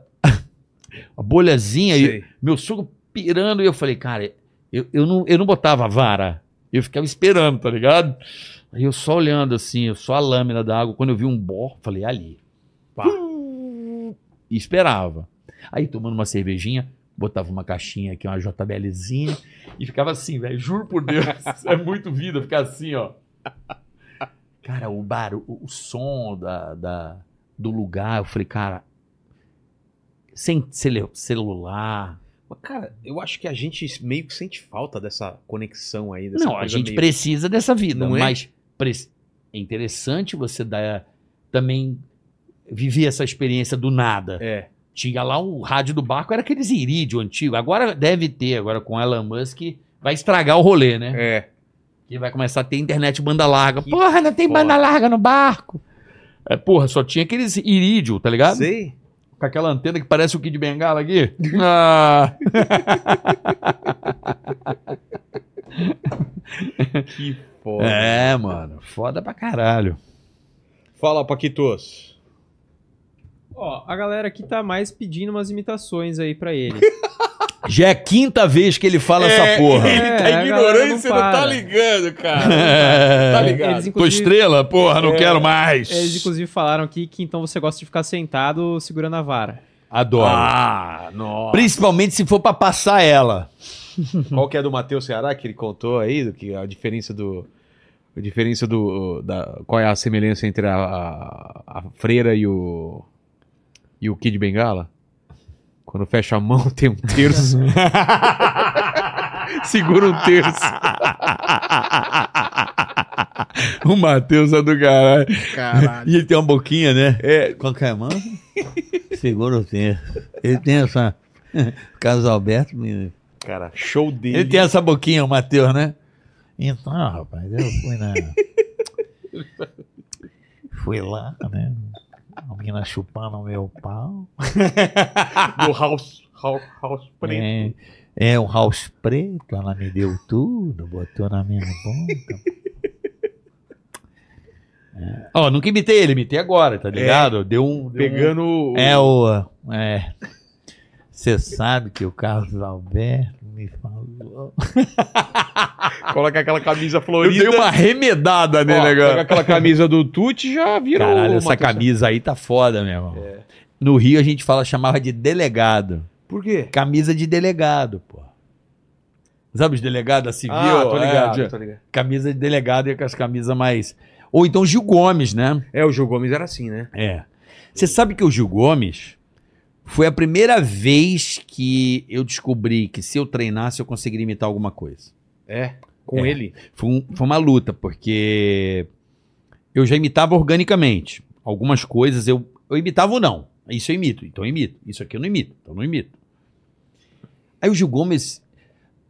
Speaker 3: à bolhazinha e
Speaker 1: Sei.
Speaker 3: meu sogro pirando. E eu falei, cara, eu, eu, não, eu não botava vara. Eu ficava esperando, tá ligado? Aí eu só olhando assim, eu só a lâmina da água. Quando eu vi um bó, falei, ali. Pá. E esperava. Aí tomando uma cervejinha, botava uma caixinha aqui, uma JBLzinha, e ficava assim, velho. Juro por Deus, é muito vida ficar assim, ó. Cara, o barulho, o som da, da- do lugar, eu falei, cara, sem cele- celular.
Speaker 1: Mas, cara, eu acho que a gente meio que sente falta dessa conexão aí. Dessa
Speaker 3: Não, a
Speaker 1: coisa
Speaker 3: gente
Speaker 1: meio-
Speaker 3: precisa dessa vida,
Speaker 1: Não é?
Speaker 3: mas pre- é interessante você dar, também viver essa experiência do nada.
Speaker 1: É.
Speaker 3: Tinha lá o rádio do barco, era aqueles irídio antigo. Agora deve ter, agora com Elon Musk, vai estragar o rolê, né?
Speaker 1: É.
Speaker 3: Que vai começar a ter internet banda larga.
Speaker 1: Que
Speaker 3: porra, não tem
Speaker 1: foda.
Speaker 3: banda larga no barco. É, porra, só tinha aqueles irídio, tá ligado?
Speaker 1: Sei.
Speaker 3: Com aquela antena que parece o Kid Bengala aqui. Ah.
Speaker 1: Que foda.
Speaker 3: É, mano. Foda pra caralho.
Speaker 1: Fala, Paquitos.
Speaker 2: Ó, a galera aqui tá mais pedindo umas imitações aí pra ele.
Speaker 3: Já é a quinta vez que ele fala essa porra.
Speaker 2: É,
Speaker 7: Ele
Speaker 2: a
Speaker 7: tá
Speaker 2: galera
Speaker 7: ignorando e
Speaker 2: não
Speaker 7: você não tá
Speaker 2: para.
Speaker 7: ligando,
Speaker 6: Tá
Speaker 7: cara. Tá
Speaker 3: É.
Speaker 7: ligado?
Speaker 2: Eles,
Speaker 3: Tô
Speaker 2: inclusive, é,
Speaker 3: estrela? Porra, não quero mais.
Speaker 2: eles, inclusive, falaram aqui que então você gosta de ficar sentado segurando a vara.
Speaker 3: Adoro.
Speaker 1: Ah, nossa.
Speaker 3: Principalmente se for pra passar ela.
Speaker 1: Qual que é do Matheus Ceará que ele contou aí? Do que a diferença do. A diferença do. Da, qual é a semelhança entre a, a, a freira e o. E o Kid Bengala? Quando fecha a mão tem um terço. Segura um terço.
Speaker 3: o Matheus é do caralho. E ele tem uma boquinha, né? É. Qualquer mão. Segura o tempo. Ele tem essa. Carlos Alberto. me-
Speaker 1: Cara, show dele.
Speaker 3: Ele tem essa boquinha, o Matheus, né? Então, rapaz, eu fui na. fui lá, né? A menina chupando o meu pau.
Speaker 7: Do House, House, House Preto.
Speaker 3: É, é um house preto, ela me deu tudo, botou na minha boca. É. Ó, nunca imitei ele, imitei agora, tá ligado? Deu um. deu um-
Speaker 1: Pegando o.
Speaker 3: É o. É. Você sabe que o Carlos Alberto me falou.
Speaker 1: Coloca aquela camisa florida. né,
Speaker 3: remedada
Speaker 1: um Ó, pega aquela camisa do Tuti e já vira
Speaker 3: Caralho,
Speaker 1: o
Speaker 3: essa
Speaker 1: Matheus Ceará.
Speaker 3: camisa aí tá foda, meu irmão. No Rio a gente fala, chamava de delegado.
Speaker 1: Por quê?
Speaker 3: Camisa de delegado, pô. Sabe os delegados da civil? Ah,
Speaker 1: Ah, tô ligado, tô ligado.
Speaker 3: camisa de delegado e com as camisas mais. Ou então Gil Gomes, né?
Speaker 1: É, o Gil Gomes era assim, né?
Speaker 3: É. Você sabe que o Gil Gomes foi a primeira vez que eu descobri que se eu treinasse eu conseguiria imitar alguma coisa.
Speaker 1: É. Com
Speaker 3: É.
Speaker 1: ele.
Speaker 3: Foi, um- foi uma luta, porque eu já imitava organicamente. Algumas coisas eu, eu imitava ou não. Isso eu imito, então eu imito. Isso aqui eu não imito, então eu não imito. Aí o Gil Gomes.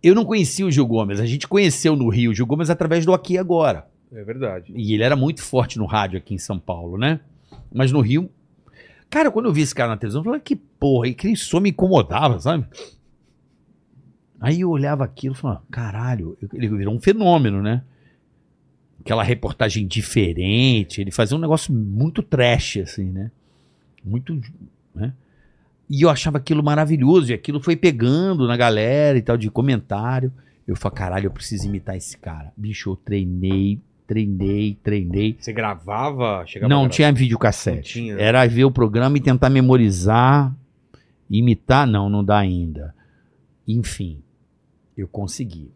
Speaker 3: Eu não conhecia o Gil Gomes, a gente conheceu no Rio o Gil Gomes através do Aqui e Agora.
Speaker 1: É verdade.
Speaker 3: E ele era muito forte no rádio aqui em São Paulo, né? Mas no Rio. Cara, quando eu vi esse cara na televisão, eu falei, "Ah, que porra, e que ele só me incomodava, sabe? Aí eu olhava aquilo e falava, caralho, ele virou um fenômeno, né? Aquela reportagem diferente, ele fazia um negócio muito trash, assim, né? Muito. Né? E eu achava aquilo maravilhoso, e aquilo foi pegando na galera e tal, de comentário. Eu falei, caralho, eu preciso imitar esse cara. Bicho, eu treinei, treinei, treinei.
Speaker 1: Você gravava? Chegava
Speaker 3: Não
Speaker 1: a gravar.
Speaker 3: tinha videocassete.
Speaker 1: Não tinha.
Speaker 3: Era ver o programa e tentar memorizar, imitar. Não, não dá ainda. Enfim, eu consegui.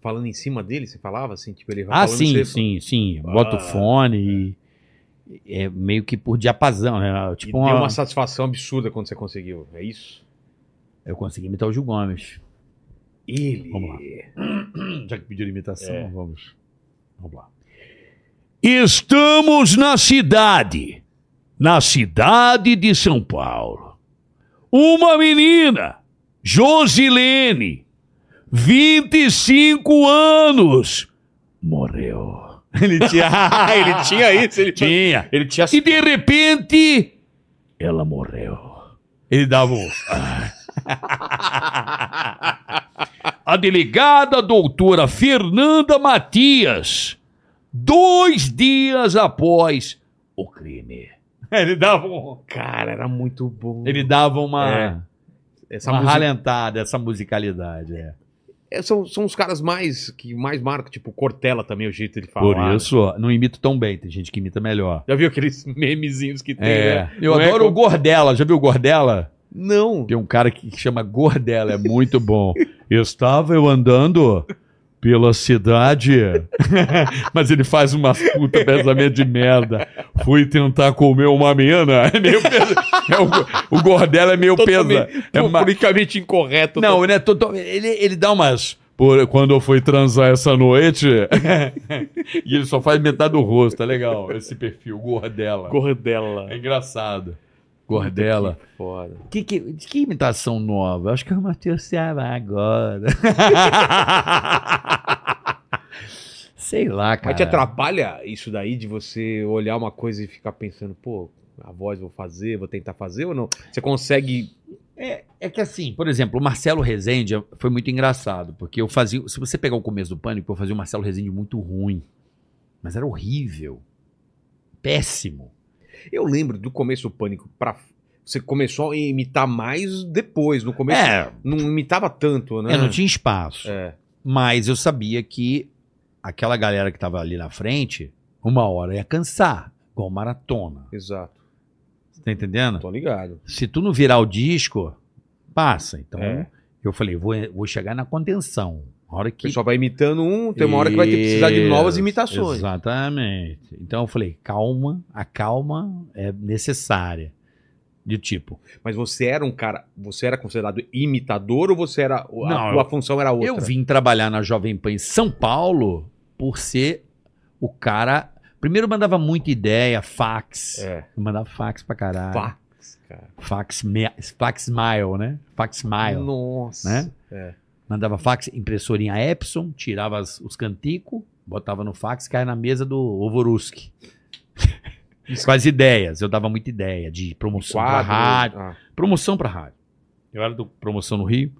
Speaker 1: Falando em cima dele, você falava assim? Tipo, ele vai
Speaker 3: Ah,
Speaker 1: falando,
Speaker 3: sim,
Speaker 1: você-
Speaker 3: sim, sim. Bota o fone e. Ah, É meio que por diapasão, né?
Speaker 1: E
Speaker 3: Tipo
Speaker 1: deu
Speaker 3: uma...
Speaker 1: uma satisfação absurda quando você conseguiu. É isso?
Speaker 3: Eu consegui imitar o Gil Gomes.
Speaker 1: Ele.
Speaker 3: Vamos lá. Já que pediram imitação, vamos. Vamos lá.
Speaker 6: Estamos na cidade, na cidade de São Paulo. Uma menina, Josilene, 25 anos, morreu.
Speaker 3: Ele tinha.
Speaker 1: ele tinha isso, ele
Speaker 6: Tinha.
Speaker 1: Ele tinha
Speaker 6: E de repente, ela morreu.
Speaker 3: Ele dava um.
Speaker 6: A delegada doutora Fernanda Matias, dois dias após o crime.
Speaker 3: Ele dava um.
Speaker 1: Cara, era muito bom.
Speaker 3: Ele dava uma.
Speaker 1: É. Essa
Speaker 3: uma
Speaker 1: música-
Speaker 3: ralentada, essa musicalidade, é.
Speaker 1: é, são, são os caras mais que mais marcam, tipo Cortella também, o jeito de falar.
Speaker 3: Por
Speaker 1: né?
Speaker 3: isso, ó, não imito tão bem, tem gente que imita melhor.
Speaker 1: Já viu aqueles memezinhos que tem,
Speaker 3: É.
Speaker 1: né?
Speaker 3: Eu
Speaker 1: Não é
Speaker 3: adoro o
Speaker 1: co-
Speaker 3: Gordela, já viu o Gordela?
Speaker 1: Não.
Speaker 3: Tem um cara que que chama Gordela, é muito bom. Estava eu andando pela cidade, mas ele faz uma puta pensamento de merda. Fui tentar comer uma mina. É meio pesa- é o, o Gordela é meio pesa. É uma-
Speaker 1: politicamente incorreto.
Speaker 3: Não, né? tô- tô- Ele, ele dá umas. Por, quando eu fui transar essa noite. e ele só faz metade do rosto. É legal esse perfil, Gordela.
Speaker 1: Gordella.
Speaker 3: É engraçado. Gordela.
Speaker 1: Foda.
Speaker 3: Que, que, que imitação nova? Acho que é o Matheus Ceará agora. Sei lá, cara.
Speaker 1: Mas te atrapalha isso daí de você olhar uma coisa e ficar pensando, pô, a voz vou fazer, vou tentar fazer ou não? Você consegue.
Speaker 3: É que assim, por exemplo, o Marcelo Rezende foi muito engraçado, porque eu fazia. Se você pegar o começo do pânico, eu fazia o Marcelo Rezende muito ruim. Mas era horrível. Péssimo.
Speaker 1: Eu lembro do começo do pânico pra. Você começou a imitar mais depois. No começo
Speaker 3: É,
Speaker 1: não imitava tanto, né?
Speaker 3: eu não tinha espaço.
Speaker 1: É.
Speaker 3: Mas eu sabia que aquela galera que tava ali na frente, uma hora ia cansar. Igual maratona.
Speaker 1: Exato.
Speaker 3: Você tá entendendo?
Speaker 1: Tô ligado.
Speaker 3: se tu não virar o disco, passa. Então,
Speaker 1: É.
Speaker 3: eu falei, vou, vou chegar na contenção. A hora
Speaker 1: O
Speaker 3: que.
Speaker 1: pessoal vai imitando um, tem uma hora que vai ter que precisar de novas imitações.
Speaker 3: Exatamente. Então eu falei, calma, a calma é necessária. De tipo,
Speaker 1: Mas você era um cara. Você era considerado imitador ou você era. A
Speaker 3: Não,
Speaker 1: tua
Speaker 3: eu-
Speaker 1: função era outra?
Speaker 3: eu vim trabalhar na Jovem Pan em São Paulo por ser o cara. Primeiro eu mandava muita ideia, fax.
Speaker 1: É.
Speaker 3: Eu mandava fax pra caralho.
Speaker 1: Fax, cara.
Speaker 3: Fax, me... fax mile, né? Fax mile.
Speaker 1: Nossa.
Speaker 3: Né?
Speaker 1: É.
Speaker 3: Mandava fax, impressorinha Epson, tirava as- os canticos, botava no fax, caia na mesa do Ovoruski. Com as ideias, eu dava muita ideia de promoção para
Speaker 1: Quadro.
Speaker 3: rádio.
Speaker 1: Ah,
Speaker 3: Promoção para rádio. Eu era do Promoção no Rio.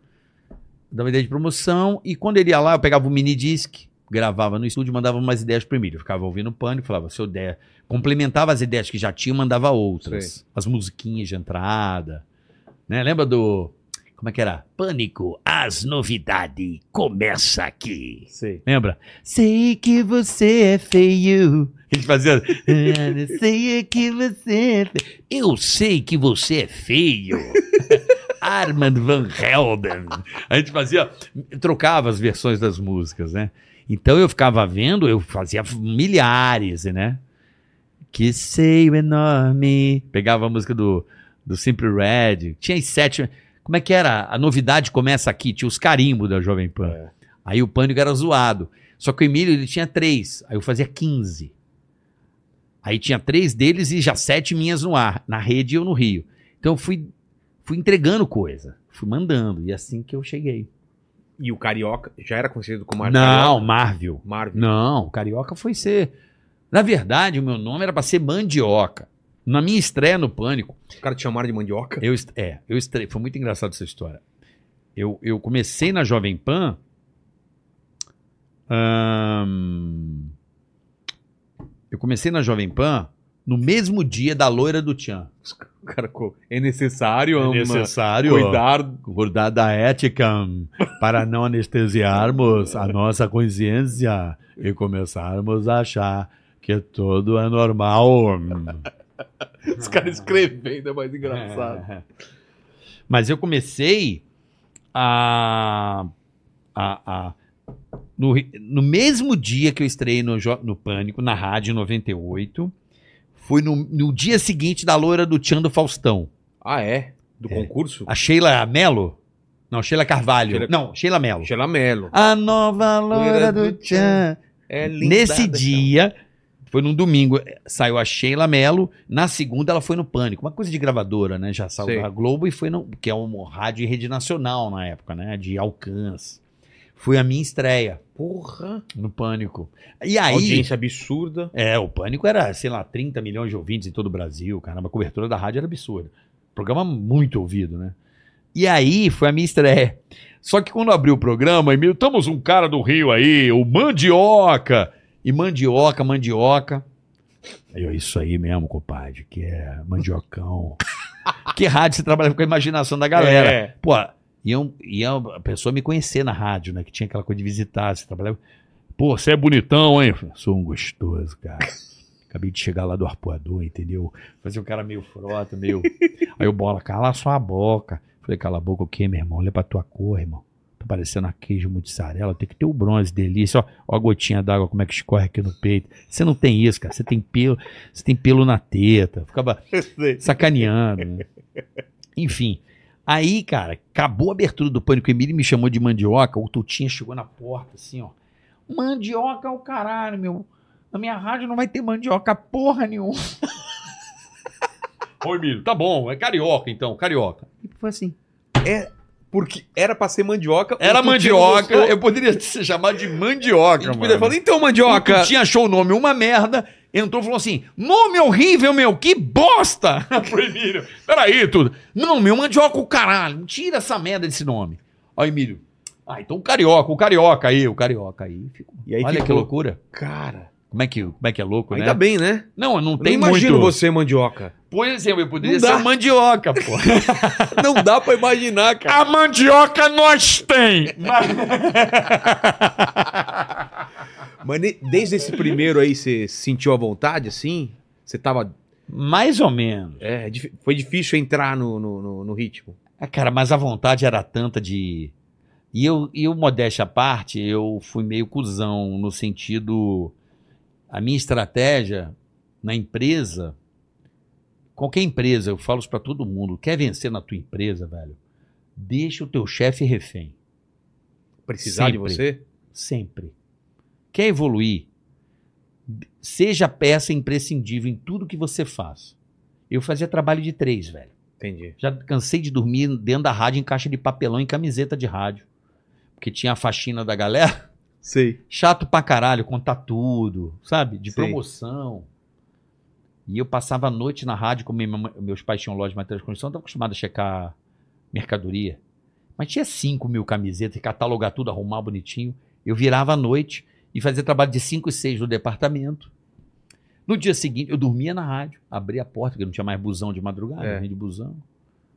Speaker 3: Eu dava ideia de promoção e quando ele ia lá, eu pegava o mini disc, gravava no estúdio, mandava umas ideias para mim. Eu ficava ouvindo o pânico, falava se eu der, complementava as ideias que já tinha, mandava outras, as musiquinhas de entrada, né? Lembra do como é que era?
Speaker 8: Pânico, as novidades começa aqui.
Speaker 1: sei.
Speaker 3: Lembra? Sei que você é feio. Ele fazia. "Ah, Sei que você é feio.
Speaker 8: Eu sei que você é feio. Armand Van Helden.
Speaker 3: A gente fazia, trocava as versões das músicas, né? Então eu ficava vendo, eu fazia milhares, né? Que seio enorme. Pegava a música do, do Simple Red. Tinha as sete. Como é que era? A novidade começa aqui, tinha os carimbos da Jovem Pan. Aí o pânico era zoado. Só que o Emílio ele tinha três, aí eu fazia 15. Aí tinha três deles e já sete minhas no ar, na rede e eu no Rio. Então eu fui fui entregando coisa, fui mandando, e assim que eu cheguei.
Speaker 1: E o Carioca já era conhecido como
Speaker 3: não,
Speaker 1: Carioca?
Speaker 3: Marvel.
Speaker 1: Marvel.
Speaker 3: Não, Carioca foi ser. Na verdade, o meu nome era pra ser Mandioca. Na minha estreia no Pânico,
Speaker 1: Os caras te chamaram de mandioca?
Speaker 3: eu est- é, eu estrei, foi muito engraçado essa história. Eu, eu comecei na Jovem Pan. ahn, eu comecei na Jovem Pan no mesmo dia da loira do Tchan.
Speaker 1: O cara co- é necessário, ama.
Speaker 3: necessário.
Speaker 1: Cuidar.
Speaker 3: Guardar da ética para não anestesiarmos a nossa consciência e começarmos a achar que tudo é normal.
Speaker 1: Os caras escrevendo é mais engraçado.
Speaker 3: Mas eu comecei a. a, a- no, Ri- no mesmo dia que eu estreiei no, Jo- no Pânico, na Rádio 98, foi no, no dia seguinte da loira do Tchan do Faustão.
Speaker 1: Ah, é? Do
Speaker 3: É.
Speaker 1: concurso?
Speaker 3: A Sheila Mello? Não, Sheila Carvalho.
Speaker 1: Sheila-
Speaker 3: Não, Sheila Mello.
Speaker 1: Sheila Mello.
Speaker 3: A nova loira do Tchan.
Speaker 1: É linda.
Speaker 3: Nesse dia, foi num domingo, eh, saiu a Sheila Mello. Na segunda, ela foi no Pânico. Uma coisa de gravadora, né? Já saiu
Speaker 1: Sei.
Speaker 3: da Globo e foi no. que é uma rádio e rede nacional na época, né? De alcance. Foi a minha estreia
Speaker 1: Porra.
Speaker 3: no Pânico. E aí.
Speaker 1: Audiência absurda.
Speaker 3: É, o Pânico era, sei lá, 30 milhões de ouvintes em todo o Brasil, caramba, a cobertura da rádio era absurda. Programa muito ouvido, né? E aí foi a minha estreia. Só que quando abriu o programa, Emílio, estamos um cara do Rio aí, o Mandioca. E mandioca, mandioca. Aí Eu, isso aí mesmo, compadre, que é mandiocão. que rádio você trabalha com a imaginação da galera.
Speaker 1: É.
Speaker 3: Pô, iam, iam a pessoa me conhecer na rádio, né? Que tinha aquela coisa de visitar, você trabalhava. Pô, você é bonitão, hein? Falei, Sou um gostoso, cara. Acabei de chegar lá do arpoador, entendeu? Fazia um cara meio frota, meio. Aí o bola, cala sua boca. Falei, cala a boca o quê, meu irmão? Olha pra tua cor, irmão. Tá parecendo a queijo mussarela, tem que ter o bronze, delícia. Ó, ó a gotinha d'água, como é que escorre aqui no peito. Você não tem isso, cara. Você tem pelo, você tem pelo na teta. Ficava sacaneando. né? Enfim. Aí, cara, acabou a abertura do Pânico Emílio e me chamou de mandioca. O Tutinha chegou na porta assim, ó. Mandioca é o caralho, meu. Na minha rádio não vai ter mandioca porra nenhuma. Ô, Emílio, tá bom. É carioca, então. Carioca. E foi assim.
Speaker 1: Porque era pra ser mandioca.
Speaker 3: Era
Speaker 1: o Tutinho
Speaker 3: mandioca.
Speaker 1: gostou.
Speaker 3: Eu poderia ser chamado de mandioca,
Speaker 1: Ele
Speaker 3: mano.
Speaker 1: falou, então, mandioca.
Speaker 3: O Tutinha achou o nome uma merda, entrou e falou assim: nome horrível, meu, que bosta! Pro Emílio, peraí, tudo. Não, meu, mandioca o caralho, tira essa merda desse nome. Ó, Emílio, ah, então o carioca, o carioca aí, o carioca aí. Ficou.
Speaker 1: E aí
Speaker 3: Olha que
Speaker 1: ficou.
Speaker 3: loucura.
Speaker 1: Cara,
Speaker 3: Como é que, como é, que é louco,
Speaker 1: ainda
Speaker 3: né?
Speaker 1: bem, né?
Speaker 3: Não, não
Speaker 1: Eu
Speaker 3: tem
Speaker 1: não imagino
Speaker 3: muito.
Speaker 1: você mandioca.
Speaker 3: Por exemplo, eu poderia
Speaker 1: Não dá.
Speaker 3: ser o mandioca, pô.
Speaker 1: Não dá pra imaginar, cara.
Speaker 9: A mandioca nós tem.
Speaker 1: Mas ne- desde esse primeiro aí, você sentiu a vontade, assim? Você tava...
Speaker 3: Mais ou menos.
Speaker 1: é, dif- foi difícil entrar no, no, no- no ritmo.
Speaker 3: Ah, cara, mas a vontade era tanta de. E eu, e eu modéstia à parte, eu fui meio cuzão no sentido. A minha estratégia na empresa, qualquer empresa, eu falo isso pra todo mundo, quer vencer na tua empresa, velho, deixa o teu chefe refém,
Speaker 1: Precisar de
Speaker 3: Sempre.
Speaker 1: você?
Speaker 3: sempre. Quer evoluir? Seja peça imprescindível em tudo que você faz. Eu fazia trabalho de três, velho.
Speaker 1: Entendi.
Speaker 3: Já cansei de dormir dentro da rádio em caixa de papelão em camiseta de rádio. Porque tinha a faxina da galera.
Speaker 1: Sei.
Speaker 3: Chato pra caralho, contar tudo, sabe? De
Speaker 1: Sim.
Speaker 3: promoção. E eu passava a noite na rádio, como minha mãe- meus pais tinham loja de material de construção, eu tava acostumado a checar mercadoria. Mas tinha 5 mil camisetas, e catalogar tudo, arrumar bonitinho. Eu virava à noite e fazia trabalho de 5 e 6 no departamento. No dia seguinte, eu dormia na rádio, abria a porta, porque não tinha mais busão de madrugada,
Speaker 1: É.
Speaker 3: dormia de busão.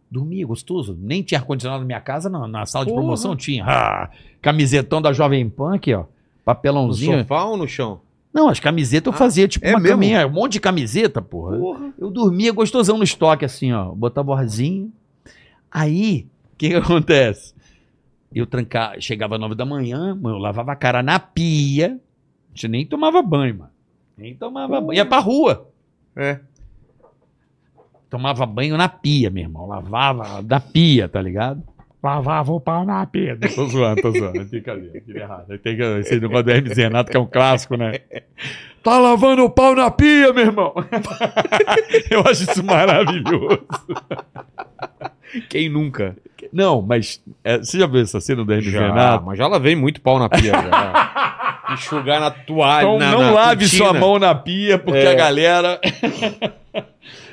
Speaker 3: Dormia, gostoso. Nem tinha ar-condicionado na minha casa, na, na sala de
Speaker 1: Porra.
Speaker 3: promoção tinha. Ah, camisetão da Jovem Pan aqui, ó.
Speaker 1: No
Speaker 3: Papelãozinho.
Speaker 1: sofá ou no chão?
Speaker 3: Não, as camisetas eu
Speaker 1: Ah,
Speaker 3: fazia, tipo,
Speaker 1: é
Speaker 3: uma
Speaker 1: mesmo?
Speaker 3: caminha, um monte de camiseta, porra. Eu dormia gostosão no estoque, assim, ó. Botava o arzinho. Aí, o que, que acontece? Eu trancava, chegava às nove da manhã, mano, eu lavava a cara na pia. A gente nem tomava banho, mano. Nem tomava banho. Ia pra rua.
Speaker 1: É.
Speaker 3: Tomava banho na pia, meu irmão. Lavava na pia, tá ligado?
Speaker 9: Lavava o pau na pedra.
Speaker 3: Tô zoando, tô zoando. Fica ali, fica errado. Aí Tem que- esse negócio do Hermes e Renato, que é um clássico, né? Tá lavando o pau na pia, meu irmão. Eu acho isso maravilhoso.
Speaker 1: Quem nunca?
Speaker 3: Não, mas é, você já viu essa cena do Hermes e
Speaker 1: Já,
Speaker 3: Renato?
Speaker 1: mas já lavei muito pau na pia. Já. Enxugar na toalha.
Speaker 3: Então
Speaker 1: na-
Speaker 3: não
Speaker 1: na
Speaker 3: lave
Speaker 1: cortina.
Speaker 3: sua mão na pia, porque
Speaker 1: É.
Speaker 3: a galera.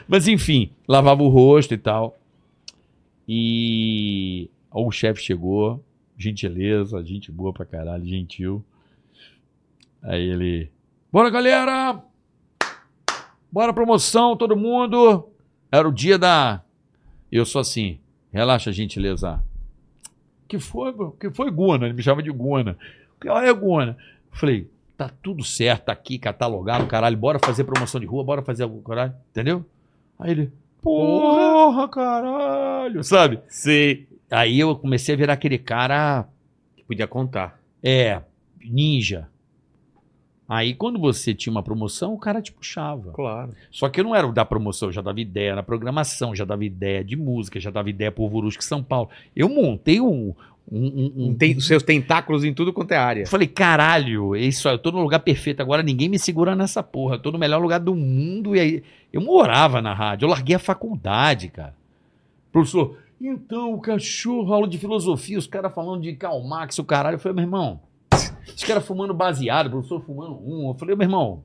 Speaker 3: Mas enfim, lavava o rosto e tal. E o chefe chegou, gentileza, gente boa pra caralho, gentil. Aí ele. Bora, galera! Bora, promoção, todo mundo! Era o dia da. Eu sou assim, relaxa, gentileza. Que foi, bro? Que foi, Guna? Ele me chama de Guna. Olha, Guna. Falei, tá tudo certo, tá aqui catalogado, caralho, bora fazer promoção de rua, bora fazer algum caralho, entendeu? Aí ele, porra, caralho, sabe? Sim. Aí eu comecei a virar aquele cara,
Speaker 1: Que podia contar.
Speaker 3: é, ninja. Aí quando você tinha uma promoção, o cara te puxava.
Speaker 1: Claro.
Speaker 3: Só que eu não era o da promoção, eu já dava ideia na programação, já dava ideia de música, já dava ideia pro Vorusca São Paulo. Eu montei um... um, um, um
Speaker 1: Tem os seus tentáculos em tudo quanto é área.
Speaker 3: eu falei, caralho, é isso aí, eu tô no lugar perfeito agora, ninguém me segura nessa porra, eu tô no melhor lugar do mundo. E aí, eu morava na rádio, eu larguei a faculdade, cara. Professor, então o cachorro, aula de filosofia, os caras falando de Karl Marx, o caralho. Eu falei, meu irmão, os caras fumando baseado, o professor fumando um. Eu falei, meu irmão,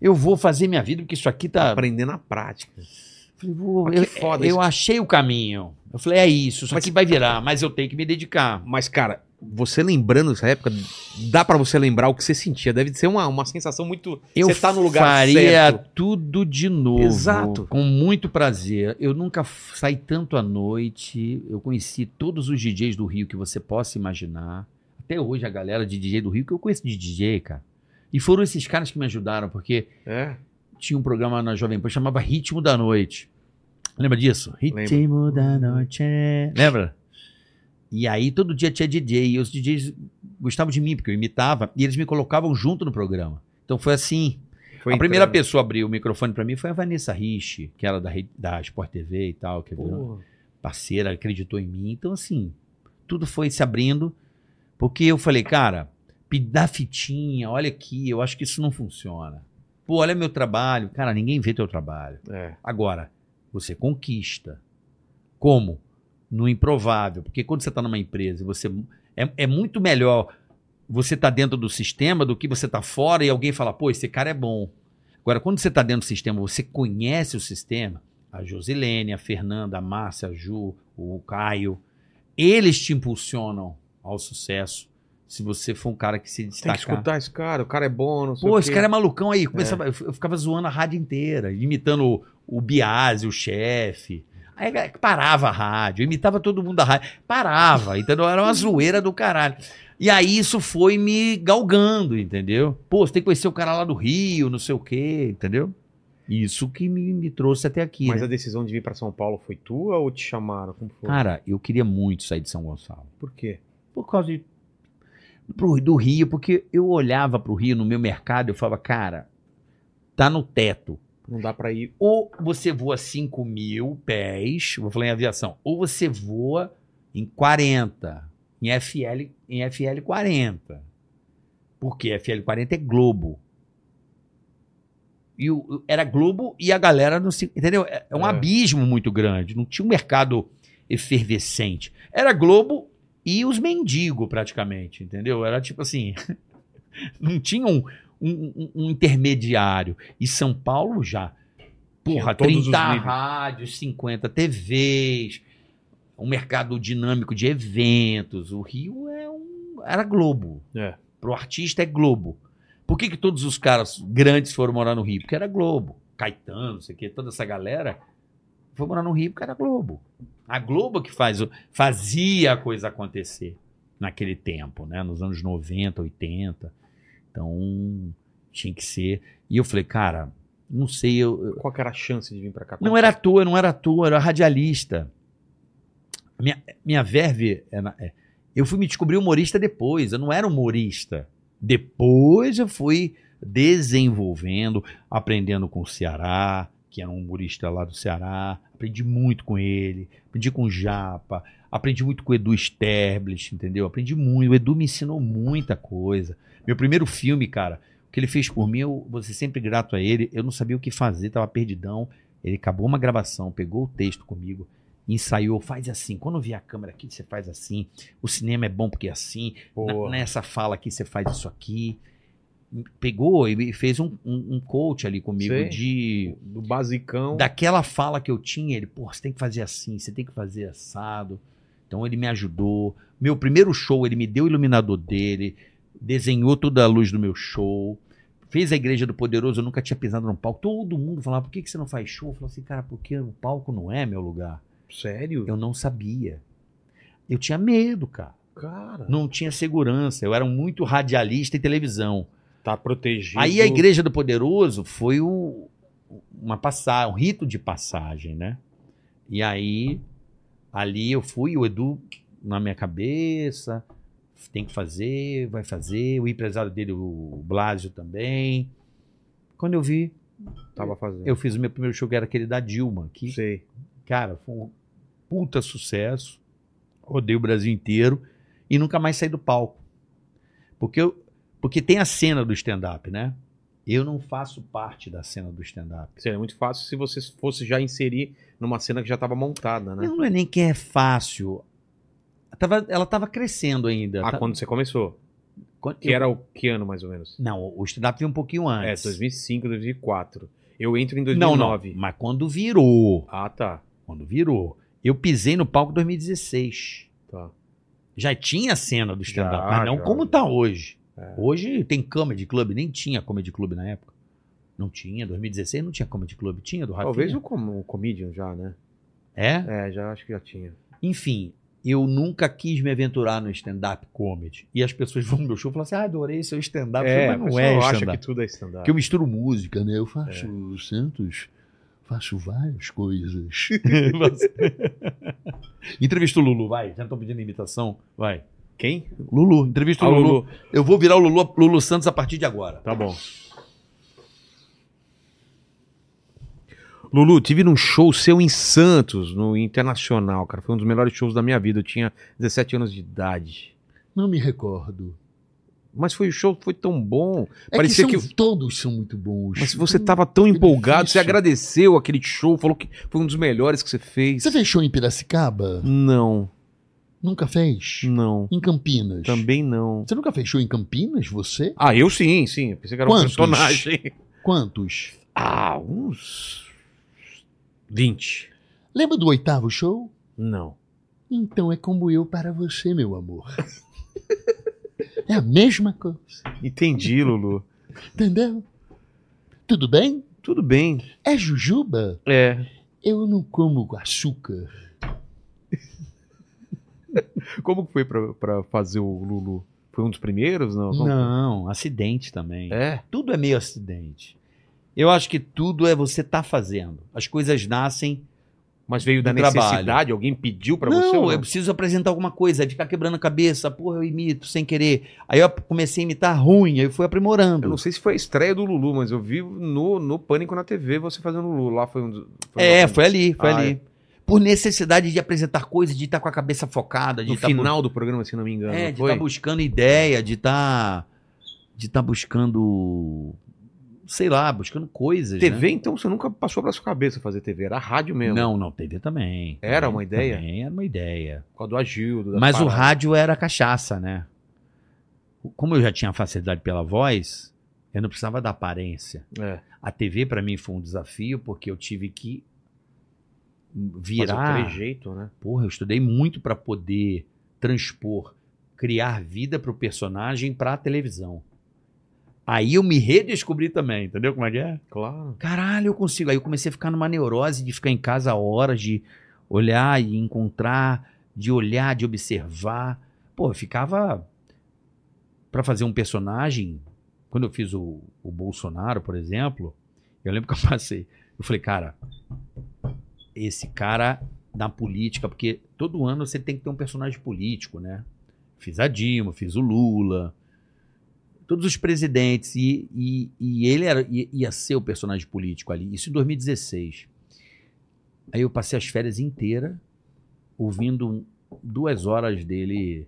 Speaker 3: eu vou fazer minha vida, porque isso aqui tá.
Speaker 1: Aprender na prática.
Speaker 3: Falei, vou-
Speaker 1: Ah, que
Speaker 3: eu,
Speaker 1: foda
Speaker 3: eu
Speaker 1: isso.
Speaker 3: achei o caminho. Eu falei, é isso, isso aqui vai virar, mas eu tenho que me dedicar.
Speaker 1: Mas, cara, você lembrando dessa época, dá pra você lembrar o que você sentia. Deve ser uma, uma sensação muito.
Speaker 3: Eu
Speaker 1: você tá no lugar
Speaker 3: faria
Speaker 1: certo.
Speaker 3: tudo de novo.
Speaker 1: Exato.
Speaker 3: Com muito prazer. Eu nunca f- saí tanto à noite. Eu conheci todos os DJs do Rio que você possa imaginar. Até hoje a galera de DJ do Rio que eu conheço de DJ, cara. E foram esses caras que me ajudaram, porque
Speaker 1: É.
Speaker 3: tinha um programa na Jovem Pan chamava Ritmo da Noite. Lembra disso? Ritmo da Noite. Lembra? E aí todo dia tinha DJ e os DJs gostavam de mim porque eu imitava e eles me colocavam junto no programa. Então foi assim,
Speaker 1: Foi
Speaker 3: a primeira
Speaker 1: entrando.
Speaker 3: pessoa a abrir o microfone pra mim foi a Vanessa Rich, que era da, Re- da Sport TV e tal, que
Speaker 1: Pô,
Speaker 3: virou parceira, acreditou em mim. Então, assim, tudo foi se abrindo, porque eu falei, cara, pe- dá fitinha, olha aqui, eu acho que isso não funciona. Pô, olha meu trabalho. Cara, ninguém vê teu trabalho.
Speaker 1: é.
Speaker 3: Agora, você conquista. Como? No improvável. Porque quando você está numa empresa, você é, é muito melhor você estar dentro do sistema do que você estar fora e alguém fala, pô, esse cara é bom. Agora, quando você está dentro do sistema, você conhece o sistema, a Josilene, a Fernanda, a Márcia, a Ju, o Caio, eles te impulsionam ao sucesso se você for um cara que se
Speaker 1: Tem que
Speaker 3: destacar.
Speaker 1: escutar esse cara, o cara é bom, não sei
Speaker 3: Pô,
Speaker 1: o
Speaker 3: esse
Speaker 1: quê.
Speaker 3: cara é malucão aí. Começava, Eu f- eu ficava zoando a rádio inteira, imitando o, o Biase, o chefe. Aí a galera parava a rádio, eu imitava todo mundo da rádio. Parava, entendeu? Era uma zoeira do caralho. E aí isso foi me galgando, entendeu? Pô, você tem que conhecer o cara lá do Rio, não sei o quê, entendeu? Isso que me, me trouxe até aqui.
Speaker 1: Mas é
Speaker 3: né?
Speaker 1: a decisão de vir pra São Paulo foi tua ou te chamaram? Como foi?
Speaker 3: Cara, eu queria muito sair de São Gonçalo.
Speaker 1: Por quê?
Speaker 3: Por causa de, pro- do Rio, porque eu olhava pro Rio no meu mercado, eu falava, cara, tá no teto.
Speaker 1: Não dá pra ir.
Speaker 3: ou você voa 5 mil pés, vou falar em aviação, ou você voa em 40, em FL, em FL 40. Porque FL 40 é Globo. E o- o- era Globo e a galera não se. Entendeu? É é um
Speaker 1: É.
Speaker 3: abismo muito grande. Não tinha um mercado efervescente. Era Globo e os mendigos, praticamente, entendeu? Era tipo assim. não tinha um, um- um- um intermediário. E São Paulo já.
Speaker 10: Tinha
Speaker 3: Porra,
Speaker 10: todos os
Speaker 3: 30
Speaker 10: níveis.
Speaker 3: rádios, 50 TVs, um mercado dinâmico de eventos. O Rio é um. Era Globo.
Speaker 1: É.
Speaker 3: Pro artista é Globo. Por que, que todos os caras grandes foram morar no Rio? Porque era Globo. Caetano, não sei o quê, toda essa galera foi morar no Rio porque era Globo. A Globo que faz, o- fazia a coisa acontecer naquele tempo, né? Nos anos 90, 80. Então, tinha que ser. E eu falei, cara, não sei, eu, eu-
Speaker 1: Qual que era a chance de vir pra cá?
Speaker 3: não era à toa, não era à toa, era radialista. Minha, minha verve. é na- é- eu fui me descobrir humorista depois, eu não era humorista. Depois eu fui desenvolvendo, aprendendo com o Ceará, que era um humorista lá do Ceará. Aprendi muito com ele, aprendi com o Japa, aprendi muito com o Edu Sterblich, entendeu? Aprendi muito. O Edu me ensinou muita coisa. Meu primeiro filme, cara, o que ele fez por mim, eu vou ser sempre grato a ele. Eu não sabia o que fazer, tava perdidão. Ele acabou uma gravação, pegou o texto comigo, ensaiou, faz assim. Quando eu vi a câmera aqui, você faz assim. O cinema é bom porque é assim. Na-
Speaker 1: Pô,
Speaker 3: nessa fala aqui, você faz isso aqui. Pegou e fez um, um, um coach ali comigo
Speaker 1: Sei.
Speaker 3: de
Speaker 1: Do basicão.
Speaker 3: daquela fala que eu tinha, ele, pô, você tem que fazer assim, você tem que fazer assado. Então ele me ajudou. Meu primeiro show, ele me deu o iluminador dele, desenhou toda a luz do meu show, fez a Igreja do Poderoso, eu nunca tinha pisado num palco. Todo mundo falava, por que, que você não faz show? Eu falava assim, cara, porque o palco não é meu lugar.
Speaker 1: Sério?
Speaker 3: Eu não sabia. Eu tinha medo, cara.
Speaker 1: Cara.
Speaker 3: Não tinha segurança. Eu era muito radialista e televisão.
Speaker 1: Tá protegido.
Speaker 3: Aí a Igreja do Poderoso foi o- uma passagem, um rito de passagem, né? E aí, ali eu fui, o Edu na minha cabeça, tem que fazer, vai fazer, o empresário dele, o Blasio também. Quando eu vi,
Speaker 1: Tava fazendo.
Speaker 3: eu fiz o meu primeiro show, que era aquele da Dilma, que,
Speaker 1: sei.
Speaker 3: cara, foi um puta sucesso, rodei o Brasil inteiro e nunca mais saí do palco. Porque, eu, porque tem a cena do stand-up, né? Eu não faço parte da cena do stand-up.
Speaker 1: Seria muito fácil se você fosse já inserir numa cena que já tava montada, né?
Speaker 3: Não, não é nem que é fácil. Tava- ela estava crescendo ainda.
Speaker 1: Ah,
Speaker 3: Tá-
Speaker 1: quando você começou.
Speaker 3: quando-
Speaker 1: Que
Speaker 3: eu-
Speaker 1: era o que ano, mais ou menos?
Speaker 3: Não, o stand-up veio um pouquinho
Speaker 1: É,
Speaker 3: antes.
Speaker 1: 2005, 2004. Eu entro em
Speaker 3: não, não.
Speaker 1: 2009.
Speaker 3: Mas quando virou,
Speaker 1: Ah, tá.
Speaker 3: quando virou, eu pisei no palco em 2016.
Speaker 1: Tá.
Speaker 3: Já tinha a cena do stand-up,
Speaker 1: Já,
Speaker 3: mas não
Speaker 1: já. É.
Speaker 3: como tá hoje. Hoje tem comedy club, nem tinha comedy club na época. Não tinha, 2016 não tinha comedy club, tinha do Rafinha.
Speaker 1: Talvez o, com, o comedian já, né?
Speaker 3: É?
Speaker 1: É, já acho que já tinha.
Speaker 3: Enfim, eu nunca quis me aventurar no stand-up comedy. E as pessoas vão no meu show e falam assim: ah, adorei seu stand-up, Eu falei, mas não é
Speaker 1: acha
Speaker 3: stand-up.
Speaker 1: que tudo é stand-up.
Speaker 3: Porque eu misturo música, né? Eu faço.
Speaker 11: É. Santos, faço várias coisas.
Speaker 3: Entrevista o Lulu, vai. Já estão pedindo imitação. Vai.
Speaker 1: Quem?
Speaker 3: Lulu, entrevista o
Speaker 1: Ah, o
Speaker 3: Lulu.
Speaker 1: Lulu.
Speaker 3: Eu vou virar o Lulu, Lulu Santos a partir de agora.
Speaker 1: Tá bom. Lulu, tive num show seu em Santos, no Internacional, cara. Foi um dos melhores shows da minha vida. Eu tinha 17 anos de idade.
Speaker 11: Não me recordo.
Speaker 1: Mas foi o show foi tão bom.
Speaker 11: É
Speaker 1: Parecia
Speaker 11: que,
Speaker 1: que,
Speaker 11: são- todos são muito bons.
Speaker 1: mas você
Speaker 3: tá-
Speaker 1: tava tão
Speaker 11: que
Speaker 1: empolgado, você
Speaker 11: difícil.
Speaker 1: agradeceu aquele show, falou que foi um dos melhores que você fez.
Speaker 11: Você fechou em Piracicaba?
Speaker 1: Não,
Speaker 11: Nunca fez?
Speaker 3: Hum.
Speaker 1: não.
Speaker 11: Em Campinas?
Speaker 1: Também não.
Speaker 11: Você nunca fechou em Campinas, você?
Speaker 1: Ah, eu sim, sim. Eu pensei que era
Speaker 11: Quantos?
Speaker 1: um personagem.
Speaker 11: Quantos?
Speaker 1: Ah, uns 20.
Speaker 11: Lembra do oitavo show?
Speaker 1: Não.
Speaker 11: Então é como eu para você, meu amor. É a mesma coisa,
Speaker 1: Entendi, Lulu.
Speaker 11: entendeu? Tudo bem?
Speaker 1: Tudo bem.
Speaker 11: É jujuba?
Speaker 1: É.
Speaker 11: Eu não como açúcar.
Speaker 1: Como que foi pra, pra fazer o Lulu? Foi um dos primeiros? Não. Como-
Speaker 3: Não, acidente também.
Speaker 1: É?
Speaker 3: Tudo é meio acidente. Eu acho que tudo é você tá fazendo. As coisas nascem.
Speaker 1: Mas veio da
Speaker 3: Do trabalho.
Speaker 1: necessidade? Alguém pediu pra
Speaker 3: não,
Speaker 1: você? ou
Speaker 3: eu preciso apresentar alguma coisa, aí ficar quebrando a cabeça, porra, eu imito sem querer. Aí eu comecei a imitar ruim, aí eu fui aprimorando.
Speaker 1: Eu não sei se foi a estreia do Lulu, mas eu vi no, no Pânico na TV você fazendo Lulu. Lá foi um dos.
Speaker 3: é,
Speaker 1: um-
Speaker 3: foi ali, foi
Speaker 1: Ah,
Speaker 3: ali. Por necessidade de apresentar coisas, de estar com a cabeça focada, de
Speaker 1: No
Speaker 3: estar
Speaker 1: final do programa, se não me engano.
Speaker 3: É,
Speaker 1: não
Speaker 3: de
Speaker 1: foi?
Speaker 3: estar buscando ideia, de estar de tá buscando sei lá, buscando coisas,
Speaker 1: TV, então, você nunca passou pra sua cabeça fazer TV. Era rádio
Speaker 3: né?
Speaker 1: mesmo.
Speaker 3: Não, não, TV também.
Speaker 1: Era
Speaker 3: TV
Speaker 1: uma ideia?
Speaker 3: Também era uma ideia.
Speaker 1: Por causa do Agildo. das
Speaker 3: Mas o
Speaker 1: paradas.
Speaker 3: rádio era cachaça, né? Como eu já tinha facilidade pela voz, eu não precisava da aparência.
Speaker 1: É.
Speaker 3: A TV pra mim foi um desafio porque eu tive que
Speaker 1: Fazer o
Speaker 3: virar
Speaker 1: trejeito, né?
Speaker 3: Porra, eu estudei muito pra poder transpor, criar vida pro personagem pra televisão. Aí eu me redescobri também, entendeu como é que é?
Speaker 1: Claro.
Speaker 3: Caralho, eu consigo. Aí eu comecei a ficar numa neurose de ficar em casa horas, de olhar e encontrar, de olhar, de observar. Pô, eu ficava pra fazer um personagem. Quando eu fiz o, o Bolsonaro, por exemplo, eu lembro que eu passei. Eu falei, cara, esse cara na política, porque todo ano você tem que ter um personagem político, né? Fiz a Dilma, fiz o Lula, todos os presidentes, e, e, e ele era, i- ia ser o personagem político ali. Isso em 2016. Aí eu passei as férias inteiras ouvindo duas horas dele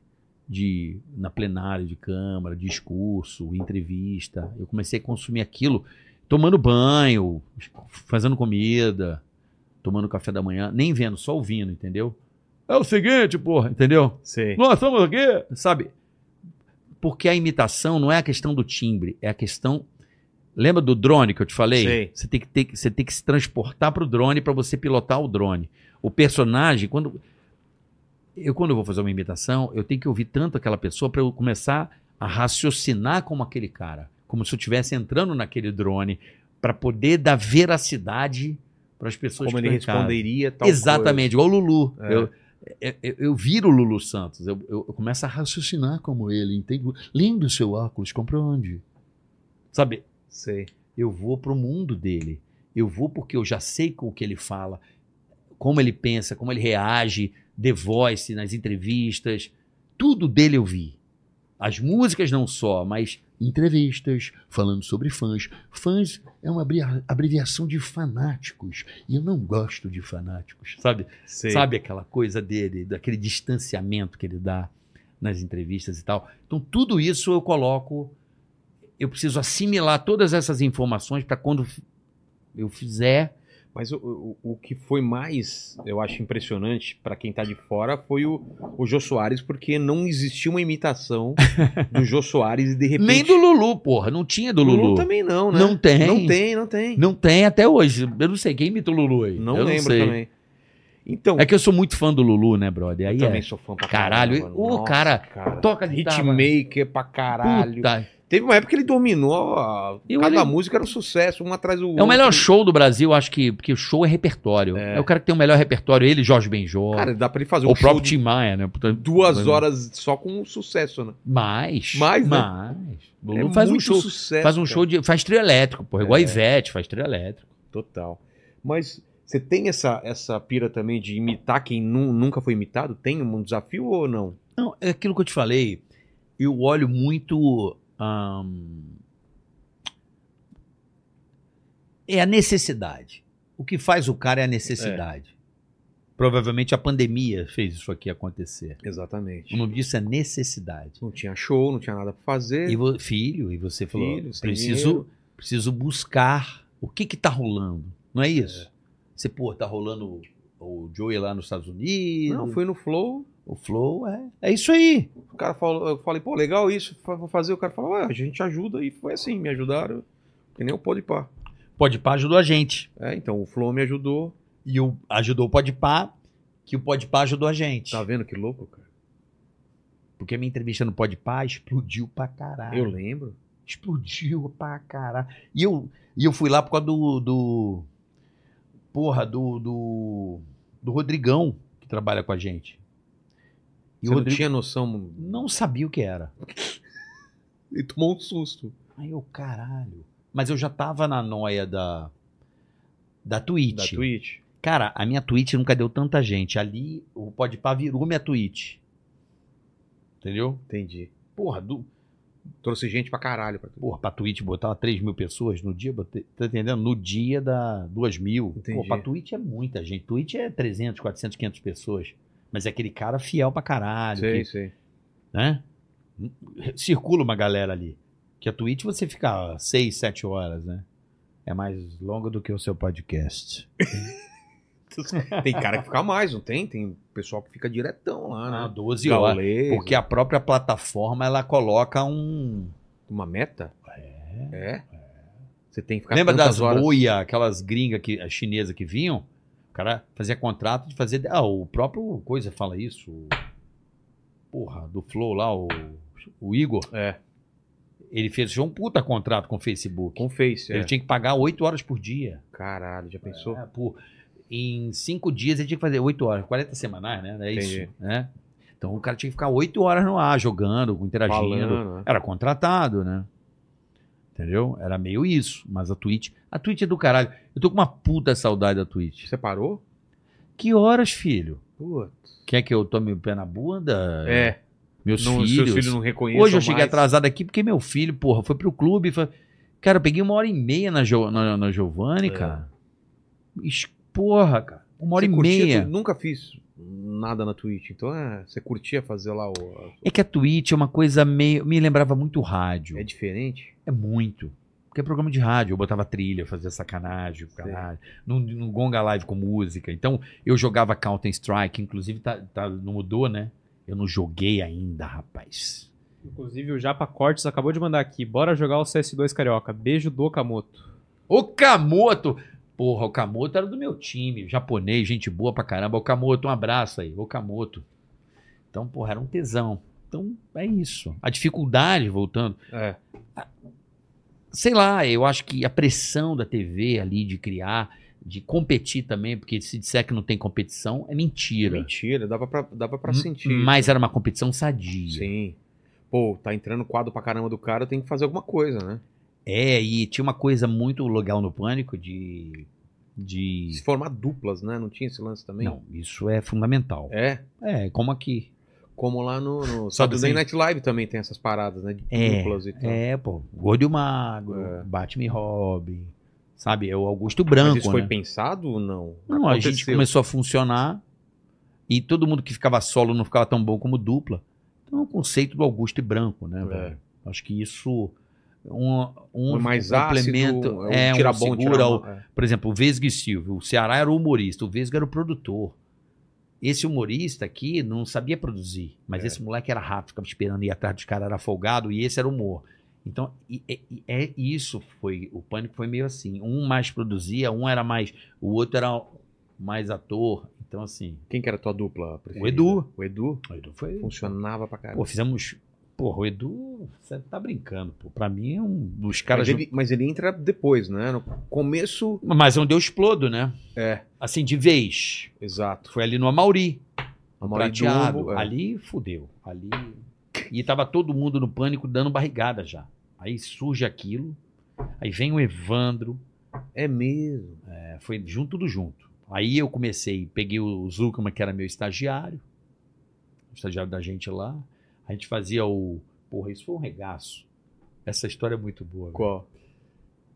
Speaker 3: de na plenária de Câmara, discurso, entrevista. Eu comecei a consumir aquilo tomando banho, fazendo comida tomando café da manhã, nem vendo, só ouvindo, entendeu? É o seguinte, porra, entendeu?
Speaker 1: Sei.
Speaker 3: Nós estamos aqui, sabe? Porque a imitação não é a questão do timbre, é a questão. Lembra do drone que eu te falei?
Speaker 1: Sei.
Speaker 3: Você tem que, ter, que- você tem que se transportar pro drone para você pilotar o drone. O personagem, quando. Eu, quando eu vou fazer uma imitação, eu tenho que ouvir tanto aquela pessoa para eu começar a raciocinar como aquele cara. Como se eu estivesse entrando naquele drone para poder dar veracidade para as pessoas
Speaker 1: Como
Speaker 3: que
Speaker 1: ele
Speaker 3: estão em casa.
Speaker 1: responderia tal
Speaker 3: Exatamente, igual o Lulu.
Speaker 1: É.
Speaker 3: Eu, eu, eu- eu viro o Lulu Santos, eu, eu- eu começo a raciocinar.
Speaker 11: Raciocinar como ele, entende? Lindo seu óculos, comprou onde?
Speaker 3: Sabe,
Speaker 1: coisa. Sei.
Speaker 3: eu vou pro mundo dele. Eu vou porque eu já sei com o que ele fala, como ele pensa, como ele reage, The Voice, nas entrevistas. Tudo dele eu vi. As músicas não só, mas
Speaker 11: Entrevistas, falando sobre fãs. Fãs é uma abri- abreviação de fanáticos. E eu não gosto de fanáticos.
Speaker 3: sabe,
Speaker 1: Sei.
Speaker 3: sabe aquela coisa dele, daquele distanciamento que ele dá nas entrevistas e tal. Então, tudo isso eu coloco. Eu preciso assimilar todas essas informações para quando f- eu fizer.
Speaker 1: Mas o, o, o que foi mais, eu acho, impressionante pra quem tá de fora foi o, o Jô Soares, porque não existia uma imitação do Jô Soares e de repente.
Speaker 3: Nem do Lulu, porra. Não tinha do Lulu.
Speaker 1: também não, né?
Speaker 3: Não tem.
Speaker 1: Não tem, não tem.
Speaker 3: Não tem até hoje. Eu não sei quem imita o Lulu aí.
Speaker 1: Não
Speaker 3: eu
Speaker 1: lembro
Speaker 3: sei.
Speaker 1: também. Então,
Speaker 3: É que eu sou muito fã do Lulu, né, brother? Aí
Speaker 1: eu também
Speaker 3: é.
Speaker 1: sou fã pra
Speaker 3: Caralho,
Speaker 1: caramba,
Speaker 3: o
Speaker 1: nossa,
Speaker 3: cara, toca guitarra.
Speaker 1: Hitmaker pra caralho.
Speaker 3: Puta.
Speaker 1: Teve uma época que ele dominou. A...
Speaker 3: Eu
Speaker 1: Cada
Speaker 3: lembro.
Speaker 1: música era um sucesso, um atrás do outro.
Speaker 3: É o melhor show do Brasil, acho que, porque o show é repertório. É. o cara que tem o melhor repertório, ele, Jorge Benjó,
Speaker 1: Cara, dá pra ele fazer um
Speaker 3: ou o
Speaker 1: show
Speaker 3: próprio
Speaker 1: de
Speaker 3: Tim Maia, né? Puta,
Speaker 1: duas
Speaker 3: Foi-
Speaker 1: horas só com um sucesso, né?
Speaker 3: Mais.
Speaker 1: Mais, né?
Speaker 3: Mais. O Lulu
Speaker 1: É
Speaker 3: faz um
Speaker 1: muito
Speaker 3: show.
Speaker 1: sucesso,
Speaker 3: faz um
Speaker 1: cara.
Speaker 3: show de. Faz trio elétrico, porra. Igual a Ivete, faz trio elétrico.
Speaker 1: Total. Mas você tem essa, essa pira também de imitar quem nu- nunca foi imitado? Tem um desafio ou não?
Speaker 3: Não, é aquilo que eu te falei. Eu olho muito. ahn, É a necessidade. O que faz o cara é a necessidade. Provavelmente a pandemia fez isso aqui acontecer.
Speaker 1: Exatamente.
Speaker 3: O nome disso é necessidade.
Speaker 1: Não tinha show, não tinha nada pra fazer.
Speaker 3: E vo- filho, e você falou,
Speaker 1: Filho, sem
Speaker 3: preciso,
Speaker 1: dinheiro.
Speaker 3: preciso buscar o que que tá rolando, não é isso? Você, pô, tá rolando o Joey lá nos Estados Unidos,
Speaker 1: Não, fui no Flow,
Speaker 3: o Flow, é, é isso aí.
Speaker 1: o cara falou, eu falei, pô, legal isso, fa- vou fazer. O cara falou, ué, a gente ajuda, e foi assim, me ajudaram, que nem o Podpah.
Speaker 3: Pode Podpah ajudou a gente,
Speaker 1: É, então, o Flow me ajudou,
Speaker 3: e o, ajudou o Podpah, que o Podpah ajudou a gente.
Speaker 1: tá vendo que louco, cara?
Speaker 3: Porque a minha entrevista no Podpah explodiu pra caralho.
Speaker 1: Eu lembro.
Speaker 3: Explodiu pra caralho. E eu, e eu fui lá por causa do. do porra, do, do. do Rodrigão, que trabalha com a gente. E
Speaker 1: Você
Speaker 3: o
Speaker 1: não
Speaker 3: Rodrigo
Speaker 1: tinha noção,
Speaker 3: não sabia o que era.
Speaker 1: e tomou um susto.
Speaker 3: Aí eu, caralho. Mas eu já tava na noia da. Da Twitch.
Speaker 1: Da Twitch.
Speaker 3: Cara, a minha Twitch nunca deu tanta gente. Ali, o Podpah virou minha Twitch. Entendeu?
Speaker 1: Entendi.
Speaker 3: Porra, do,
Speaker 1: Trouxe gente pra caralho. Pra...
Speaker 3: Porra, pra Twitch botar 3 mil pessoas no dia, botei- tá entendendo? No dia da 2 mil.
Speaker 1: Entendi.
Speaker 3: Pô, pra Twitch é muita gente. Twitch é 300, 400, 500 pessoas. Mas é aquele cara fiel pra caralho.
Speaker 1: Sei,
Speaker 3: que,
Speaker 1: sei.
Speaker 3: né? Circula uma galera ali. Que a Twitch você fica 6, 7 horas, né? É mais longa do que o seu podcast.
Speaker 1: Tem cara que fica mais, não tem? Tem pessoal que fica diretão lá, né?
Speaker 3: Ah, 12 horas.
Speaker 1: Gaulês,
Speaker 3: Porque a própria plataforma, ela coloca um...
Speaker 1: Uma meta? É. Você tem que ficar
Speaker 3: Lembra
Speaker 1: tantas
Speaker 3: das
Speaker 1: horas.
Speaker 3: boia, aquelas gringas que, as chinesas que vinham? O cara fazia contrato de fazer. Ah, o próprio Coisa fala isso. o- Porra, do Flow lá, o, o Igor.
Speaker 1: É.
Speaker 3: Ele fez um puta contrato com o Facebook.
Speaker 1: Com Face, é.
Speaker 3: Ele tinha que pagar 8 horas por dia.
Speaker 1: Caralho, já pensou?
Speaker 3: É, por- em 5 dias ele tinha que fazer 8 horas, 40 semanais, né? É
Speaker 1: Entendi.
Speaker 3: isso. Né? Então o cara tinha que ficar 8 horas no ar, jogando, interagindo.
Speaker 1: Falando, né?
Speaker 3: Era contratado, né? Entendeu? Era meio isso. Mas a Twitch. A Twitch é do caralho. Eu tô com uma puta saudade da Twitch.
Speaker 1: Você parou?
Speaker 3: Que horas, filho?
Speaker 1: Putz.
Speaker 3: Quer que eu tome o pé na bunda?
Speaker 1: É.
Speaker 3: Meus
Speaker 1: não-
Speaker 3: filhos.
Speaker 1: Seus filhos não reconhecem.
Speaker 3: Hoje eu cheguei atrasado aqui porque meu filho, porra, foi pro clube. e Foi... Cara, eu peguei uma hora e meia na, jo... na, na Giovanni, cara. Es- Porra, cara. Uma hora e meia.
Speaker 1: Nunca fiz nada na Twitch. Então, é, você curtia fazer lá o.
Speaker 3: É que a Twitch é uma coisa meio. Me lembrava muito rádio.
Speaker 1: É diferente?
Speaker 3: É muito. Porque é programa de rádio, eu botava trilha, fazia sacanagem, caralho. Não, não gonga live com música. Então, eu jogava Counter Strike, inclusive tá, tá- não mudou, né? Eu não joguei ainda, rapaz.
Speaker 2: Inclusive, o Japa Cortes acabou de mandar aqui. Bora jogar o CS2 Carioca. Beijo do Kamoto.
Speaker 3: O Kamoto! Porra, o Kamoto era do meu time, japonês, gente boa pra caramba. O Kamoto, um abraço aí, o Kamoto. Então, porra, era um tesão. Então, é isso. A dificuldade, voltando.
Speaker 1: É.
Speaker 3: sei lá, eu acho que a pressão da TV ali de criar, de competir também, porque se disser que não tem competição, é mentira.
Speaker 1: Mentira, dava pra, dava pra
Speaker 3: M-
Speaker 1: sentir.
Speaker 3: Mas era uma competição sadia.
Speaker 1: Sim. Pô, tá entrando quadro pra caramba do cara, tem que fazer alguma coisa, né?
Speaker 3: É, e tinha uma coisa muito legal no Pânico de. de...
Speaker 1: Se formar duplas, né? Não tinha esse lance também?
Speaker 3: Não, isso é fundamental.
Speaker 1: É.
Speaker 3: É, como aqui.
Speaker 1: Como lá no, no
Speaker 3: Sabe
Speaker 1: Saturday
Speaker 3: assim?
Speaker 1: Night Live também tem essas paradas, né? De
Speaker 3: É,
Speaker 1: duplas e tal.
Speaker 3: É, pô. Gordo e o Magro,
Speaker 1: É.
Speaker 3: Batman e Robin, sabe? É o Augusto
Speaker 1: Mas
Speaker 3: Branco.
Speaker 1: isso foi
Speaker 3: né?
Speaker 1: pensado ou não?
Speaker 3: Não, a gente
Speaker 1: Aconteceu.
Speaker 3: começou a funcionar e todo mundo que ficava solo não ficava tão bom como dupla. Então é o conceito do Augusto e Branco, né?
Speaker 1: É.
Speaker 3: velho? Acho que isso um, um
Speaker 1: Um é mais
Speaker 3: complemento
Speaker 1: ácido,
Speaker 3: é,
Speaker 1: tira
Speaker 3: um
Speaker 1: bom,
Speaker 3: segura.
Speaker 1: tira
Speaker 3: o-
Speaker 1: mal, é.
Speaker 3: por exemplo, o Vesgo e Silvio. O Ceará era o humorista, o Vesgo era o produtor. Esse humorista aqui não sabia produzir, mas esse moleque era rápido, ficava esperando ir atrás dos caras, era folgado e esse era o humor. Então, e- e- e- é isso foi o pânico foi meio assim. Um mais produzia, um era mais, o outro era mais ator. Então, assim,
Speaker 1: Quem que era a tua dupla preferida?
Speaker 3: O Edu.
Speaker 1: O Edu?
Speaker 3: o Edu foi.
Speaker 1: Funcionava pra caramba.
Speaker 3: Pô, fizemos. Porra, o Edu, você tá brincando, pô. Pra mim é um dos caras.
Speaker 1: mas, ele, mas ele entra depois, né? No começo...
Speaker 3: do- Mas é onde eu explodo, né?
Speaker 1: É.
Speaker 3: Assim, de vez.
Speaker 1: Exato.
Speaker 3: Foi ali no Amauri.
Speaker 1: A
Speaker 3: prateado.
Speaker 1: é.
Speaker 3: Ali fudeu. Ali. E tava todo mundo no pânico dando barrigada já. Aí surge aquilo. Aí vem o Evandro.
Speaker 1: É mesmo.
Speaker 3: é, foi junto tudo junto. Aí eu comecei, peguei o Zuckerman, que era meu estagiário. O estagiário da gente lá. A gente fazia o. Porra, isso foi um regaço. Essa história é muito boa. velho.
Speaker 1: Qual?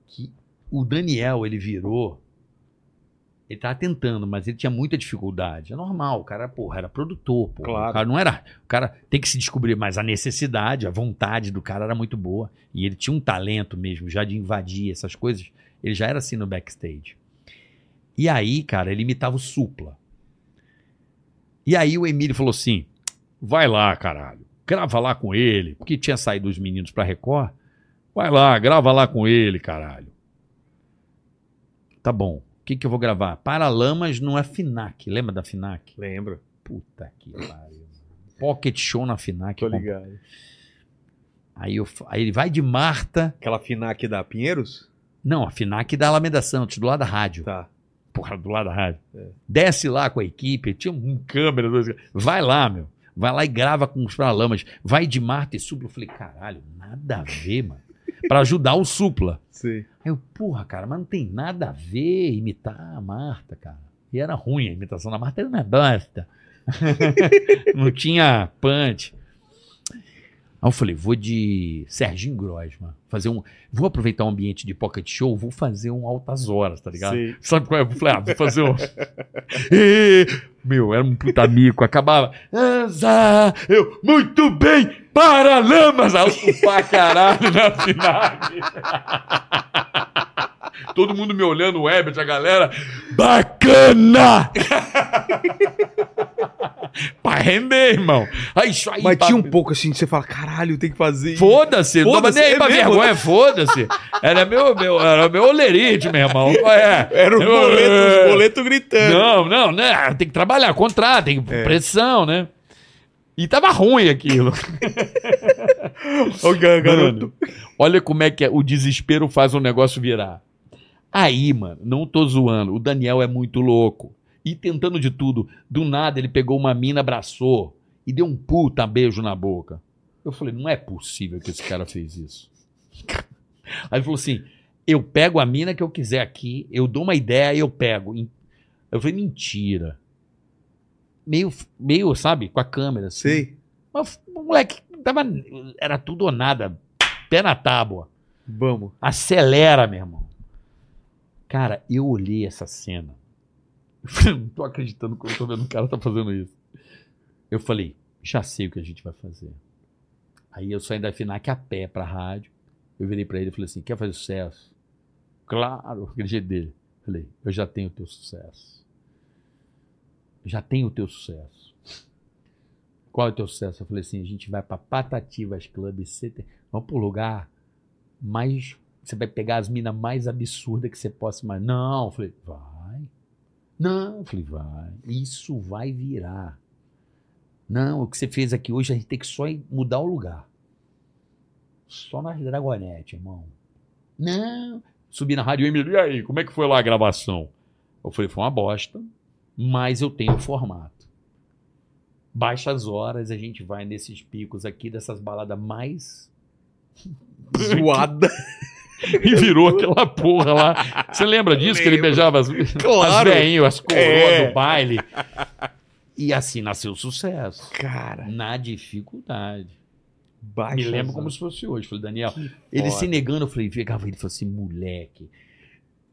Speaker 3: Que o Daniel, ele virou. Ele tava tentando, mas ele tinha muita dificuldade. É normal, o cara, porra, era produtor, porra.
Speaker 1: Claro.
Speaker 3: O cara não era. O cara tem que se descobrir, mas a necessidade, a vontade do cara era muito boa. E ele tinha um talento mesmo, já de invadir essas coisas. Ele já era assim no backstage. E aí, cara, ele imitava o supla. E aí o Emílio falou assim: vai lá, caralho, grava lá com ele. Porque tinha saído os meninos pra Record. Vai lá, grava lá com ele, caralho. Tá bom. O que, que eu vou gravar? Paralamas não é Finac. Lembra da Finac?
Speaker 1: Lembro.
Speaker 3: Puta que pariu. Pocket show na Finac.
Speaker 1: Tô
Speaker 3: comp-
Speaker 1: ligado.
Speaker 3: Aí, eu, fa- aí ele vai de Marta.
Speaker 1: Aquela FINAC da Pinheiros?
Speaker 3: Não, a Finac da Alameda Santos, do lado da rádio.
Speaker 1: Tá.
Speaker 3: Porra, do lado da rádio. Desce lá com a equipe, tinha um câmera. dois- Vai lá, meu. Vai lá e grava com os Paralamas. Vai de Marta e Supla. Eu falei, caralho, nada a ver, mano. Pra ajudar o Supla.
Speaker 1: Sim.
Speaker 3: Aí eu, porra, cara, mas não tem nada a ver imitar a Marta, cara. E era ruim a imitação da Marta, era uma bosta. não tinha punch. Aí eu falei, vou de Serginho Grosma. Fazer um. Vou aproveitar o ambiente de pocket show, vou fazer um altas horas, tá ligado?
Speaker 1: Sim.
Speaker 3: Sabe qual é? Eu falei, ah, vou fazer um. Ê, Meu, era um puta mico, acabava. Anza, eu, muito bem, para lamas! Aí eu, pra caralho na final. Todo mundo me olhando, o Herbert, a galera. Bacana! pra render, irmão. Aí, isso aí,
Speaker 1: Mas
Speaker 3: pá,
Speaker 1: tinha um pouco assim de você falar, caralho, tem que fazer.
Speaker 3: Foda-se, não tava
Speaker 1: Foda-se,
Speaker 3: nem aí
Speaker 1: é
Speaker 3: pra
Speaker 1: mesmo?
Speaker 3: vergonha, foda-se. Era meu, meu, era meu olerite, meu irmão. É.
Speaker 1: Era os
Speaker 3: Eu-
Speaker 1: boletos, os boletos gritando.
Speaker 3: Não, não, né? Tem que trabalhar, contrato, tem pressão, né? E tava ruim aquilo.
Speaker 1: Ô, gar- garoto.
Speaker 3: Mano, olha como é que é, o desespero faz um negócio virar. Aí, mano, não tô zoando, o Daniel é muito louco. E tentando de tudo, do nada ele pegou uma mina, abraçou e deu um puta beijo na boca. Eu falei, não é possível que esse cara fez isso. Aí ele falou assim: eu pego a mina que eu quiser aqui, eu dou uma ideia e eu pego. Eu falei, mentira. Meio, meio, sabe, com a câmera. assim.
Speaker 1: Sei.
Speaker 3: Mas o moleque tava. Era tudo ou nada. Pé na tábua.
Speaker 1: Vamos.
Speaker 3: Acelera, meu irmão. Cara, eu olhei essa cena. Eu falei, não tô acreditando que eu tô vendo o cara tá fazendo isso. Eu falei, já sei o que a gente vai fazer. Aí eu saí da FINAC a pé pra rádio. Eu virei pra ele e falei assim: quer fazer sucesso? Claro, aquele jeito dele. Falei, eu já tenho o teu sucesso. Já tenho o teu sucesso. Qual é o teu sucesso? Eu falei assim: a gente vai pra Patativas Club, CT. Vamos pro lugar mais. Você vai pegar as minas mais absurdas que você possa imaginar. Não, eu falei, vai. Não, eu falei, vai. Isso vai virar. Não, o que você fez aqui hoje, a gente tem que só ir- mudar o lugar. Só nas Dragonete, irmão. Não. Subi na rádio e Emílio, e aí, como é que foi lá a gravação? Eu falei, foi uma bosta, mas eu tenho o formato. Baixas horas, a gente vai nesses picos aqui, dessas baladas mais
Speaker 1: Zoada.
Speaker 3: e virou aquela porra lá. Você lembra disso? Que ele beijava as, as
Speaker 1: Claro.
Speaker 3: veinhas, as coroas
Speaker 1: É.
Speaker 3: do baile. E assim nasceu o sucesso.
Speaker 1: Cara,
Speaker 3: Na dificuldade.
Speaker 1: baixa.
Speaker 3: Me lembro como se fosse hoje. Falei, Daniel, ele se negando, eu falei, pegava ele e falou assim, moleque,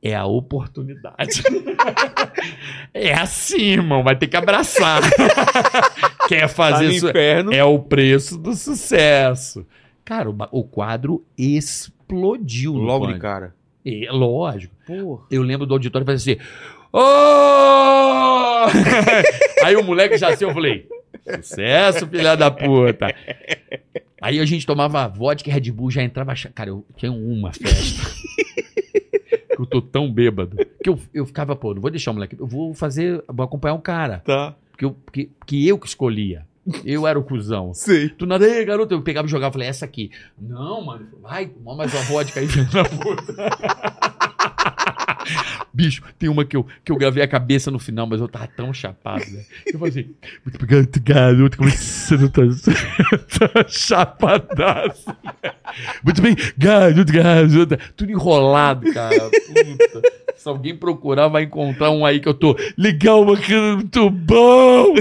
Speaker 3: é a oportunidade. é assim, irmão, vai ter que abraçar. Quer
Speaker 1: Tá
Speaker 3: fazer
Speaker 1: no
Speaker 3: isso?
Speaker 1: inferno.
Speaker 3: É o preço do sucesso. Cara, o, ba- o quadro explodiu. no
Speaker 1: Logo
Speaker 3: Pânico.
Speaker 1: de cara.
Speaker 3: É lógico.
Speaker 1: Porra.
Speaker 3: Eu lembro do auditório fazer assim. "Ô!" Aí o moleque já assim, eu falei. Sucesso, filha da puta. Aí a gente tomava vodka e Red Bull, já entrava. cha- Cara, eu tinha uma festa.
Speaker 12: que eu tô tão bêbado.
Speaker 3: Porque eu, eu ficava, pô, não vou deixar o moleque. Eu vou fazer. Vou acompanhar um cara.
Speaker 12: Tá.
Speaker 3: Porque eu, que, que eu que escolhia. Eu era o cuzão.
Speaker 12: Sei.
Speaker 3: Tu nada, ei, garoto. Eu pegava e jogava, falei, essa aqui. Não, mano, vai, toma mais uma vodka aí. Bicho, tem uma que eu, que eu gravei a cabeça no final, mas eu tava tão chapado, né? Eu falei assim, muito obrigado, garoto, como é que você não tá, tá chapadaço? né? Muito bem, garoto, garoto, tudo enrolado, cara. Puta. Se alguém procurar, vai encontrar um aí que eu tô, legal, bacana, muito bom.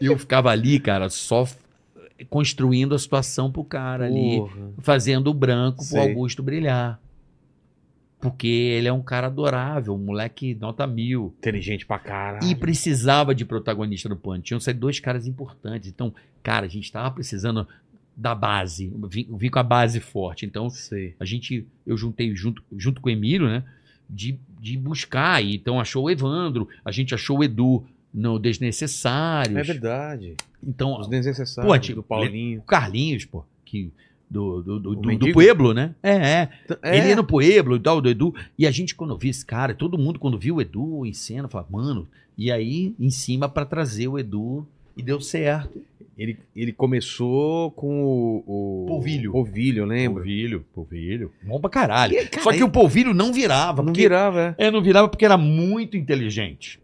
Speaker 3: Eu ficava ali, cara, só f- construindo a situação pro cara ali
Speaker 13: Porra.
Speaker 3: fazendo o branco
Speaker 1: Sei.
Speaker 3: pro Augusto brilhar. Porque ele é um cara adorável, um moleque nota mil.
Speaker 1: Inteligente pra caralho.
Speaker 3: E precisava de protagonista no pano. Tinham saído dois caras importantes. Então, cara, a gente tava precisando da base. Vim, vim com a base forte. Então,
Speaker 1: Sei.
Speaker 3: a gente, eu juntei junto, junto com o Emílio, né? De, de buscar. E Então, achou o Evandro, a gente achou o Edu no Desnecessários.
Speaker 1: É verdade.
Speaker 3: Então,
Speaker 1: Os
Speaker 3: Pô,
Speaker 1: desnecessários
Speaker 3: antigo,
Speaker 1: do Paulinho.
Speaker 3: o Carlinhos, pô, que. Do, do, do, do- do,
Speaker 1: mendigo?
Speaker 3: Pueblo, né? É, é.
Speaker 1: É.
Speaker 3: Ele ia no Pueblo e tal, do Edu. E a gente, quando via esse cara, todo mundo, quando viu o Edu em cena, falava, mano. E aí, em cima, pra trazer o Edu. E deu certo.
Speaker 1: Ele, ele começou com o. o...
Speaker 3: Polvilho.
Speaker 1: Polvilho, eu lembro.
Speaker 3: Polvilho, polvilho. Bom pra caralho. Só que
Speaker 1: o
Speaker 3: o polvilho não virava.
Speaker 1: não
Speaker 3: porque-
Speaker 1: virava, é.
Speaker 3: É, não virava porque era muito inteligente.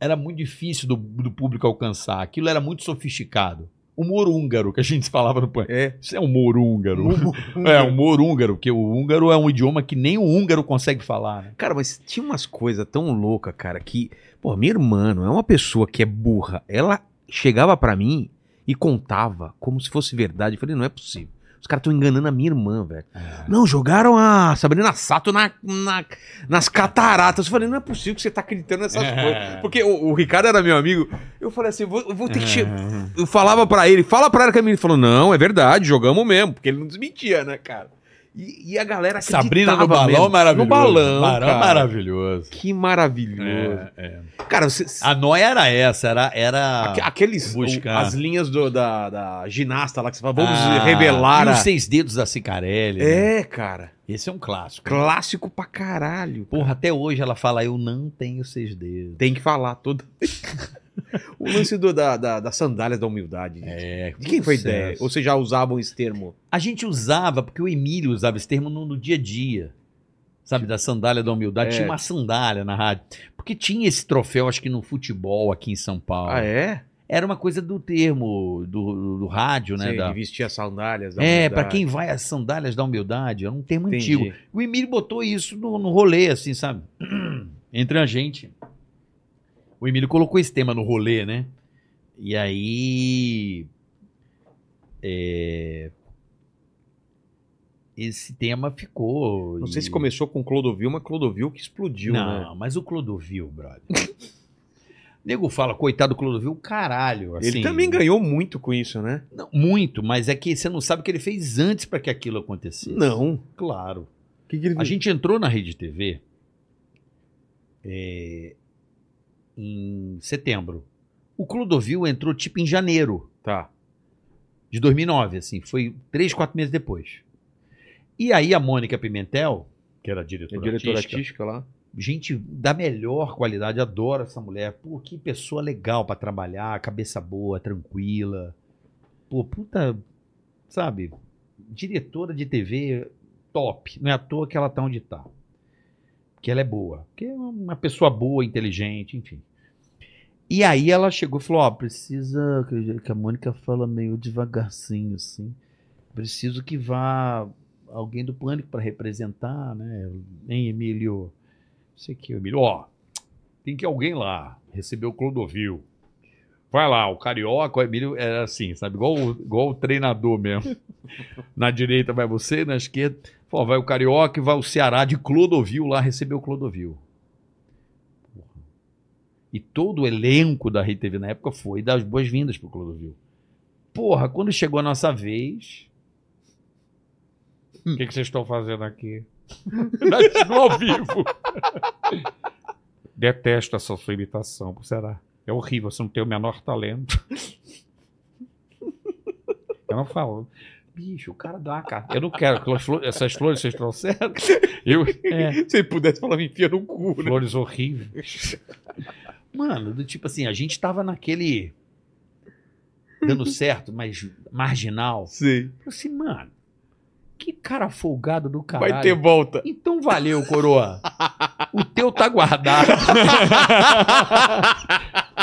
Speaker 3: Era muito difícil do, do público alcançar. Aquilo era muito sofisticado. Humor húngaro, que a gente falava no pan.
Speaker 1: É.
Speaker 3: Isso é humor húngaro. É, humor húngaro, porque o húngaro é um idioma que nem o húngaro consegue falar. né?
Speaker 1: Cara, mas tinha umas coisas tão loucas, cara, que. Pô, minha irmã não é uma pessoa que é burra. Ela chegava pra mim e contava como se fosse verdade. Eu falei, não é possível. Os caras estão enganando a minha irmã, velho. Não, jogaram a Sabrina Sato na, na- nas cataratas. Eu falei, não é possível que você tá acreditando nessas
Speaker 12: É.
Speaker 1: coisas. Porque o, o Ricardo era meu amigo. Eu falei assim, eu vou, eu vou ter que. che- Eu falava pra ele, fala pra ela que a menina Ele falou, não, é verdade, jogamos mesmo. Porque ele não desmentia, né, cara? E, e a galera
Speaker 3: Sabrina no
Speaker 1: acreditava
Speaker 3: balão, é
Speaker 1: mesmo.
Speaker 3: maravilhoso. É,
Speaker 1: No balão,
Speaker 3: Barão,
Speaker 1: cara.
Speaker 3: maravilhoso.
Speaker 1: Que maravilhoso. Cara, você-
Speaker 3: A noia era essa, era. era...
Speaker 1: aque- ah, aqueles.
Speaker 3: buscar.
Speaker 1: As linhas do- da, da ginasta lá que você fala, vamos
Speaker 3: Ah,
Speaker 1: revelar.
Speaker 3: e os
Speaker 1: a-
Speaker 3: seis dedos da Cicarelli. né?
Speaker 1: É, cara.
Speaker 3: Esse é um clássico.
Speaker 1: Clássico pra caralho.
Speaker 3: Porra, até hoje ela fala, eu não tenho seis dedos.
Speaker 1: Tem que falar toda. o lance do, da, da, das sandálias da humildade. gente.
Speaker 3: É,
Speaker 1: De quem foi a
Speaker 3: sucesso.
Speaker 1: ideia? Ou vocês já usavam esse termo?
Speaker 3: A gente usava, porque o Emílio usava esse termo no, no dia a dia. Sabe, da sandália da humildade.
Speaker 1: É.
Speaker 3: Tinha uma sandália na rádio. Porque tinha esse troféu, acho que no futebol aqui em São Paulo.
Speaker 1: é?
Speaker 3: Era uma coisa do termo do, do- do rádio, né?
Speaker 1: Sim,
Speaker 3: da-
Speaker 1: De vestir as sandálias da
Speaker 3: É,
Speaker 1: humildade.
Speaker 3: pra quem vai às sandálias da humildade, era um termo
Speaker 1: Entendi.
Speaker 3: antigo. O Emílio botou isso no, no rolê, assim, sabe? Entre a gente. O Emílio colocou esse tema no rolê, né? E aí. é, Esse tema ficou.
Speaker 1: Não sei se
Speaker 3: e-
Speaker 1: começou com Clodovil, mas Clodovil que explodiu, né?
Speaker 3: Não, mas o Clodovil, brother. Nego fala, coitado do Clodovil, caralho.
Speaker 1: Ele
Speaker 3: assim.
Speaker 1: também ganhou muito com isso, né?
Speaker 3: Não, muito, mas é que você não sabe o que ele fez antes pra que aquilo acontecesse. Claro.
Speaker 1: O que, que ele
Speaker 3: A gente entrou na Rede TV é, em setembro. O Clodovil entrou tipo em janeiro
Speaker 1: Tá.
Speaker 3: de 2009, assim, foi três, quatro meses depois. E aí a Mônica Pimentel, que era a
Speaker 1: É
Speaker 3: diretora,
Speaker 1: diretora
Speaker 3: artística,
Speaker 1: artística lá.
Speaker 3: gente da melhor qualidade, adoro essa mulher. Pô, que pessoa legal pra trabalhar, cabeça boa, tranquila. Pô, puta, sabe, diretora de TV top. Não é à toa que ela tá onde tá. Que ela é boa. Que é uma pessoa boa, inteligente, enfim. E aí ela chegou e falou: Ó, precisa. que- Que a Mônica fala meio devagarzinho, assim. Preciso que vá alguém do pânico pra representar, né? Hein, Emílio? Não sei o que, Emílio. Ó, tem que alguém lá receber o Clodovil. Vai lá, o Carioca, o Emílio era assim, sabe? Igual, o- igual o treinador mesmo. na direita vai você, na esquerda. Pô, vai o Carioca e vai o Ceará de Clodovil lá receber o Clodovil. Porra. E todo o elenco da Rede TV na época foi dar as boas-vindas pro Clodovil. Porra, quando chegou a nossa vez,
Speaker 12: O que que vocês estão fazendo aqui? Nós no ao vivo. Detesto essa sua imitação. Será? É horrível, você não tem o menor talento. Eu não falo.
Speaker 3: Bicho, o cara dá, cara. Eu não quero aquelas flores- essas flores que vocês trouxeram. Eu,
Speaker 1: Se ele pudesse falar, me enfia no cu, né?
Speaker 3: Flores horríveis. Mano, do tipo assim, a gente tava naquele. dando certo, mas marginal.
Speaker 1: Sim.
Speaker 3: Eu assim, mano, que cara folgado do caralho.
Speaker 1: Vai ter volta.
Speaker 3: Então valeu, coroa. O teu tá guardado.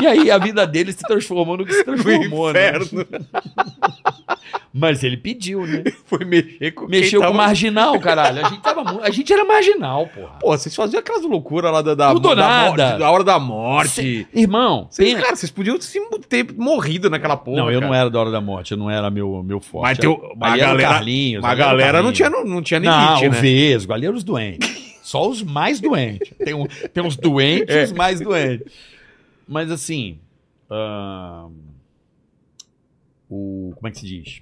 Speaker 3: e aí a vida dele se transformou no que se transformou, né?
Speaker 1: um inferno.
Speaker 3: Mas ele pediu, né?
Speaker 1: Foi mexer com quem
Speaker 3: Mexeu
Speaker 1: tava...
Speaker 3: com o marginal, caralho. A gente, tava, mu- a gente era marginal, porra.
Speaker 1: Pô, vocês faziam aquelas loucuras lá da, da,
Speaker 3: Tudo
Speaker 1: da
Speaker 3: nada.
Speaker 1: morte, da hora da morte.
Speaker 3: Cê- Irmão,
Speaker 1: Vocês-
Speaker 3: pensa-
Speaker 1: cara, vocês podiam se mu- ter morrido naquela porra.
Speaker 3: Não, eu
Speaker 1: cara.
Speaker 3: não era da Hora da Morte, eu não era meu, meu forte.
Speaker 1: Mas teu-
Speaker 3: Ali
Speaker 1: a
Speaker 3: era o
Speaker 1: galera-
Speaker 3: Carlinhos,
Speaker 1: Mas a
Speaker 3: ali era o
Speaker 1: galera não
Speaker 3: Carlinhos.
Speaker 1: tinha, não, não tinha
Speaker 3: Não,
Speaker 1: limite,
Speaker 3: o
Speaker 1: né?
Speaker 3: Vesgo, ali eram os doentes. É. Só os mais doentes. Tem, um- tem uns doentes e os mais doentes. Mas assim. ahn, o. Como é que se diz?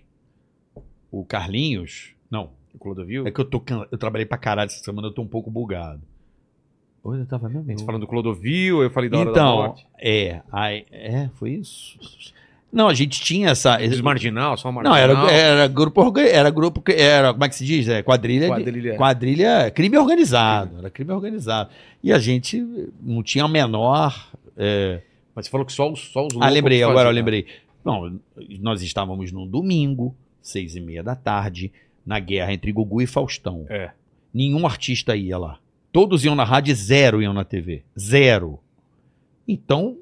Speaker 3: O Carlinhos. Não, o Clodovil. É que eu tô. can- Eu trabalhei pra caralho essa semana, eu tô um pouco bugado. Hoje eu tava mesmo.
Speaker 1: A gente falando do Clodovil, eu falei da hora da
Speaker 3: Então,
Speaker 1: morte.
Speaker 3: é, aí- é, foi isso. Não, a gente tinha essa.
Speaker 1: Desmarginal, só
Speaker 3: Não,
Speaker 1: marginal.
Speaker 3: era, era grupo orga- era grupo que- era como é que se diz, é, quadrilha, de-
Speaker 1: Quadrilha.
Speaker 3: quadrilha, crime organizado,
Speaker 1: É.
Speaker 3: era crime organizado. E a gente não tinha a menor, é,
Speaker 1: Mas você falou que só, os- só os
Speaker 3: ah,
Speaker 1: loucos
Speaker 3: lembrei,
Speaker 1: faziam,
Speaker 3: agora eu
Speaker 1: né?
Speaker 3: lembrei. Não, nós estávamos num domingo, seis e meia da tarde, na guerra entre Gugu e Faustão.
Speaker 1: É.
Speaker 3: Nenhum artista ia lá. Todos iam na rádio e zero iam na TV. Zero. Então,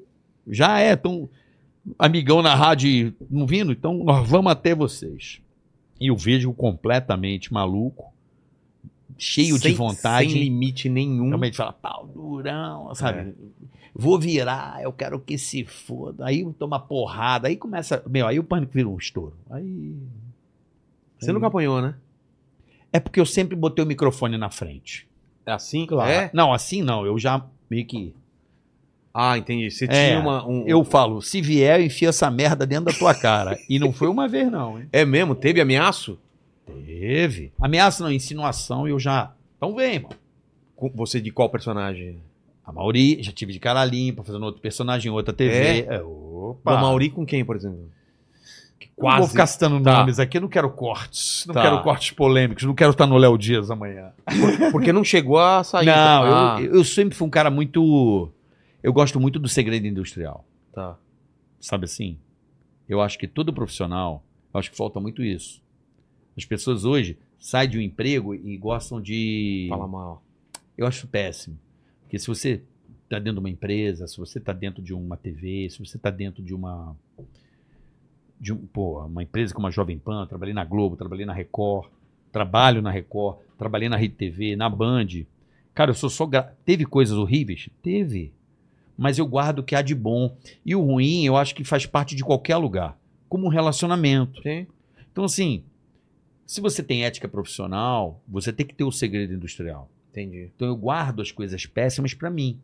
Speaker 3: já é tão amigão na rádio e não vindo, então nós vamos até vocês. E eu vejo completamente maluco, cheio
Speaker 1: Sem-
Speaker 3: de vontade.
Speaker 1: Sem limite nenhum.
Speaker 3: Realmente fala, pau durão,
Speaker 1: É.
Speaker 3: sabe? Vou virar, eu quero que se foda. Aí toma porrada, aí começa. Meu, aí o pânico vira um estouro. Aí.
Speaker 1: Você nunca apanhou, né?
Speaker 3: É porque eu sempre botei o microfone na frente.
Speaker 1: É assim?
Speaker 3: É? Não, assim não, eu já meio que.
Speaker 1: Ah, entendi. Você
Speaker 3: É.
Speaker 1: tinha uma. Um...
Speaker 3: Eu falo, se vier, eu enfio essa merda dentro da tua cara. e não foi uma vez, não, hein?
Speaker 1: É mesmo? Teve ameaço?
Speaker 3: Teve. Ameaça não, insinuação, eu já. Então vem, irmão.
Speaker 1: Com- Você de qual personagem?
Speaker 3: A Mauri, já tive de cara limpa, fazendo outro personagem, outra TV. É, opa.
Speaker 1: O Mauri com quem, por exemplo?
Speaker 3: Quase. Não vou ficar citando
Speaker 1: Tá.
Speaker 3: nomes aqui, eu não quero cortes. Não
Speaker 1: Tá.
Speaker 3: quero cortes polêmicos, não quero estar no Léo Dias amanhã.
Speaker 1: Porque não chegou a sair.
Speaker 3: não,
Speaker 1: Ah,
Speaker 3: eu, eu sempre fui um cara muito. Eu gosto muito do segredo industrial.
Speaker 1: Tá.
Speaker 3: Sabe assim? Eu acho que todo profissional, eu acho que falta muito isso. As pessoas hoje saem de um emprego e gostam de.
Speaker 1: Fala mal.
Speaker 3: Eu acho péssimo. Porque se você está dentro de uma empresa, se você está dentro de uma TV, se você está dentro de uma. De um, pô, uma empresa como a Jovem Pan, trabalhei na Globo, trabalhei na Record, trabalho na Record, trabalhei na Rede TV, na Band. Cara, eu sou só. gra- Teve coisas horríveis? Teve. Mas eu guardo o que há de bom. E o ruim, eu acho que faz parte de qualquer lugar. Como um relacionamento.
Speaker 1: Sim.
Speaker 3: Então, assim, se você tem ética profissional, você tem que ter o segredo industrial.
Speaker 1: Entendi.
Speaker 3: Então eu guardo as coisas péssimas pra mim.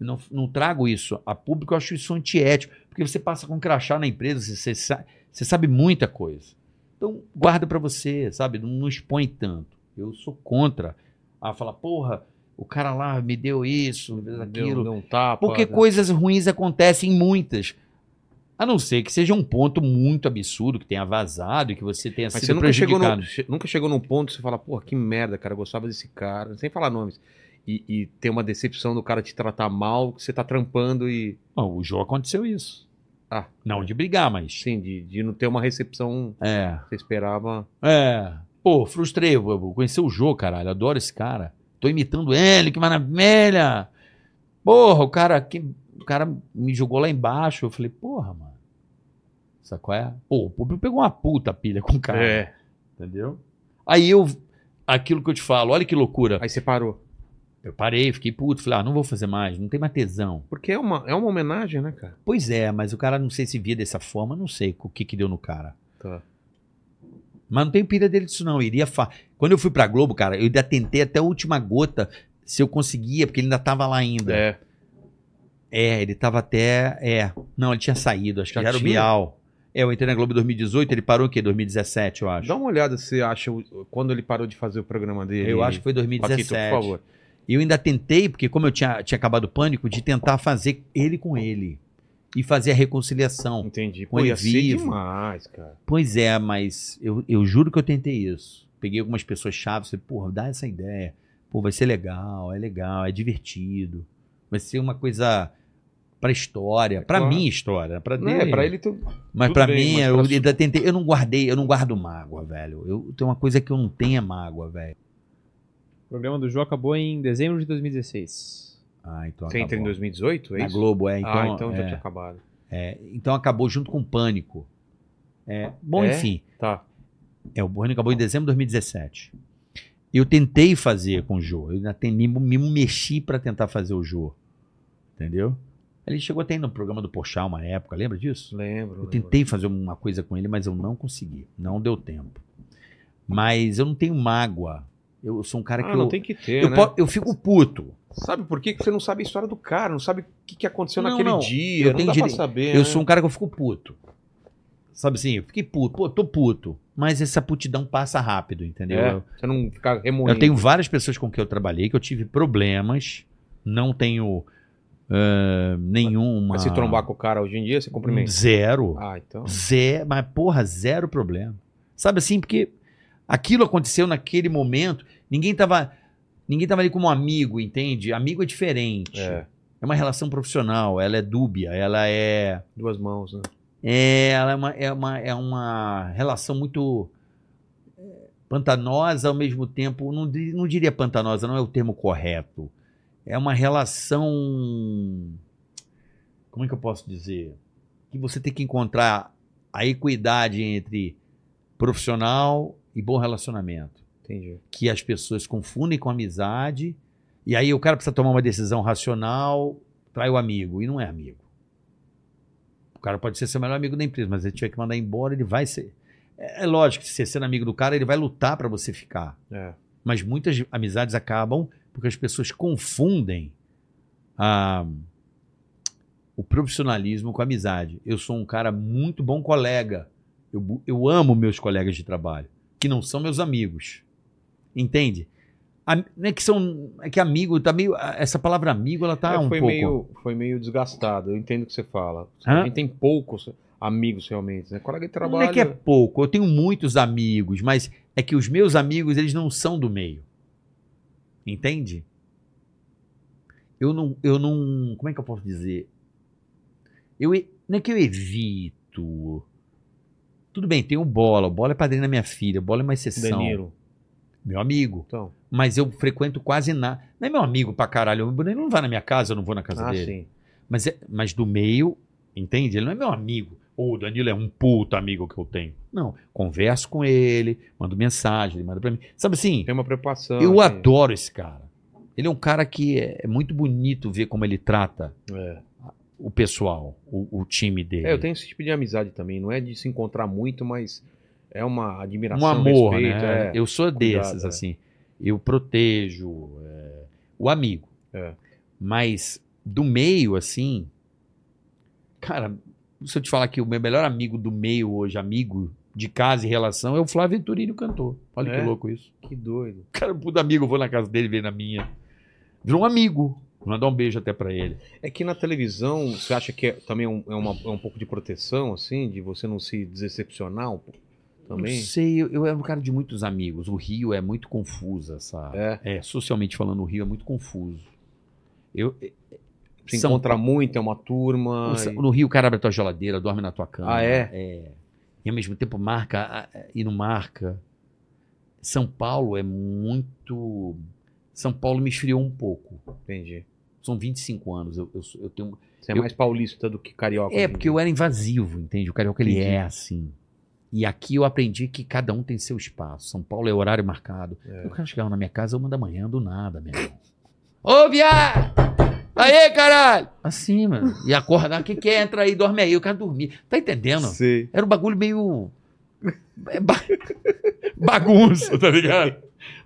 Speaker 3: Eu Não, não trago isso a público, eu acho isso antiético. Porque você passa com crachá na empresa, você, você sa- você sabe muita coisa. Então guarda pra você, sabe? Não, não expõe tanto. Eu sou contra a falar, porra, o cara lá me deu isso, me fez aquilo.
Speaker 1: Deu um tapa.
Speaker 3: Porque
Speaker 1: né?
Speaker 3: coisas ruins acontecem muitas. A não ser que seja um ponto muito absurdo, que tenha vazado e que você tenha
Speaker 1: Mas
Speaker 3: sido
Speaker 1: você nunca chegou,
Speaker 3: prejudicado.
Speaker 1: no, che- nunca chegou num ponto que você fala, porra, que merda, cara, eu gostava desse cara, sem falar nomes. E, e ter uma decepção do cara te tratar mal, que você tá trampando e.
Speaker 3: Bom, o jogo aconteceu isso.
Speaker 1: Ah.
Speaker 3: Não de brigar, mas.
Speaker 1: Sim, de, de não ter uma recepção
Speaker 3: É.
Speaker 1: que você esperava.
Speaker 3: É. Pô, frustrei. Eu eu conheci o Jô, caralho. Adoro esse cara. Tô imitando ele, que maravilha. Porra, o cara, que, o cara me jogou lá embaixo. Eu falei, porra, mano. Sabe qual é? Pô, o público pegou uma puta pilha com o cara.
Speaker 1: É.
Speaker 3: é. Entendeu? Aí eu. Aquilo que eu te falo, olha que loucura.
Speaker 1: Aí você parou.
Speaker 3: Eu parei, fiquei puto, falei, ah, não vou fazer mais, não tem mais tesão.
Speaker 1: Porque é uma, é uma homenagem, né, cara?
Speaker 3: Pois é, mas o cara não sei se via dessa forma, não sei o que que deu no cara.
Speaker 1: Tá.
Speaker 3: Mas não tem pilha dele disso, não. Eu iria fa... Quando eu fui pra Globo, cara, eu ainda tentei até a última gota se eu conseguia, porque ele ainda tava lá ainda. É,
Speaker 1: É.
Speaker 3: ele tava até. É. Não, ele tinha saído, acho que
Speaker 1: Já
Speaker 3: já, era o
Speaker 1: tinha?
Speaker 3: Bial. É, eu entrei na Globo em 2018, ele parou em quê? 2017, eu acho.
Speaker 1: Dá uma olhada se você acha o- quando ele parou de fazer o programa dele.
Speaker 3: eu acho que foi
Speaker 1: Paquito,
Speaker 3: 2017.
Speaker 1: por favor.
Speaker 3: E eu ainda tentei, porque como eu tinha, tinha acabado o pânico, de tentar fazer ele com ele. e fazer a reconciliação.
Speaker 1: Entendi.
Speaker 3: Põe
Speaker 1: ia ser
Speaker 3: Um vivo.
Speaker 1: demais, cara.
Speaker 3: Pois é, mas eu, eu juro que eu tentei isso. Peguei algumas pessoas chaves, falei, porra, dá essa ideia. Pô, vai ser legal, é legal, é divertido. Vai ser uma coisa pra história, pra
Speaker 1: claro.
Speaker 3: minha história, pra
Speaker 1: Não, é,
Speaker 3: dele.
Speaker 1: pra ele tu...
Speaker 3: Mas
Speaker 1: Tudo
Speaker 3: pra
Speaker 1: bem,
Speaker 3: mim,
Speaker 1: mas
Speaker 3: eu
Speaker 1: pra su-
Speaker 3: ainda tentei. Eu não guardei, eu não guardo mágoa, velho. Eu tenho uma coisa que eu não tenho é mágoa, velho.
Speaker 2: O programa do Jô acabou em dezembro de 2016.
Speaker 3: Ah, então
Speaker 1: Você entra em
Speaker 3: acabou.
Speaker 1: 2018, é
Speaker 3: Na
Speaker 1: isso?
Speaker 3: Globo, é. Então,
Speaker 1: ah, então já
Speaker 3: é,
Speaker 1: tinha acabado.
Speaker 3: é, então acabou junto com o Pânico. É, bom,
Speaker 1: É?
Speaker 3: enfim.
Speaker 1: Tá.
Speaker 3: É, o Pânico acabou em dezembro de 2017. Eu tentei fazer com o Jô. Eu ainda tem- me, me mexi pra tentar fazer o Jô. Entendeu? Ele chegou até aí no programa do Porchat uma época, lembra disso?
Speaker 1: Lembro.
Speaker 3: Eu
Speaker 1: lembro.
Speaker 3: tentei fazer uma coisa com ele, mas eu não consegui. Não deu tempo. Mas eu não tenho mágoa. Eu sou um cara
Speaker 1: Ah,
Speaker 3: que
Speaker 1: não
Speaker 3: eu,
Speaker 1: tem que ter,
Speaker 3: eu,
Speaker 1: né?
Speaker 3: po- eu fico puto.
Speaker 1: Sabe por quê? Porque você não sabe a história do cara, não sabe o que, que aconteceu
Speaker 3: Não,
Speaker 1: naquele
Speaker 3: não.
Speaker 1: dia,
Speaker 3: Eu
Speaker 1: não
Speaker 3: tenho
Speaker 1: dá
Speaker 3: direito.
Speaker 1: pra saber.
Speaker 3: Eu
Speaker 1: né?
Speaker 3: sou um cara que eu fico puto. Sabe assim, eu fiquei puto. Pô, tô puto. Mas essa putidão passa rápido, entendeu?
Speaker 1: É,
Speaker 3: Eu,
Speaker 1: Você não fica
Speaker 3: eu
Speaker 1: remoendo.
Speaker 3: tenho várias pessoas com quem eu trabalhei que eu tive problemas. Não tenho eh, nenhuma.
Speaker 1: Mas se trombar com o cara hoje em dia, você cumprimenta.
Speaker 3: Zero.
Speaker 1: Ah, então.
Speaker 3: Zero, mas porra, zero problema. Sabe assim, porque aquilo aconteceu naquele momento, ninguém tava, ninguém tava ali como amigo, entende? Amigo é diferente. É,
Speaker 1: É,
Speaker 3: uma relação profissional, ela é dúbia, ela é,
Speaker 1: duas mãos, né?
Speaker 3: é ela é uma, é uma é uma relação muito é, pantanosa ao mesmo tempo, não, di- não diria pantanosa, não é o termo correto. É uma relação como é que eu posso dizer? que você tem que encontrar a equidade entre profissional e bom relacionamento.
Speaker 1: Entendi.
Speaker 3: Que as pessoas confundem com amizade, e aí o cara precisa tomar uma decisão racional, trai o amigo, e não é amigo. O cara pode ser seu melhor amigo da empresa, mas ele tiver que mandar embora, ele vai ser. É é lógico que se você sendo amigo do cara, ele vai lutar para você ficar.
Speaker 1: É.
Speaker 3: Mas muitas amizades acabam porque as pessoas confundem a o profissionalismo com a amizade. Eu sou um cara muito bom colega. Eu, bu- eu amo meus colegas de trabalho, que não são meus amigos. Entende? A- não é que são. É que amigo, tá meio. a- Essa palavra amigo, ela tá
Speaker 1: É,
Speaker 3: um
Speaker 1: foi,
Speaker 3: pouco.
Speaker 1: meio, foi meio desgastado, eu entendo o que você fala.
Speaker 3: Hã?
Speaker 1: A gente tem poucos amigos realmente, né? Colega de
Speaker 3: Não
Speaker 1: trabalho.
Speaker 3: é que é pouco. Eu tenho muitos amigos, mas é que os meus amigos, eles não são do meio. Entende? Eu não. Eu não como é que eu posso dizer? Eu, e- não é que eu evito. Tudo bem, tem o Bola. O Bola é padrinho da minha filha. O Bola é uma exceção.
Speaker 1: Danilo.
Speaker 3: Meu amigo.
Speaker 1: Então.
Speaker 3: Mas eu frequento quase nada. Não é meu amigo pra caralho. Ele não vai na minha casa, eu não vou na casa
Speaker 1: Ah,
Speaker 3: dele.
Speaker 1: sim.
Speaker 3: Mas, é- mas do meio, entende? Ele não é meu amigo. Ou o Danilo é um puta amigo que eu tenho. Não, converso com ele, mando mensagem, ele manda pra mim. Sabe assim,
Speaker 1: Tem uma preocupação.
Speaker 3: eu
Speaker 1: assim.
Speaker 3: adoro esse cara. Ele é um cara que é, é muito bonito ver como ele trata
Speaker 1: É.
Speaker 3: o pessoal, o, o time dele.
Speaker 1: É, eu tenho esse tipo de amizade também, não é de se encontrar muito, mas é uma admiração,
Speaker 3: um amor,
Speaker 1: respeito.
Speaker 3: né?
Speaker 1: é.
Speaker 3: eu sou desses,
Speaker 1: é.
Speaker 3: assim. Eu protejo é, o amigo.
Speaker 1: É.
Speaker 3: Mas do meio, assim. Cara, se eu te falar que o meu melhor amigo do meio hoje, amigo de casa e relação, é o Flávio Venturini, o cantor. Olha
Speaker 1: É?
Speaker 3: que louco isso.
Speaker 1: Que doido.
Speaker 3: Cara, puta amigo, eu vou na casa dele, vem na minha. Virou um amigo. Vou mandar um beijo até pra ele.
Speaker 1: É que na televisão, você acha que é- também é um, é uma- é um pouco de proteção, assim, de você não se decepcionar um pouco?
Speaker 3: Não
Speaker 1: Também?
Speaker 3: sei, eu, eu era um cara de muitos amigos. O Rio é muito confuso, essa.
Speaker 1: É.
Speaker 3: É, socialmente falando, o Rio é muito confuso. Eu, é,
Speaker 1: Se
Speaker 3: São-
Speaker 1: encontra muito, é uma turma.
Speaker 3: O sa-
Speaker 1: e-
Speaker 3: No Rio, o cara abre a tua geladeira, dorme na tua cama.
Speaker 1: Ah, é?
Speaker 3: E ao mesmo tempo marca ah, ah, e não marca. São Paulo é muito. São Paulo me esfriou um pouco.
Speaker 1: Entendi.
Speaker 3: São 25 anos. Eu, eu, sou- eu tenho.
Speaker 1: Você é
Speaker 3: Eu-
Speaker 1: mais paulista do que carioca.
Speaker 3: É, porque eu era invasivo, entende? O carioca ele é assim. E aqui eu aprendi que cada um tem seu espaço. São Paulo é horário marcado. O cara chegava na minha casa, uma da manhã, do nada, meu irmão. Ô, viado! Aí, caralho! Assim, mano. E acordar, o que quer? Entra aí, dorme aí. O cara dormia. Tá entendendo?
Speaker 1: Sei.
Speaker 3: Era um bagulho meio. é ba- Bagunça, tá ligado?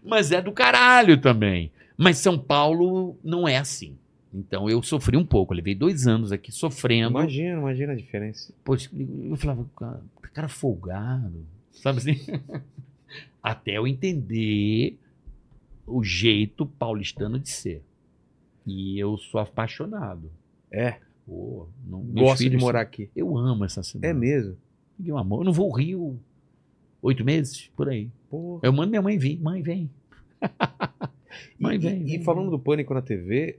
Speaker 3: Mas é do caralho também. Mas São Paulo não é assim. Então eu sofri um pouco. Eu levei dois anos aqui sofrendo.
Speaker 1: Imagina, imagina a diferença.
Speaker 3: Pois, eu falava, cara, cara folgado. Sabe assim? Até eu entender o jeito paulistano de ser. E eu sou apaixonado.
Speaker 1: É.
Speaker 14: Pô, não, meus
Speaker 1: Gosto de
Speaker 14: filhos-
Speaker 1: morar aqui.
Speaker 14: Eu amo essa cidade.
Speaker 1: É mesmo.
Speaker 14: Ninguém amou. Eu não vou ao Rio oito meses, por aí.
Speaker 3: É
Speaker 14: Eu mando minha mãe vir. Mãe, vem. mãe,
Speaker 1: E-
Speaker 14: vem.
Speaker 1: e,
Speaker 14: vem,
Speaker 1: e falando do pânico na TV,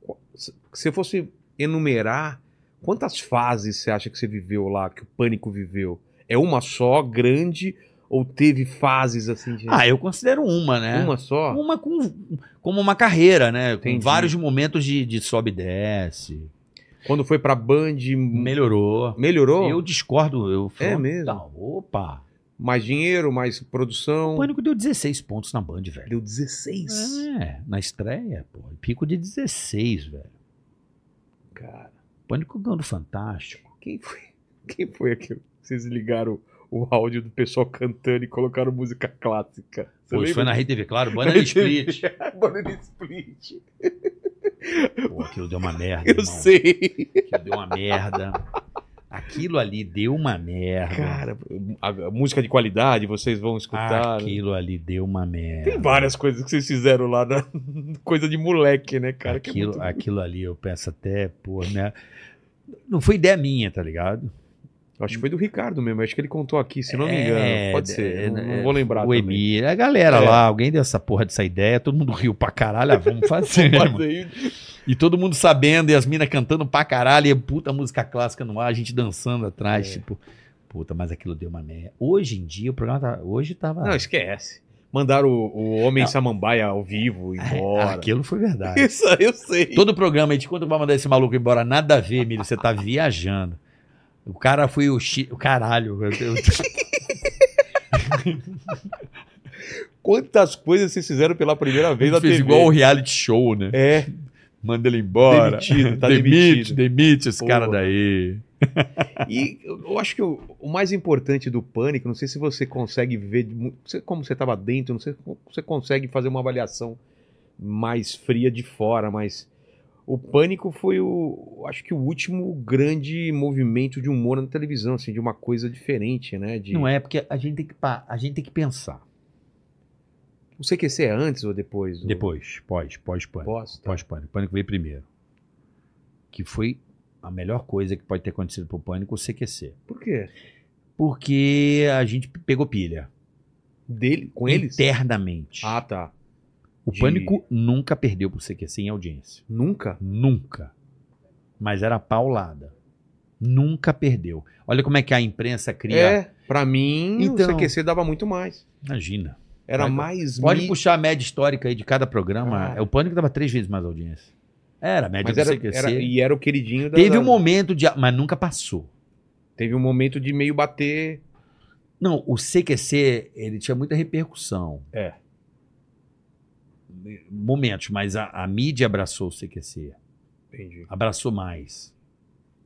Speaker 1: qu- se você fosse enumerar, quantas fases você acha que você viveu lá, que o pânico viveu? É uma só, grande, ou teve fases assim de.
Speaker 3: Ah, eu considero uma, né?
Speaker 1: uma só?
Speaker 3: Uma com, como uma carreira, né? Com
Speaker 1: Entendi.
Speaker 3: vários momentos de, de sobe e desce.
Speaker 1: Quando foi pra Band, m-
Speaker 3: Melhorou.
Speaker 1: melhorou?
Speaker 3: Eu discordo. Eu falo,
Speaker 1: É mesmo?
Speaker 3: "Tá, opa.
Speaker 1: Mais dinheiro, mais
Speaker 3: O
Speaker 1: produção.
Speaker 3: Pânico deu 16 pontos na Band, velho.
Speaker 1: Deu 16.
Speaker 3: É, na estreia, pô. Pico de 16, velho.
Speaker 1: Cara,
Speaker 3: Pânico ganhou do Fantástico.
Speaker 1: quem foi? Quem foi aquele? Vocês ligaram o áudio do pessoal cantando e colocaram música clássica. Você
Speaker 3: Pô, isso foi
Speaker 1: lembra?
Speaker 3: na Rede TV, claro. Banana Split.
Speaker 1: Banana Split.
Speaker 3: Pô, aquilo deu uma merda,
Speaker 1: Eu
Speaker 3: irmão.
Speaker 1: sei.
Speaker 3: Aquilo deu uma merda. Aquilo ali deu uma merda.
Speaker 1: Cara, a, a música de qualidade, vocês vão escutar. né?
Speaker 3: Aquilo ali deu uma merda.
Speaker 1: Tem várias coisas que vocês fizeram lá, na- coisa de moleque, né, cara? que é
Speaker 3: aquilo,
Speaker 1: muito-
Speaker 3: aquilo ali eu peço até, pô, né? Não foi ideia minha, tá ligado?
Speaker 1: Acho que foi do Ricardo mesmo, acho que ele contou aqui, se não me engano.
Speaker 3: É,
Speaker 1: Pode ser,
Speaker 3: é,
Speaker 1: não,
Speaker 3: é,
Speaker 1: não vou lembrar
Speaker 3: o
Speaker 1: também.
Speaker 3: Emir, a galera
Speaker 1: É.
Speaker 3: lá, alguém deu essa porra dessa ideia, todo mundo riu pra caralho, ah, vamos fazer.
Speaker 1: Mas
Speaker 3: mano.
Speaker 1: aí-
Speaker 3: E todo mundo sabendo, e as minas cantando pra caralho, e puta música clássica no ar, a gente dançando
Speaker 1: É.
Speaker 3: atrás, tipo, puta, mas aquilo deu uma merda. Hoje em dia, o programa tá, hoje tava.
Speaker 1: Não, esquece. Mandaram o, o Homem Samambaia ao vivo
Speaker 3: É,
Speaker 1: embora.
Speaker 3: aquilo foi verdade.
Speaker 1: Isso aí eu sei.
Speaker 3: Todo programa, a gente quando vai mandar esse maluco embora, nada a ver, Emílio, você tá viajando. O cara foi o, chi... o caralho. eu- eu-
Speaker 1: Quantas coisas vocês fizeram pela primeira vez na
Speaker 3: fez
Speaker 1: TV.
Speaker 3: igual o reality show, né?
Speaker 1: É,
Speaker 3: Manda ele embora.
Speaker 1: Demitido, tá
Speaker 3: demite,
Speaker 1: demitido.
Speaker 3: demite esse
Speaker 1: Pô.
Speaker 3: cara daí.
Speaker 1: E eu eu acho que o, o mais importante do pânico, não sei se você consegue ver, de mu- você- como você estava dentro, não sei como você consegue fazer uma avaliação mais fria de fora, mas o pânico foi o, acho que o último grande movimento de humor na televisão, assim, de uma coisa diferente, né? De,
Speaker 3: Não é porque a gente tem que pa- a gente tem que pensar.
Speaker 1: O CQC é antes ou depois? do-
Speaker 3: Depois, pós, pós pânico.
Speaker 1: Pós, tá.
Speaker 3: Pós pânico. Pânico veio primeiro. Que foi a melhor coisa que pode ter acontecido pro pânico o CQC.
Speaker 1: Por quê?
Speaker 3: Porque a gente pegou pilha
Speaker 1: Dele, com eles?
Speaker 3: internamente.
Speaker 1: Ah, tá.
Speaker 3: o
Speaker 1: de-
Speaker 3: pânico nunca perdeu pro CQC em audiência.
Speaker 1: Nunca?
Speaker 3: Nunca. Mas era paulada. Nunca perdeu. Olha como é que a imprensa cria.
Speaker 1: É, pra mim
Speaker 3: Então.
Speaker 1: o CQC dava muito mais.
Speaker 3: Imagina.
Speaker 1: Era
Speaker 3: Vai,
Speaker 1: mais...
Speaker 3: Pode
Speaker 1: mi-
Speaker 3: puxar a média histórica aí de cada programa.
Speaker 1: Cara.
Speaker 3: É O Pânico dava três vezes mais audiência. Era, a média
Speaker 1: Mas
Speaker 3: do
Speaker 1: era,
Speaker 3: CQC.
Speaker 1: era- e era o queridinho da...
Speaker 3: Teve
Speaker 1: da-
Speaker 3: um momento de. Mas nunca passou.
Speaker 1: Teve um momento de meio bater.
Speaker 3: Não, o CQC, ele tinha muita repercussão.
Speaker 1: É.
Speaker 3: Momentos, mas a, a mídia abraçou o CQC.
Speaker 1: Entendi.
Speaker 3: Abraçou mais.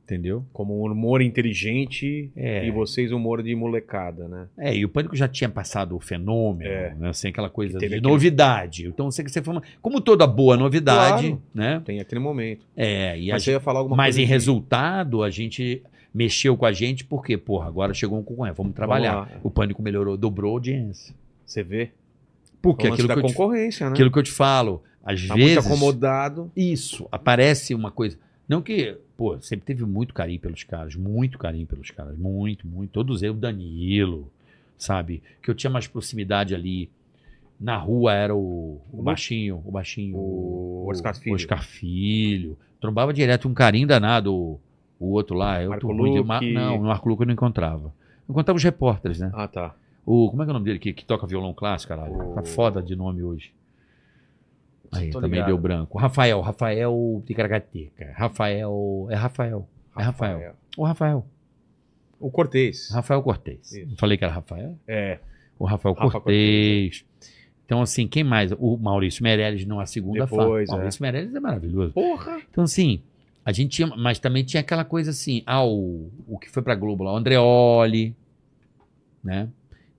Speaker 3: Entendeu?
Speaker 1: Como um humor inteligente
Speaker 3: É.
Speaker 1: e vocês um humor de molecada, né?
Speaker 3: É, e o Pânico já tinha passado o fenômeno,
Speaker 1: É.
Speaker 3: né? Assim, aquela coisa de
Speaker 1: teve aquele-
Speaker 3: novidade. Então, o CQC foi uma. Como toda boa novidade,
Speaker 1: Claro.
Speaker 3: né?
Speaker 1: Tem aquele momento.
Speaker 3: É, e a
Speaker 1: Mas você ia falar alguma
Speaker 3: Mas
Speaker 1: coisa.
Speaker 3: em
Speaker 1: que-
Speaker 3: resultado, a gente mexeu com a gente porque, porra, agora chegou um concorrente, vamos trabalhar.
Speaker 1: Vamos lá.
Speaker 3: o pânico melhorou, dobrou a audiência. um
Speaker 1: Você vê.
Speaker 3: Porque
Speaker 1: O lance
Speaker 3: aquilo
Speaker 1: da
Speaker 3: que, eu te,
Speaker 1: concorrência, né?
Speaker 3: aquilo que eu te falo, às
Speaker 1: Tá muito
Speaker 3: vezes,
Speaker 1: acomodado.
Speaker 3: isso, aparece uma coisa. Não que, pô, sempre teve muito carinho pelos caras, muito carinho pelos caras, muito, muito. Todos eu, Danilo, sabe? Que eu tinha mais proximidade ali. Na rua era o, o
Speaker 1: Lu-
Speaker 3: Baixinho, o Baixinho.
Speaker 1: O Oscar
Speaker 3: O
Speaker 1: Filho.
Speaker 3: Oscar Filho. Trombava direto um carinho danado, o, o outro lá. Eu
Speaker 1: Marco
Speaker 3: tô ruim de-
Speaker 1: Luque.
Speaker 3: Ma- Não, o Marco Luque eu não encontrava. Eu encontrava os repórteres, né?
Speaker 1: Ah, tá.
Speaker 3: O, como é que é o nome dele que, que toca violão clássico, caralho?
Speaker 1: O-
Speaker 3: Tá foda de nome hoje. Aí,
Speaker 1: Tô
Speaker 3: também
Speaker 1: ligado.
Speaker 3: deu branco. Rafael, Rafael Ticaracateca. Rafael. É Rafael. É Rafael. O Rafael.
Speaker 1: O Cortez.
Speaker 3: Rafael Cortez.
Speaker 1: Isso.
Speaker 3: Não falei que era Rafael?
Speaker 1: É.
Speaker 3: O Rafael
Speaker 1: Rafa
Speaker 3: Cortez. Então, assim, quem mais? O Maurício Meirelles numa segunda
Speaker 1: Depois,
Speaker 3: fase.
Speaker 1: é.
Speaker 3: Maurício Meirelles é maravilhoso.
Speaker 1: Porra.
Speaker 3: Então, assim, a gente tinha. Mas também tinha aquela coisa assim. Ah, o, o que foi pra Globo lá? O Andreoli. Né?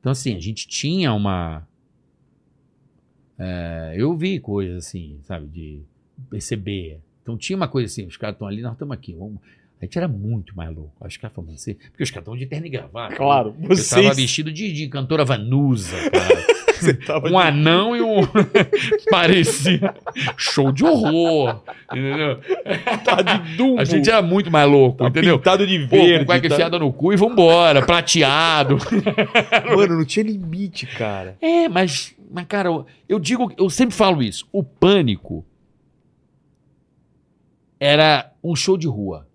Speaker 3: Então, assim, a gente tinha uma. é, eu vi coisas assim, sabe? De perceber. Então tinha uma coisa assim, os caras estão ali, nós estamos aqui. Vamos. A gente era muito mais louco. Aí Os caras falavam assim, porque os caras estão de terno e gravata.
Speaker 1: Claro.
Speaker 3: Eu tava
Speaker 1: Vocês.
Speaker 3: vestido de, de cantora Vanusa, cara.
Speaker 4: um anão e um. Parecia show de horror. Entendeu?
Speaker 15: Tá de dumbo.
Speaker 4: A gente era muito mais louco,
Speaker 1: Tá
Speaker 4: entendeu?
Speaker 15: Pintado de
Speaker 4: Pô,
Speaker 15: verde.
Speaker 3: é
Speaker 4: com cueca
Speaker 15: tá-
Speaker 4: enfiada no cu e vambora, prateado.
Speaker 15: Mano, não tinha limite, cara.
Speaker 4: É, mas, mas cara, eu, eu digo, eu sempre falo isso. O pânico era um show de rua.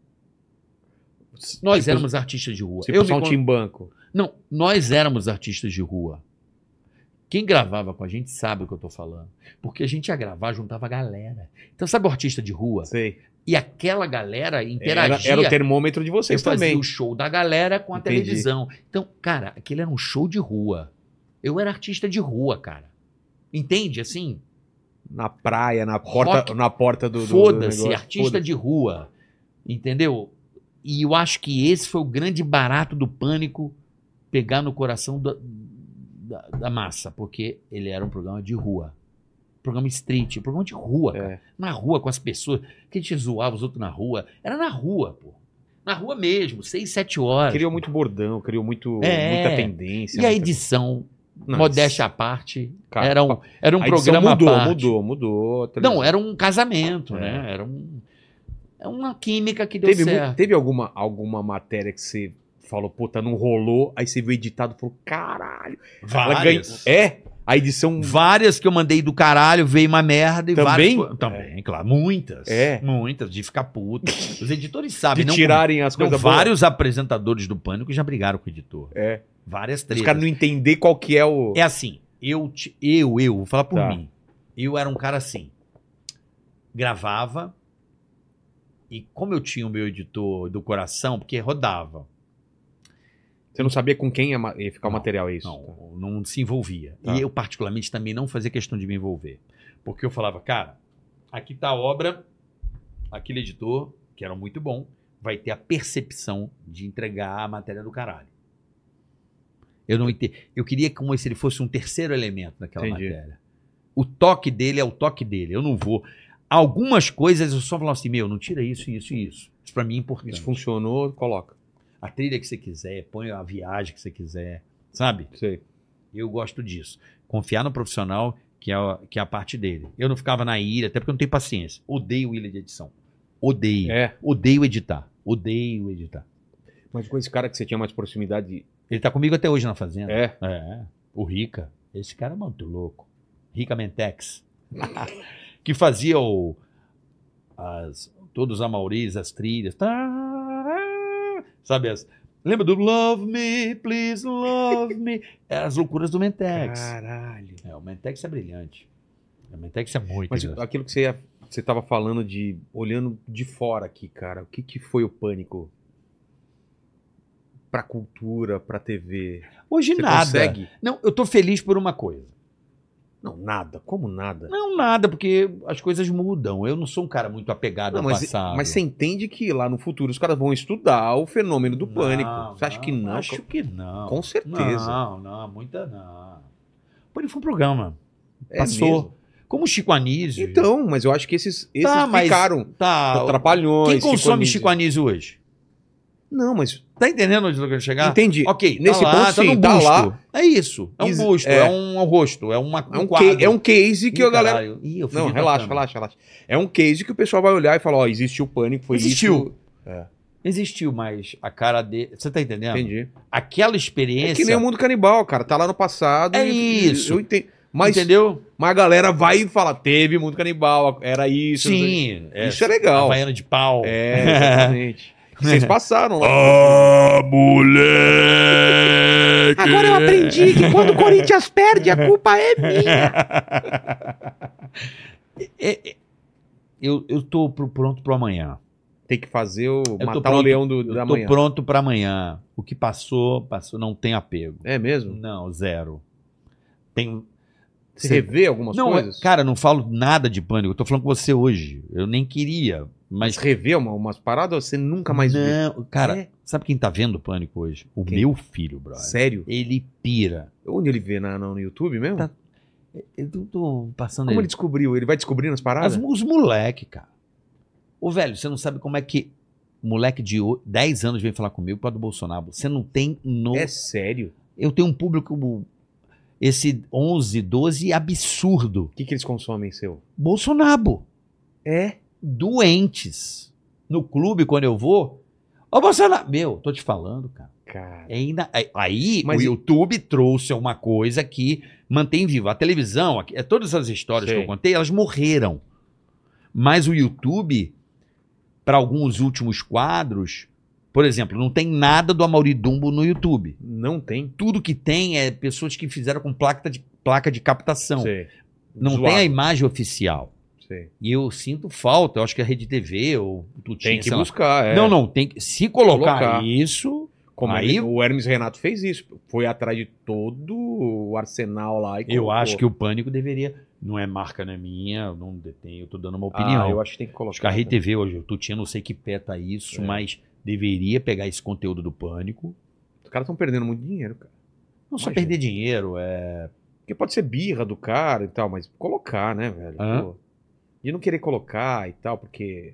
Speaker 4: Nós éramos artistas de rua.
Speaker 1: Tipo
Speaker 4: me con-
Speaker 1: Saltimbanco.
Speaker 4: Não, nós éramos artistas de rua. Quem gravava com a gente sabe o que eu tô falando. Porque a gente ia gravar, juntava a galera. Então, sabe o artista de rua?
Speaker 1: Sei.
Speaker 4: E aquela galera
Speaker 1: Era,
Speaker 4: interagia.
Speaker 1: era o termômetro de
Speaker 4: Eu
Speaker 1: vocês
Speaker 4: fazia
Speaker 1: também.
Speaker 4: o show da galera com a
Speaker 1: Entendi.
Speaker 4: televisão. Então, cara, aquele era um show de rua. Eu era artista de rua, cara. Entende? Assim,
Speaker 1: Na praia, na porta,
Speaker 4: Rock.
Speaker 1: na porta do. do- do
Speaker 4: foda-se,
Speaker 1: negócio.
Speaker 4: artista
Speaker 1: Foda-se.
Speaker 4: de rua. Entendeu? E eu acho que esse foi o grande barato do pânico pegar no coração da, da, da massa, porque ele era um programa de rua. Programa street, programa de rua,
Speaker 1: É.
Speaker 4: cara. Na rua com as pessoas. Que a gente zoava os outros na rua. Era na rua, pô. Na rua mesmo, seis, sete horas.
Speaker 1: Criou muito bordão, criou muito,
Speaker 4: É.
Speaker 1: muita tendência.
Speaker 4: E a
Speaker 1: muita-
Speaker 4: edição,
Speaker 1: Não,
Speaker 4: modéstia à parte,
Speaker 1: Cara,
Speaker 4: era um, era um
Speaker 1: a edição
Speaker 4: programa à
Speaker 1: mudou,
Speaker 4: parte.
Speaker 1: mudou, mudou, a televisão-
Speaker 4: Não, era um casamento,
Speaker 1: É.
Speaker 4: né? Era um, é uma química que deu
Speaker 1: teve, mu-
Speaker 4: certo.
Speaker 1: teve alguma, alguma matéria que você falou, puta, não rolou, aí você viu o editado e falou, caralho. Ela ganhou- É? A edição.
Speaker 3: Várias que eu mandei do caralho, veio uma merda e
Speaker 1: Também?
Speaker 3: várias. fo- Também, claro. Muitas.
Speaker 1: É.
Speaker 3: Muitas, de ficar puto. Os editores sabem,
Speaker 1: De
Speaker 3: não.
Speaker 1: tirarem as
Speaker 3: não
Speaker 1: coisas boas.
Speaker 3: vários apresentadores do Pânico já brigaram com o editor.
Speaker 1: É.
Speaker 3: Várias
Speaker 1: Os
Speaker 3: tretas.
Speaker 1: caras não entender qual que é o.
Speaker 3: É assim, eu, te- eu, eu, vou falar por
Speaker 1: Tá.
Speaker 3: mim. Eu era um cara assim. Gravava. E como eu tinha o meu editor do coração, porque rodava.
Speaker 1: Você não sabia com quem ia, ma- ia ficar o material, é isso?
Speaker 3: Não, não se envolvia.
Speaker 1: Tá.
Speaker 3: E eu, particularmente, também não fazia questão de me envolver. Porque eu falava, cara, aqui tá a obra, aquele editor, que era muito bom, vai ter a percepção de entregar a matéria do caralho. Eu não entendo. Eu queria como se ele fosse um terceiro elemento naquela
Speaker 1: Entendi.
Speaker 3: matéria. O toque dele é o toque dele. Eu não vou. Algumas coisas eu só falava assim, meu, não tira isso, isso e isso. Isso pra mim é importante.
Speaker 1: Isso funcionou, coloca.
Speaker 3: A trilha que você quiser, põe a viagem que você quiser, sabe?
Speaker 1: Sei.
Speaker 3: Eu gosto disso. Confiar no profissional, que é a, que é a parte dele. Eu não ficava na ilha, até porque eu não tenho paciência. Odeio ilha de edição. Odeio.
Speaker 1: É.
Speaker 3: Odeio editar. Odeio editar.
Speaker 1: Mas com esse cara que você tinha mais proximidade.
Speaker 3: Ele tá comigo até hoje na fazenda.
Speaker 1: É.
Speaker 3: É. O Rica. Esse cara é muito louco. Rica Mentex. que fazia o. As, todos os amauris, as trilhas. Tá, sabe as. Lembra do Love Me, Please Love Me? É as loucuras do Mentex.
Speaker 1: Caralho.
Speaker 3: É, o Mentex é brilhante. O Mentex é muito
Speaker 1: Mas
Speaker 3: engraçado.
Speaker 1: aquilo que você ia- você tava falando de olhando de fora aqui, cara, o que que foi o pânico pra cultura, pra TV?
Speaker 3: Hoje
Speaker 1: Você
Speaker 3: nada.
Speaker 1: consegue?
Speaker 3: Não, eu tô feliz por uma coisa.
Speaker 1: Não, nada, como nada.
Speaker 3: Não nada, porque as coisas mudam. Eu não sou um cara muito apegado
Speaker 1: Não,
Speaker 3: ao
Speaker 1: mas,
Speaker 3: passado.
Speaker 1: mas você entende que lá no futuro os caras vão estudar o fenômeno do
Speaker 3: Não,
Speaker 1: pânico. Você acha que não? É
Speaker 3: Acho que não.
Speaker 1: Com certeza.
Speaker 3: Não, não, muita não. Pô, ele foi um programa.
Speaker 1: É
Speaker 3: Passou.
Speaker 1: mesmo.
Speaker 3: Como o Chico Anísio.
Speaker 1: Então, mas eu acho que esses, esses
Speaker 3: Tá, mas-
Speaker 1: ficaram.
Speaker 3: Tá.
Speaker 1: Trapalhões.
Speaker 3: Quem consome
Speaker 1: Chico
Speaker 3: Chico Anísio hoje?
Speaker 1: Anísio. Não, mas.
Speaker 3: Tá entendendo onde eu quero chegar?
Speaker 1: Entendi.
Speaker 3: Ok, tá
Speaker 1: Nesse
Speaker 3: lá,
Speaker 1: ponto,
Speaker 3: tá
Speaker 1: sim,
Speaker 3: num
Speaker 1: tá
Speaker 3: busto.
Speaker 1: lá.
Speaker 3: É isso. É um
Speaker 1: Is-
Speaker 3: busto,
Speaker 1: é.
Speaker 3: é, um rosto, é uma,
Speaker 1: É um,
Speaker 3: quadro.
Speaker 1: ca- é um case que
Speaker 3: Ih,
Speaker 1: a galera.
Speaker 3: caralho. Ih, eu fugi
Speaker 1: Não,
Speaker 3: da
Speaker 1: relaxa,
Speaker 3: câmera.
Speaker 1: relaxa, relaxa. É um case que o pessoal vai olhar e falar: ó, existiu o pânico, foi
Speaker 3: Existiu.
Speaker 1: isso.
Speaker 3: Existiu, mas a cara dele. Você tá entendendo?
Speaker 1: Entendi.
Speaker 3: Aquela
Speaker 1: É
Speaker 3: experiência.
Speaker 1: que nem o mundo canibal, cara. Tá lá no passado.
Speaker 3: É
Speaker 1: e-
Speaker 3: isso.
Speaker 1: Eu entendo. Mas,
Speaker 3: Entendeu?
Speaker 1: mas a galera vai e fala: teve mundo canibal, era isso. não sei-
Speaker 3: Sim.
Speaker 1: Isso é legal.
Speaker 3: Havaiana de pau.
Speaker 1: É, exatamente. Vocês passaram lá.
Speaker 4: Ah, moleque!
Speaker 16: Agora eu aprendi que quando o Corinthians perde, a culpa é minha.
Speaker 3: É- é- eu, eu tô pro- pronto pro amanhã.
Speaker 1: Tem que fazer o.
Speaker 3: tô
Speaker 1: matar o
Speaker 3: pronto.
Speaker 1: leão do,
Speaker 3: Eu
Speaker 1: da
Speaker 3: tô
Speaker 1: manhã.
Speaker 3: pronto pra amanhã. O que passou, passou, não tem apego.
Speaker 1: É mesmo?
Speaker 3: Não, zero. Tem.
Speaker 1: Você
Speaker 3: Cê-
Speaker 1: revê algumas
Speaker 3: Não,
Speaker 1: coisas?
Speaker 3: é- cara, não falo nada de pânico. Eu tô falando com você hoje. Eu nem queria,
Speaker 1: Mas
Speaker 3: mas
Speaker 1: rever uma, umas paradas ou você nunca mais vê?
Speaker 3: não, cara,
Speaker 1: É.
Speaker 3: sabe quem tá vendo o pânico hoje? O
Speaker 1: Quem?
Speaker 3: meu filho, brother.
Speaker 1: Sério?
Speaker 3: Ele pira.
Speaker 1: Onde ele vê? Na, no YouTube mesmo?
Speaker 3: Tá. Eu tô, tô passando
Speaker 1: Como
Speaker 3: ele.
Speaker 1: ele descobriu? Ele vai descobrindo as paradas?
Speaker 3: As- os moleque, cara. Ô, velho, você não sabe como é que moleque de o- 10 anos vem falar comigo por causa do Bolsonaro. Você não tem no...
Speaker 1: É sério?
Speaker 3: Eu tenho um público... esse 11, 12 absurdo.
Speaker 1: O que, que eles consomem, seu?
Speaker 3: Bolsonaro.
Speaker 1: É?
Speaker 3: Doentes. No clube, quando eu vou. Ô, Bolsonaro. Meu, tô te falando, cara.
Speaker 1: Cara.
Speaker 3: É ina- aí- Aí
Speaker 1: Mas
Speaker 3: o
Speaker 1: e-
Speaker 3: YouTube trouxe uma coisa que mantém viva. A televisão, aqui- é, todas essas histórias que
Speaker 1: Sim.
Speaker 3: eu contei, elas morreram. Mas o YouTube, para alguns últimos quadros, por exemplo, não tem nada do Amauridumbo no YouTube.
Speaker 1: Não tem.
Speaker 3: Tudo que tem é pessoas que fizeram com placa de, placa de captação.
Speaker 1: Sei.
Speaker 3: Não
Speaker 1: Zoado.
Speaker 3: tem a imagem oficial.
Speaker 1: Sei.
Speaker 3: E eu sinto falta, eu acho que a Rede TV ou Tutinha,
Speaker 1: Tem que
Speaker 3: sei lá.
Speaker 1: buscar. é.
Speaker 3: Não, não, tem que se colocar,
Speaker 1: Colocar.
Speaker 3: isso.
Speaker 1: Como
Speaker 3: Aí-
Speaker 1: ele- o Hermes Renato fez isso. Foi atrás de todo o arsenal lá. e
Speaker 3: Eu
Speaker 1: colocou.
Speaker 3: acho que o pânico deveria. Não é marca, não é minha, eu não detenho, eu tô dando uma
Speaker 1: Ah,
Speaker 3: opinião.
Speaker 1: eu acho que tem que colocar.
Speaker 3: acho que a Rede TV hoje, o Tutinha, não sei que pé tá isso,
Speaker 1: É.
Speaker 3: mas deveria pegar esse conteúdo do pânico.
Speaker 1: Os caras estão perdendo muito dinheiro, cara.
Speaker 3: Não só
Speaker 1: Imagina.
Speaker 3: perder dinheiro, é.
Speaker 1: Porque pode ser birra do cara e tal, mas colocar, né, velho?
Speaker 3: Hã?
Speaker 1: Pô. E não querer colocar e tal, porque.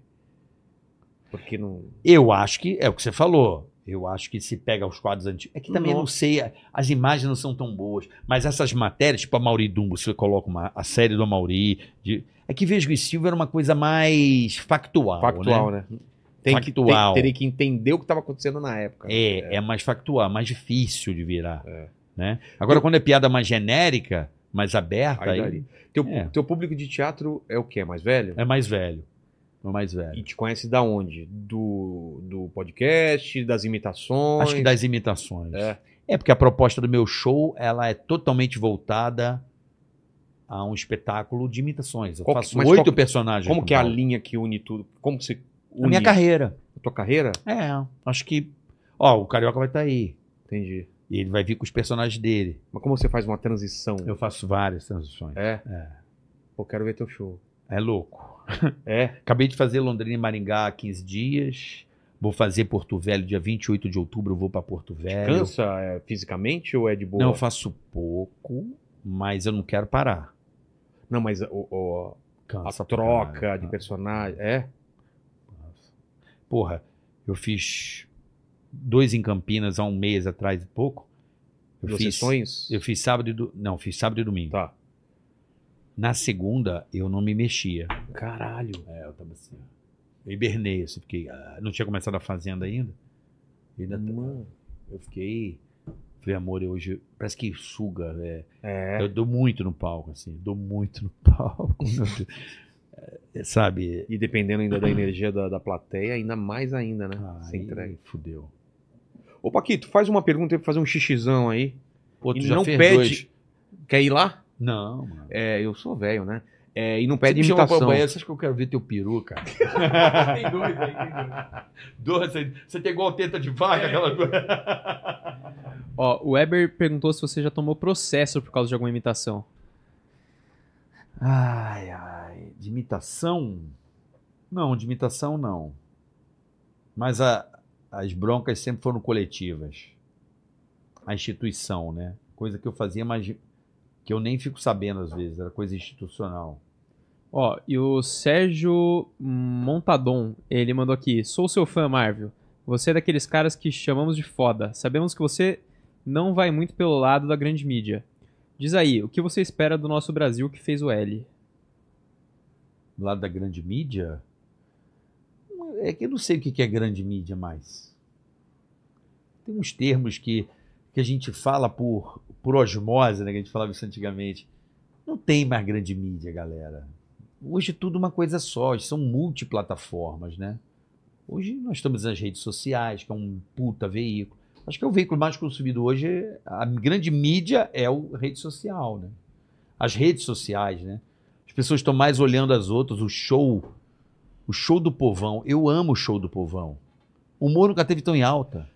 Speaker 1: Porque não.
Speaker 3: Eu acho que é o que você falou. Eu acho que se pega os quadros antigos. É que também eu não sei, a- as imagens não são tão boas. Mas essas matérias, tipo a Mauri Dumbo, você coloca uma, a série do Mauri. De, é que Vesgo e Silva era uma coisa mais factual.
Speaker 1: Factual,
Speaker 3: né?
Speaker 1: né? Tem que, tem,
Speaker 3: Factual.
Speaker 1: teria que entender o que estava acontecendo na época.
Speaker 3: É, é mais factual, mais difícil de virar. Né? Agora, quando é piada mais genérica, mais aberta,
Speaker 1: Aí
Speaker 3: tá aí
Speaker 1: dali. Teu,
Speaker 3: É.
Speaker 1: teu público de teatro é o quê? Mais velho?
Speaker 3: é mais velho. É mais velho.
Speaker 1: E te conhece da onde? Do, do podcast, das imitações?
Speaker 3: Acho que das imitações.
Speaker 1: É.
Speaker 3: É porque a proposta do meu show ela é totalmente voltada a um espetáculo de imitações. Eu
Speaker 1: Qual que-
Speaker 3: faço
Speaker 1: mas
Speaker 3: oito
Speaker 1: qual que-
Speaker 3: personagens.
Speaker 1: Como
Speaker 3: no
Speaker 1: que é a
Speaker 3: palco.
Speaker 1: linha que une tudo? Como que você une
Speaker 3: A minha carreira.
Speaker 1: a tua carreira?
Speaker 3: É, acho que. Ó, o Carioca vai estar aí.
Speaker 1: Entendi.
Speaker 3: E ele vai vir com os personagens dele.
Speaker 1: Mas como você faz uma transição?
Speaker 3: Eu faço várias transições.
Speaker 1: É? Pô, quero ver teu show.
Speaker 3: É louco.
Speaker 1: É?
Speaker 3: Acabei de fazer Londrina e Maringá há 15 dias. Vou fazer Porto Velho dia 28 de outubro, eu vou para Porto Velho.
Speaker 1: Cansa é, fisicamente ou é de boa?
Speaker 3: Não, eu faço pouco, mas eu não quero parar.
Speaker 1: Não, mas o- o- a
Speaker 3: Cansa pra
Speaker 1: troca
Speaker 3: caralho, tá.
Speaker 1: de
Speaker 3: cansa.
Speaker 1: personagem. É?
Speaker 3: Porra, eu fiz dois em Campinas há um mês atrás e pouco. Eu
Speaker 1: Duas
Speaker 3: fiz,
Speaker 1: sessões?
Speaker 3: eu fiz sábado e do... não, fiz sábado e domingo.
Speaker 1: Tá.
Speaker 3: Na segunda eu não me mexia.
Speaker 1: Caralho.
Speaker 3: É, eu tava assim. ó. Eu hibernei, assim, fiquei. ah, não tinha começado a fazenda ainda. Ainda tá-
Speaker 1: Mano.
Speaker 3: Eu fiquei. Falei, amor, eu hoje. Parece que suga. É.
Speaker 1: É.
Speaker 3: Eu dou muito no palco, assim. Dou muito no palco. meu Deus. É, Sabe?
Speaker 1: E dependendo ainda da energia da, da plateia, ainda mais ainda, né? Você
Speaker 3: Aí,
Speaker 1: entrega.
Speaker 3: fudeu.
Speaker 1: Ô, Paquito, faz uma pergunta aí pra fazer um xixizão aí.
Speaker 3: Pô, tu
Speaker 1: E
Speaker 3: já
Speaker 1: não
Speaker 3: fez
Speaker 1: pede-
Speaker 3: dois?
Speaker 1: Quer ir lá?
Speaker 3: Não, mano.
Speaker 1: É, eu sou velho, né? É, e não pede
Speaker 3: Você me chama pra
Speaker 1: imitação.
Speaker 3: banheiro, você acha que eu quero ver teu peru, cara?
Speaker 6: Tem dois aí, tem dois.
Speaker 3: né? Dois, você- você tem igual teta de vaca, aquela coisa.
Speaker 2: Ó, o Weber perguntou se você já tomou processo por causa de alguma imitação.
Speaker 3: Ai, ai. De imitação? Não, de imitação não. Mas a- as broncas sempre foram coletivas. A instituição, né? Coisa que eu fazia, mas que eu nem fico sabendo às vezes, era coisa institucional.
Speaker 2: Ó, e o Sérgio Montadon, ele mandou aqui: Sou seu fã, Marvel. Você é daqueles caras que chamamos de foda. Sabemos que você não vai muito pelo lado da grande mídia. Diz aí, o que você espera do nosso Brasil que fez o L?
Speaker 3: Do lado da grande mídia? É que eu não sei o que que é grande mídia mais. Tem uns termos que, que a gente fala por, por osmose, né? Que a gente falava isso antigamente. Não tem mais grande mídia, galera. Hoje é tudo uma coisa só, hoje são multiplataformas, né? Hoje nós estamos nas redes sociais, que é um puta veículo. Acho que é o veículo mais consumido hoje, a grande mídia é a rede social, né? As redes sociais, né? As pessoas estão mais olhando as outras, o show, o show do povão. Eu amo o show do povão. O humor nunca teve tão em alta.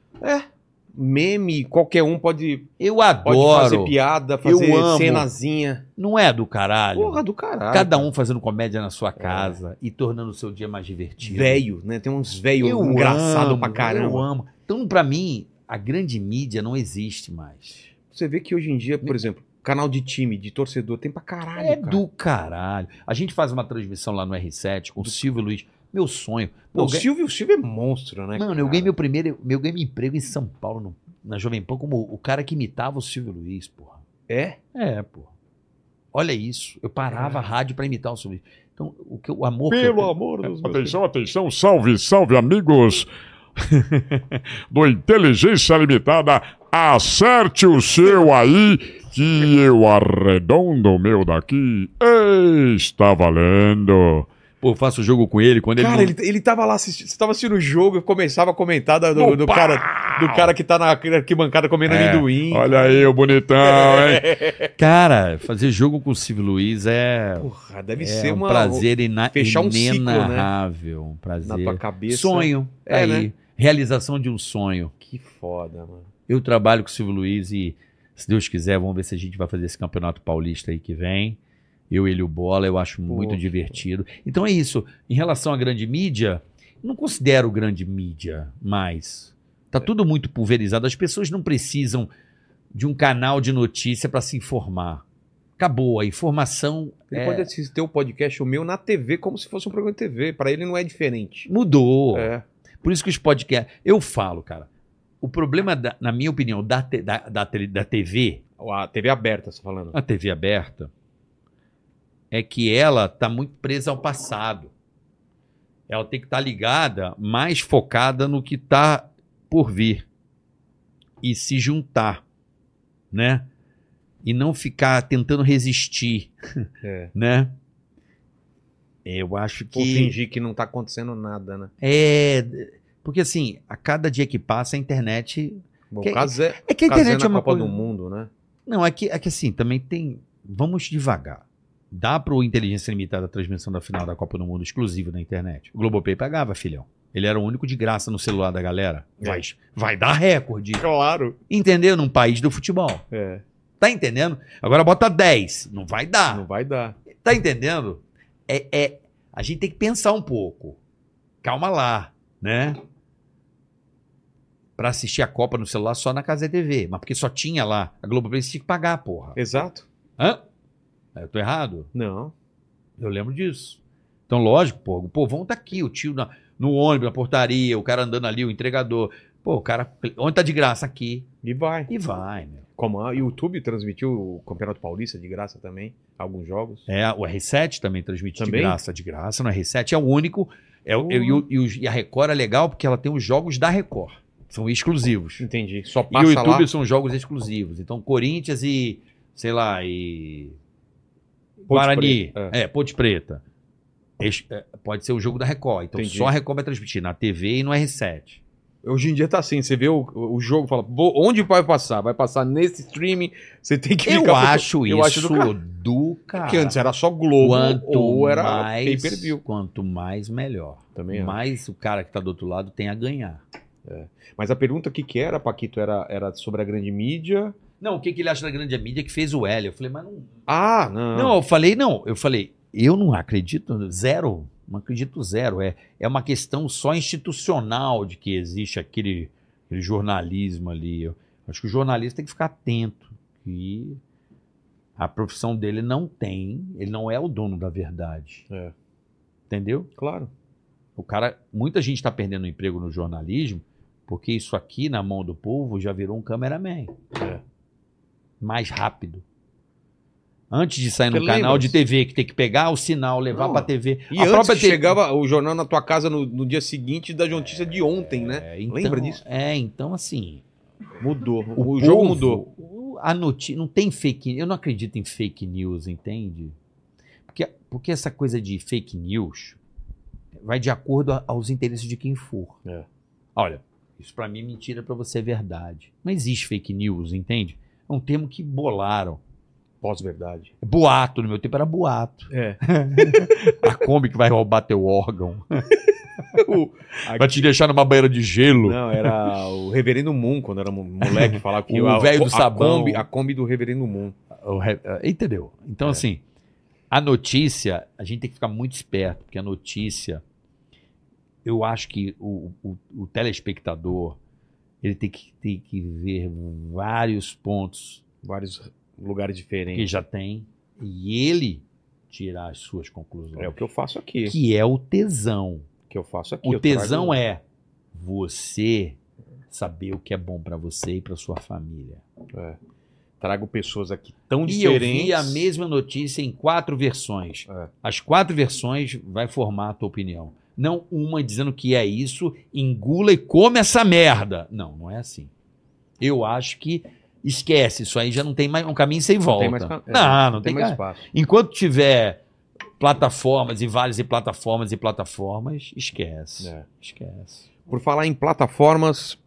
Speaker 1: Meme, qualquer um pode,
Speaker 3: Eu
Speaker 1: pode fazer
Speaker 3: adoro.
Speaker 1: piada, fazer
Speaker 3: amo.
Speaker 1: cenazinha.
Speaker 3: Não é do caralho.
Speaker 1: Porra do É. caralho.
Speaker 3: Cada um fazendo comédia na sua casa e tornando o seu dia mais divertido.
Speaker 1: Velho, né? Tem uns velho engraçado
Speaker 3: amo,
Speaker 1: pra
Speaker 3: Eu
Speaker 1: caramba.
Speaker 3: amo. Então, pra mim, a grande mídia não existe mais.
Speaker 1: Você vê que hoje em dia, por exemplo, canal de time, de torcedor, tem pra caralho.
Speaker 3: É
Speaker 1: cara.
Speaker 3: do caralho. A gente faz uma transmissão lá no R7 com o Silvio Luiz. Meu sonho.
Speaker 1: Pô, o
Speaker 3: Pô,
Speaker 1: Silvio, o Silvio é monstro, né?
Speaker 3: Mano, eu ganhei meu primeiro, meu ganhei meu emprego em São Paulo, no- na Jovem Pan, como o cara que imitava o Silvio Luiz, porra.
Speaker 1: É?
Speaker 3: É, pô. Olha isso. Eu parava a rádio pra imitar o sub. Então, o, que, eu- o amor. que eu
Speaker 6: Pelo
Speaker 3: tenho-
Speaker 6: amor dos meus
Speaker 17: Atenção, atenção, salve, salve, amigos do Inteligência Limitada. Acerte o seu aí, que eu arredondo o meu daqui. Ei, está valendo.
Speaker 3: Pô, eu faço jogo com ele quando
Speaker 1: Cara,
Speaker 3: ele.
Speaker 1: ele, ele tava lá assistindo. Você tava assistindo o jogo e começava a comentar da- do, do cara, do cara que tá na arquibancada comendo
Speaker 3: É.
Speaker 1: amendoim.
Speaker 17: Olha aí o bonitão, hein?
Speaker 3: não- Cara, fazer jogo com o Silvio Luiz é,
Speaker 1: Porra, deve
Speaker 3: é
Speaker 1: ser
Speaker 3: um
Speaker 1: uma,
Speaker 3: prazer ina...
Speaker 1: fechar um ciclo, né?
Speaker 3: inenarrável. Um prazer.
Speaker 1: na tua cabeça.
Speaker 3: Sonho. tá
Speaker 1: É,
Speaker 3: aí. Realização de um sonho.
Speaker 1: Que foda, mano.
Speaker 3: Eu trabalho com o Silvio Luiz e, se Deus quiser, vamos ver se a gente vai fazer esse campeonato paulista aí que vem. Eu, ele e o Bola, eu acho muito
Speaker 1: Poxa.
Speaker 3: divertido. Então é isso. Em relação à grande mídia, não considero grande mídia mais.
Speaker 1: É.
Speaker 3: Tá tudo muito pulverizado. As pessoas não precisam de um canal de notícia para se informar. Acabou. A informação
Speaker 1: Ele
Speaker 3: é,
Speaker 1: pode assistir o podcast, o meu, na TV, como se fosse um programa de TV. Pra ele não é diferente.
Speaker 3: mudou.
Speaker 1: É.
Speaker 3: Por isso que os podcasts. Eu falo, cara. O problema, da- na minha opinião, da, te- da, da, tele- da TV
Speaker 1: A TV aberta, você tá falando.
Speaker 3: a TV aberta é que ela está muito presa ao passado. Ela tem que estar ligada, mais focada no que está por vir e se juntar, né? E não ficar tentando resistir,
Speaker 1: É.
Speaker 3: né? Eu acho
Speaker 1: Ou
Speaker 3: que
Speaker 1: fingir que não tá acontecendo nada, né?
Speaker 3: é porque assim, a cada dia que passa a internet
Speaker 1: Bom,
Speaker 3: Que-
Speaker 1: o caso é,
Speaker 3: é que a
Speaker 1: o caso
Speaker 3: internet
Speaker 1: na
Speaker 3: é uma
Speaker 1: Copa
Speaker 3: coisa
Speaker 1: do Mundo, né?
Speaker 3: Não, é que, é que assim, também tem. Vamos devagar. Dá pro Inteligência Limitada a transmissão da final da Copa do Mundo exclusivo na internet. O Globopay pagava, filhão. Ele era o único de graça no celular da galera. Vai, vai dar recorde.
Speaker 1: Claro.
Speaker 3: Entendeu? Num país do futebol.
Speaker 1: É.
Speaker 3: Tá entendendo? Agora bota 10. Não vai dar.
Speaker 1: Não vai dar.
Speaker 3: Tá entendendo? É, é- a gente tem que pensar um pouco. Calma lá, né? Pra assistir a Copa no celular só na Casa TV, mas porque só tinha lá. A Globoplay você tinha que pagar, porra.
Speaker 1: Exato.
Speaker 3: Hã? Né, Eu tô errado?
Speaker 1: Não.
Speaker 3: Eu lembro disso. Então, lógico, pô, o povão tá aqui, o tio na- no ônibus, na portaria, o cara andando ali, o entregador. Pô, o cara, onde tá de graça? Aqui.
Speaker 1: E vai.
Speaker 3: E vai, meu.
Speaker 1: Como a YouTube transmitiu o Campeonato Paulista de graça também, alguns jogos.
Speaker 3: É, o R7 também transmite
Speaker 1: Também?
Speaker 3: de graça, de graça. No R7 é o único. É, o- e, o- e os- e a Record é legal porque ela tem os jogos da Record. São exclusivos.
Speaker 1: Entendi. Só
Speaker 3: E
Speaker 1: passa
Speaker 3: o YouTube
Speaker 1: lá.
Speaker 3: são jogos exclusivos. Então, Corinthians e, sei lá, e.
Speaker 1: Ponte
Speaker 3: Guarani.
Speaker 1: Preta,
Speaker 3: É. Ponte Preta. Ex- é, pode ser o jogo da Record. Então,
Speaker 1: Entendi.
Speaker 3: só a Record vai transmitir na TV e no R7.
Speaker 1: Hoje em dia tá assim, você vê o, o jogo e fala, "Vou- onde vai passar? Vai passar nesse streaming, você tem que
Speaker 3: Eu
Speaker 1: ficar-
Speaker 3: acho isso
Speaker 1: eu acho do cara.
Speaker 3: do cara.
Speaker 1: Porque antes era só Globo
Speaker 3: quanto
Speaker 1: ou era
Speaker 3: mais,
Speaker 1: pay-per-view.
Speaker 3: Quanto mais, melhor.
Speaker 1: Também é. acho.
Speaker 3: mais o cara que tá do outro lado tem a ganhar.
Speaker 1: Mas a pergunta que que era, Paquito, era, era sobre a grande mídia.
Speaker 3: Não, o que, que ele acha da grande mídia que fez o Hélio? Eu falei, mas não.
Speaker 1: Ah, não.
Speaker 3: Não, eu falei, não. Eu falei, eu não acredito, zero. Não acredito zero. É, é uma questão só institucional de que existe aquele, aquele jornalismo ali. Eu acho que o jornalista tem que ficar atento. E a profissão dele não tem, ele não é o dono da verdade.
Speaker 1: É.
Speaker 3: Entendeu?
Speaker 1: Claro.
Speaker 3: O cara, muita gente está perdendo o emprego no jornalismo porque isso aqui na mão do povo já virou um cameraman.
Speaker 1: É.
Speaker 3: Mais rápido. Antes de sair no
Speaker 1: Porque
Speaker 3: canal
Speaker 1: lembra-
Speaker 3: de TV que tem que pegar o sinal, levar
Speaker 1: Não.
Speaker 3: para TV.
Speaker 1: E
Speaker 3: a
Speaker 1: antes
Speaker 3: própria TV
Speaker 1: chegava o jornal na tua casa no, no dia seguinte da notícia de ontem, né?
Speaker 3: É, então-
Speaker 1: Lembra disso?
Speaker 3: É, então assim,
Speaker 1: Mudou. O,
Speaker 3: o,
Speaker 1: jogo
Speaker 3: povo-
Speaker 1: mudou.
Speaker 3: o- A notícia não tem fake, eu não acredito em fake news, entende? Porque, porque essa coisa de fake news vai de acordo a- aos interesses de quem for.
Speaker 1: É.
Speaker 3: Olha, isso pra mim é mentira, pra você é verdade. Não existe fake news, entende? É um termo que bolaram. É
Speaker 1: Pós-verdade.
Speaker 3: Boato, no meu tempo era boato.
Speaker 1: É.
Speaker 3: A Kombi que vai roubar teu órgão. Vai
Speaker 1: Aqui-
Speaker 3: te deixar numa banheira de gelo.
Speaker 1: Não, era o Reverendo Moon, quando era mo- moleque, falar que
Speaker 3: O
Speaker 1: a-
Speaker 3: velho do
Speaker 1: a
Speaker 3: sabão.
Speaker 1: Kombi, a Kombi do Reverendo Moon.
Speaker 3: O re- eh, Entendeu?
Speaker 1: É.
Speaker 3: Então, assim, a notícia, a gente tem que ficar muito esperto, porque a notícia, eu acho que o, o- o telespectador, ele tem que, tem que ver vários pontos
Speaker 1: Vários lugares
Speaker 3: que
Speaker 1: diferentes.
Speaker 3: já tem e ele tirar as suas conclusões.
Speaker 1: É o que eu faço aqui.
Speaker 3: Que é o tesão.
Speaker 1: O que eu faço aqui.
Speaker 3: O
Speaker 1: eu trago-
Speaker 3: tesão é você saber o que é bom pra você e pra sua família.
Speaker 1: Trago pessoas aqui tão
Speaker 3: E eu
Speaker 1: diferentes.
Speaker 3: vi a mesma notícia em quatro versões.
Speaker 1: É.
Speaker 3: As quatro versões vai formar a tua opinião. Não uma dizendo que é isso, engula e come essa merda. Não, não é assim. Eu acho que esquece, isso aí já não tem mais um caminho sem volta.
Speaker 2: tem mais ca- é,
Speaker 3: não, não tem,
Speaker 2: mais
Speaker 3: ca-
Speaker 2: espaço.
Speaker 3: Enquanto tiver plataformas e vales e plataformas e plataformas, esquece.
Speaker 1: É.
Speaker 3: Esquece.
Speaker 1: Por falar em plataformas,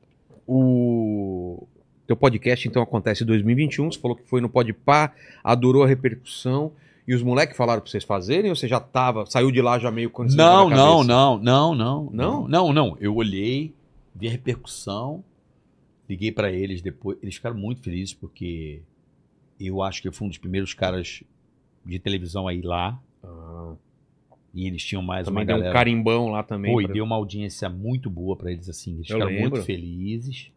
Speaker 1: o teu podcast então acontece em 2021. Você falou que foi no Podpah, adorou a repercussão. E os moleques falaram pra vocês fazerem ou você já tava, saiu de lá já meio quando
Speaker 3: Não, não, não, não, não,
Speaker 1: Não?
Speaker 3: não, não, não. Eu olhei, vi a repercussão, liguei pra eles depois. Eles ficaram muito felizes porque eu acho que eu fui um dos primeiros caras de televisão a ir lá. E eles tinham mais
Speaker 1: Ah. Também
Speaker 3: uma
Speaker 1: deu
Speaker 3: galera.
Speaker 1: um carimbão lá também.
Speaker 3: Pô, e
Speaker 1: pra-
Speaker 3: deu uma audiência muito boa pra eles, assim. Eles
Speaker 1: Eu
Speaker 3: ficaram
Speaker 1: lembro.
Speaker 3: muito felizes.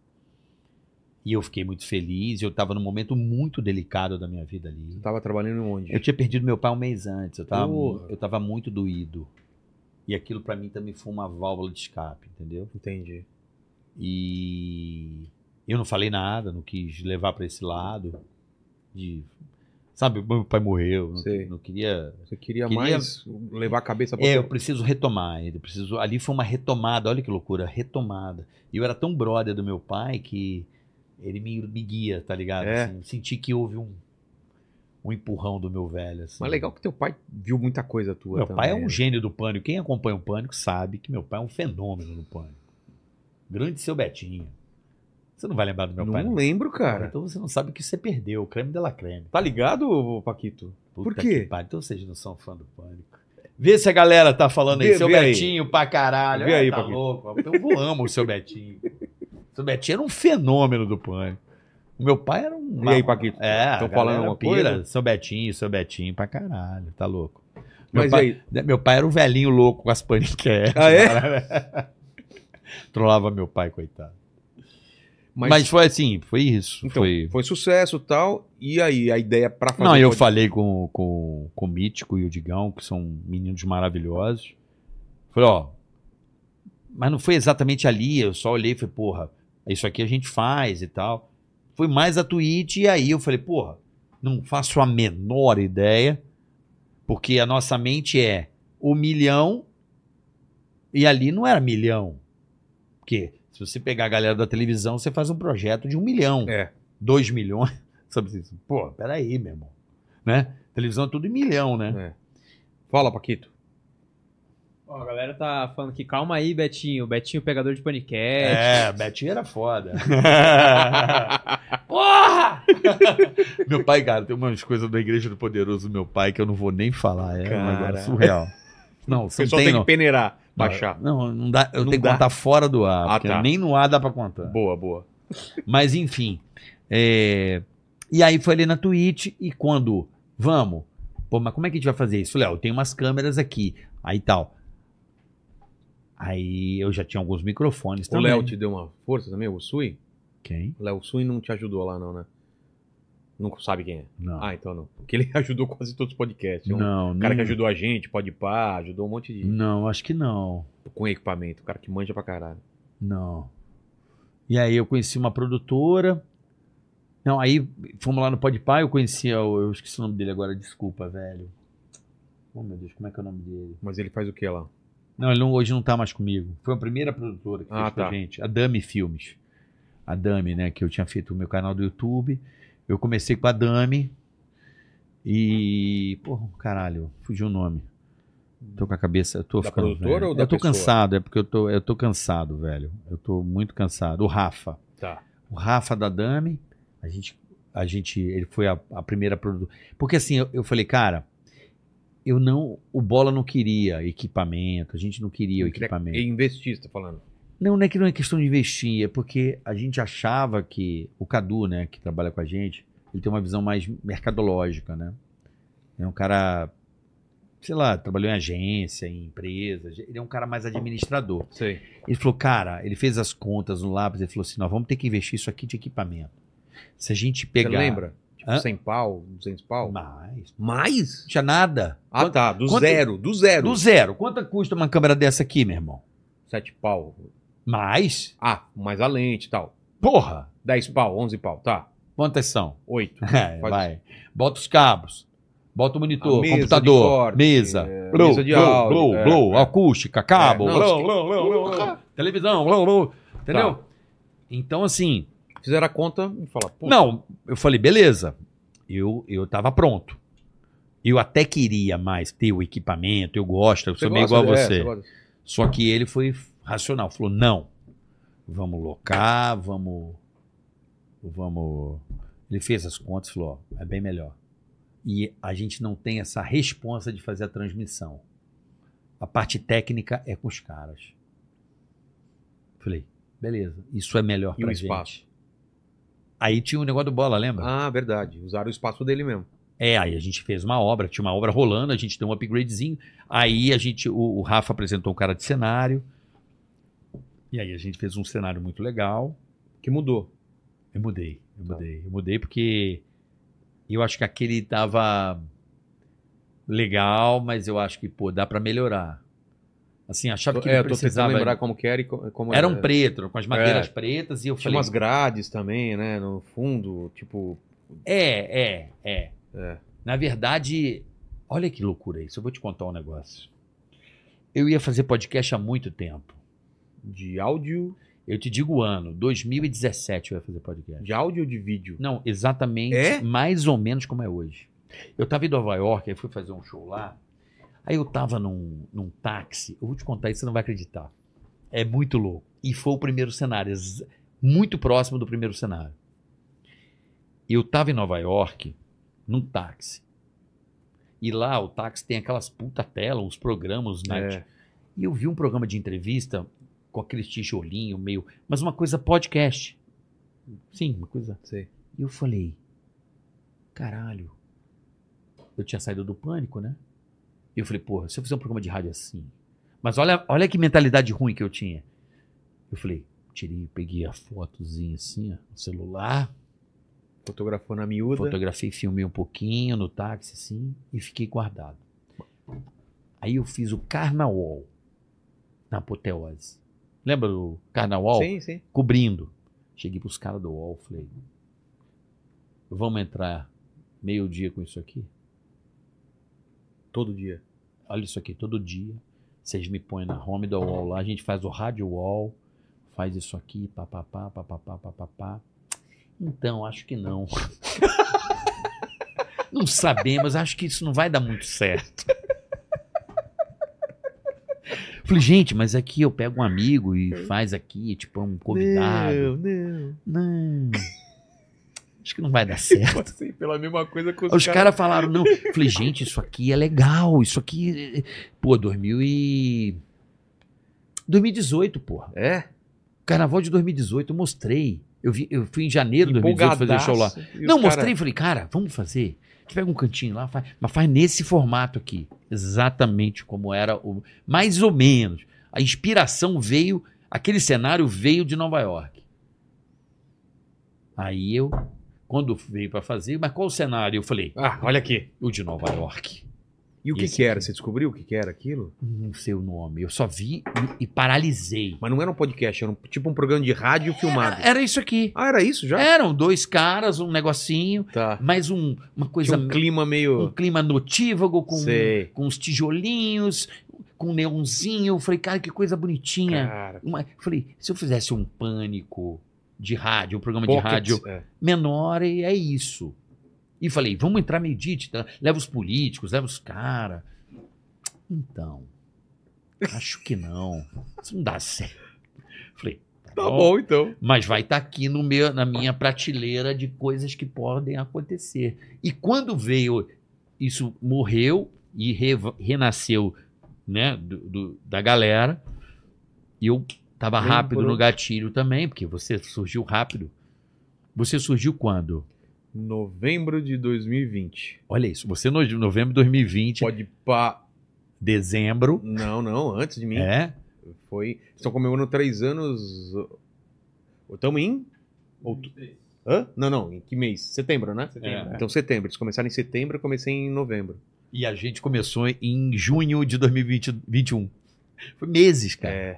Speaker 3: E eu fiquei muito feliz. Eu tava num momento muito delicado da minha vida ali.
Speaker 1: Tava trabalhando onde?
Speaker 3: Eu tinha perdido meu pai um mês antes. Eu tava, mu-
Speaker 1: Porra.
Speaker 3: eu tava muito doído. E aquilo pra mim também foi uma válvula de escape, entendeu?
Speaker 1: Entendi.
Speaker 3: E eu não falei nada, não quis levar pra esse lado de sabe, meu pai morreu, não-
Speaker 1: Sei.
Speaker 3: não queria
Speaker 1: Você queria,
Speaker 3: Queria-
Speaker 1: mais levar a cabeça pra
Speaker 3: é, eu preciso retomar ele. Preciso... Ali foi uma retomada, olha que loucura, retomada. E eu era tão brother do meu pai que ele me, me guia, tá ligado?
Speaker 1: É.
Speaker 3: Assim, eu senti que houve um, um empurrão do meu velho. assim.
Speaker 1: Mas legal que teu pai viu muita coisa tua
Speaker 3: Meu
Speaker 1: também.
Speaker 3: pai é
Speaker 1: né?
Speaker 3: um gênio do pânico. Quem acompanha o pânico sabe que meu pai é um fenômeno no pânico. Grande seu Betinho. Você não vai lembrar do meu pai.
Speaker 1: Não
Speaker 3: né?
Speaker 1: lembro, cara.
Speaker 3: Então você não sabe o que você perdeu, o creme de la creme.
Speaker 1: Tá ligado, ô, Paquito?
Speaker 3: Puta
Speaker 1: Por quê?
Speaker 3: que pariu. Então vocês não são fã do Pânico. Vê se a galera tá falando aí,
Speaker 1: Vê-
Speaker 3: seu
Speaker 1: vê aí.
Speaker 3: Betinho pra caralho.
Speaker 1: Vê
Speaker 3: Ah,
Speaker 1: aí,
Speaker 3: tá
Speaker 1: Paquito.
Speaker 3: louco. Eu amo o seu Betinho. seu Betinho era um fenômeno do Pânico. O meu pai era um.
Speaker 1: E aí, Paquito?
Speaker 3: É,
Speaker 1: Tão falando
Speaker 3: tô falando
Speaker 1: alguma
Speaker 3: uma
Speaker 1: coisa?
Speaker 3: coisa. Seu Betinho, seu Betinho pra caralho. Tá louco. Meu
Speaker 1: Mas
Speaker 3: pai-
Speaker 1: aí,
Speaker 3: né, Meu pai era um velhinho louco com as paniquetes.
Speaker 1: Ah, é?
Speaker 3: é? Trollava meu pai, coitado.
Speaker 1: mas,
Speaker 3: Mas, foi assim, foi isso.
Speaker 1: então,
Speaker 3: foi...
Speaker 1: foi... sucesso e tal. E aí, a ideia pra fazer.
Speaker 3: Não, eu
Speaker 1: pod-
Speaker 3: falei com, com, com o Mítico e o Digão, que são meninos maravilhosos. Falei, ó. Mas não foi exatamente ali, eu só olhei e falei, porra, isso aqui a gente faz e tal. Foi mais a Twitch, e aí eu falei, porra, não faço a menor ideia, porque a nossa mente é o milhão, e ali não era milhão. Porque se você pegar a galera da televisão, você faz um projeto de um milhão,
Speaker 1: É.
Speaker 3: dois milhões. Sabe assim, pô, peraí, meu irmão. Né? Televisão é tudo em milhão, né?
Speaker 1: Fala, Paquito.
Speaker 2: Ó, a galera tá falando que calma aí, Betinho. Betinho, pegador de paniquete.
Speaker 3: É, Betinho era foda.
Speaker 1: É,
Speaker 3: Porra! meu pai, cara, tem umas coisas da Igreja do Poderoso do meu pai que eu não vou nem falar. É um
Speaker 1: Cara.
Speaker 3: negócio surreal. Não,
Speaker 1: O
Speaker 3: você não
Speaker 1: pessoal
Speaker 3: tem,
Speaker 1: tem,
Speaker 3: não.
Speaker 1: que peneirar, baixar.
Speaker 3: Não, não dá. Eu
Speaker 1: Não
Speaker 3: tenho que
Speaker 1: dá.
Speaker 3: contar fora do ar.
Speaker 1: Ah,
Speaker 3: porque
Speaker 1: tá.
Speaker 3: Nem no ar dá pra contar.
Speaker 1: Boa, boa.
Speaker 3: Mas enfim. é, E aí foi ali na Twitch e quando. Vamos. Pô, mas como é que a gente vai fazer isso? Léo, tem umas câmeras aqui. Aí tal. Aí eu já tinha alguns microfones
Speaker 1: O
Speaker 3: também.
Speaker 1: Léo te deu uma força também, o Sui?
Speaker 3: Quem?
Speaker 1: O Léo Sui não te ajudou lá, não, né? Não sabe quem é.
Speaker 3: Não.
Speaker 1: Ah, então não. Porque ele ajudou quase todos os podcasts. É Um
Speaker 3: não,
Speaker 1: cara que
Speaker 3: não,
Speaker 1: ajudou a gente, pode pá, ajudou um monte de.
Speaker 3: não, acho que não.
Speaker 1: Com equipamento. O cara que manja pra caralho.
Speaker 3: Não. E aí eu conheci uma produtora. Não, aí fomos lá no Podpah, eu conhecia, o- eu esqueci o nome dele agora, desculpa, velho. Oh, meu Deus, como é que é o nome dele?
Speaker 1: Mas ele faz o que lá?
Speaker 3: Não, ele não- hoje não tá mais comigo. Foi a primeira produtora que
Speaker 1: Ah,
Speaker 3: fez pra
Speaker 1: tá.
Speaker 3: gente, a Dami Filmes. A Dami, né, que eu tinha feito o meu canal do YouTube. Eu comecei com a Dami e, porra, caralho, fugiu o nome. Tô com a cabeça, eu tô
Speaker 1: Da
Speaker 3: ficando
Speaker 1: produtora
Speaker 3: velho.
Speaker 1: ou da
Speaker 3: Eu tô
Speaker 1: pessoa?
Speaker 3: cansado, é porque eu tô, eu tô cansado, velho. Eu tô muito cansado. O Rafa.
Speaker 1: Tá.
Speaker 3: O Rafa da Dami, a gente a gente, ele foi a, a primeira produtora. Porque assim, eu, eu falei, cara, eu não, o Bola não queria equipamento, a gente não queria o equipamento.
Speaker 1: E investir, você tá é falando.
Speaker 3: Não, não é que não é questão de investir, é porque a gente achava que o Cadu, né, que trabalha com a gente, ele tem uma visão mais mercadológica, né? É um cara, sei lá, trabalhou em agência, em empresa, ele é um cara mais administrador.
Speaker 1: Sei.
Speaker 3: Ele falou, cara, ele fez as contas no lápis, ele falou assim, nós vamos ter que investir isso aqui de equipamento. Se a gente pegar...
Speaker 1: Você lembra? Tipo,
Speaker 3: Hã?
Speaker 1: 100 pau, 200 pau?
Speaker 3: Mais.
Speaker 1: Mais?
Speaker 3: Não tinha nada.
Speaker 1: Ah,
Speaker 3: Quanto-
Speaker 1: tá. Do
Speaker 3: quanto-
Speaker 1: zero, do zero.
Speaker 3: Do zero. Quanto custa uma câmera dessa aqui, meu irmão?
Speaker 1: Sete pau.
Speaker 3: Mais?
Speaker 1: Ah, mais a lente e tal.
Speaker 3: Porra!
Speaker 1: 10 pau, 11 pau, tá.
Speaker 3: Quantas são?
Speaker 1: Oito.
Speaker 3: É,
Speaker 1: Pode-
Speaker 3: vai. Bota os cabos. Bota o monitor,
Speaker 1: A mesa de
Speaker 3: computador,
Speaker 1: corte,
Speaker 3: mesa,
Speaker 1: é,
Speaker 3: blow,
Speaker 1: mesa de
Speaker 3: blow,
Speaker 1: áudio,
Speaker 3: blow,
Speaker 1: é,
Speaker 3: blow, acústica,
Speaker 1: É,
Speaker 3: cabo,
Speaker 1: não,
Speaker 3: blow,
Speaker 1: os-
Speaker 3: blow, blow, blow, blow, televisão, blow, blow, entendeu?
Speaker 1: Tá.
Speaker 3: Então, assim,
Speaker 1: Fizeram a conta e falaram, pô,
Speaker 3: não, eu falei, beleza, eu, eu tava pronto. Eu até queria mais ter o equipamento, eu gosto, eu sou meio igual a
Speaker 1: gosta- é,
Speaker 3: você.
Speaker 1: gosta-
Speaker 3: Só que ele foi racional, falou: não, vamos locar, vamos. Vamos. Ele fez as contas e falou: ó, é bem melhor. E a gente não tem essa responsa de fazer a transmissão. A parte técnica é com os caras. Falei, beleza, isso é melhor
Speaker 1: E o
Speaker 3: pra gente.
Speaker 1: espaço.
Speaker 3: Aí tinha o negócio do bola, lembra?
Speaker 1: Ah, verdade. Usaram o espaço dele mesmo.
Speaker 3: É, aí a gente fez uma obra, tinha uma obra rolando, a gente deu um upgradezinho. Aí a gente, o, o Rafa apresentou um cara de cenário. E aí a gente fez um cenário muito legal.
Speaker 1: Que mudou.
Speaker 3: Eu mudei, eu
Speaker 1: Tá.
Speaker 3: mudei, eu mudei porque eu acho que aquele tava legal, mas eu acho que, pô, dá pra melhorar. Assim, achava que
Speaker 1: é,
Speaker 3: ele
Speaker 1: eu tô tentando
Speaker 3: precisava.
Speaker 1: lembrar como que era e co- como
Speaker 3: Era um preto, com as madeiras
Speaker 1: É.
Speaker 3: pretas, e eu
Speaker 1: Tinha
Speaker 3: falei.
Speaker 1: umas grades também, né? No fundo, tipo...
Speaker 3: É, é, é,
Speaker 1: É.
Speaker 3: Na verdade, olha que loucura isso. Eu vou te contar um negócio. Eu ia fazer podcast há muito tempo.
Speaker 1: De áudio...
Speaker 3: Eu te digo o ano, 2017 eu ia fazer podcast.
Speaker 1: De áudio ou de vídeo?
Speaker 3: Não, exatamente,
Speaker 1: É?
Speaker 3: mais ou menos como é hoje. Eu tava em Nova York, aí fui fazer um show lá. Aí eu tava num, num táxi. Eu vou te contar isso, você não vai acreditar. É muito louco. E foi o primeiro cenário, ex- muito próximo do primeiro cenário. Eu tava em Nova York, num táxi. E lá o táxi tem aquelas puta tela, os programas, os night
Speaker 1: É.
Speaker 3: e eu vi um programa de entrevista com aquele tijolinho meio. Mas uma coisa podcast. Sim, uma coisa.
Speaker 1: Sei.
Speaker 3: E eu falei: caralho. Eu tinha saído do pânico, né? E eu falei: porra, se eu fizer um programa de rádio assim. Mas olha, olha que mentalidade ruim que eu tinha. Eu falei: tirei, peguei a fotozinha assim, ó, no celular.
Speaker 1: Fotografou na miúda.
Speaker 3: Fotografei, filmei um pouquinho no táxi, assim, e fiquei guardado. Aí eu fiz o Carnaval na Apoteose. Lembra do Carnaval?
Speaker 1: Sim, sim.
Speaker 3: Cobrindo. Cheguei pros caras do UOL, falei, vamos entrar meio-dia com isso aqui?
Speaker 1: Todo dia.
Speaker 3: Olha isso aqui, todo dia. Vocês me põem na home da UOL lá, a gente faz o rádio UOL, faz isso aqui, papapá, papapá, papapá. Então, acho que não. não sabemos, acho que isso não vai dar muito certo. Falei, gente, mas aqui eu pego um amigo e faz aqui, tipo, um convidado.
Speaker 1: Não, não.
Speaker 3: Não. Acho que não vai dar certo.
Speaker 1: Passei assim, pela mesma coisa que
Speaker 3: Os caras falaram, não. Eu Falei, gente, isso aqui é legal. Isso aqui. é- Pô, 2000 e. 2018, porra.
Speaker 1: É?
Speaker 3: Carnaval de 2018, eu mostrei. Eu, vi, eu fui em janeiro de 2018 fazer show lá. Não, mostrei e falei, cara, vamos fazer. A gente pega um cantinho lá, faz, mas faz nesse formato aqui. Exatamente como era o. Mais ou menos. A inspiração veio. Aquele cenário veio de Nova York. Aí eu. Quando veio pra fazer, mas qual o cenário? Eu falei,
Speaker 1: Ah, olha aqui.
Speaker 3: o de Nova York.
Speaker 1: E o que
Speaker 3: Esse
Speaker 1: que era? Você descobriu o que que era aquilo?
Speaker 3: Não sei o nome. Eu só vi e, e paralisei.
Speaker 1: Mas não era um podcast, era um- tipo um programa de
Speaker 3: É.
Speaker 1: rádio filmado.
Speaker 3: Era isso aqui.
Speaker 1: Ah, era isso já?
Speaker 3: Eram dois caras, um negocinho,
Speaker 1: Tá.
Speaker 3: mas um, uma coisa.
Speaker 1: Tinha um clima meio...
Speaker 3: um clima notívago com,
Speaker 1: Sei.
Speaker 3: com os tijolinhos, com um neonzinho. Eu falei, cara, que coisa bonitinha.
Speaker 1: Cara,
Speaker 3: Uma- eu falei, se eu fizesse um pânico de rádio, um programa
Speaker 1: pocket-
Speaker 3: de rádio
Speaker 1: é.
Speaker 3: menor, e é isso. E falei, vamos entrar meio dia, tá? leva os políticos, leva os caras. Então, acho que não. Isso não dá certo. Falei,
Speaker 1: Tá bom, então.
Speaker 3: mas vai estar aqui no meu, na minha prateleira de coisas que podem acontecer. E quando veio, isso morreu e re- renasceu né, do- do- da galera. E eu estava
Speaker 1: Lembrou.
Speaker 3: rápido no gatilho também, porque você surgiu rápido. Você surgiu quando?
Speaker 1: Novembro de 2020.
Speaker 3: Olha isso, você no novembro de 2020,
Speaker 1: Pode pá...
Speaker 3: dezembro,
Speaker 1: Não, não, antes de mim.
Speaker 3: é?
Speaker 1: Foi. Estão comemorando três anos. Estamos em? Out... Hã? Não, não. Em que mês? Setembro, né?
Speaker 3: Setembro.
Speaker 1: Então, setembro. Eles começaram em setembro, eu comecei em novembro.
Speaker 3: E a gente começou em junho de 2021. Foi um. meses, cara.
Speaker 1: É.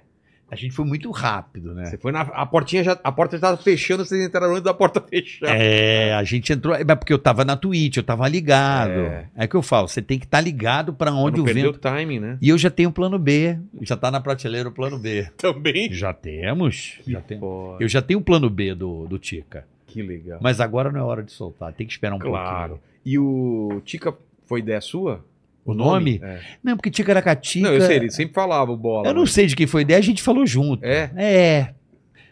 Speaker 3: A gente foi muito rápido, né?
Speaker 1: Você foi na. A portinha já. A porta já tava fechando, vocês entraram antes da porta fechar.
Speaker 3: É, a gente entrou. É mas porque eu tava na Twitch, eu tava ligado.
Speaker 1: É.
Speaker 3: É, que eu falo, você tem que estar ligado pra onde
Speaker 1: não
Speaker 3: o
Speaker 1: perdeu
Speaker 3: vento.
Speaker 1: o timing, né?
Speaker 3: E eu já tenho o plano B. Já tá na prateleira o plano B.
Speaker 1: Também.
Speaker 3: Já temos? Já tem...
Speaker 1: Pô,
Speaker 3: Eu já tenho o plano B do, do Tica.
Speaker 1: que legal.
Speaker 3: Mas agora não é hora de soltar. Tem que esperar um
Speaker 1: Claro.
Speaker 3: pouquinho.
Speaker 1: E o Tica foi ideia sua?
Speaker 3: O nome?
Speaker 1: É.
Speaker 3: Não, porque Ticaracatica.
Speaker 1: Não, eu sei, ele sempre falava o bola.
Speaker 3: Eu não sei de quem foi a ideia, a gente falou junto.
Speaker 1: É.
Speaker 3: É.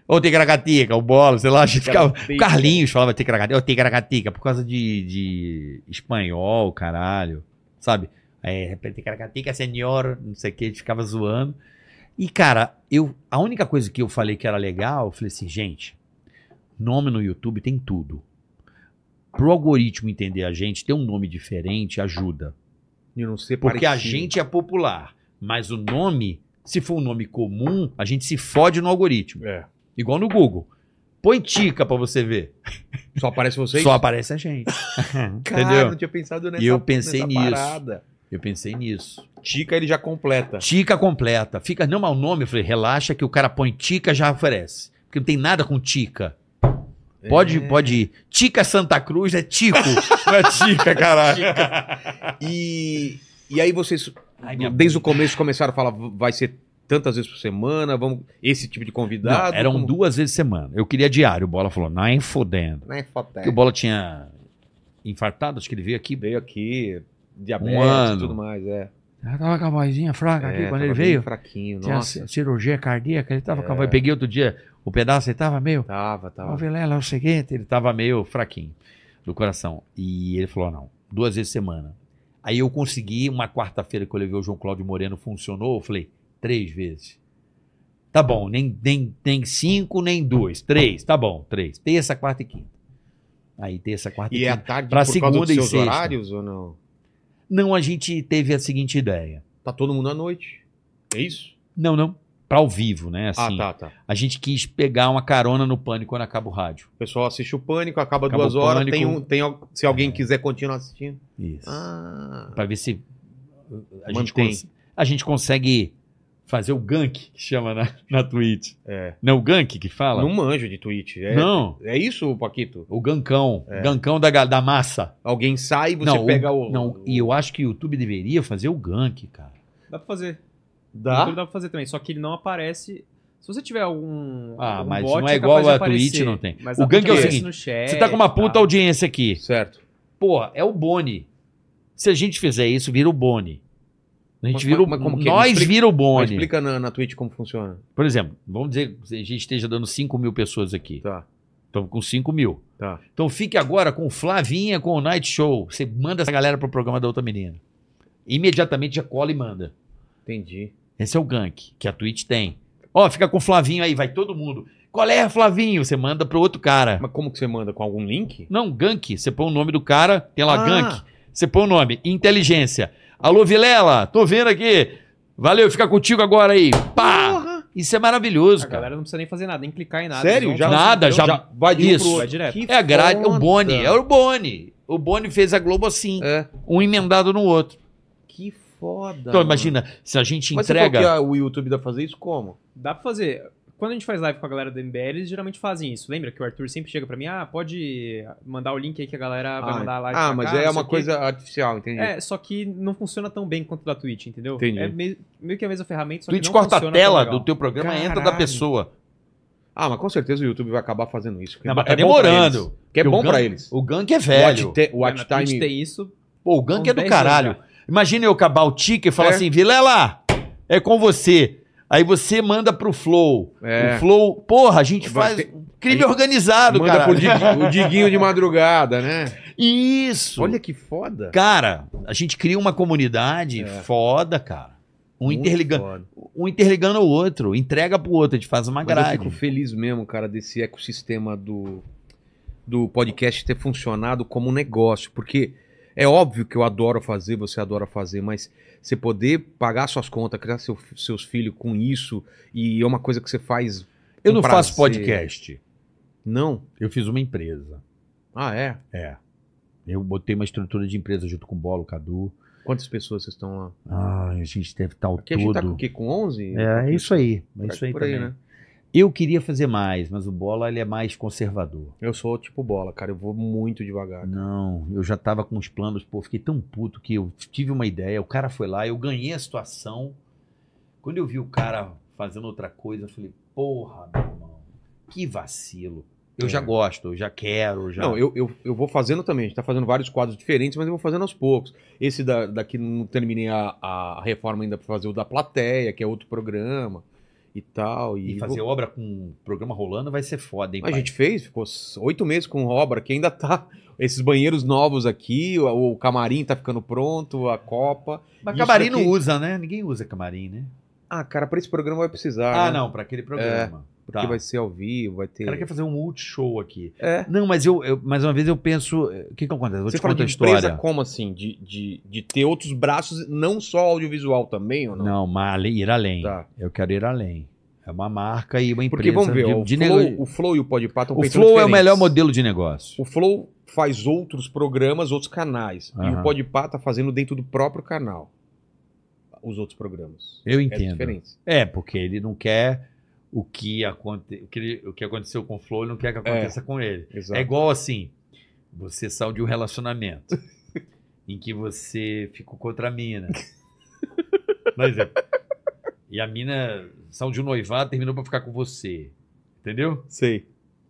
Speaker 3: Ou Ticaracatica, o Bola, sei lá, a gente ficava.
Speaker 1: Ticaracatica.
Speaker 3: O Carlinhos falava Ticaracatica, ou Ticaracatica, por causa de, de espanhol, caralho. Sabe? É, Ticaracatica, senhor, não sei o que, a gente ficava zoando. E, cara, eu, a única coisa que eu falei que era legal, eu falei assim, gente, nome no YouTube tem tudo. Pro algoritmo entender a gente, ter um nome diferente ajuda.
Speaker 1: Eu não sei
Speaker 3: Porque a
Speaker 1: parecido.
Speaker 3: gente é popular, mas o nome, se for um nome comum, a gente se fode no algoritmo.
Speaker 1: É.
Speaker 3: Igual no Google. Põe Tica pra você ver.
Speaker 1: Só aparece vocês?
Speaker 3: Só aparece a gente.
Speaker 1: Cara,
Speaker 3: entendeu?
Speaker 1: não tinha pensado nessa
Speaker 3: E eu pensei
Speaker 1: nessa
Speaker 3: nisso.
Speaker 1: parada.
Speaker 3: Eu pensei nisso.
Speaker 1: Tica ele já completa.
Speaker 3: Tica completa. Fica não mal nome, eu falei, relaxa que o cara põe Tica já oferece. Porque não tem nada com Tica. Pode,
Speaker 1: É,
Speaker 3: pode ir. Tica Santa Cruz é Tico. É. não é Tica, caralho.
Speaker 1: E, e aí vocês,
Speaker 3: Ai, minha
Speaker 1: desde o começo, começaram a falar, vai ser tantas vezes por semana, vamos esse tipo de convidado.
Speaker 3: Não, eram
Speaker 1: como-
Speaker 3: duas vezes semana. Eu queria diário. O Bola falou, nem fodendo.
Speaker 1: Né, foda.
Speaker 3: Porque o Bola tinha infartado, acho que ele veio aqui.
Speaker 1: Veio aqui,
Speaker 3: Um
Speaker 1: diabetes e
Speaker 3: ano.
Speaker 1: tudo mais, é.
Speaker 3: Ah, tava com a vozinha fraca
Speaker 1: É,
Speaker 3: aqui quando
Speaker 1: tava
Speaker 3: ele
Speaker 1: bem
Speaker 3: veio.
Speaker 1: fraquinho,
Speaker 3: Tinha
Speaker 1: nossa.
Speaker 3: ci- cirurgia cardíaca, ele tava com a voz. Peguei outro dia o pedaço, ele tava meio.
Speaker 1: Tava,
Speaker 3: Ó,
Speaker 1: tava.
Speaker 3: Vilela, é o seguinte, ele tava meio fraquinho do coração. E ele falou: "Ah, não, duas vezes semana. Aí eu consegui, uma quarta-feira que eu levei o João Cláudio Moreno, funcionou. Eu falei, três vezes. Tá bom, nem, nem, nem cinco, nem dois. Três, tá bom, três. Terça, quarta e quinta. Aí terça, quarta e,
Speaker 1: E é
Speaker 3: quinta.
Speaker 1: à tarde
Speaker 3: Pra
Speaker 1: por causa dos
Speaker 3: segunda e
Speaker 1: seus
Speaker 3: sexta.
Speaker 1: horários ou não?
Speaker 3: Não, a gente teve a seguinte ideia.
Speaker 1: Tá todo mundo à noite. É isso?
Speaker 3: Não, não. Pra ao vivo, né? Assim,
Speaker 1: Ah, tá, tá.
Speaker 3: A gente quis pegar uma carona no pânico quando acaba o rádio.
Speaker 1: O pessoal assiste o pânico, acaba
Speaker 3: Acaba
Speaker 1: duas
Speaker 3: o
Speaker 1: horas,
Speaker 3: Pânico.
Speaker 1: tem um, tem, al- se alguém quiser continuar assistindo.
Speaker 3: Isso.
Speaker 1: Ah.
Speaker 3: Pra ver se uh, a gente,
Speaker 1: Mantém.
Speaker 3: cons- a gente consegue fazer o gank, que chama na, na Twitch.
Speaker 1: É.
Speaker 3: Não é o gank que fala?
Speaker 1: Não manjo de Twitch. É,
Speaker 3: Não,
Speaker 1: é isso, Paquito?
Speaker 3: o gancão. Gancão da, ga- da massa.
Speaker 1: Alguém sai e você
Speaker 3: não,
Speaker 1: pega
Speaker 3: o,
Speaker 1: o.
Speaker 3: não, e eu acho que o YouTube deveria fazer o gank, cara.
Speaker 2: Dá pra fazer. No
Speaker 1: Dá?
Speaker 2: YouTube dá pra fazer também, só que ele não aparece. Se você tiver algum.
Speaker 3: Ah,
Speaker 2: algum
Speaker 3: mas
Speaker 2: bot,
Speaker 3: não
Speaker 2: capaz
Speaker 3: é igual
Speaker 2: de
Speaker 3: a
Speaker 2: aparecer.
Speaker 3: Twitch, não tem.
Speaker 2: Mas
Speaker 3: O
Speaker 2: dá
Speaker 3: gank é o
Speaker 2: pra ver
Speaker 3: seguinte,
Speaker 2: no chat,
Speaker 3: Você tá com uma puta
Speaker 2: tá?
Speaker 3: audiência aqui.
Speaker 1: Certo.
Speaker 3: Porra, é o Boni. Se a gente fizer isso, vira o Boni. A gente
Speaker 1: Mas-
Speaker 3: vira o,
Speaker 1: mas como que é? Me
Speaker 3: nós
Speaker 1: explica-
Speaker 3: vira o
Speaker 1: Mas
Speaker 3: Boni.
Speaker 1: explica na, na Twitch como funciona.
Speaker 3: Por exemplo, vamos dizer que a gente esteja dando 5 mil pessoas aqui.
Speaker 1: Tá.
Speaker 3: Estamos com 5 mil.
Speaker 1: Tá.
Speaker 3: Então fique agora com o Flavinha, com o Night Show. Você manda essa galera pro programa da outra menina. Imediatamente já cola e manda.
Speaker 1: Entendi.
Speaker 3: Esse é o gank que a Twitch tem. Ó, fica com o Flavinho aí, vai todo mundo. Qual é, Flavinho? Você manda pro outro cara.
Speaker 1: Mas como que você manda? Com algum link?
Speaker 3: Não, gank. Você põe o nome do cara, tem lá
Speaker 1: Ah.
Speaker 3: gank. Você põe o nome, inteligência. Alô, Vilela, tô vendo aqui. Valeu, fica contigo agora aí. Pá! Isso é maravilhoso,
Speaker 2: A
Speaker 3: cara.
Speaker 2: galera não precisa nem fazer nada, nem clicar em nada.
Speaker 1: Sério?
Speaker 2: eles
Speaker 1: Já,
Speaker 2: vão-
Speaker 3: Nada, já-
Speaker 1: vai de
Speaker 3: Isso.
Speaker 1: um pro
Speaker 2: Vai
Speaker 1: outro.
Speaker 2: direto.
Speaker 1: Que
Speaker 3: É a grade, é o
Speaker 1: foda.
Speaker 3: Boni, é o Boni. O Boni fez a Globo assim,
Speaker 1: É.
Speaker 3: um emendado no outro.
Speaker 1: Que foda.
Speaker 3: Então
Speaker 1: mano.
Speaker 3: imagina, se a gente
Speaker 1: Mas
Speaker 3: entrega...
Speaker 1: Você falou que ah, o YouTube dá pra fazer isso como?
Speaker 2: Dá pra fazer. Quando a gente faz live com a galera do MBL, eles geralmente fazem isso. Lembra que o Arthur sempre chega pra mim, ah, pode mandar o link aí que a galera vai mandar a live
Speaker 1: ah
Speaker 2: pra
Speaker 1: mas
Speaker 2: cá,
Speaker 1: é
Speaker 2: não
Speaker 1: uma
Speaker 2: sei o quê.
Speaker 1: coisa artificial, entendi.
Speaker 2: É, só que não funciona tão bem quanto da Twitch, entendeu?
Speaker 1: Entendi.
Speaker 2: É meio, meio que a mesma ferramenta, só
Speaker 3: Twitch
Speaker 2: que não
Speaker 3: corta a
Speaker 2: funciona tão
Speaker 3: tela
Speaker 2: legal.
Speaker 3: do teu programa, entra da
Speaker 1: Caralho.
Speaker 3: pessoa.
Speaker 1: Ah, mas com certeza o YouTube vai acabar fazendo isso. que
Speaker 3: Não,
Speaker 1: é
Speaker 3: mas
Speaker 1: bom-
Speaker 3: tá
Speaker 1: é bom pra
Speaker 3: demorando.
Speaker 1: eles, Que é
Speaker 3: Porque o
Speaker 1: bom pra
Speaker 3: gank-
Speaker 1: eles.
Speaker 3: O gank é
Speaker 1: Watch,
Speaker 3: velho.
Speaker 1: te-
Speaker 2: É,
Speaker 1: watch
Speaker 2: na Twitch
Speaker 1: time.
Speaker 2: tem isso.
Speaker 3: Pô, o gank
Speaker 2: Com
Speaker 3: é do
Speaker 2: 10
Speaker 3: caralho.
Speaker 2: anos
Speaker 3: Imagina eu acabar o ticket e falar
Speaker 1: É.
Speaker 3: assim, Vilela, é com você. Aí você manda pro Flow.
Speaker 1: É.
Speaker 3: O Flow, porra, a gente
Speaker 1: Vai
Speaker 3: faz um
Speaker 1: ter-
Speaker 3: crime
Speaker 1: Aí-
Speaker 3: organizado,
Speaker 1: Manda
Speaker 3: cara.
Speaker 1: pro Diguinho, o Diguinho de madrugada, né?
Speaker 3: Isso.
Speaker 1: Olha que foda.
Speaker 3: Cara, a gente cria uma comunidade
Speaker 1: É.
Speaker 3: foda, cara. Um
Speaker 1: Muito
Speaker 3: interligando.
Speaker 1: foda.
Speaker 3: um interligando o outro, entrega pro outro, a gente faz uma
Speaker 1: Mas eu fico
Speaker 3: grade.
Speaker 1: feliz mesmo, cara, desse ecossistema do, do podcast ter funcionado como um negócio, porque é óbvio que eu adoro fazer, você adora fazer, mas você poder pagar suas contas, criar seu- seus filhos com isso, e é uma coisa que você faz,
Speaker 3: Eu
Speaker 1: um
Speaker 3: não
Speaker 1: prazer.
Speaker 3: faço podcast.
Speaker 1: não?
Speaker 3: Eu fiz uma empresa.
Speaker 1: Ah, é?
Speaker 3: É. Eu botei uma estrutura de empresa junto com o Bolo, Cadu.
Speaker 1: Quantas pessoas vocês estão lá?
Speaker 3: Ai, a gente deve estar o
Speaker 1: Aqui a gente tá com o
Speaker 3: todo.
Speaker 1: quê? Com 11?
Speaker 3: É, é isso aí. É
Speaker 1: Por
Speaker 3: isso aí
Speaker 1: por
Speaker 3: também.
Speaker 1: né?
Speaker 3: Eu queria fazer mais, mas o Bola ele é mais conservador.
Speaker 1: Eu sou tipo bola, cara. Eu vou muito devagar.
Speaker 3: Não, eu já tava com os planos, pô, fiquei tão puto que eu tive uma ideia, o cara foi lá, eu ganhei a situação. Quando eu vi o cara fazendo outra coisa, eu falei, porra, meu irmão, que vacilo. Eu
Speaker 1: É.
Speaker 3: já gosto, eu já quero, eu já.
Speaker 1: Não, eu, eu, eu vou fazendo também. A gente tá fazendo vários quadros diferentes, mas eu vou fazendo aos poucos. Esse da, daqui não terminei a, a reforma ainda pra fazer o da plateia, que é outro programa e tal. E,
Speaker 3: E fazer
Speaker 1: vou-
Speaker 3: obra com programa rolando vai ser foda, hein,
Speaker 1: A
Speaker 3: pai?
Speaker 1: gente fez, ficou s- oito meses com obra, que ainda tá. Esses banheiros novos aqui, o, o camarim tá ficando pronto, a copa.
Speaker 3: Mas
Speaker 1: Isso
Speaker 3: camarim não
Speaker 1: aqui-
Speaker 3: usa, né? Ninguém usa camarim, né?
Speaker 1: Ah, cara, pra esse programa vai precisar.
Speaker 3: Ah,
Speaker 1: né?
Speaker 3: não, pra aquele programa.
Speaker 1: Porque vai ser ao vivo, vai ter.
Speaker 3: O cara quer fazer um multishow aqui.
Speaker 1: É.
Speaker 3: Não, mas eu, eu- mais uma vez eu penso. eh, O que que acontece? Eu Vou
Speaker 1: Você
Speaker 3: te
Speaker 1: fala de
Speaker 3: contar a
Speaker 1: empresa
Speaker 3: história.
Speaker 1: como assim? De, de, de ter outros braços, não só audiovisual também, ou não?
Speaker 3: Não, mas ale- ir além.
Speaker 1: Tá.
Speaker 3: Eu quero ir além. É uma marca e uma empresa.
Speaker 1: Porque vamos ver,
Speaker 3: de,
Speaker 1: o,
Speaker 3: de
Speaker 1: Flow, é um
Speaker 3: nego-
Speaker 1: o Flow e o Podpah estão
Speaker 3: O
Speaker 1: pensando
Speaker 3: Flow é o
Speaker 1: diferentes.
Speaker 3: melhor modelo de negócio.
Speaker 1: O Flow faz outros programas, outros canais. E
Speaker 3: Aham.
Speaker 1: o Podpah tá fazendo dentro do próprio canal os outros programas.
Speaker 3: Eu
Speaker 1: É
Speaker 3: entendo. É,
Speaker 1: diferente.
Speaker 3: porque ele não quer o que, aconte... o, que ele- o que aconteceu com o Flow, ele não quer que aconteça com ele.
Speaker 1: Exato.
Speaker 3: É igual assim: você saiu de um relacionamento em que você ficou com outra mina. Por exemplo. E a mina saiu de um noivado, terminou pra ficar com você. Entendeu?
Speaker 1: Sei.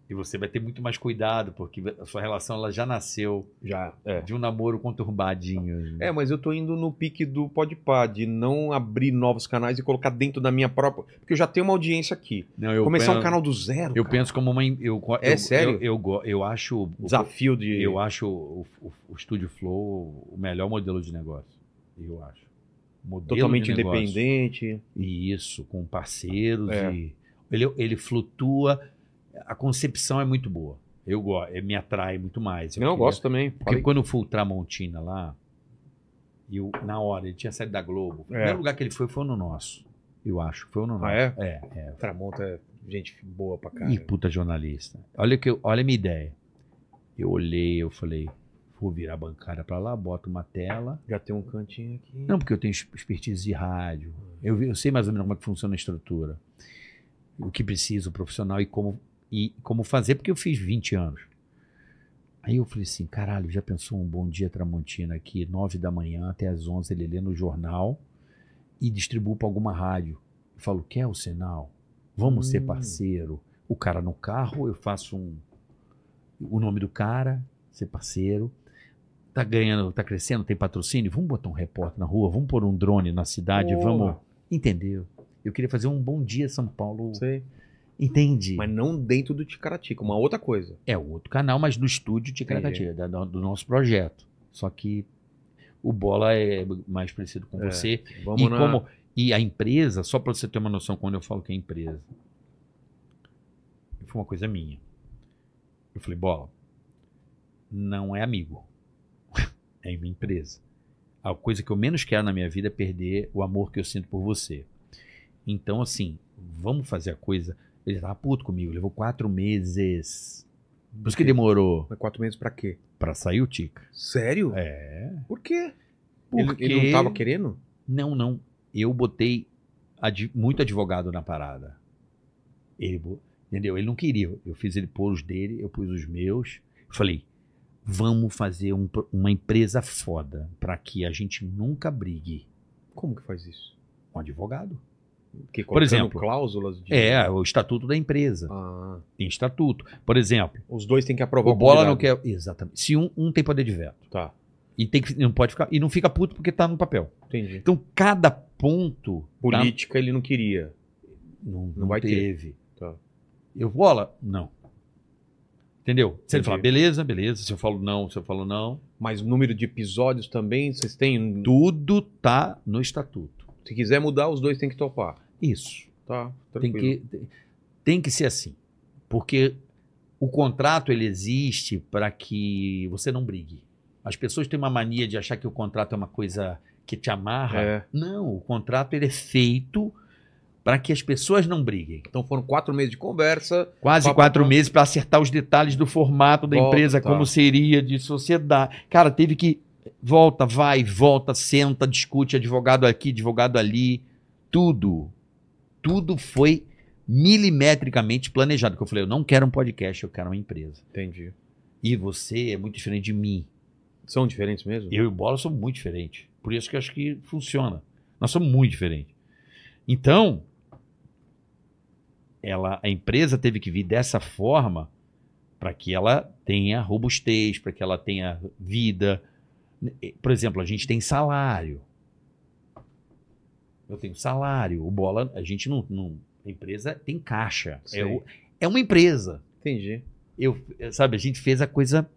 Speaker 3: E você vai ter muito mais cuidado, porque a sua relação ela já nasceu
Speaker 1: Já. É.
Speaker 3: de um namoro conturbadinho.
Speaker 1: É, mas eu tô indo no pique do Podpah, de não abrir novos canais e colocar dentro da minha própria. Porque eu já tenho uma audiência aqui.
Speaker 3: Não, eu
Speaker 1: Começar
Speaker 3: penso-
Speaker 1: um canal do zero.
Speaker 3: Eu
Speaker 1: cara.
Speaker 3: penso como uma. em- Eu, co-
Speaker 1: É
Speaker 3: eu-
Speaker 1: sério?
Speaker 3: Eu, eu, go- eu acho. o-
Speaker 1: Desafio de.
Speaker 3: Eu acho o, o, o Studio Flow o melhor modelo de negócio. Eu acho. Modelo
Speaker 1: totalmente
Speaker 3: de negócio.
Speaker 1: independente.
Speaker 3: E isso, com parceiros.
Speaker 1: É.
Speaker 3: E ele, ele flutua. A concepção é muito boa. Eu gosto. Me atrai muito mais.
Speaker 1: não, eu
Speaker 3: queria-
Speaker 1: gosto também.
Speaker 3: é? Porque
Speaker 1: Falei.
Speaker 3: quando eu fui o Tramontina lá, eu, na hora, ele tinha saído da Globo. O primeiro lugar que ele foi foi no nosso. Eu acho. Foi no nosso.
Speaker 1: É. Ah, é?
Speaker 3: É.
Speaker 1: Tramonta é gente boa pra
Speaker 3: Ih,
Speaker 1: caralho.
Speaker 3: puta jornalista. Olha, que eu- olha a minha ideia. Eu olhei, eu falei, vou virar a bancada pra lá, boto uma tela.
Speaker 1: Já tem um cantinho aqui.
Speaker 3: Não, porque eu tenho ex- expertise de rádio. Eu, vi- eu sei mais ou menos como é que funciona a estrutura. O que precisa o profissional e como, e como fazer, porque eu fiz 20 anos. Aí eu falei assim, caralho, já pensou um bom dia Tramontina aqui, 9 da manhã até as 11, ele lê no jornal e distribui para alguma rádio. Eu falo, quer o sinal? Vamos ser
Speaker 1: Hum.
Speaker 3: parceiro. O cara no carro, eu faço um, o nome do cara, ser parceiro tá ganhando, tá crescendo, tem patrocínio, vamos botar um repórter na rua, vamos pôr um drone na cidade,
Speaker 1: Boa.
Speaker 3: vamos. Entendeu? Eu queria fazer um bom dia São Paulo.
Speaker 1: sei.
Speaker 3: Entende?
Speaker 1: Mas não dentro do Ticaratica, uma outra coisa.
Speaker 3: É o outro canal, mas do estúdio de
Speaker 1: Entendi.
Speaker 3: Ticaracatia, da- da- do nosso projeto. Só que o Bola é mais parecido com
Speaker 1: É,
Speaker 3: você.
Speaker 1: Vamos
Speaker 3: E,
Speaker 1: na...
Speaker 3: como, e a empresa, só para você ter uma noção, quando eu falo que é empresa, foi uma coisa minha. Eu falei, bola, não é amigo. É minha empresa. A coisa que eu menos quero na minha vida é perder o amor que eu sinto por você. Então, assim, vamos fazer a coisa. Ele tava puto comigo, levou quatro meses. Por isso que demorou
Speaker 1: Mas É quatro meses pra quê?
Speaker 3: para sair o Tica.
Speaker 1: Sério?
Speaker 3: É.
Speaker 1: Por quê?
Speaker 3: Porque-
Speaker 1: Ele, ele não tava querendo?
Speaker 3: Não, não. Eu botei adi- muito advogado na parada. Ele, bo- entendeu? Ele não queria. Eu fiz ele pôr os dele, eu pus os meus. Falei, vamos fazer um pro- uma empresa foda pra que a gente nunca brigue
Speaker 1: Como que faz isso?
Speaker 3: com advogado.
Speaker 1: Porque
Speaker 3: Por
Speaker 1: colocando
Speaker 3: exemplo,
Speaker 1: cláusulas de.
Speaker 3: É, o estatuto da empresa.
Speaker 1: Ah,
Speaker 3: Tem estatuto. Por exemplo,
Speaker 1: os dois têm que aprovar
Speaker 3: o bola não
Speaker 1: convidado.
Speaker 3: quer. Exatamente. Se um, um tem poder de veto.
Speaker 1: Tá,
Speaker 3: E tem que, não pode ficar. E não fica puto porque tá no papel.
Speaker 1: entendi.
Speaker 3: Então, cada ponto. tá-
Speaker 1: Política ele não queria.
Speaker 3: Não, não,
Speaker 1: vai ter.
Speaker 3: teve.
Speaker 1: Tá.
Speaker 3: Eu bola? Não. Entendeu? Se ele
Speaker 1: Entendi.
Speaker 3: falar beleza, beleza. Se eu falo não, se eu falo não.
Speaker 1: Mas o número de episódios também, vocês têm.
Speaker 3: Tudo tá no estatuto.
Speaker 1: Se quiser mudar, os dois têm que topar.
Speaker 3: Isso.
Speaker 1: Tá,
Speaker 3: Tem
Speaker 1: tranquilo.
Speaker 3: que, tem- tem que ser assim. Porque o contrato ele existe para que você não brigue. As pessoas têm uma mania de achar que o contrato é uma coisa que te amarra.
Speaker 1: É.
Speaker 3: Não, o contrato ele é feito para que as pessoas não briguem.
Speaker 1: Então foram quatro meses de conversa.
Speaker 3: Quase
Speaker 1: Papo
Speaker 3: quatro
Speaker 1: bom.
Speaker 3: meses para acertar os detalhes do formato da
Speaker 1: Bom,
Speaker 3: empresa,
Speaker 1: tá.
Speaker 3: como seria, de sociedade. Cara, teve que Volta, vai, volta, senta, discute, advogado aqui, advogado ali. Tudo. Tudo foi milimetricamente planejado. Porque eu falei, eu não quero um podcast, eu quero uma empresa.
Speaker 1: Entendi.
Speaker 3: E você é muito diferente de mim.
Speaker 1: São diferentes mesmo?
Speaker 3: Eu e o Bola somos muito diferentes. Por isso que eu acho que funciona. Nós somos muito diferentes. Então, ela, a empresa teve que vir dessa forma para que ela tenha robustez, para que ela tenha vida. Por exemplo, a gente tem salário. Eu tenho salário. O Bola, a gente não. não- a empresa tem caixa. É, o- é uma empresa
Speaker 1: Entendi.
Speaker 3: eu, eu- sabe, a gente fez a coisa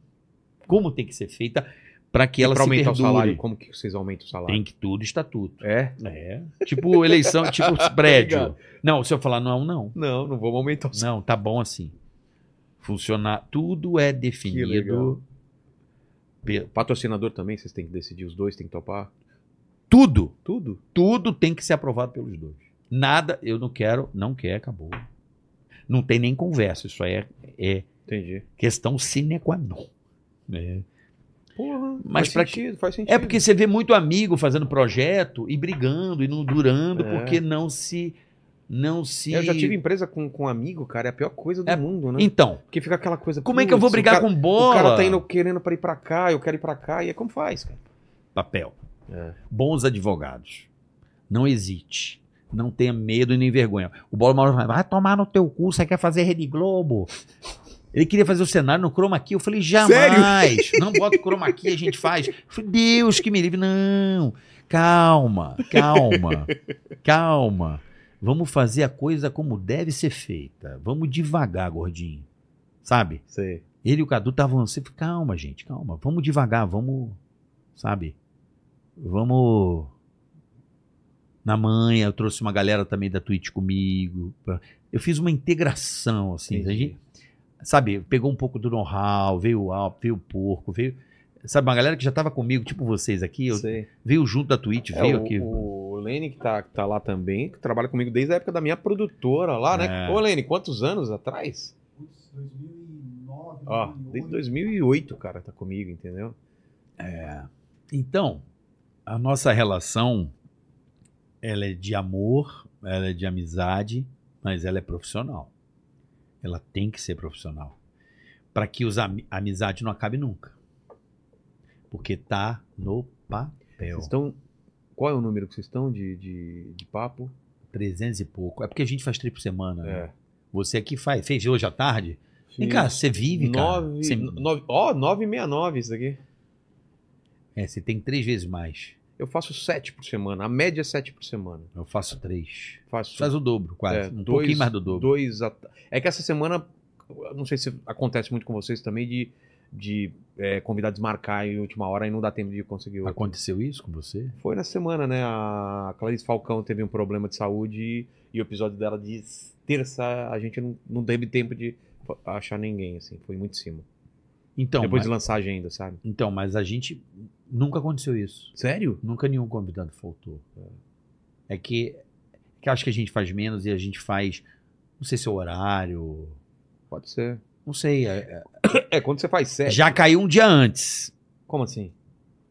Speaker 3: como tem que ser feita para que
Speaker 1: E
Speaker 3: ela
Speaker 1: pra
Speaker 3: se
Speaker 1: aumentar
Speaker 3: perdure.
Speaker 1: o salário, como que vocês aumentam o salário?
Speaker 3: Tem que tudo estatuto.
Speaker 1: É?
Speaker 3: É. Tipo eleição, tipo prédio. Não, se eu falar não, não.
Speaker 1: Não, não vamos aumentar o salário.
Speaker 3: Não, tá bom assim. Funcionar, tudo é definido.
Speaker 1: legal. Patrocinador também, vocês têm que decidir, os dois têm que topar.
Speaker 3: Tudo,
Speaker 1: Tudo?
Speaker 3: tudo tem que ser aprovado pelos dois. Nada, eu não quero, não quer, acabou. Não tem nem conversa, isso aí é, é
Speaker 1: Entendi.
Speaker 3: questão sine qua non. É.
Speaker 1: Porra, faz
Speaker 3: Mas pra
Speaker 1: sentido, faz sentido.
Speaker 3: É porque você vê muito amigo fazendo projeto e brigando e não durando
Speaker 1: É.
Speaker 3: porque não se não se
Speaker 1: Eu já tive né? empresa com, com amigo, cara, é a pior coisa do
Speaker 3: É.
Speaker 1: mundo, né?
Speaker 3: Então,
Speaker 1: Porque fica aquela coisa.
Speaker 3: como é que eu vou
Speaker 1: putz, o
Speaker 3: brigar
Speaker 1: cara-
Speaker 3: com bola?
Speaker 1: O cara tá indo querendo pra ir pra cá, eu quero ir pra cá, e aí como faz, cara?
Speaker 3: papel.
Speaker 1: É.
Speaker 3: Bons advogados. Não hesite. Não tenha medo e nem vergonha. O Bola Mauro fala, vai tomar no teu cu, você quer fazer Rede Globo. Ele queria fazer o cenário no chroma key. Eu falei, jamais. Não bota o chroma key, a gente faz. Eu falei, Deus que me livre. Não. Calma, calma, calma. Vamos fazer a coisa como deve ser feita. Vamos devagar, gordinho. Sabe?
Speaker 1: Sei.
Speaker 3: Ele e o Cadu estavam assim, calma, gente, calma, vamos devagar, vamos, sabe? Vamos na manhã, eu trouxe uma galera também da Twitch comigo. pra- Eu fiz uma integração, assim, a gente, sabe, pegou um pouco do know-how, veio o Alp, veio o Porco, veio, sabe, uma galera que já estava comigo, tipo vocês aqui, eu-
Speaker 1: Sei.
Speaker 3: veio junto da Twitch,
Speaker 1: É,
Speaker 3: veio
Speaker 1: o,
Speaker 3: aqui.
Speaker 1: o Lene, que tá, que tá lá também, que trabalha comigo desde a época da minha produtora lá, né?
Speaker 3: É.
Speaker 1: Ô, Lene, quantos anos atrás?
Speaker 18: Putz, 2009,
Speaker 1: Ó, desde 2008, cara, tá comigo, entendeu?
Speaker 3: Então, a nossa relação, ela é de amor, ela é de amizade, mas ela é profissional. Ela tem que ser profissional. Para que os ami- a amizade não acabe nunca. Porque tá no papel.
Speaker 1: Vocês estão. Qual é o número que vocês estão de, de, de papo?
Speaker 3: 300 e pouco. É porque a gente faz três por semana. né?
Speaker 1: É.
Speaker 3: Você aqui faz, fez hoje à tarde? Vem cá, você vive, cara.
Speaker 1: Nove-
Speaker 3: Você-
Speaker 1: nove- Ó, 969 isso aqui.
Speaker 3: é, você tem três vezes mais.
Speaker 1: Eu faço sete por semana. A média é sete por semana.
Speaker 3: Eu faço três.
Speaker 1: Faço
Speaker 3: Faz o dobro, quase.
Speaker 1: É,
Speaker 3: um
Speaker 1: dois-
Speaker 3: pouquinho mais do dobro.
Speaker 1: dois. at- É que essa semana, eu não sei se acontece muito com vocês também, de, de é, convidados marcar em última hora e não dá tempo de conseguir outro.
Speaker 3: Aconteceu isso com você?
Speaker 1: Foi na semana, né? A Clarice Falcão teve um problema de saúde e o episódio dela de terça a gente não, não teve tempo de fa- achar ninguém, assim. Foi muito em cima.
Speaker 3: Então,
Speaker 1: Depois
Speaker 3: mas-
Speaker 1: de lançar a agenda, sabe?
Speaker 3: Então, mas a gente nunca aconteceu isso.
Speaker 1: Sério?
Speaker 3: Nunca nenhum convidado faltou. É que, que acho que a gente faz menos e a gente faz, não sei se é o horário,
Speaker 1: Pode ser.
Speaker 3: não sei. é-
Speaker 1: É, quando você faz
Speaker 3: é-
Speaker 1: sete.
Speaker 3: já caiu um dia antes.
Speaker 1: Como assim?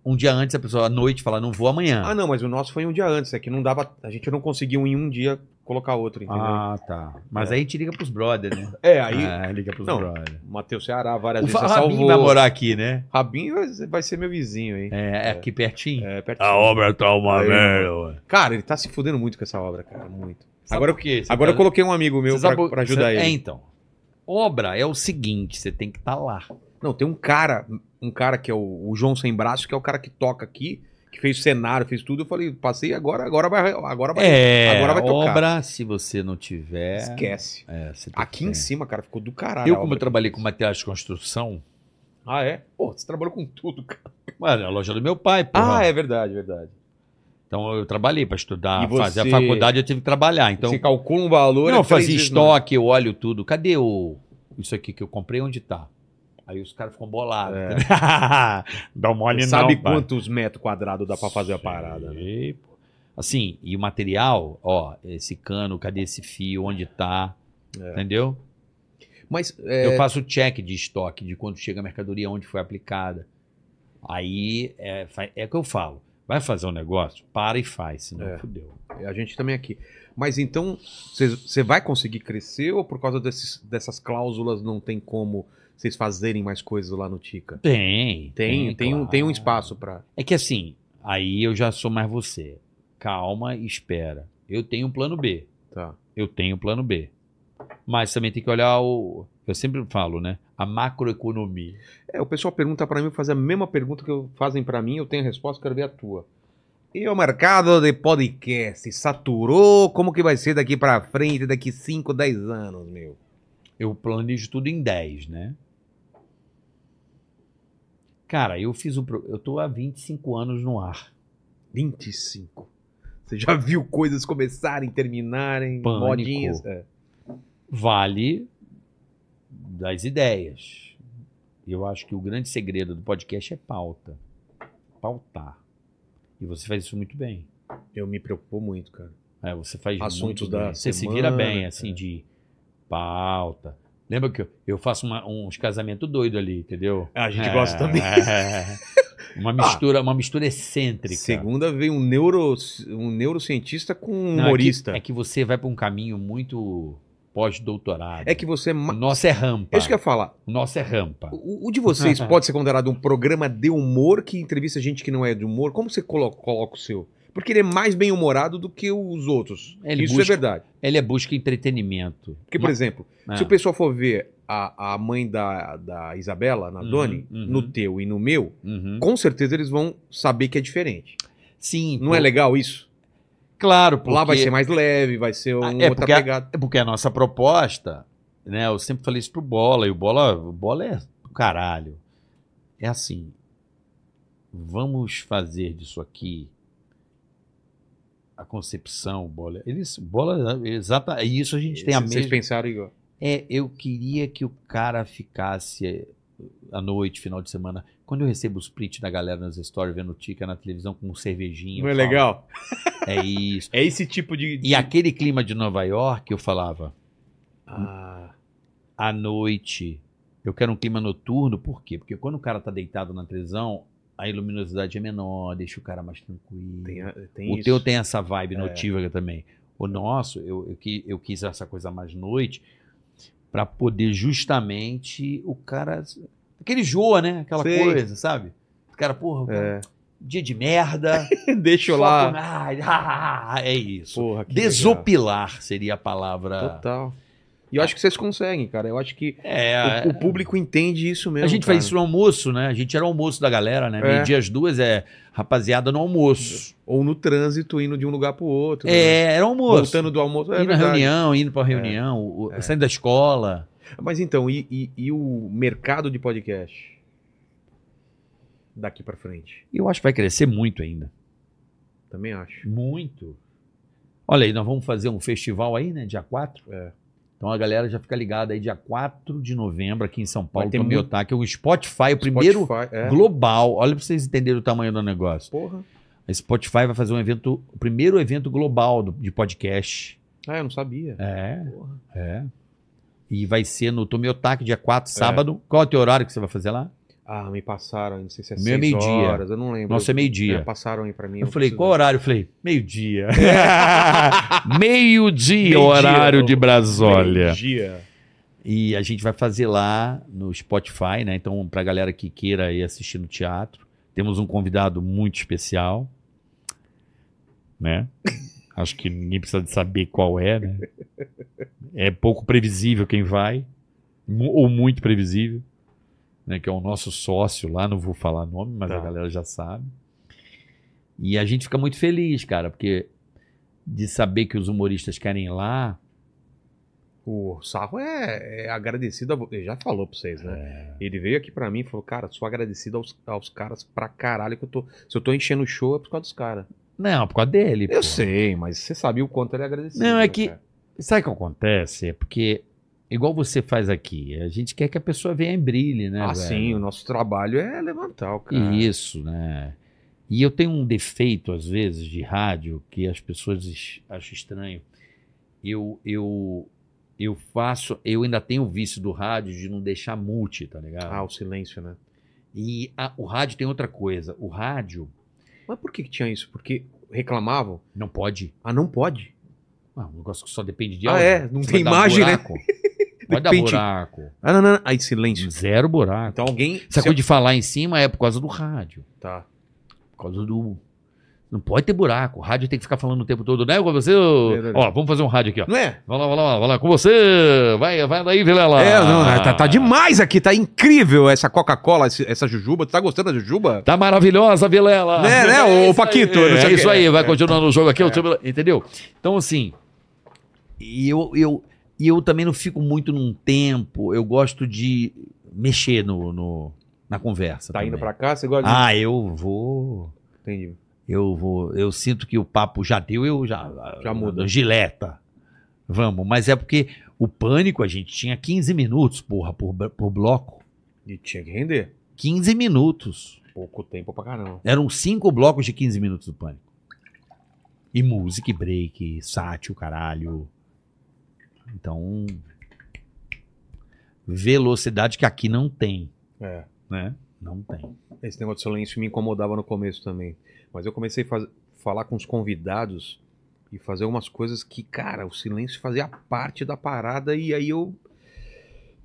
Speaker 3: Um dia antes a pessoa à noite fala não vou amanhã.
Speaker 1: Ah, não, mas o nosso foi um dia antes. É que não dava. A gente não conseguiu em um dia colocar outro, entendeu?
Speaker 3: Ah, tá. Mas aí te liga pros brother, né?
Speaker 1: é, aí.
Speaker 3: Ah, liga pros
Speaker 1: Não.
Speaker 3: brother.
Speaker 1: O Matheus Ceará várias
Speaker 3: O
Speaker 1: vezes já
Speaker 3: Fabinho
Speaker 1: salvou.
Speaker 3: vai morar aqui, né?
Speaker 1: Rabinho vai- vai ser meu vizinho aí.
Speaker 3: É, é aqui pertinho.
Speaker 1: É, pertinho.
Speaker 17: A obra tá uma
Speaker 1: Aí.
Speaker 17: merda.
Speaker 1: Cara, ele tá se fudendo muito com essa obra, cara. Muito. Agora,
Speaker 3: o quê? Você
Speaker 1: agora eu
Speaker 3: tá-
Speaker 1: coloquei um amigo meu
Speaker 3: você
Speaker 1: pra,
Speaker 3: sabe-
Speaker 1: pra ajudar
Speaker 3: você-
Speaker 1: ele.
Speaker 3: É, então. Obra é o seguinte, você tem que estar lá.
Speaker 1: Não, tem um cara, um cara que é o, o João Sem Braço, que é o cara que toca aqui, que fez cenário, fez tudo. Eu falei, passei agora, agora vai. Agora vai.
Speaker 3: É,
Speaker 1: Ah, Agora vai tocar.
Speaker 3: obra, se você não tiver.
Speaker 1: Esquece.
Speaker 3: é, você tem
Speaker 1: Aqui
Speaker 3: que
Speaker 1: em
Speaker 3: ter.
Speaker 1: cima, cara, ficou do caralho.
Speaker 3: Eu,
Speaker 1: a
Speaker 3: como
Speaker 1: obra
Speaker 3: eu trabalhei
Speaker 1: que
Speaker 3: com material de construção,
Speaker 1: eu fiz. Ah, é? Pô, você trabalhou com tudo, cara.
Speaker 3: mano, é a loja do meu pai, porra.
Speaker 1: Ah, é verdade, verdade.
Speaker 3: Então eu trabalhei pra
Speaker 1: E
Speaker 3: estudar,
Speaker 1: você-
Speaker 3: fazer a faculdade, eu tive que trabalhar. Então,
Speaker 1: você calcula um valor.
Speaker 3: não,
Speaker 1: é
Speaker 3: eu
Speaker 1: três
Speaker 3: fazia
Speaker 1: vezes mais.
Speaker 3: estoque, eu olho tudo. Cadê o isso aqui que eu comprei, onde tá? Aí os caras ficam bolados.
Speaker 1: É.
Speaker 3: entendeu? Dá um mole
Speaker 1: Sabe
Speaker 3: não, pai.
Speaker 1: quantos metros quadrados dá pra fazer a parada? né?
Speaker 3: Sei, pô. Assim, e o material, ó, esse cano, cadê esse fio, onde tá?
Speaker 1: É.
Speaker 3: Entendeu?
Speaker 1: Mas é,
Speaker 3: Eu faço check de estoque, de quando chega a mercadoria, onde foi aplicada. Aí é, fa- é que eu falo. Vai fazer um negócio? Para e faz, senão
Speaker 1: É.
Speaker 3: fudeu.
Speaker 1: A gente também aqui. Mas então, você vai conseguir crescer ou por causa desses- dessas cláusulas não tem como vocês fazerem mais coisas lá no Tica?
Speaker 3: Tem.
Speaker 1: Tem, tem, um,
Speaker 3: claro.
Speaker 1: tem um espaço pra.
Speaker 3: É que assim, aí eu já sou mais você. Calma e espera. Eu tenho um plano B.
Speaker 1: Tá.
Speaker 3: Eu tenho um plano B. Mas também tem que olhar o. Eu sempre falo, né? A macroeconomia.
Speaker 1: É, o pessoal pergunta pra mim, faz a mesma pergunta que eu- fazem pra mim, eu tenho a resposta, quero ver a tua. E o mercado de podcast saturou? Como que vai ser daqui pra frente, daqui 5, 10 anos, meu?
Speaker 3: Eu planejo tudo em 10, né? Cara, eu fiz o. pro- Eu tô há 25 anos no ar.
Speaker 1: 25. Você já viu coisas começarem, terminarem,
Speaker 3: Pânico.
Speaker 1: modinhas? É.
Speaker 3: Vale das ideias. Eu acho que o grande segredo do podcast é pauta. Pautar. E você faz isso muito bem.
Speaker 1: Eu me preocupo muito, cara.
Speaker 3: É, você faz
Speaker 1: Assuntos
Speaker 3: muito
Speaker 1: da
Speaker 3: bem. Você se
Speaker 1: semana,
Speaker 3: vira bem, assim,
Speaker 1: é.
Speaker 3: de pauta. Lembra que eu, eu faço uma- uns casamentos doidos ali, entendeu?
Speaker 1: A gente
Speaker 3: É,
Speaker 1: gosta também. Ah,
Speaker 3: é. uma mistura, uma mistura excêntrica.
Speaker 1: Segunda veio um, neuro, um neurocientista com um
Speaker 3: Não, é que-
Speaker 1: humorista.
Speaker 3: É que, você vai pra um caminho muito pós-doutorado.
Speaker 1: É que você. é
Speaker 3: O
Speaker 1: ma-
Speaker 3: nosso é rampa.
Speaker 1: É isso que eu ia falar.
Speaker 3: O nosso é rampa.
Speaker 1: O, o de vocês pode ser considerado um programa de humor que entrevista gente que não é de humor? Como você colo- coloca o seu? Porque ele é mais bem-humorado do que os outros.
Speaker 3: Ele
Speaker 1: isso é
Speaker 3: busca-
Speaker 1: verdade.
Speaker 3: Ele é busca entretenimento.
Speaker 1: Porque, por exemplo,
Speaker 3: Ah,
Speaker 1: se o pessoal for ver a, a mãe da, da Isabela, na
Speaker 3: Uhum,
Speaker 1: Doni,
Speaker 3: uhum.
Speaker 1: no teu e no meu,
Speaker 3: uhum.
Speaker 1: com certeza eles vão saber que é diferente.
Speaker 3: Sim.
Speaker 1: Não é legal isso?
Speaker 3: Claro, Então, porque...
Speaker 1: Lá vai ser mais leve, vai ser
Speaker 3: Ah,
Speaker 1: um
Speaker 3: é
Speaker 1: outra
Speaker 3: porque a-
Speaker 1: pegada.
Speaker 3: É porque a nossa proposta, né? Eu sempre falei isso pro Bola, e o Bola, o Bola é do caralho. É assim, vamos fazer disso aqui a concepção, Bola. Eles, Bola, exata, e isso a gente tem a
Speaker 1: Vocês
Speaker 3: mesma.
Speaker 1: pensaram igual.
Speaker 3: É, eu queria que o cara ficasse eh, à noite, final de semana. Quando eu recebo os prints da galera nas stories, vendo Tica na televisão com um cervejinho.
Speaker 1: Não é
Speaker 3: eu falo,
Speaker 1: legal?
Speaker 3: É isso.
Speaker 1: É esse tipo de.
Speaker 3: E aquele clima de Nova York, eu falava,
Speaker 1: Ah,
Speaker 3: à noite. Eu quero um clima noturno, por quê? Porque quando o cara tá deitado na televisão, a luminosidade é menor, deixa o cara mais tranquilo.
Speaker 1: tem, tem
Speaker 3: o
Speaker 1: isso. É.
Speaker 3: teu tem essa vibe notívaga também. O nosso, eu, eu, qui- eu quis essa coisa mais noite, pra poder justamente o cara. Aquele joa, né? Aquela
Speaker 1: Sei.
Speaker 3: coisa, sabe? O cara, porra,
Speaker 1: É.
Speaker 3: dia de merda.
Speaker 1: Deixa eu
Speaker 3: só
Speaker 1: lá.
Speaker 3: com- ah, é isso.
Speaker 1: Porra, que
Speaker 3: Desopilar seria a
Speaker 1: legal.
Speaker 3: palavra.
Speaker 1: Total. E eu acho que vocês conseguem, cara. Eu acho que
Speaker 3: É,
Speaker 1: o, o público entende isso mesmo.
Speaker 3: A gente
Speaker 1: cara.
Speaker 3: faz isso no almoço, né? A gente era o almoço da galera, né?
Speaker 1: É.
Speaker 3: Meio dia às duas é rapaziada no almoço.
Speaker 1: Ou no trânsito, indo de um lugar pro outro. né?
Speaker 3: É, era almoço.
Speaker 1: Voltando do almoço. É
Speaker 3: indo na
Speaker 1: verdade.
Speaker 3: reunião, indo pra reunião, o-
Speaker 1: É.
Speaker 3: saindo da escola.
Speaker 1: Mas então, e, e- e o mercado de podcast? Daqui pra frente.
Speaker 3: E eu acho que vai crescer muito ainda.
Speaker 1: Também acho.
Speaker 3: Muito. Olha aí, nós vamos fazer um festival aí, né? Dia 4.
Speaker 1: É.
Speaker 3: Então a galera já fica ligada aí, dia 4 de novembro, aqui em São Paulo, tá
Speaker 1: ter
Speaker 3: no
Speaker 1: muito-
Speaker 3: Miotaque, o Spotify, o primeiro
Speaker 1: Spotify, é.
Speaker 3: global. Olha pra vocês entenderem o tamanho do negócio.
Speaker 1: Porra.
Speaker 3: A Spotify vai fazer um evento, o primeiro evento global do- de podcast.
Speaker 1: Ah, eu não sabia.
Speaker 3: É. É. E vai ser no Tomiotaque, dia 4, sábado. Qual é o teu horário que você vai fazer lá?
Speaker 1: Ah, me passaram, não sei se é
Speaker 3: Meu
Speaker 1: seis
Speaker 3: meio-dia.
Speaker 1: horas, eu não lembro.
Speaker 3: Nosso é meio-dia.
Speaker 1: É, passaram aí pra mim.
Speaker 3: Eu falei,
Speaker 1: preciso
Speaker 3: qual
Speaker 1: ver.
Speaker 3: horário? Eu falei, meio-dia.
Speaker 1: Meio-dia,
Speaker 17: Meio-dia, horário de Brasólia.
Speaker 1: Meio-dia.
Speaker 3: e a gente vai fazer lá no Spotify, né? Então, pra galera que queira ir assistir no teatro. Temos um convidado muito especial, né? Acho que ninguém precisa de saber qual é, né? É pouco previsível quem vai, mu- ou muito previsível, né? Que é o nosso sócio lá, não vou falar nome, mas
Speaker 1: Tá.
Speaker 3: a galera já sabe. E a gente fica muito feliz, cara, porque de saber que os humoristas querem ir lá,
Speaker 1: O Sarro é, é agradecido a vo- Ele já falou pra vocês,
Speaker 3: É.
Speaker 1: né? Ele veio aqui pra mim e falou, cara, sou agradecido aos, aos caras pra caralho que eu tô. Se eu tô enchendo o show é por causa dos caras.
Speaker 3: não, por causa dele.
Speaker 1: Eu
Speaker 3: pô.
Speaker 1: sei, mas você sabia o quanto ele é agradecido.
Speaker 3: Não, é
Speaker 1: né,
Speaker 3: que-
Speaker 1: cara?
Speaker 3: Sabe o que acontece? É porque, igual você faz aqui, a gente quer que a pessoa venha em brilhe, né?
Speaker 1: ah,
Speaker 3: velho?
Speaker 1: sim, o nosso trabalho é levantar o cara.
Speaker 3: Isso, né? E eu tenho um defeito, às vezes, de rádio que as pessoas es- acham estranho. Eu, eu, eu faço, eu ainda tenho o vício do rádio de não deixar multi, tá ligado?
Speaker 1: Ah, o silêncio, né?
Speaker 3: E a- o rádio tem outra coisa. O rádio
Speaker 1: Mas por que, que tinha isso? Porque reclamavam?
Speaker 3: não pode.
Speaker 1: Ah, não pode.
Speaker 3: Ah, um negócio que só depende de
Speaker 1: Ah,
Speaker 3: áudio.
Speaker 1: é? Não
Speaker 3: Você
Speaker 1: tem
Speaker 3: vai dar
Speaker 1: imagem, né?
Speaker 3: buraco. Pode dar
Speaker 1: Depende.
Speaker 3: buraco.
Speaker 1: Ah, não, não, não. Aí, silêncio.
Speaker 3: Zero buraco.
Speaker 1: Então alguém.
Speaker 3: Essa
Speaker 1: se-
Speaker 3: coisa de falar em cima é por causa do rádio.
Speaker 1: Tá.
Speaker 3: Por causa do. Não pode ter buraco. O rádio tem que ficar falando o tempo todo, né? Com você. ô-
Speaker 1: Verdade.
Speaker 3: Ó, vamos fazer um rádio aqui, ó.
Speaker 1: Não é?
Speaker 3: Vai lá, vai lá, vai lá. Com você. Vai, vai daí, Vilela.
Speaker 1: É, não, tá, tá demais aqui, tá incrível essa Coca-Cola, esse- essa Jujuba. Tu tá gostando da Jujuba?
Speaker 3: Tá maravilhosa,
Speaker 1: Né,
Speaker 3: Vilela.
Speaker 1: né, ô,
Speaker 3: isso aí.
Speaker 1: Paquito, não sei
Speaker 3: É,
Speaker 1: o
Speaker 3: isso
Speaker 1: quê.
Speaker 3: aí, vai
Speaker 1: É.
Speaker 3: continuando o jogo aqui. o time- entendeu? Então, assim, e eu, eu, e eu também não fico muito num tempo. Eu gosto de mexer no, no- na conversa.
Speaker 1: Tá indo
Speaker 3: também.
Speaker 1: pra cá, você gosta de.
Speaker 3: Ah, eu vou.
Speaker 1: Entendi.
Speaker 3: Eu vou. Eu sinto que o papo já deu, eu já.
Speaker 1: Já muda.
Speaker 3: Gileta. Vamos, mas é porque o pânico a gente tinha 15 minutos, porra, por, por bloco.
Speaker 1: E tinha que render.
Speaker 3: 15 minutos.
Speaker 1: Pouco tempo pra caramba.
Speaker 3: Eram cinco blocos de 15 minutos do Pânico. E música, e break, sátio, caralho. Então. Velocidade que aqui não tem,
Speaker 1: É.
Speaker 3: né? Não tem.
Speaker 1: Esse negócio de silêncio me incomodava no começo também. Mas eu comecei a faz- falar com os convidados e fazer umas coisas que, cara, o silêncio fazia parte da parada e aí eu.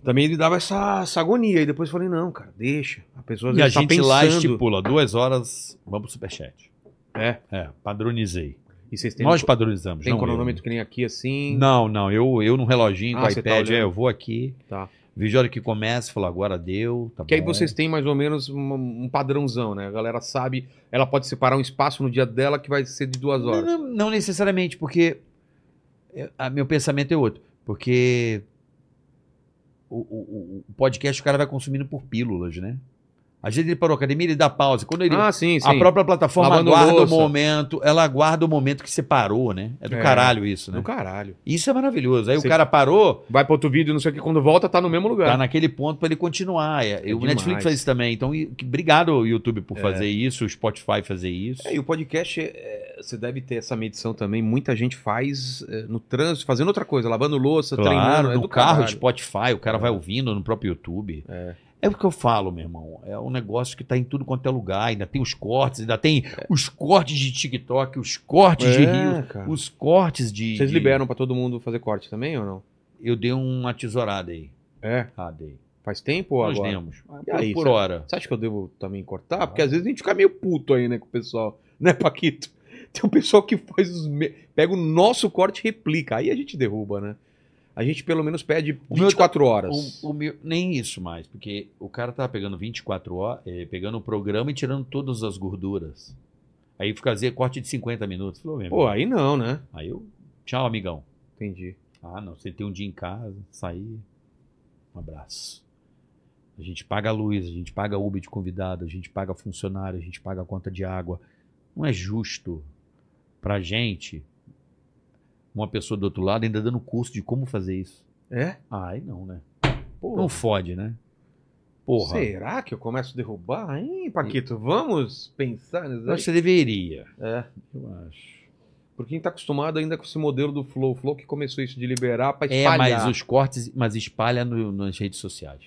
Speaker 1: Também ele dava essa, essa agonia. E depois eu falei, não, cara, deixa. A pessoa às
Speaker 2: E a
Speaker 1: vezes tá
Speaker 2: gente lá é tipo
Speaker 1: pensando.
Speaker 2: estipula duas horas, vamos pro superchat.
Speaker 1: É.
Speaker 2: É, padronizei.
Speaker 1: E vocês têm,
Speaker 2: Nós padronizamos,
Speaker 1: tem
Speaker 2: não eu.
Speaker 1: cronômetro que nem aqui assim.
Speaker 2: Não, não, eu, eu no reloginho
Speaker 1: Ah,
Speaker 2: com o
Speaker 1: você tá
Speaker 2: iPad,
Speaker 1: olhando.
Speaker 2: é, eu vou aqui,
Speaker 1: Tá.
Speaker 2: vejo a hora que começa, falo, agora deu, tá
Speaker 1: Que aí
Speaker 2: bom.
Speaker 1: vocês têm mais ou menos um, um padrãozão, né? A galera sabe, ela pode separar um espaço no dia dela que vai ser de duas
Speaker 3: Não,
Speaker 1: horas.
Speaker 3: não- não necessariamente, porque. é, a- meu pensamento é outro. Porque. O, o- o- o podcast o cara vai consumindo por pílulas, né? Às vezes ele parou a academia, ele dá pausa. Quando ele
Speaker 1: Ah, sim, sim.
Speaker 3: A própria plataforma
Speaker 1: Lavando
Speaker 3: aguarda
Speaker 1: louça.
Speaker 3: o momento, ela aguarda o momento que você parou, né? É do
Speaker 1: É.
Speaker 3: caralho isso, né?
Speaker 1: Do caralho.
Speaker 3: Isso é maravilhoso. Aí
Speaker 1: Você-
Speaker 3: o cara parou,
Speaker 1: Vai pra outro vídeo, não sei o que, quando volta tá no mesmo lugar.
Speaker 3: tá naquele ponto pra ele continuar. É, e o
Speaker 1: demais.
Speaker 3: Netflix faz isso também. Então, e- que- obrigado, YouTube, por fazer isso, o Spotify fazer isso.
Speaker 1: É, e o podcast, é, você deve ter essa medição também. Muita gente faz é, no trânsito, fazendo outra coisa, lavando louça,
Speaker 3: Claro,
Speaker 1: treinando. é
Speaker 3: no
Speaker 1: do
Speaker 3: carro,
Speaker 1: caralho.
Speaker 3: Spotify, o cara vai ouvindo no próprio YouTube.
Speaker 1: É.
Speaker 3: É o que eu falo, meu irmão. É um negócio que tá em tudo quanto é lugar. Ainda tem os cortes, ainda tem os cortes de TikTok, os cortes de Rio,
Speaker 1: É, cara.
Speaker 3: os cortes de.
Speaker 1: Vocês
Speaker 3: de-
Speaker 1: liberam pra todo mundo fazer corte também ou não?
Speaker 3: Eu dei uma tesourada aí.
Speaker 1: É.
Speaker 3: Ah, dei.
Speaker 1: Faz tempo ou
Speaker 3: Nós
Speaker 1: agora?
Speaker 3: demos.
Speaker 1: E
Speaker 3: por,
Speaker 1: aí,
Speaker 3: por
Speaker 1: sabe?
Speaker 3: hora.
Speaker 1: Você acha que eu devo também cortar? Porque às vezes a gente fica meio puto aí, né, com o pessoal. Né, Paquito? Tem um pessoal que faz os. me- pega o nosso corte e replica. Aí a gente derruba, né? A gente pelo menos pede
Speaker 3: O meu
Speaker 1: 24 horas.
Speaker 3: O, o meu- nem isso mais, porque o cara tava pegando 24 horas, eh, pegando o programa e tirando todas as gorduras. Aí fazia corte de 50 minutos. Falou mesmo.
Speaker 1: Pô, aí não, né?
Speaker 3: Aí eu. Tchau, amigão.
Speaker 1: Entendi.
Speaker 3: Ah, não. Você tem um dia em casa, sair. Um abraço. A gente paga a luz, a gente paga Uber de convidado, a gente paga funcionário, a gente paga a conta de água. Não é justo pra gente uma pessoa do outro lado ainda dando curso de como fazer isso.
Speaker 1: É?
Speaker 3: Ai, não, né?
Speaker 1: Pô.
Speaker 3: Não fode, né? Porra.
Speaker 1: Será que eu começo a derrubar, hein, Paquito? Vamos pensar nisso
Speaker 3: Eu acho
Speaker 1: aí?
Speaker 3: que você deveria.
Speaker 1: É.
Speaker 3: Eu acho.
Speaker 1: Porque quem tá acostumado ainda com esse modelo do Flow. O Flow que começou isso de liberar pra
Speaker 3: É,
Speaker 1: espalhar.
Speaker 3: mas os cortes, mas espalha no- nas redes sociais.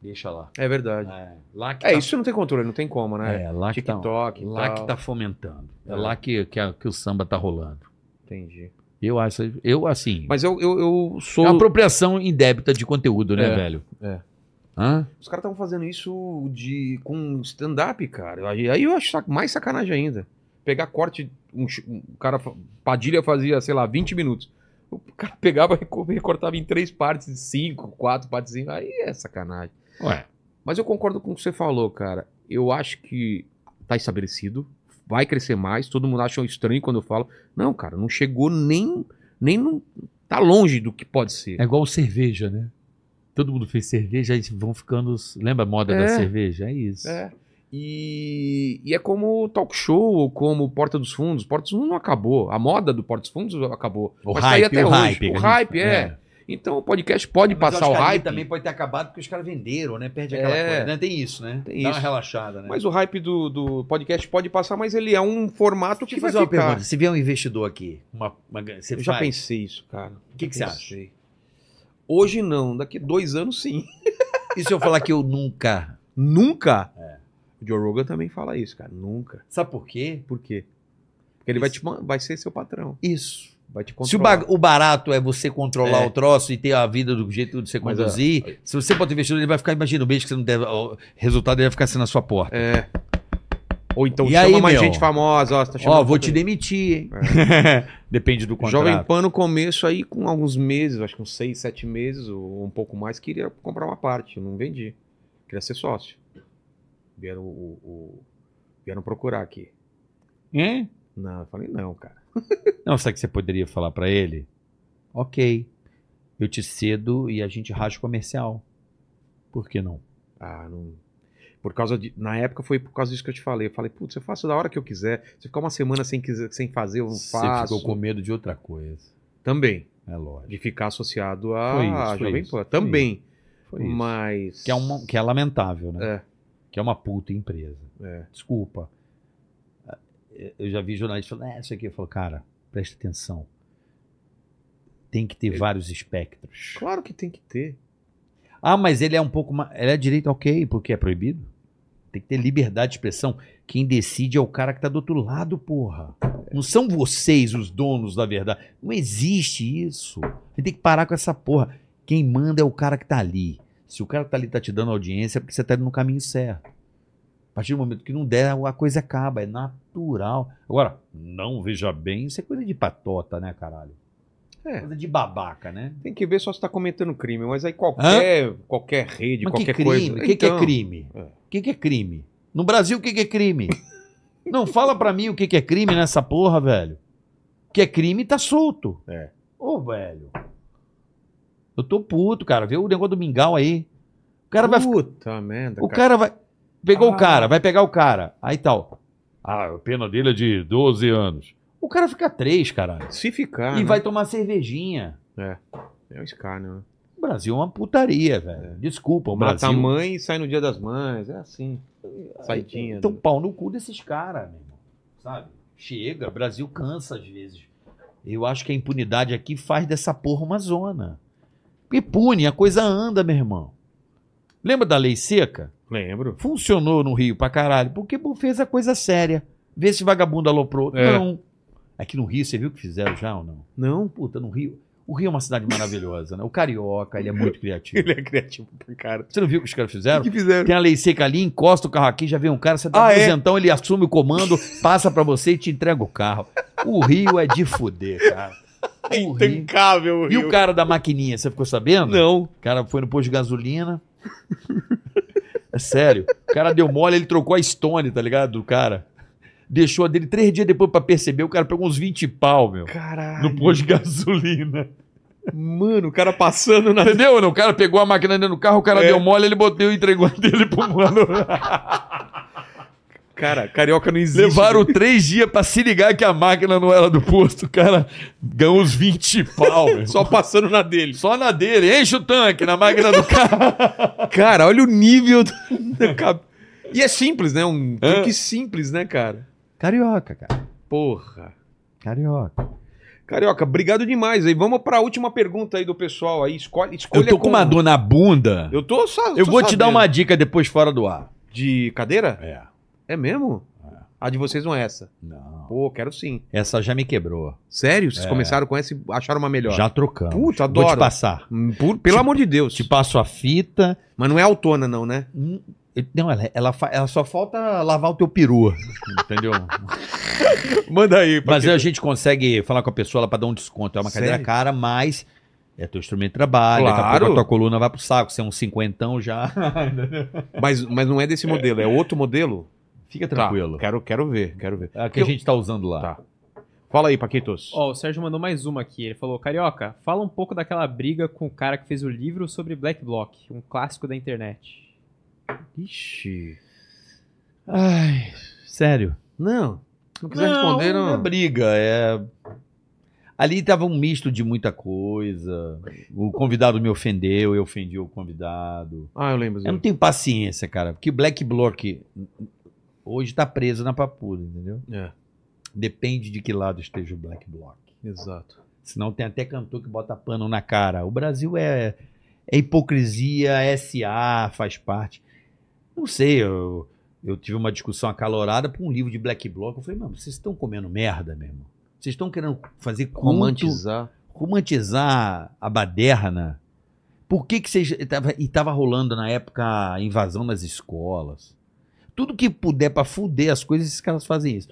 Speaker 3: Deixa lá.
Speaker 1: É verdade.
Speaker 3: É, lá que
Speaker 1: É,
Speaker 3: tá-
Speaker 1: isso não tem controle, não tem como, né?
Speaker 3: É, lá que tá,
Speaker 1: TikTok e
Speaker 3: lá
Speaker 1: tal.
Speaker 3: que tá fomentando. É,
Speaker 1: É.
Speaker 3: lá que, que, a- que o samba tá rolando.
Speaker 1: Entendi.
Speaker 3: Eu acho, eu assim.
Speaker 1: Mas eu, eu, eu
Speaker 3: é
Speaker 1: sou...
Speaker 3: uma apropriação indébita de conteúdo, né,
Speaker 1: É,
Speaker 3: velho?
Speaker 1: é.
Speaker 3: Hã?
Speaker 1: Os caras estavam fazendo isso de com stand-up, cara. Aí aí eu acho sac- mais sacanagem ainda. Pegar corte, um, ch- um cara, fa- Padilha fazia, sei lá, 20 minutos. O cara pegava e co- recortava em três partes, de cinco, quatro partes, cinco. Aí é sacanagem.
Speaker 3: Ué.
Speaker 1: Mas eu concordo com o que você falou, cara. Eu acho que tá estabelecido, vai crescer mais. Todo mundo acha estranho quando eu falo. Não, cara, não chegou nem. nem no, tá longe do que pode ser.
Speaker 3: É igual cerveja, né? Todo mundo fez cerveja, aí vão ficando. Lembra a moda
Speaker 1: É.
Speaker 3: da cerveja? É isso.
Speaker 1: É. E, e é como o talk show, ou como Porta dos Fundos. Porta dos Fundos não acabou. A moda do Porta dos Fundos acabou.
Speaker 2: O
Speaker 1: tá aí
Speaker 2: hype, o hype, né?
Speaker 1: O
Speaker 2: que a gente-
Speaker 1: hype, é. Então o podcast pode
Speaker 2: É, Mas eu
Speaker 1: passar
Speaker 2: acho
Speaker 1: o
Speaker 2: que ali
Speaker 1: hype.
Speaker 2: também pode ter acabado porque os caras venderam, né? Perde aquela
Speaker 1: É.
Speaker 2: coisa, né? Tem isso, né?
Speaker 1: Tem
Speaker 2: Dá
Speaker 1: isso.
Speaker 2: uma relaxada, né?
Speaker 1: Mas o hype do, do podcast pode passar, mas ele é um formato
Speaker 2: Deixa
Speaker 1: que
Speaker 2: eu
Speaker 1: vai
Speaker 2: fazer uma
Speaker 1: ficar.
Speaker 2: pergunta. Se vier um investidor aqui, uma, uma, você
Speaker 1: Eu já
Speaker 2: faz?
Speaker 1: pensei isso, cara.
Speaker 2: O que, que você acha?
Speaker 1: Pensei. Hoje não, daqui dois anos sim.
Speaker 2: E se eu falar que eu nunca É.
Speaker 1: Nunca? O Joe Rogan também fala isso, cara. Nunca.
Speaker 3: Sabe por quê?
Speaker 1: Por quê? Porque ele vai, te, man- vai ser seu patrão.
Speaker 3: Isso.
Speaker 1: Vai te
Speaker 3: Se o,
Speaker 1: controlar.
Speaker 3: ba- o barato é você controlar
Speaker 1: É.
Speaker 3: o troço e ter a vida do jeito de você
Speaker 1: Mas,
Speaker 3: conduzir, se você bota investidor, ele vai ficar, imagina, o mês que você não der, o resultado ele vai ficar assim na sua porta.
Speaker 1: É. Ou então
Speaker 3: E
Speaker 1: chama
Speaker 3: aí,
Speaker 1: mais
Speaker 3: meu?
Speaker 1: gente famosa, ó, você tá chamando
Speaker 3: Ó, vou
Speaker 1: todo
Speaker 3: te demitir, hein? Depende do
Speaker 1: mundo.
Speaker 3: contrato.
Speaker 1: Jovem Pan no começo aí com alguns meses, acho que uns seis, sete meses ou um pouco mais, queria comprar uma parte, eu não vendi. Queria ser sócio. Vieram, o- o- vieram procurar aqui.
Speaker 3: Hein?
Speaker 1: Não, eu falei não, cara.
Speaker 3: Não, sabe o que você poderia falar pra ele? Ok, eu te cedo e a gente racha o comercial. Por que não?
Speaker 1: Ah, não. Por causa de. Na época foi por causa disso que eu te falei. Eu falei, putz, eu faço da hora que eu quiser. Se eu ficar uma semana sem, quiser- sem fazer, eu não
Speaker 3: Você
Speaker 1: faço.
Speaker 3: ficou com medo de outra coisa.
Speaker 1: Também.
Speaker 3: É lógico.
Speaker 1: De ficar associado
Speaker 3: Foi
Speaker 1: a
Speaker 3: isso, foi
Speaker 1: Jovem
Speaker 3: isso,
Speaker 1: Pan.
Speaker 3: foi
Speaker 1: Também.
Speaker 3: Foi isso.
Speaker 1: Mas.
Speaker 3: Que é, um, que é lamentável, né?
Speaker 1: É.
Speaker 3: Que é uma puta empresa.
Speaker 1: É.
Speaker 3: Desculpa. Eu já vi jornalista falando, é, isso aqui. Eu falo, cara, presta atenção. Tem que ter vários espectros.
Speaker 1: Claro que tem que ter.
Speaker 3: Ah, mas ele é um pouco mais. Ele é direito, ok, porque é proibido. Tem que ter liberdade de expressão. Quem decide é o cara que tá do outro lado, porra. Não são vocês os donos da verdade. Não existe isso. A gente tem que parar com essa porra. Quem manda é o cara que tá ali. Se o cara que tá ali tá te dando audiência, é porque você tá indo no caminho certo. A partir do momento que não der, a coisa acaba. É natural. Agora, não veja bem, isso é coisa de patota, né, caralho?
Speaker 1: É.
Speaker 3: Coisa de babaca, né?
Speaker 1: Tem que ver só se tá cometendo crime. Mas aí qualquer, qualquer rede,
Speaker 3: Mas
Speaker 1: qualquer
Speaker 3: que crime?
Speaker 1: coisa.
Speaker 3: O que, que é
Speaker 1: Então,
Speaker 3: crime? O
Speaker 1: é.
Speaker 3: que, que é crime? No Brasil, o que, que é crime? Não fala pra mim o que, que é crime nessa porra, velho. O que é crime tá solto.
Speaker 1: É.
Speaker 3: Ô, velho. Eu tô puto, cara. Vê o negócio do mingau aí. O cara vai. ficar-
Speaker 1: Puta merda.
Speaker 3: O
Speaker 1: cara.
Speaker 3: cara vai. Pegou o
Speaker 1: Ah.
Speaker 3: cara, vai pegar o cara. Aí tá, tal.
Speaker 17: Ah, a pena dele é de 12 anos.
Speaker 3: O cara fica três, caralho.
Speaker 1: Se ficar.
Speaker 3: e
Speaker 1: né?
Speaker 3: vai tomar cervejinha.
Speaker 1: É um escárnio, né?
Speaker 3: O Brasil é uma putaria, velho. Desculpa, o
Speaker 1: Mata a
Speaker 3: Brasil.
Speaker 1: mãe e sai no dia das mães. É assim. Saidinha.
Speaker 3: Então,
Speaker 1: né?
Speaker 3: pau no cu desses caras, meu irmão. Sabe? Chega, Brasil cansa às vezes. Eu acho que a impunidade aqui faz dessa porra uma zona. E pune, a coisa anda, meu irmão. Lembra da lei seca?
Speaker 1: Lembro.
Speaker 3: Funcionou no Rio pra caralho, porque pô, fez a coisa séria. Vê se vagabundo aloprou.
Speaker 1: É.
Speaker 3: Não. Aqui no Rio, você viu o que fizeram já ou não?
Speaker 1: Não.
Speaker 3: Puta, no Rio. O Rio é uma cidade maravilhosa, né? O carioca, ele é muito criativo.
Speaker 1: Ele é criativo pra cara.
Speaker 3: Você não viu o que os caras fizeram?
Speaker 1: fizeram?
Speaker 3: Tem a lei seca ali, encosta o carro aqui, já vem um cara, você tá
Speaker 1: Ah, é?
Speaker 3: apresentão, ele assume o comando, passa pra você e te entrega o carro. O Rio é de fuder, cara. O Rio.
Speaker 1: Intancável o
Speaker 3: E o
Speaker 1: Rio.
Speaker 3: cara da maquininha, você ficou sabendo?
Speaker 1: Não.
Speaker 3: O cara foi no posto de gasolina. É sério. O cara deu mole, ele trocou a Stone, tá ligado? Do cara. Deixou a dele três dias depois pra perceber, o cara pegou uns 20 pau, meu.
Speaker 1: Caralho.
Speaker 3: No posto de gasolina.
Speaker 1: Mano, o cara passando na.
Speaker 3: Entendeu? O cara pegou a máquina dentro do carro, o cara
Speaker 1: É.
Speaker 3: deu mole, ele botou e entregou a dele pro mano.
Speaker 1: Cara, carioca não existe.
Speaker 3: Levaram três dias pra se ligar que a máquina não era do posto. O cara ganhou uns 20 pau. meu.
Speaker 1: Só passando na dele.
Speaker 3: Só na dele. Enche o tanque na máquina do carro.
Speaker 1: Cara, olha o nível do... da cab- E é simples, né? Um truque simples, né, cara?
Speaker 3: Carioca, cara.
Speaker 1: Porra.
Speaker 3: Carioca.
Speaker 1: Carioca, obrigado demais aí. Vamos pra última pergunta aí do pessoal aí. Escolhe, escolha
Speaker 3: Eu tô com uma
Speaker 1: como.
Speaker 3: dor na bunda. Eu,
Speaker 1: Eu tô só. tô
Speaker 3: vou te dar
Speaker 1: sabendo.
Speaker 3: uma dica depois fora do ar.
Speaker 1: De cadeira?
Speaker 3: É.
Speaker 1: É mesmo? A de vocês não é essa.
Speaker 3: Não.
Speaker 1: Pô, quero sim.
Speaker 3: Essa já me quebrou.
Speaker 1: Sério? Vocês começaram com essa e acharam uma melhor?
Speaker 3: Já trocamos.
Speaker 1: Puta,
Speaker 3: Vou
Speaker 1: adoro.
Speaker 3: te passar.
Speaker 1: Hum, por- pelo
Speaker 3: Te-
Speaker 1: amor de Deus.
Speaker 3: Te passo a fita,
Speaker 1: Mas não é autona, não, né?
Speaker 3: Hum, eu- Não, ela, ela, fa- ela só falta lavar o teu peru, entendeu?
Speaker 1: Manda aí. pra
Speaker 3: mas é
Speaker 1: quem-
Speaker 3: a gente consegue falar com a pessoa lá pra dar um desconto. É uma cadeira
Speaker 1: Sério?
Speaker 3: cara, mas é teu instrumento de trabalho. Daqui a
Speaker 1: Claro.
Speaker 3: pouco a tua coluna vai pro saco. Você é um cinquentão já.
Speaker 1: mas, mas não é desse modelo, é outro modelo?
Speaker 3: Fica
Speaker 1: Tá,
Speaker 3: tranquilo.
Speaker 1: quero, quero ver, quero ver.
Speaker 3: É a que a gente tá usando lá.
Speaker 1: Tá. Fala aí, Paquitos.
Speaker 2: Ó, o Sérgio mandou mais uma aqui. Ele falou: Carioca, fala um pouco daquela briga com o cara que fez o livro sobre Black Block, um clássico da internet.
Speaker 1: Ixi.
Speaker 3: Ai, sério.
Speaker 1: Não. Não quiser responder, não.
Speaker 3: Não é briga, é... Ali tava um misto de muita coisa. O convidado me ofendeu, eu ofendi o convidado.
Speaker 1: Ah, eu lembro.
Speaker 3: Eu não tenho paciência, cara. Porque Black Block hoje tá preso na papuda, entendeu?
Speaker 1: É.
Speaker 3: Depende de que lado esteja o Black Block.
Speaker 1: Exato.
Speaker 3: Senão tem até cantor que bota pano na cara. O Brasil é, é hipocrisia, SA, faz parte. Não sei, eu, Eu tive uma discussão acalorada por um livro de Black Bloc. Eu falei, mano, vocês estão comendo merda, meu irmão. Vocês estão querendo fazer culto,
Speaker 1: Romantizar.
Speaker 3: romantizar a baderna. Por que que vocês... E tava, e tava rolando na época a invasão nas escolas. Tudo que puder pra fuder as coisas, esses caras fazem isso.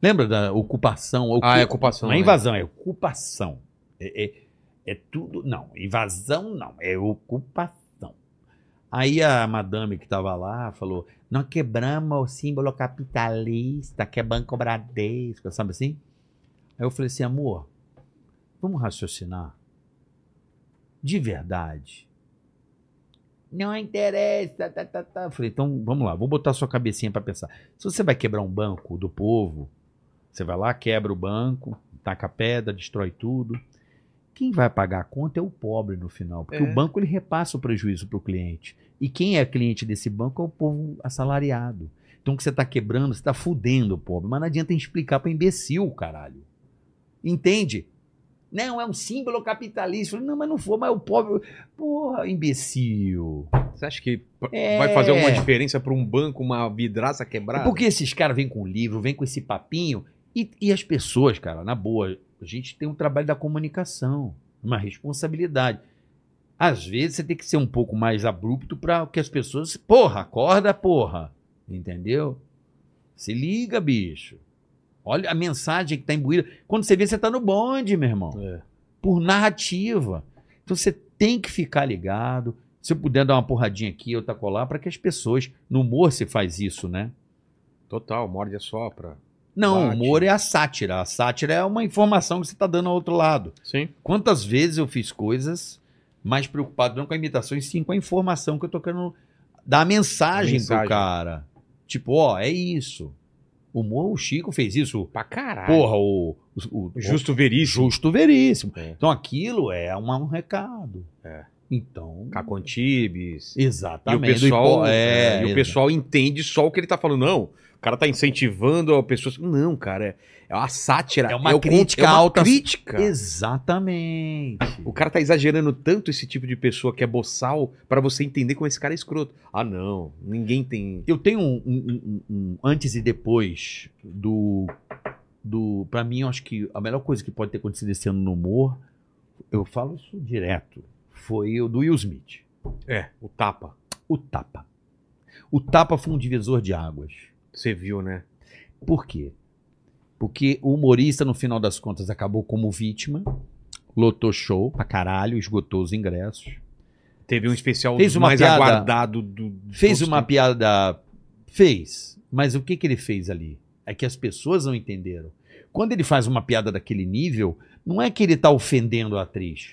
Speaker 3: Lembra da ocupação? ocu-
Speaker 1: Ah, é ocupação.
Speaker 3: não é
Speaker 1: né?
Speaker 3: invasão, é ocupação. É, é- é tudo. Não, invasão não, é ocupação. Aí a madame que estava lá falou: Nós quebramos o símbolo capitalista, que é Banco Bradesco, sabe assim? Aí eu falei assim: amor, vamos raciocinar. De verdade. Não interessa. Tá, tá, tá. Eu falei: então vamos lá, vou botar sua cabecinha para pensar. Se você vai quebrar um banco do povo, você vai lá, quebra o banco, taca pedra, destrói tudo. Quem vai pagar a conta é o pobre no final, porque
Speaker 2: É.
Speaker 3: o banco ele repassa o prejuízo para o cliente. E quem é cliente desse banco é o povo assalariado. Então o que você está quebrando, você está fudendo o pobre. Mas não adianta explicar para imbecil, caralho. Entende? Não, é um símbolo capitalista. Eu falei, Não, mas não for, mas o pobre. Porra, imbecil.
Speaker 1: Você acha que p-
Speaker 3: É.
Speaker 1: vai fazer alguma diferença para um banco, uma vidraça quebrada?
Speaker 3: É porque esses caras vêm com livro, vêm com esse papinho. E, e as pessoas, cara, na boa, a gente tem um trabalho da comunicação, uma responsabilidade. Às vezes você tem que ser um pouco mais abrupto para que as pessoas. Porra, acorda, porra. Entendeu? Se liga, bicho. Olha a mensagem que tá imbuída. Quando você vê, você tá no bonde, meu irmão. Por narrativa. Então você tem que ficar ligado. Se eu puder dar uma porradinha aqui, outra colar, para que as pessoas. No humor se faz isso, né?
Speaker 1: Total, morde a sopra.
Speaker 3: Não, o
Speaker 1: Bate.
Speaker 3: humor é a sátira. A sátira é uma informação que você está dando ao outro lado.
Speaker 1: Sim.
Speaker 3: Quantas vezes eu fiz coisas mais preocupado não com a imitação, e sim com a informação que eu tô querendo dar a mensagem,
Speaker 1: Mensagem.
Speaker 3: pro cara. Tipo, ó, é isso. O humor, o Chico fez isso.
Speaker 1: Pra caralho.
Speaker 3: Porra, o, o, o-
Speaker 1: Ah. Justo veríssimo.
Speaker 3: justo veríssimo.
Speaker 1: É.
Speaker 3: Então aquilo é uma- um recado.
Speaker 1: É.
Speaker 3: Então.
Speaker 1: Cacontibes. E o
Speaker 3: Exatamente. Do
Speaker 1: pessoal,
Speaker 3: hipo- é,
Speaker 1: é, e o
Speaker 3: exa-
Speaker 1: pessoal entende só o que ele tá falando. Não, o cara tá incentivando a pessoa. Não, cara, é, é uma sátira.
Speaker 3: É uma
Speaker 1: o con-
Speaker 3: crítica
Speaker 1: é uma
Speaker 3: alta-
Speaker 1: crítica.
Speaker 3: Exatamente.
Speaker 1: O cara tá exagerando tanto esse tipo de pessoa que é boçal pra você entender como esse cara é escroto. Ah, não, ninguém tem.
Speaker 3: Eu tenho um, um- um- um antes e depois do. do para mim, eu acho que a melhor coisa que pode ter acontecido esse ano no humor, eu falo isso direto, foi o do Will Smith.
Speaker 1: É, o tapa.
Speaker 3: O tapa. O tapa foi um divisor de águas.
Speaker 1: Você viu, né?
Speaker 3: Por quê? Porque o humorista, no final das contas, acabou como vítima, lotou show pra caralho, esgotou os ingressos.
Speaker 1: Teve um especial
Speaker 3: Fez uma
Speaker 1: mais
Speaker 3: piada-
Speaker 1: aguardado do. do-
Speaker 3: Fez
Speaker 1: todos
Speaker 3: uma
Speaker 1: os
Speaker 3: piada. Fez. Mas o que, que ele fez ali? É que as pessoas não entenderam. Quando ele faz uma piada daquele nível, não é que ele está ofendendo a atriz.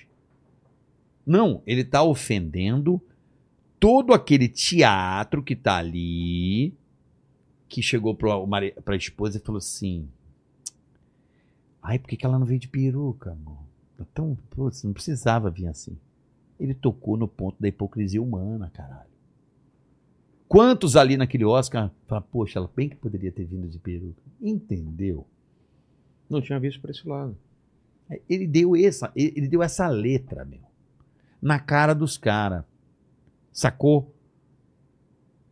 Speaker 3: Não, ele está ofendendo todo aquele teatro que tá ali, que chegou para a esposa e falou assim: Ai, por que, que ela não veio de peruca, amor? Tá Tão, putz, não precisava vir assim. Ele tocou no ponto da hipocrisia humana, caralho. Quantos ali naquele Oscar falaram, poxa, ela bem que poderia ter vindo de peruca. Entendeu?
Speaker 1: tempos. Não tinha visto pra esse lado.
Speaker 3: Ele deu essa, ele deu essa letra, meu, na cara dos caras. Sacou?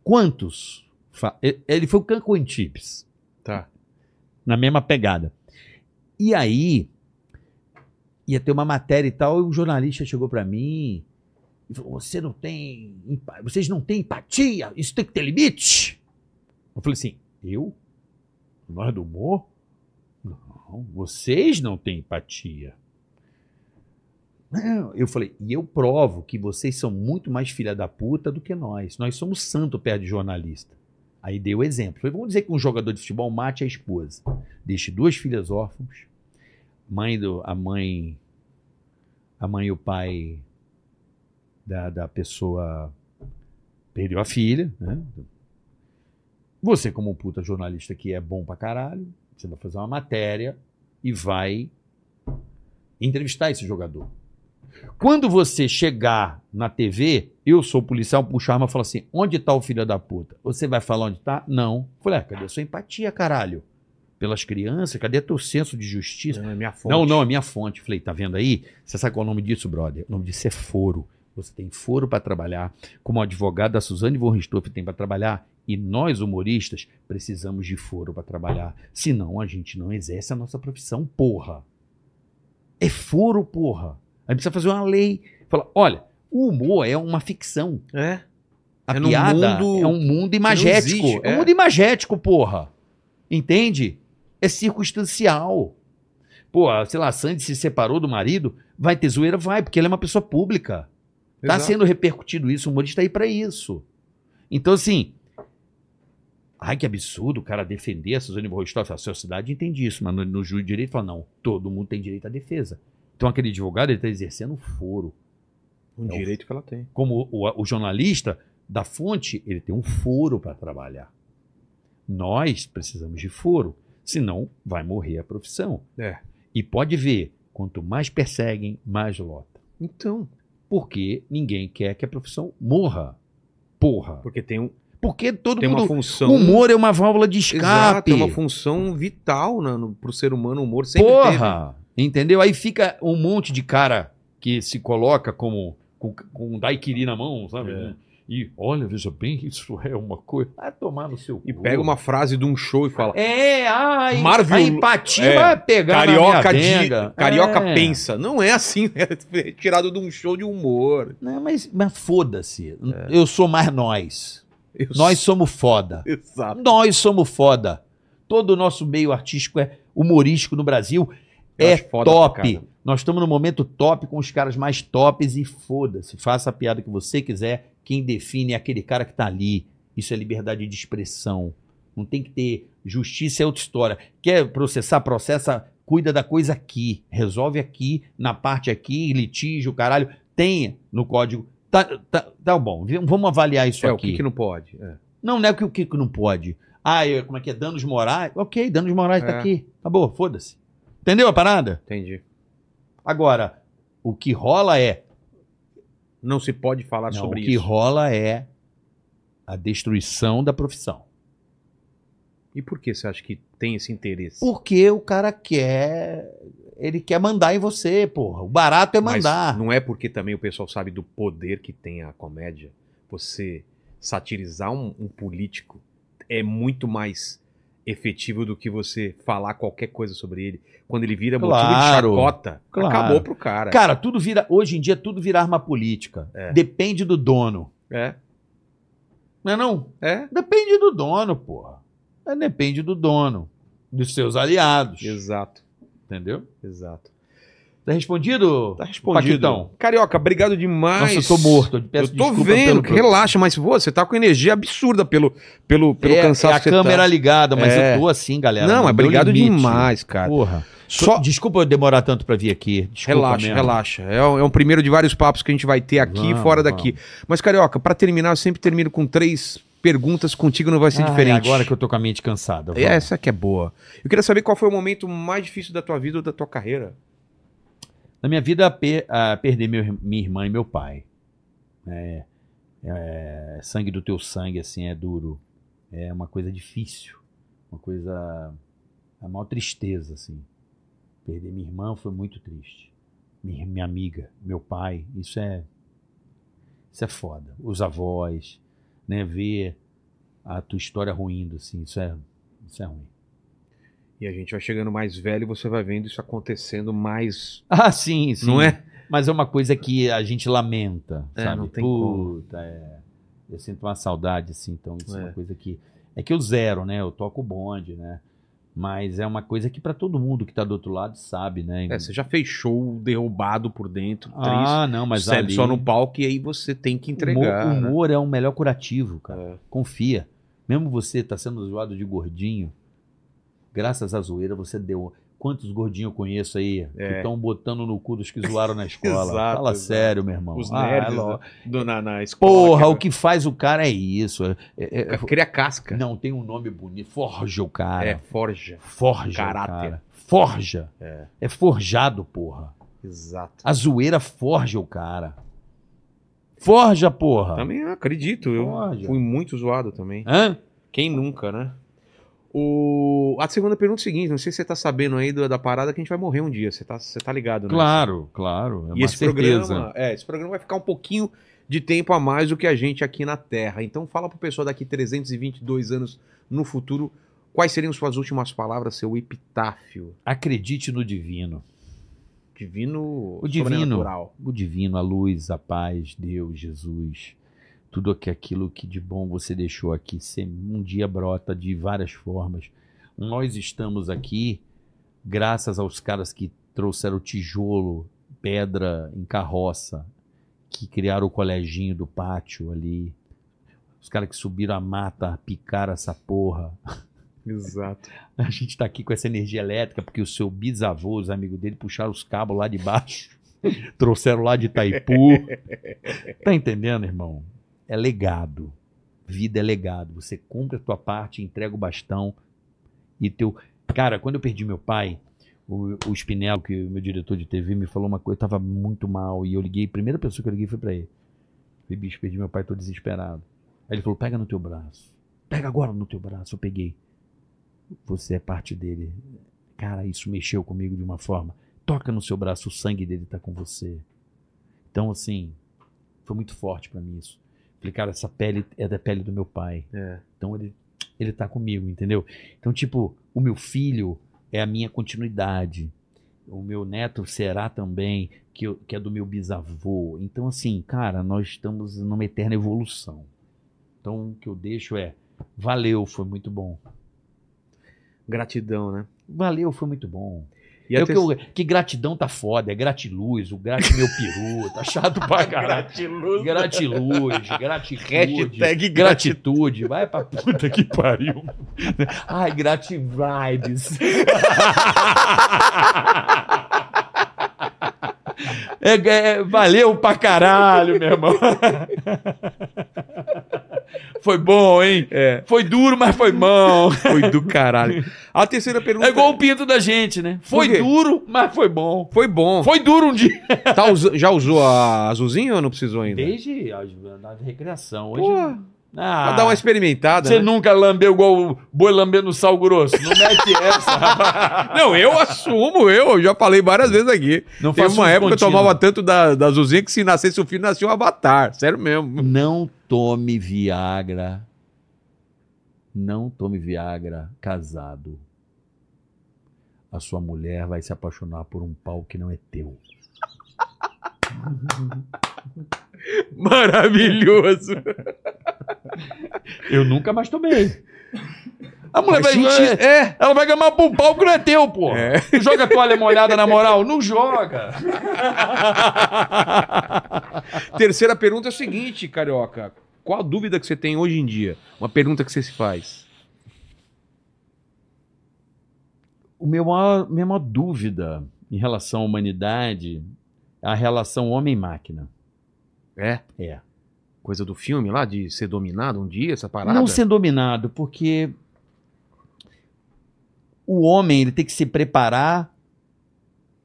Speaker 3: Quantos? fa- e- Ele foi o Canco Antibes.
Speaker 1: Tá.
Speaker 3: Na mesma pegada. E aí, ia ter uma matéria e tal, e o jornalista chegou pra mim e falou: Você não tem. empa- Vocês não têm empatia, isso tem que ter limite. Eu falei assim: Eu? Nós do humor? Não, vocês não têm empatia. Não, eu falei, e eu provo que vocês são muito mais filha da puta do que nós. Nós somos santo perto de jornalista. Aí dei o exemplo. Falei, vamos dizer que um jogador de futebol mate a esposa, deixe duas filhas órfãos, mãe do, a mãe, a mãe e o pai da, da pessoa perdeu a filha, né? Você, como um puta jornalista que é bom pra caralho, você vai fazer uma matéria e vai entrevistar esse jogador. Quando você chegar na TV, eu sou policial, puxar a arma e falar assim: onde tá o filho da puta? Você vai falar onde tá? Não. Eu Falei, ah, cadê a sua empatia, caralho? Pelas crianças, cadê teu senso de justiça?
Speaker 1: Não, é minha fonte.
Speaker 3: Não, não, é minha fonte. Falei, tá vendo aí? Você sabe qual é o nome disso, brother? O nome disso é foro. Você tem foro para trabalhar, como a advogada Suzane von Ristoff tem para trabalhar, e nós, humoristas, precisamos de foro para trabalhar. Senão a gente não exerce a nossa profissão, porra. É foro, porra. A gente precisa fazer uma lei. Fala, olha, o humor é uma ficção.
Speaker 1: É.
Speaker 3: A
Speaker 1: É num
Speaker 3: piada
Speaker 1: mundo
Speaker 3: é um mundo
Speaker 1: que
Speaker 3: imagético.
Speaker 1: não existe,
Speaker 3: é.
Speaker 1: é.
Speaker 3: um mundo imagético, porra. Entende? É circunstancial. Pô, sei lá, a Sandy se separou do marido, vai ter zoeira? Vai, porque ela é uma pessoa pública. Tá
Speaker 1: Exato.
Speaker 3: sendo repercutido isso, o humorista tá aí pra isso. Então, assim. Ai, que absurdo o cara defender a Suzane Rostoff. A sociedade entende isso, mas no, no juiz de direito fala: não, todo mundo tem direito à defesa. Então, aquele advogado, ele tá exercendo foro
Speaker 1: Um direito que ela tem.
Speaker 3: como o, o jornalista da fonte, ele tem um foro para trabalhar. Nós precisamos de foro, senão vai morrer a profissão.
Speaker 1: É.
Speaker 3: E pode ver, quanto mais perseguem, mais lota.
Speaker 1: Então,
Speaker 3: Porque ninguém quer que a profissão morra. Porra.
Speaker 1: porque tem, um,
Speaker 3: Porque todo
Speaker 1: tem uma
Speaker 3: mundo.
Speaker 1: função.
Speaker 3: O humor é uma válvula de
Speaker 1: Exato,
Speaker 3: escape.
Speaker 1: tem uma função vital né, no, pro ser humano. O humor sempre
Speaker 3: Porra! Entendeu? Aí fica um monte de cara que se coloca como com, com um daiquiri na mão, sabe?
Speaker 1: É.
Speaker 3: E olha, veja bem, isso é uma coisa. Ah, tomar no seu
Speaker 1: teve. E
Speaker 3: cu.
Speaker 1: pega uma frase de um show e fala.
Speaker 3: É, ai,
Speaker 1: Marvel-
Speaker 3: a empatia
Speaker 1: é,
Speaker 3: vai pegar
Speaker 1: Carioca,
Speaker 3: na
Speaker 1: de-
Speaker 3: minha denga.
Speaker 1: carioca
Speaker 3: É.
Speaker 1: pensa. Não é assim, é tirado de um show de humor.
Speaker 3: Não, mas, mas
Speaker 1: É.
Speaker 3: foda-se. Eu sou mais nós.
Speaker 1: Eu
Speaker 3: Nós somos foda.
Speaker 1: Exato.
Speaker 3: Nós somos foda. Todo o nosso meio artístico é humorístico no Brasil.
Speaker 1: Eu
Speaker 3: é
Speaker 1: acho foda pra
Speaker 3: top.
Speaker 1: caramba.
Speaker 3: Nós estamos no momento top com os caras mais tops e foda-se. Faça a piada que você quiser. Quem define é aquele cara que tá ali. Isso é liberdade de expressão. Não tem que ter. Justiça é outra história. Quer processar? Processa. Cuida da coisa aqui. Resolve aqui, na parte aqui, litígio, caralho. Tem no código. Tá, tá, tá bom, v- vamos avaliar isso
Speaker 1: É, o
Speaker 3: aqui.
Speaker 1: que, que não pode? É.
Speaker 3: Não, não é que o que que não pode. Ah, eu- como é que é? Danos morais? Ok, danos morais
Speaker 1: É.
Speaker 3: tá aqui. Acabou, foda-se. Entendeu a parada?
Speaker 1: Entendi.
Speaker 3: Agora, o que rola é.
Speaker 1: Não se pode falar
Speaker 3: Não, o
Speaker 1: sobre
Speaker 3: que
Speaker 1: isso.
Speaker 3: rola é a destruição da profissão.
Speaker 1: E por que você acha que tem esse interesse?
Speaker 3: Porque o cara quer. Ele quer mandar em você, porra. O barato é
Speaker 1: Mas
Speaker 3: mandar.
Speaker 1: não é porque também o pessoal sabe do poder que tem a comédia. Você satirizar um, um político é muito mais efetivo do que você falar qualquer coisa sobre ele. Quando ele vira motivo de
Speaker 3: Claro,
Speaker 1: chacota,
Speaker 3: claro.
Speaker 1: acabou pro cara.
Speaker 3: Cara, tudo vira. Hoje em dia, tudo vira arma política.
Speaker 1: É.
Speaker 3: Depende do dono.
Speaker 1: É,
Speaker 3: Não é não?
Speaker 1: é.
Speaker 3: Depende do dono, porra. É, Depende do dono. Dos seus aliados.
Speaker 1: Exato,
Speaker 3: Entendeu?
Speaker 1: exato.
Speaker 3: Tá respondido?
Speaker 1: Tá respondido.
Speaker 3: Paquitão.
Speaker 1: Carioca, obrigado demais.
Speaker 3: Nossa, eu tô morto. Eu peço
Speaker 1: Eu tô
Speaker 3: desculpa
Speaker 1: vendo,
Speaker 3: pelo...
Speaker 1: relaxa, mas pô, você tá com energia absurda pelo, pelo, pelo
Speaker 3: é,
Speaker 1: cansaço
Speaker 3: é a
Speaker 1: que você
Speaker 3: câmera
Speaker 1: tá.
Speaker 3: ligada, mas
Speaker 1: É.
Speaker 3: eu tô assim, galera.
Speaker 1: Não, mas
Speaker 3: é
Speaker 1: obrigado demais, cara.
Speaker 3: Porra.
Speaker 1: Só,
Speaker 3: Desculpa eu demorar tanto pra vir aqui. Desculpa
Speaker 1: relaxa,
Speaker 3: mesmo.
Speaker 1: relaxa. É um, é um primeiro de vários papos que a gente vai ter aqui e
Speaker 3: Vamos,
Speaker 1: fora daqui. Mas, Carioca, pra terminar, eu sempre termino com três perguntas. Contigo não vai ser
Speaker 3: Ai,
Speaker 1: diferente.
Speaker 3: Ah, é agora que eu tô com a mente cansada.
Speaker 1: É, Essa que é boa. Eu queria saber qual foi o momento mais difícil da tua vida ou da tua carreira.
Speaker 3: Na minha vida, per- ah, perder meu ir- minha irmã e meu pai. É, é, sangue do teu sangue, assim, é duro. É uma coisa difícil. Uma coisa. A maior tristeza, assim. Perder minha irmã foi muito triste. Minha, minha amiga, meu pai, isso é. Isso é foda. Os avós, né? Ver a tua história ruindo, assim, isso é, isso é ruim.
Speaker 1: E a gente vai chegando mais velho e você vai vendo isso acontecendo mais.
Speaker 3: Ah, sim, sim.
Speaker 1: Não é?
Speaker 3: Mas é uma coisa que a gente lamenta,
Speaker 1: É,
Speaker 3: sabe?
Speaker 1: não tem
Speaker 3: Puta, é. Eu sinto uma saudade, assim, então isso é.
Speaker 1: É.
Speaker 3: uma coisa que... É que eu zero, né? Eu toco o bonde, né? Mas é uma coisa que pra todo mundo que tá do outro lado sabe, né?
Speaker 1: É, você já fez show derrubado por dentro, triste,
Speaker 3: ah, não, mas
Speaker 1: sério,
Speaker 3: ali...
Speaker 1: só no palco e aí você tem que entregar.
Speaker 3: Humor,
Speaker 1: né?
Speaker 3: humor é o melhor curativo, cara.
Speaker 1: É.
Speaker 3: Confia. Mesmo você tá sendo zoado de gordinho, graças à zoeira você deu... Quantos gordinhos eu conheço aí que
Speaker 1: É.
Speaker 3: estão botando no cu dos que zoaram na escola?
Speaker 1: Exato,
Speaker 3: Fala
Speaker 1: exato.
Speaker 3: sério, meu irmão.
Speaker 1: Os
Speaker 3: Ah, é
Speaker 1: nerds né?
Speaker 3: lógico.
Speaker 1: do- na, na escola.
Speaker 3: Porra, o
Speaker 1: que
Speaker 3: que faz o cara é isso. É- é- é-
Speaker 1: era- Cria casca.
Speaker 3: não, tem um nome bonito. Forja o cara.
Speaker 1: É, forja.
Speaker 3: Forja. o
Speaker 1: Caráter.
Speaker 3: cara. Forja.
Speaker 1: É.
Speaker 3: É forjado, porra.
Speaker 1: Exato.
Speaker 3: A zoeira forja o cara. Forja, porra.
Speaker 1: Também acredito. Eu
Speaker 3: Olha.
Speaker 1: fui muito zoado também.
Speaker 3: Hã?
Speaker 1: Quem nunca, né? O... A segunda pergunta é o seguinte: não sei se você tá sabendo aí do- da parada que a gente vai morrer um dia. Você tá, você tá ligado, né?
Speaker 3: Claro, claro.
Speaker 1: E
Speaker 3: É uma
Speaker 1: esse
Speaker 3: certeza.
Speaker 1: programa, é, esse programa vai ficar um pouquinho de tempo a mais do que a gente aqui na Terra. Então fala pro pessoal daqui 322 anos no futuro, quais seriam suas últimas palavras, seu epitáfio
Speaker 3: Acredite no divino.
Speaker 1: divino,
Speaker 3: O divino,
Speaker 1: sobrenatural?
Speaker 3: o divino, a luz, a paz, Deus, Jesus, tudo que aquilo que de bom você deixou aqui, se- um dia brota de várias formas. Nós estamos aqui graças aos caras que trouxeram tijolo, pedra em carroça, que criaram o coleginho do pátio ali. Os caras que subiram a mata, picaram essa porra.
Speaker 1: Exato.
Speaker 3: A gente tá aqui com essa energia elétrica porque o seu bisavô, os amigos dele, puxaram os cabos lá de baixo, trouxeram lá de Itaipu. Tá entendendo, irmão? É legado. Vida é legado. Você cumpre a tua parte, entrega o bastão e teu. Cara, quando eu perdi meu pai, o, o Spinello, que é o meu diretor de TV, me falou uma coisa, eu tava muito mal e eu liguei, a primeira pessoa que eu liguei foi pra ele. Falei, bicho, perdi meu pai, tô desesperado. Aí ele falou, pega no teu braço. Pega agora no teu braço. Eu peguei você é parte dele. Cara, isso mexeu comigo de uma forma. Toca no seu braço, o sangue dele tá com você. Então, assim, foi muito forte pra mim isso. Falei, cara, essa pele é da pele do meu pai.
Speaker 1: É.
Speaker 3: Então ele, ele tá comigo, entendeu? Então, tipo, o meu filho é a minha continuidade. O meu neto será também, que, eu- que é do meu bisavô. Então, assim, cara, nós estamos numa eterna evolução. Então, o que eu deixo é, valeu, foi muito bom.
Speaker 1: Gratidão, né?
Speaker 3: Valeu, foi muito bom.
Speaker 1: E a
Speaker 3: Eu É que,
Speaker 1: ter-
Speaker 3: eu- que gratidão tá foda, é gratiluz, o grate meu peru, tá chato pra caralho.
Speaker 19: Gratiluz.
Speaker 3: Gratiluz, gratitude.
Speaker 1: Hashtag gratidão.
Speaker 3: Gratitude, vai pra puta que pariu. Ai, grativibes. É, é, valeu pra caralho, meu irmão. Foi bom, hein?
Speaker 1: É.
Speaker 3: Foi duro, mas foi bom.
Speaker 1: Foi do caralho. A terceira pergunta.
Speaker 3: É igual o pinto da gente, né?
Speaker 1: Por quê?
Speaker 3: Foi duro, mas foi bom.
Speaker 1: Foi bom.
Speaker 3: Foi duro um dia.
Speaker 1: Tá usa- Já usou a azulzinha ou não precisou ainda?
Speaker 3: Desde a, a recreação. Hoje.
Speaker 1: Pô,
Speaker 3: Ah,
Speaker 1: pra dar uma experimentada.
Speaker 3: você
Speaker 1: né?
Speaker 3: nunca lambeu igual o boi lambendo sal grosso. Não mete essa, rapaz.
Speaker 1: Não, eu assumo, eu, eu já falei várias vezes aqui.
Speaker 3: Não
Speaker 1: Teve
Speaker 3: faça
Speaker 1: uma
Speaker 3: isso
Speaker 1: época que eu
Speaker 3: contínuo.
Speaker 1: tomava tanto da, da Azulzinha que se nascesse o filho, nascia um avatar. Sério mesmo.
Speaker 3: Não tome Viagra. Não tome Viagra casado. A sua mulher vai se apaixonar por um pau que não é teu.
Speaker 1: Maravilhoso.
Speaker 3: Eu nunca mais tomei. A mulher vai.
Speaker 1: Gente, é.
Speaker 3: Ela vai gamar pra um pau que não é teu, pô.
Speaker 1: É.
Speaker 3: Tu Joga a toalha molhada na moral? Não joga.
Speaker 1: Terceira pergunta é o seguinte, Carioca. Qual a dúvida que você tem hoje em dia? Uma pergunta que você se faz.
Speaker 3: o meu maior, minha maior dúvida em relação à humanidade é a relação homem-máquina.
Speaker 1: É?
Speaker 3: É.
Speaker 1: Coisa do filme lá, de ser dominado um dia, essa parada?
Speaker 3: Não ser dominado, porque o homem ele tem que se preparar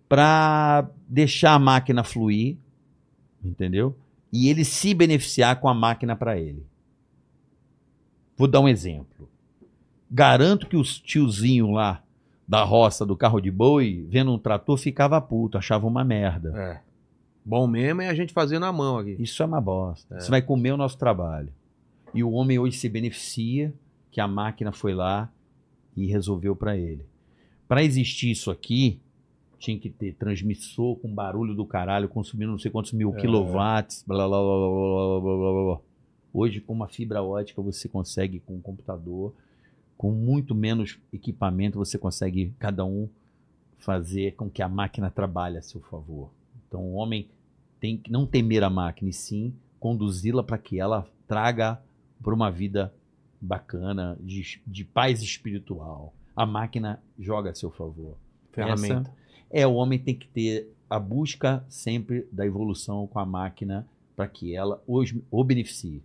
Speaker 3: para deixar a máquina fluir, entendeu? E ele se beneficiar com a máquina para ele. Vou dar um exemplo. Garanto que os tiozinho lá da roça do carro de boi, vendo um trator, ficava puto, achava uma merda.
Speaker 1: É. Bom mesmo é a gente fazer na mão aqui.
Speaker 3: Isso é uma bosta. Você vai comer o nosso trabalho. E o homem hoje se beneficia que a máquina foi lá e resolveu para ele. Para existir isso aqui, tinha que ter transmissor com barulho do caralho, consumindo não sei quantos mil quilowatts, blá blá blá blá blá blá blá blá blá. Hoje, com uma fibra ótica, você consegue, com um computador, com muito menos equipamento, você consegue, cada um, fazer com que a máquina trabalhe a seu favor. Então, o homem tem que não temer a máquina, e sim conduzi-la para que ela traga para uma vida bacana, de, de paz espiritual. A máquina joga a seu favor.
Speaker 1: Ferramenta.
Speaker 3: Essa é, o homem tem que ter a busca sempre da evolução com a máquina para que ela os, o beneficie.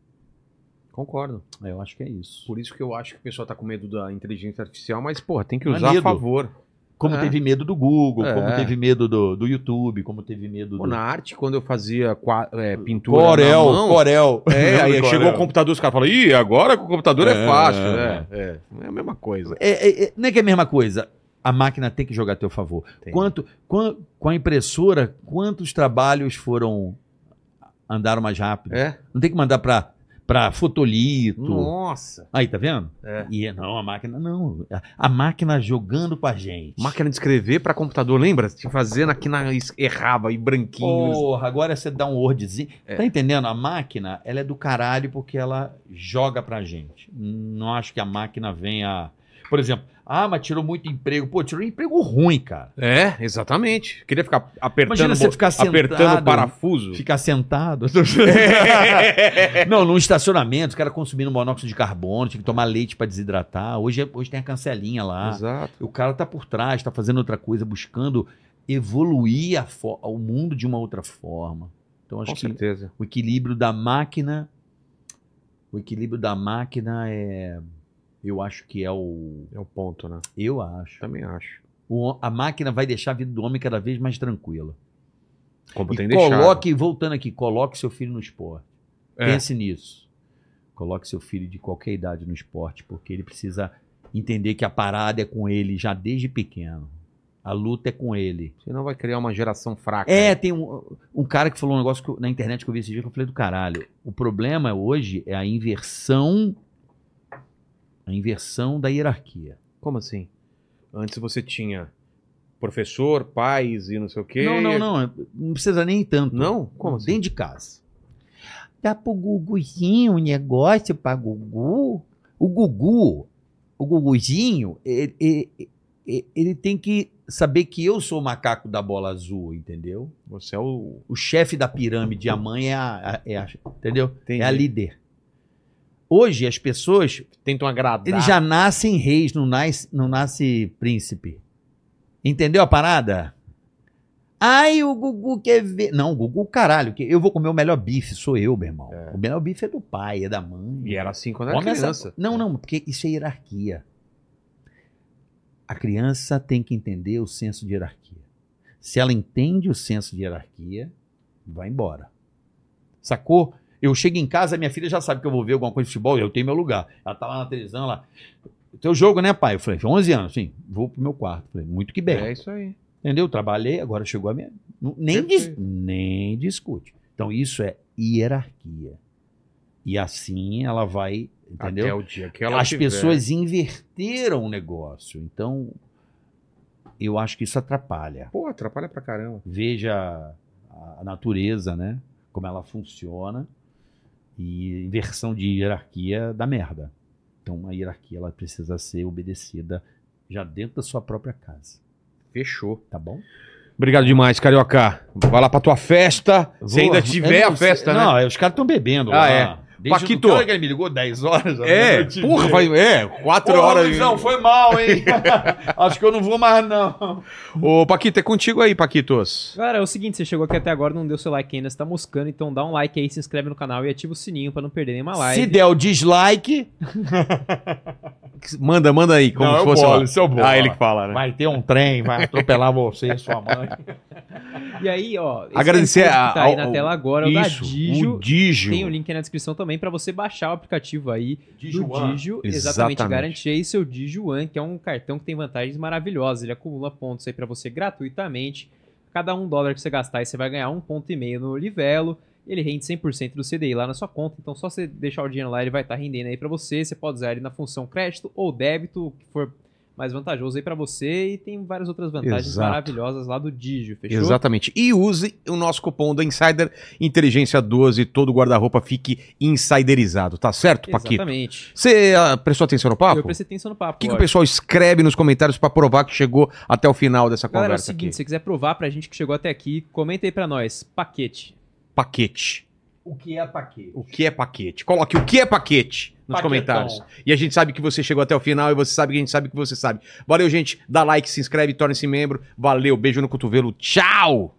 Speaker 1: Concordo.
Speaker 3: Eu acho que é isso.
Speaker 1: Por isso que eu acho que o pessoal tá com medo da inteligência artificial, mas, porra, tem que usar
Speaker 3: Maneiro.
Speaker 1: a favor.
Speaker 3: Como
Speaker 1: É.
Speaker 3: teve medo do Google, como
Speaker 1: É.
Speaker 3: teve medo do, do YouTube, como teve medo
Speaker 1: Pô,
Speaker 3: do.
Speaker 1: na arte, quando eu fazia qua- é, pintura.
Speaker 20: Corel,
Speaker 1: na mão,
Speaker 20: Corel.
Speaker 1: É, aí
Speaker 20: Corel.
Speaker 1: chegou o computador, os caras falam, ih, agora com o computador é,
Speaker 20: É,
Speaker 1: fácil.
Speaker 20: é,
Speaker 1: É, é, é a mesma coisa.
Speaker 3: É, é, é, não é que é a mesma coisa. A máquina tem que jogar a teu favor.
Speaker 1: Tem.
Speaker 3: Quanto, quan- com a impressora, quantos trabalhos foram. andaram mais rápido?
Speaker 1: É?
Speaker 3: Não tem que mandar pra, pra Fotolito.
Speaker 1: Nossa.
Speaker 3: Aí, tá vendo?
Speaker 1: É.
Speaker 3: E não, a máquina não. A, a máquina jogando com a gente.
Speaker 1: Máquina de escrever pra computador, lembra? Tinha que fazer aqui na es- errava e branquinho.
Speaker 3: Porra, agora você dá um wordzinho.
Speaker 1: É.
Speaker 3: Tá entendendo? A máquina, ela é do caralho porque ela joga pra gente. Não acho que a máquina venha. Por exemplo, ah, mas tirou muito emprego. Pô, tirou um emprego ruim, cara.
Speaker 1: É, exatamente. Queria ficar apertando,
Speaker 3: Imagina você
Speaker 1: bo-
Speaker 3: ficar sentado.
Speaker 1: apertando o parafuso.
Speaker 3: Ficar sentado.
Speaker 1: É.
Speaker 3: não, num estacionamento, os caras consumindo monóxido de carbono, tinha que tomar leite pra desidratar. Hoje, é- hoje tem a cancelinha lá.
Speaker 1: Exato.
Speaker 3: O cara tá por trás, tá fazendo outra coisa, buscando evoluir a fo- o mundo de uma outra forma. Então acho
Speaker 1: Com
Speaker 3: que
Speaker 1: certeza.
Speaker 3: o equilíbrio da máquina, o equilíbrio da máquina é, eu acho que é o,
Speaker 1: É o ponto, né?
Speaker 3: eu acho.
Speaker 1: Também acho.
Speaker 3: O- a máquina vai deixar a vida do homem cada vez mais tranquila.
Speaker 1: Como tem
Speaker 3: E
Speaker 1: deixado.
Speaker 3: coloque, voltando aqui, coloque seu filho no esporte.
Speaker 1: É.
Speaker 3: Pense nisso. Coloque seu filho de qualquer idade no esporte, porque ele precisa entender que a parada é com ele já desde pequeno. A luta é com ele.
Speaker 1: Senão vai criar uma geração fraca.
Speaker 3: É, tem um, um cara que falou um negócio que eu- na internet que eu vi esse dia que eu falei do caralho. O problema hoje é a inversão. A inversão da hierarquia.
Speaker 1: Como assim? Antes você tinha professor, pais e não sei o quê.
Speaker 3: Não, não, não. Não precisa nem tanto.
Speaker 1: Não? Como assim?
Speaker 3: Dentro de casa. Dá pro Guguzinho um negócio pra Gugu? O Gugu, o Guguzinho, ele, ele- ele- ele tem que saber que eu sou o macaco da bola azul, entendeu?
Speaker 1: Você é o.
Speaker 3: O chefe da pirâmide, a mãe é a- a- é a entendeu?
Speaker 1: Entendi.
Speaker 3: É a líder. Hoje, as pessoas,
Speaker 1: Tentam agradar.
Speaker 3: eles já nascem reis, não nasce, não nasce príncipe. Entendeu a parada? Ai, o Gugu quer ver. Não, o Gugu, caralho, que eu vou comer o melhor bife, sou eu, meu irmão. O melhor bife é do pai, é da mãe.
Speaker 1: E era assim quando era
Speaker 3: Homem é essa-
Speaker 1: criança.
Speaker 3: Não, não, porque isso é hierarquia. A criança tem que entender o senso de hierarquia. Se ela entende o senso de hierarquia, vai embora. Sacou? Eu chego em casa, minha filha já sabe que eu vou ver alguma coisa de futebol, eu tenho meu lugar. Ela tá lá na televisão, lá. Teu jogo, né, pai? Eu falei, 11 anos, sim, vou pro meu quarto. Falei, muito que bem.
Speaker 1: É isso aí.
Speaker 3: Entendeu? Trabalhei, agora chegou a minha. Não- Nem, dis- nem discute. Então, isso é hierarquia. E assim ela vai. Entendeu?
Speaker 1: Até o dia que ela
Speaker 3: as
Speaker 1: tiver.
Speaker 3: pessoas inverteram o negócio. Então, eu acho que isso atrapalha.
Speaker 1: Pô, atrapalha pra caramba.
Speaker 3: Veja a natureza, né? Como ela funciona. E inversão de hierarquia dá merda. Então, a hierarquia ela precisa ser obedecida já dentro da sua própria casa.
Speaker 1: Fechou.
Speaker 3: Tá bom?
Speaker 1: Obrigado demais, Carioca. Vai lá pra tua festa. Se
Speaker 3: Vou-
Speaker 1: ainda
Speaker 3: eu
Speaker 1: tiver
Speaker 3: não
Speaker 1: a festa,
Speaker 3: sei-
Speaker 1: né?
Speaker 3: Não, é, os caras estão bebendo.
Speaker 1: Ah,
Speaker 3: lá.
Speaker 1: é.
Speaker 3: Desde
Speaker 1: Paquito.
Speaker 3: o cara que ele me ligou 10 horas. da
Speaker 1: É,
Speaker 3: noite.
Speaker 1: porra, vai, é, quatro
Speaker 3: Porra,
Speaker 1: horas.
Speaker 3: Luizão, foi mal, hein? Acho que eu não vou mais, não.
Speaker 1: Ô, Paquito, é contigo aí, Paquitos.
Speaker 2: Galera, é o seguinte, você chegou aqui até agora, não deu seu like ainda, você tá moscando, então dá um like aí, se inscreve no canal e ativa o sininho pra não perder nenhuma live.
Speaker 3: Se der o dislike,
Speaker 1: Manda, manda aí, como
Speaker 3: Não, é o
Speaker 1: fosse.
Speaker 3: Bola,
Speaker 1: lá.
Speaker 3: isso é o Bola.
Speaker 1: Ah, ele que fala, né?
Speaker 3: vai ter um trem, vai atropelar você, sua mãe.
Speaker 2: E aí, ó, esse
Speaker 1: Agradecer
Speaker 2: arquivo que tá
Speaker 1: a-
Speaker 2: aí
Speaker 1: ao-
Speaker 2: na
Speaker 1: ao-
Speaker 2: tela agora, o da
Speaker 1: Isso,
Speaker 2: Digio.
Speaker 1: o Digio.
Speaker 2: Tem o link aí na descrição também pra você baixar o aplicativo aí do Digio. Exatamente,
Speaker 1: Exatamente.
Speaker 2: garantir aí seu Digio One, que é um cartão que tem vantagens maravilhosas. Ele acumula pontos aí pra você gratuitamente. Cada um dólar que você gastar, aí você vai ganhar um ponto e meio no Livelo. Ele rende 100% do CDI lá na sua conta, então só você deixar o dinheiro lá, ele vai estar rendendo aí pra você. Você pode usar ele na função crédito ou débito, o que for mais vantajoso aí pra você. E tem várias outras vantagens
Speaker 1: Exato.
Speaker 2: maravilhosas lá do Digio, fechou?
Speaker 1: Exatamente. E use o nosso cupom da Insider Inteligência 12, todo o guarda-roupa fique insiderizado, tá certo, Paquito?
Speaker 2: Exatamente.
Speaker 1: Você ah, prestou atenção no papo?
Speaker 2: Eu prestei atenção no papo.
Speaker 1: O que, que o
Speaker 2: lógico.
Speaker 1: pessoal escreve nos comentários pra provar que chegou até o final dessa
Speaker 2: Galera, é o
Speaker 1: conversa
Speaker 2: seguinte, se
Speaker 1: aqui?
Speaker 2: você quiser provar pra gente que chegou até aqui, comenta aí pra nós. Paquete.
Speaker 1: Paquete.
Speaker 3: O que é paquete?
Speaker 1: O que é paquete? Coloque o que é paquete nos
Speaker 3: Paquetão.
Speaker 1: comentários. E a gente sabe que você chegou até o final e você sabe que a gente sabe que você sabe. Valeu, gente. Dá like, se inscreve, torne-se membro. Valeu, beijo no cotovelo. Tchau!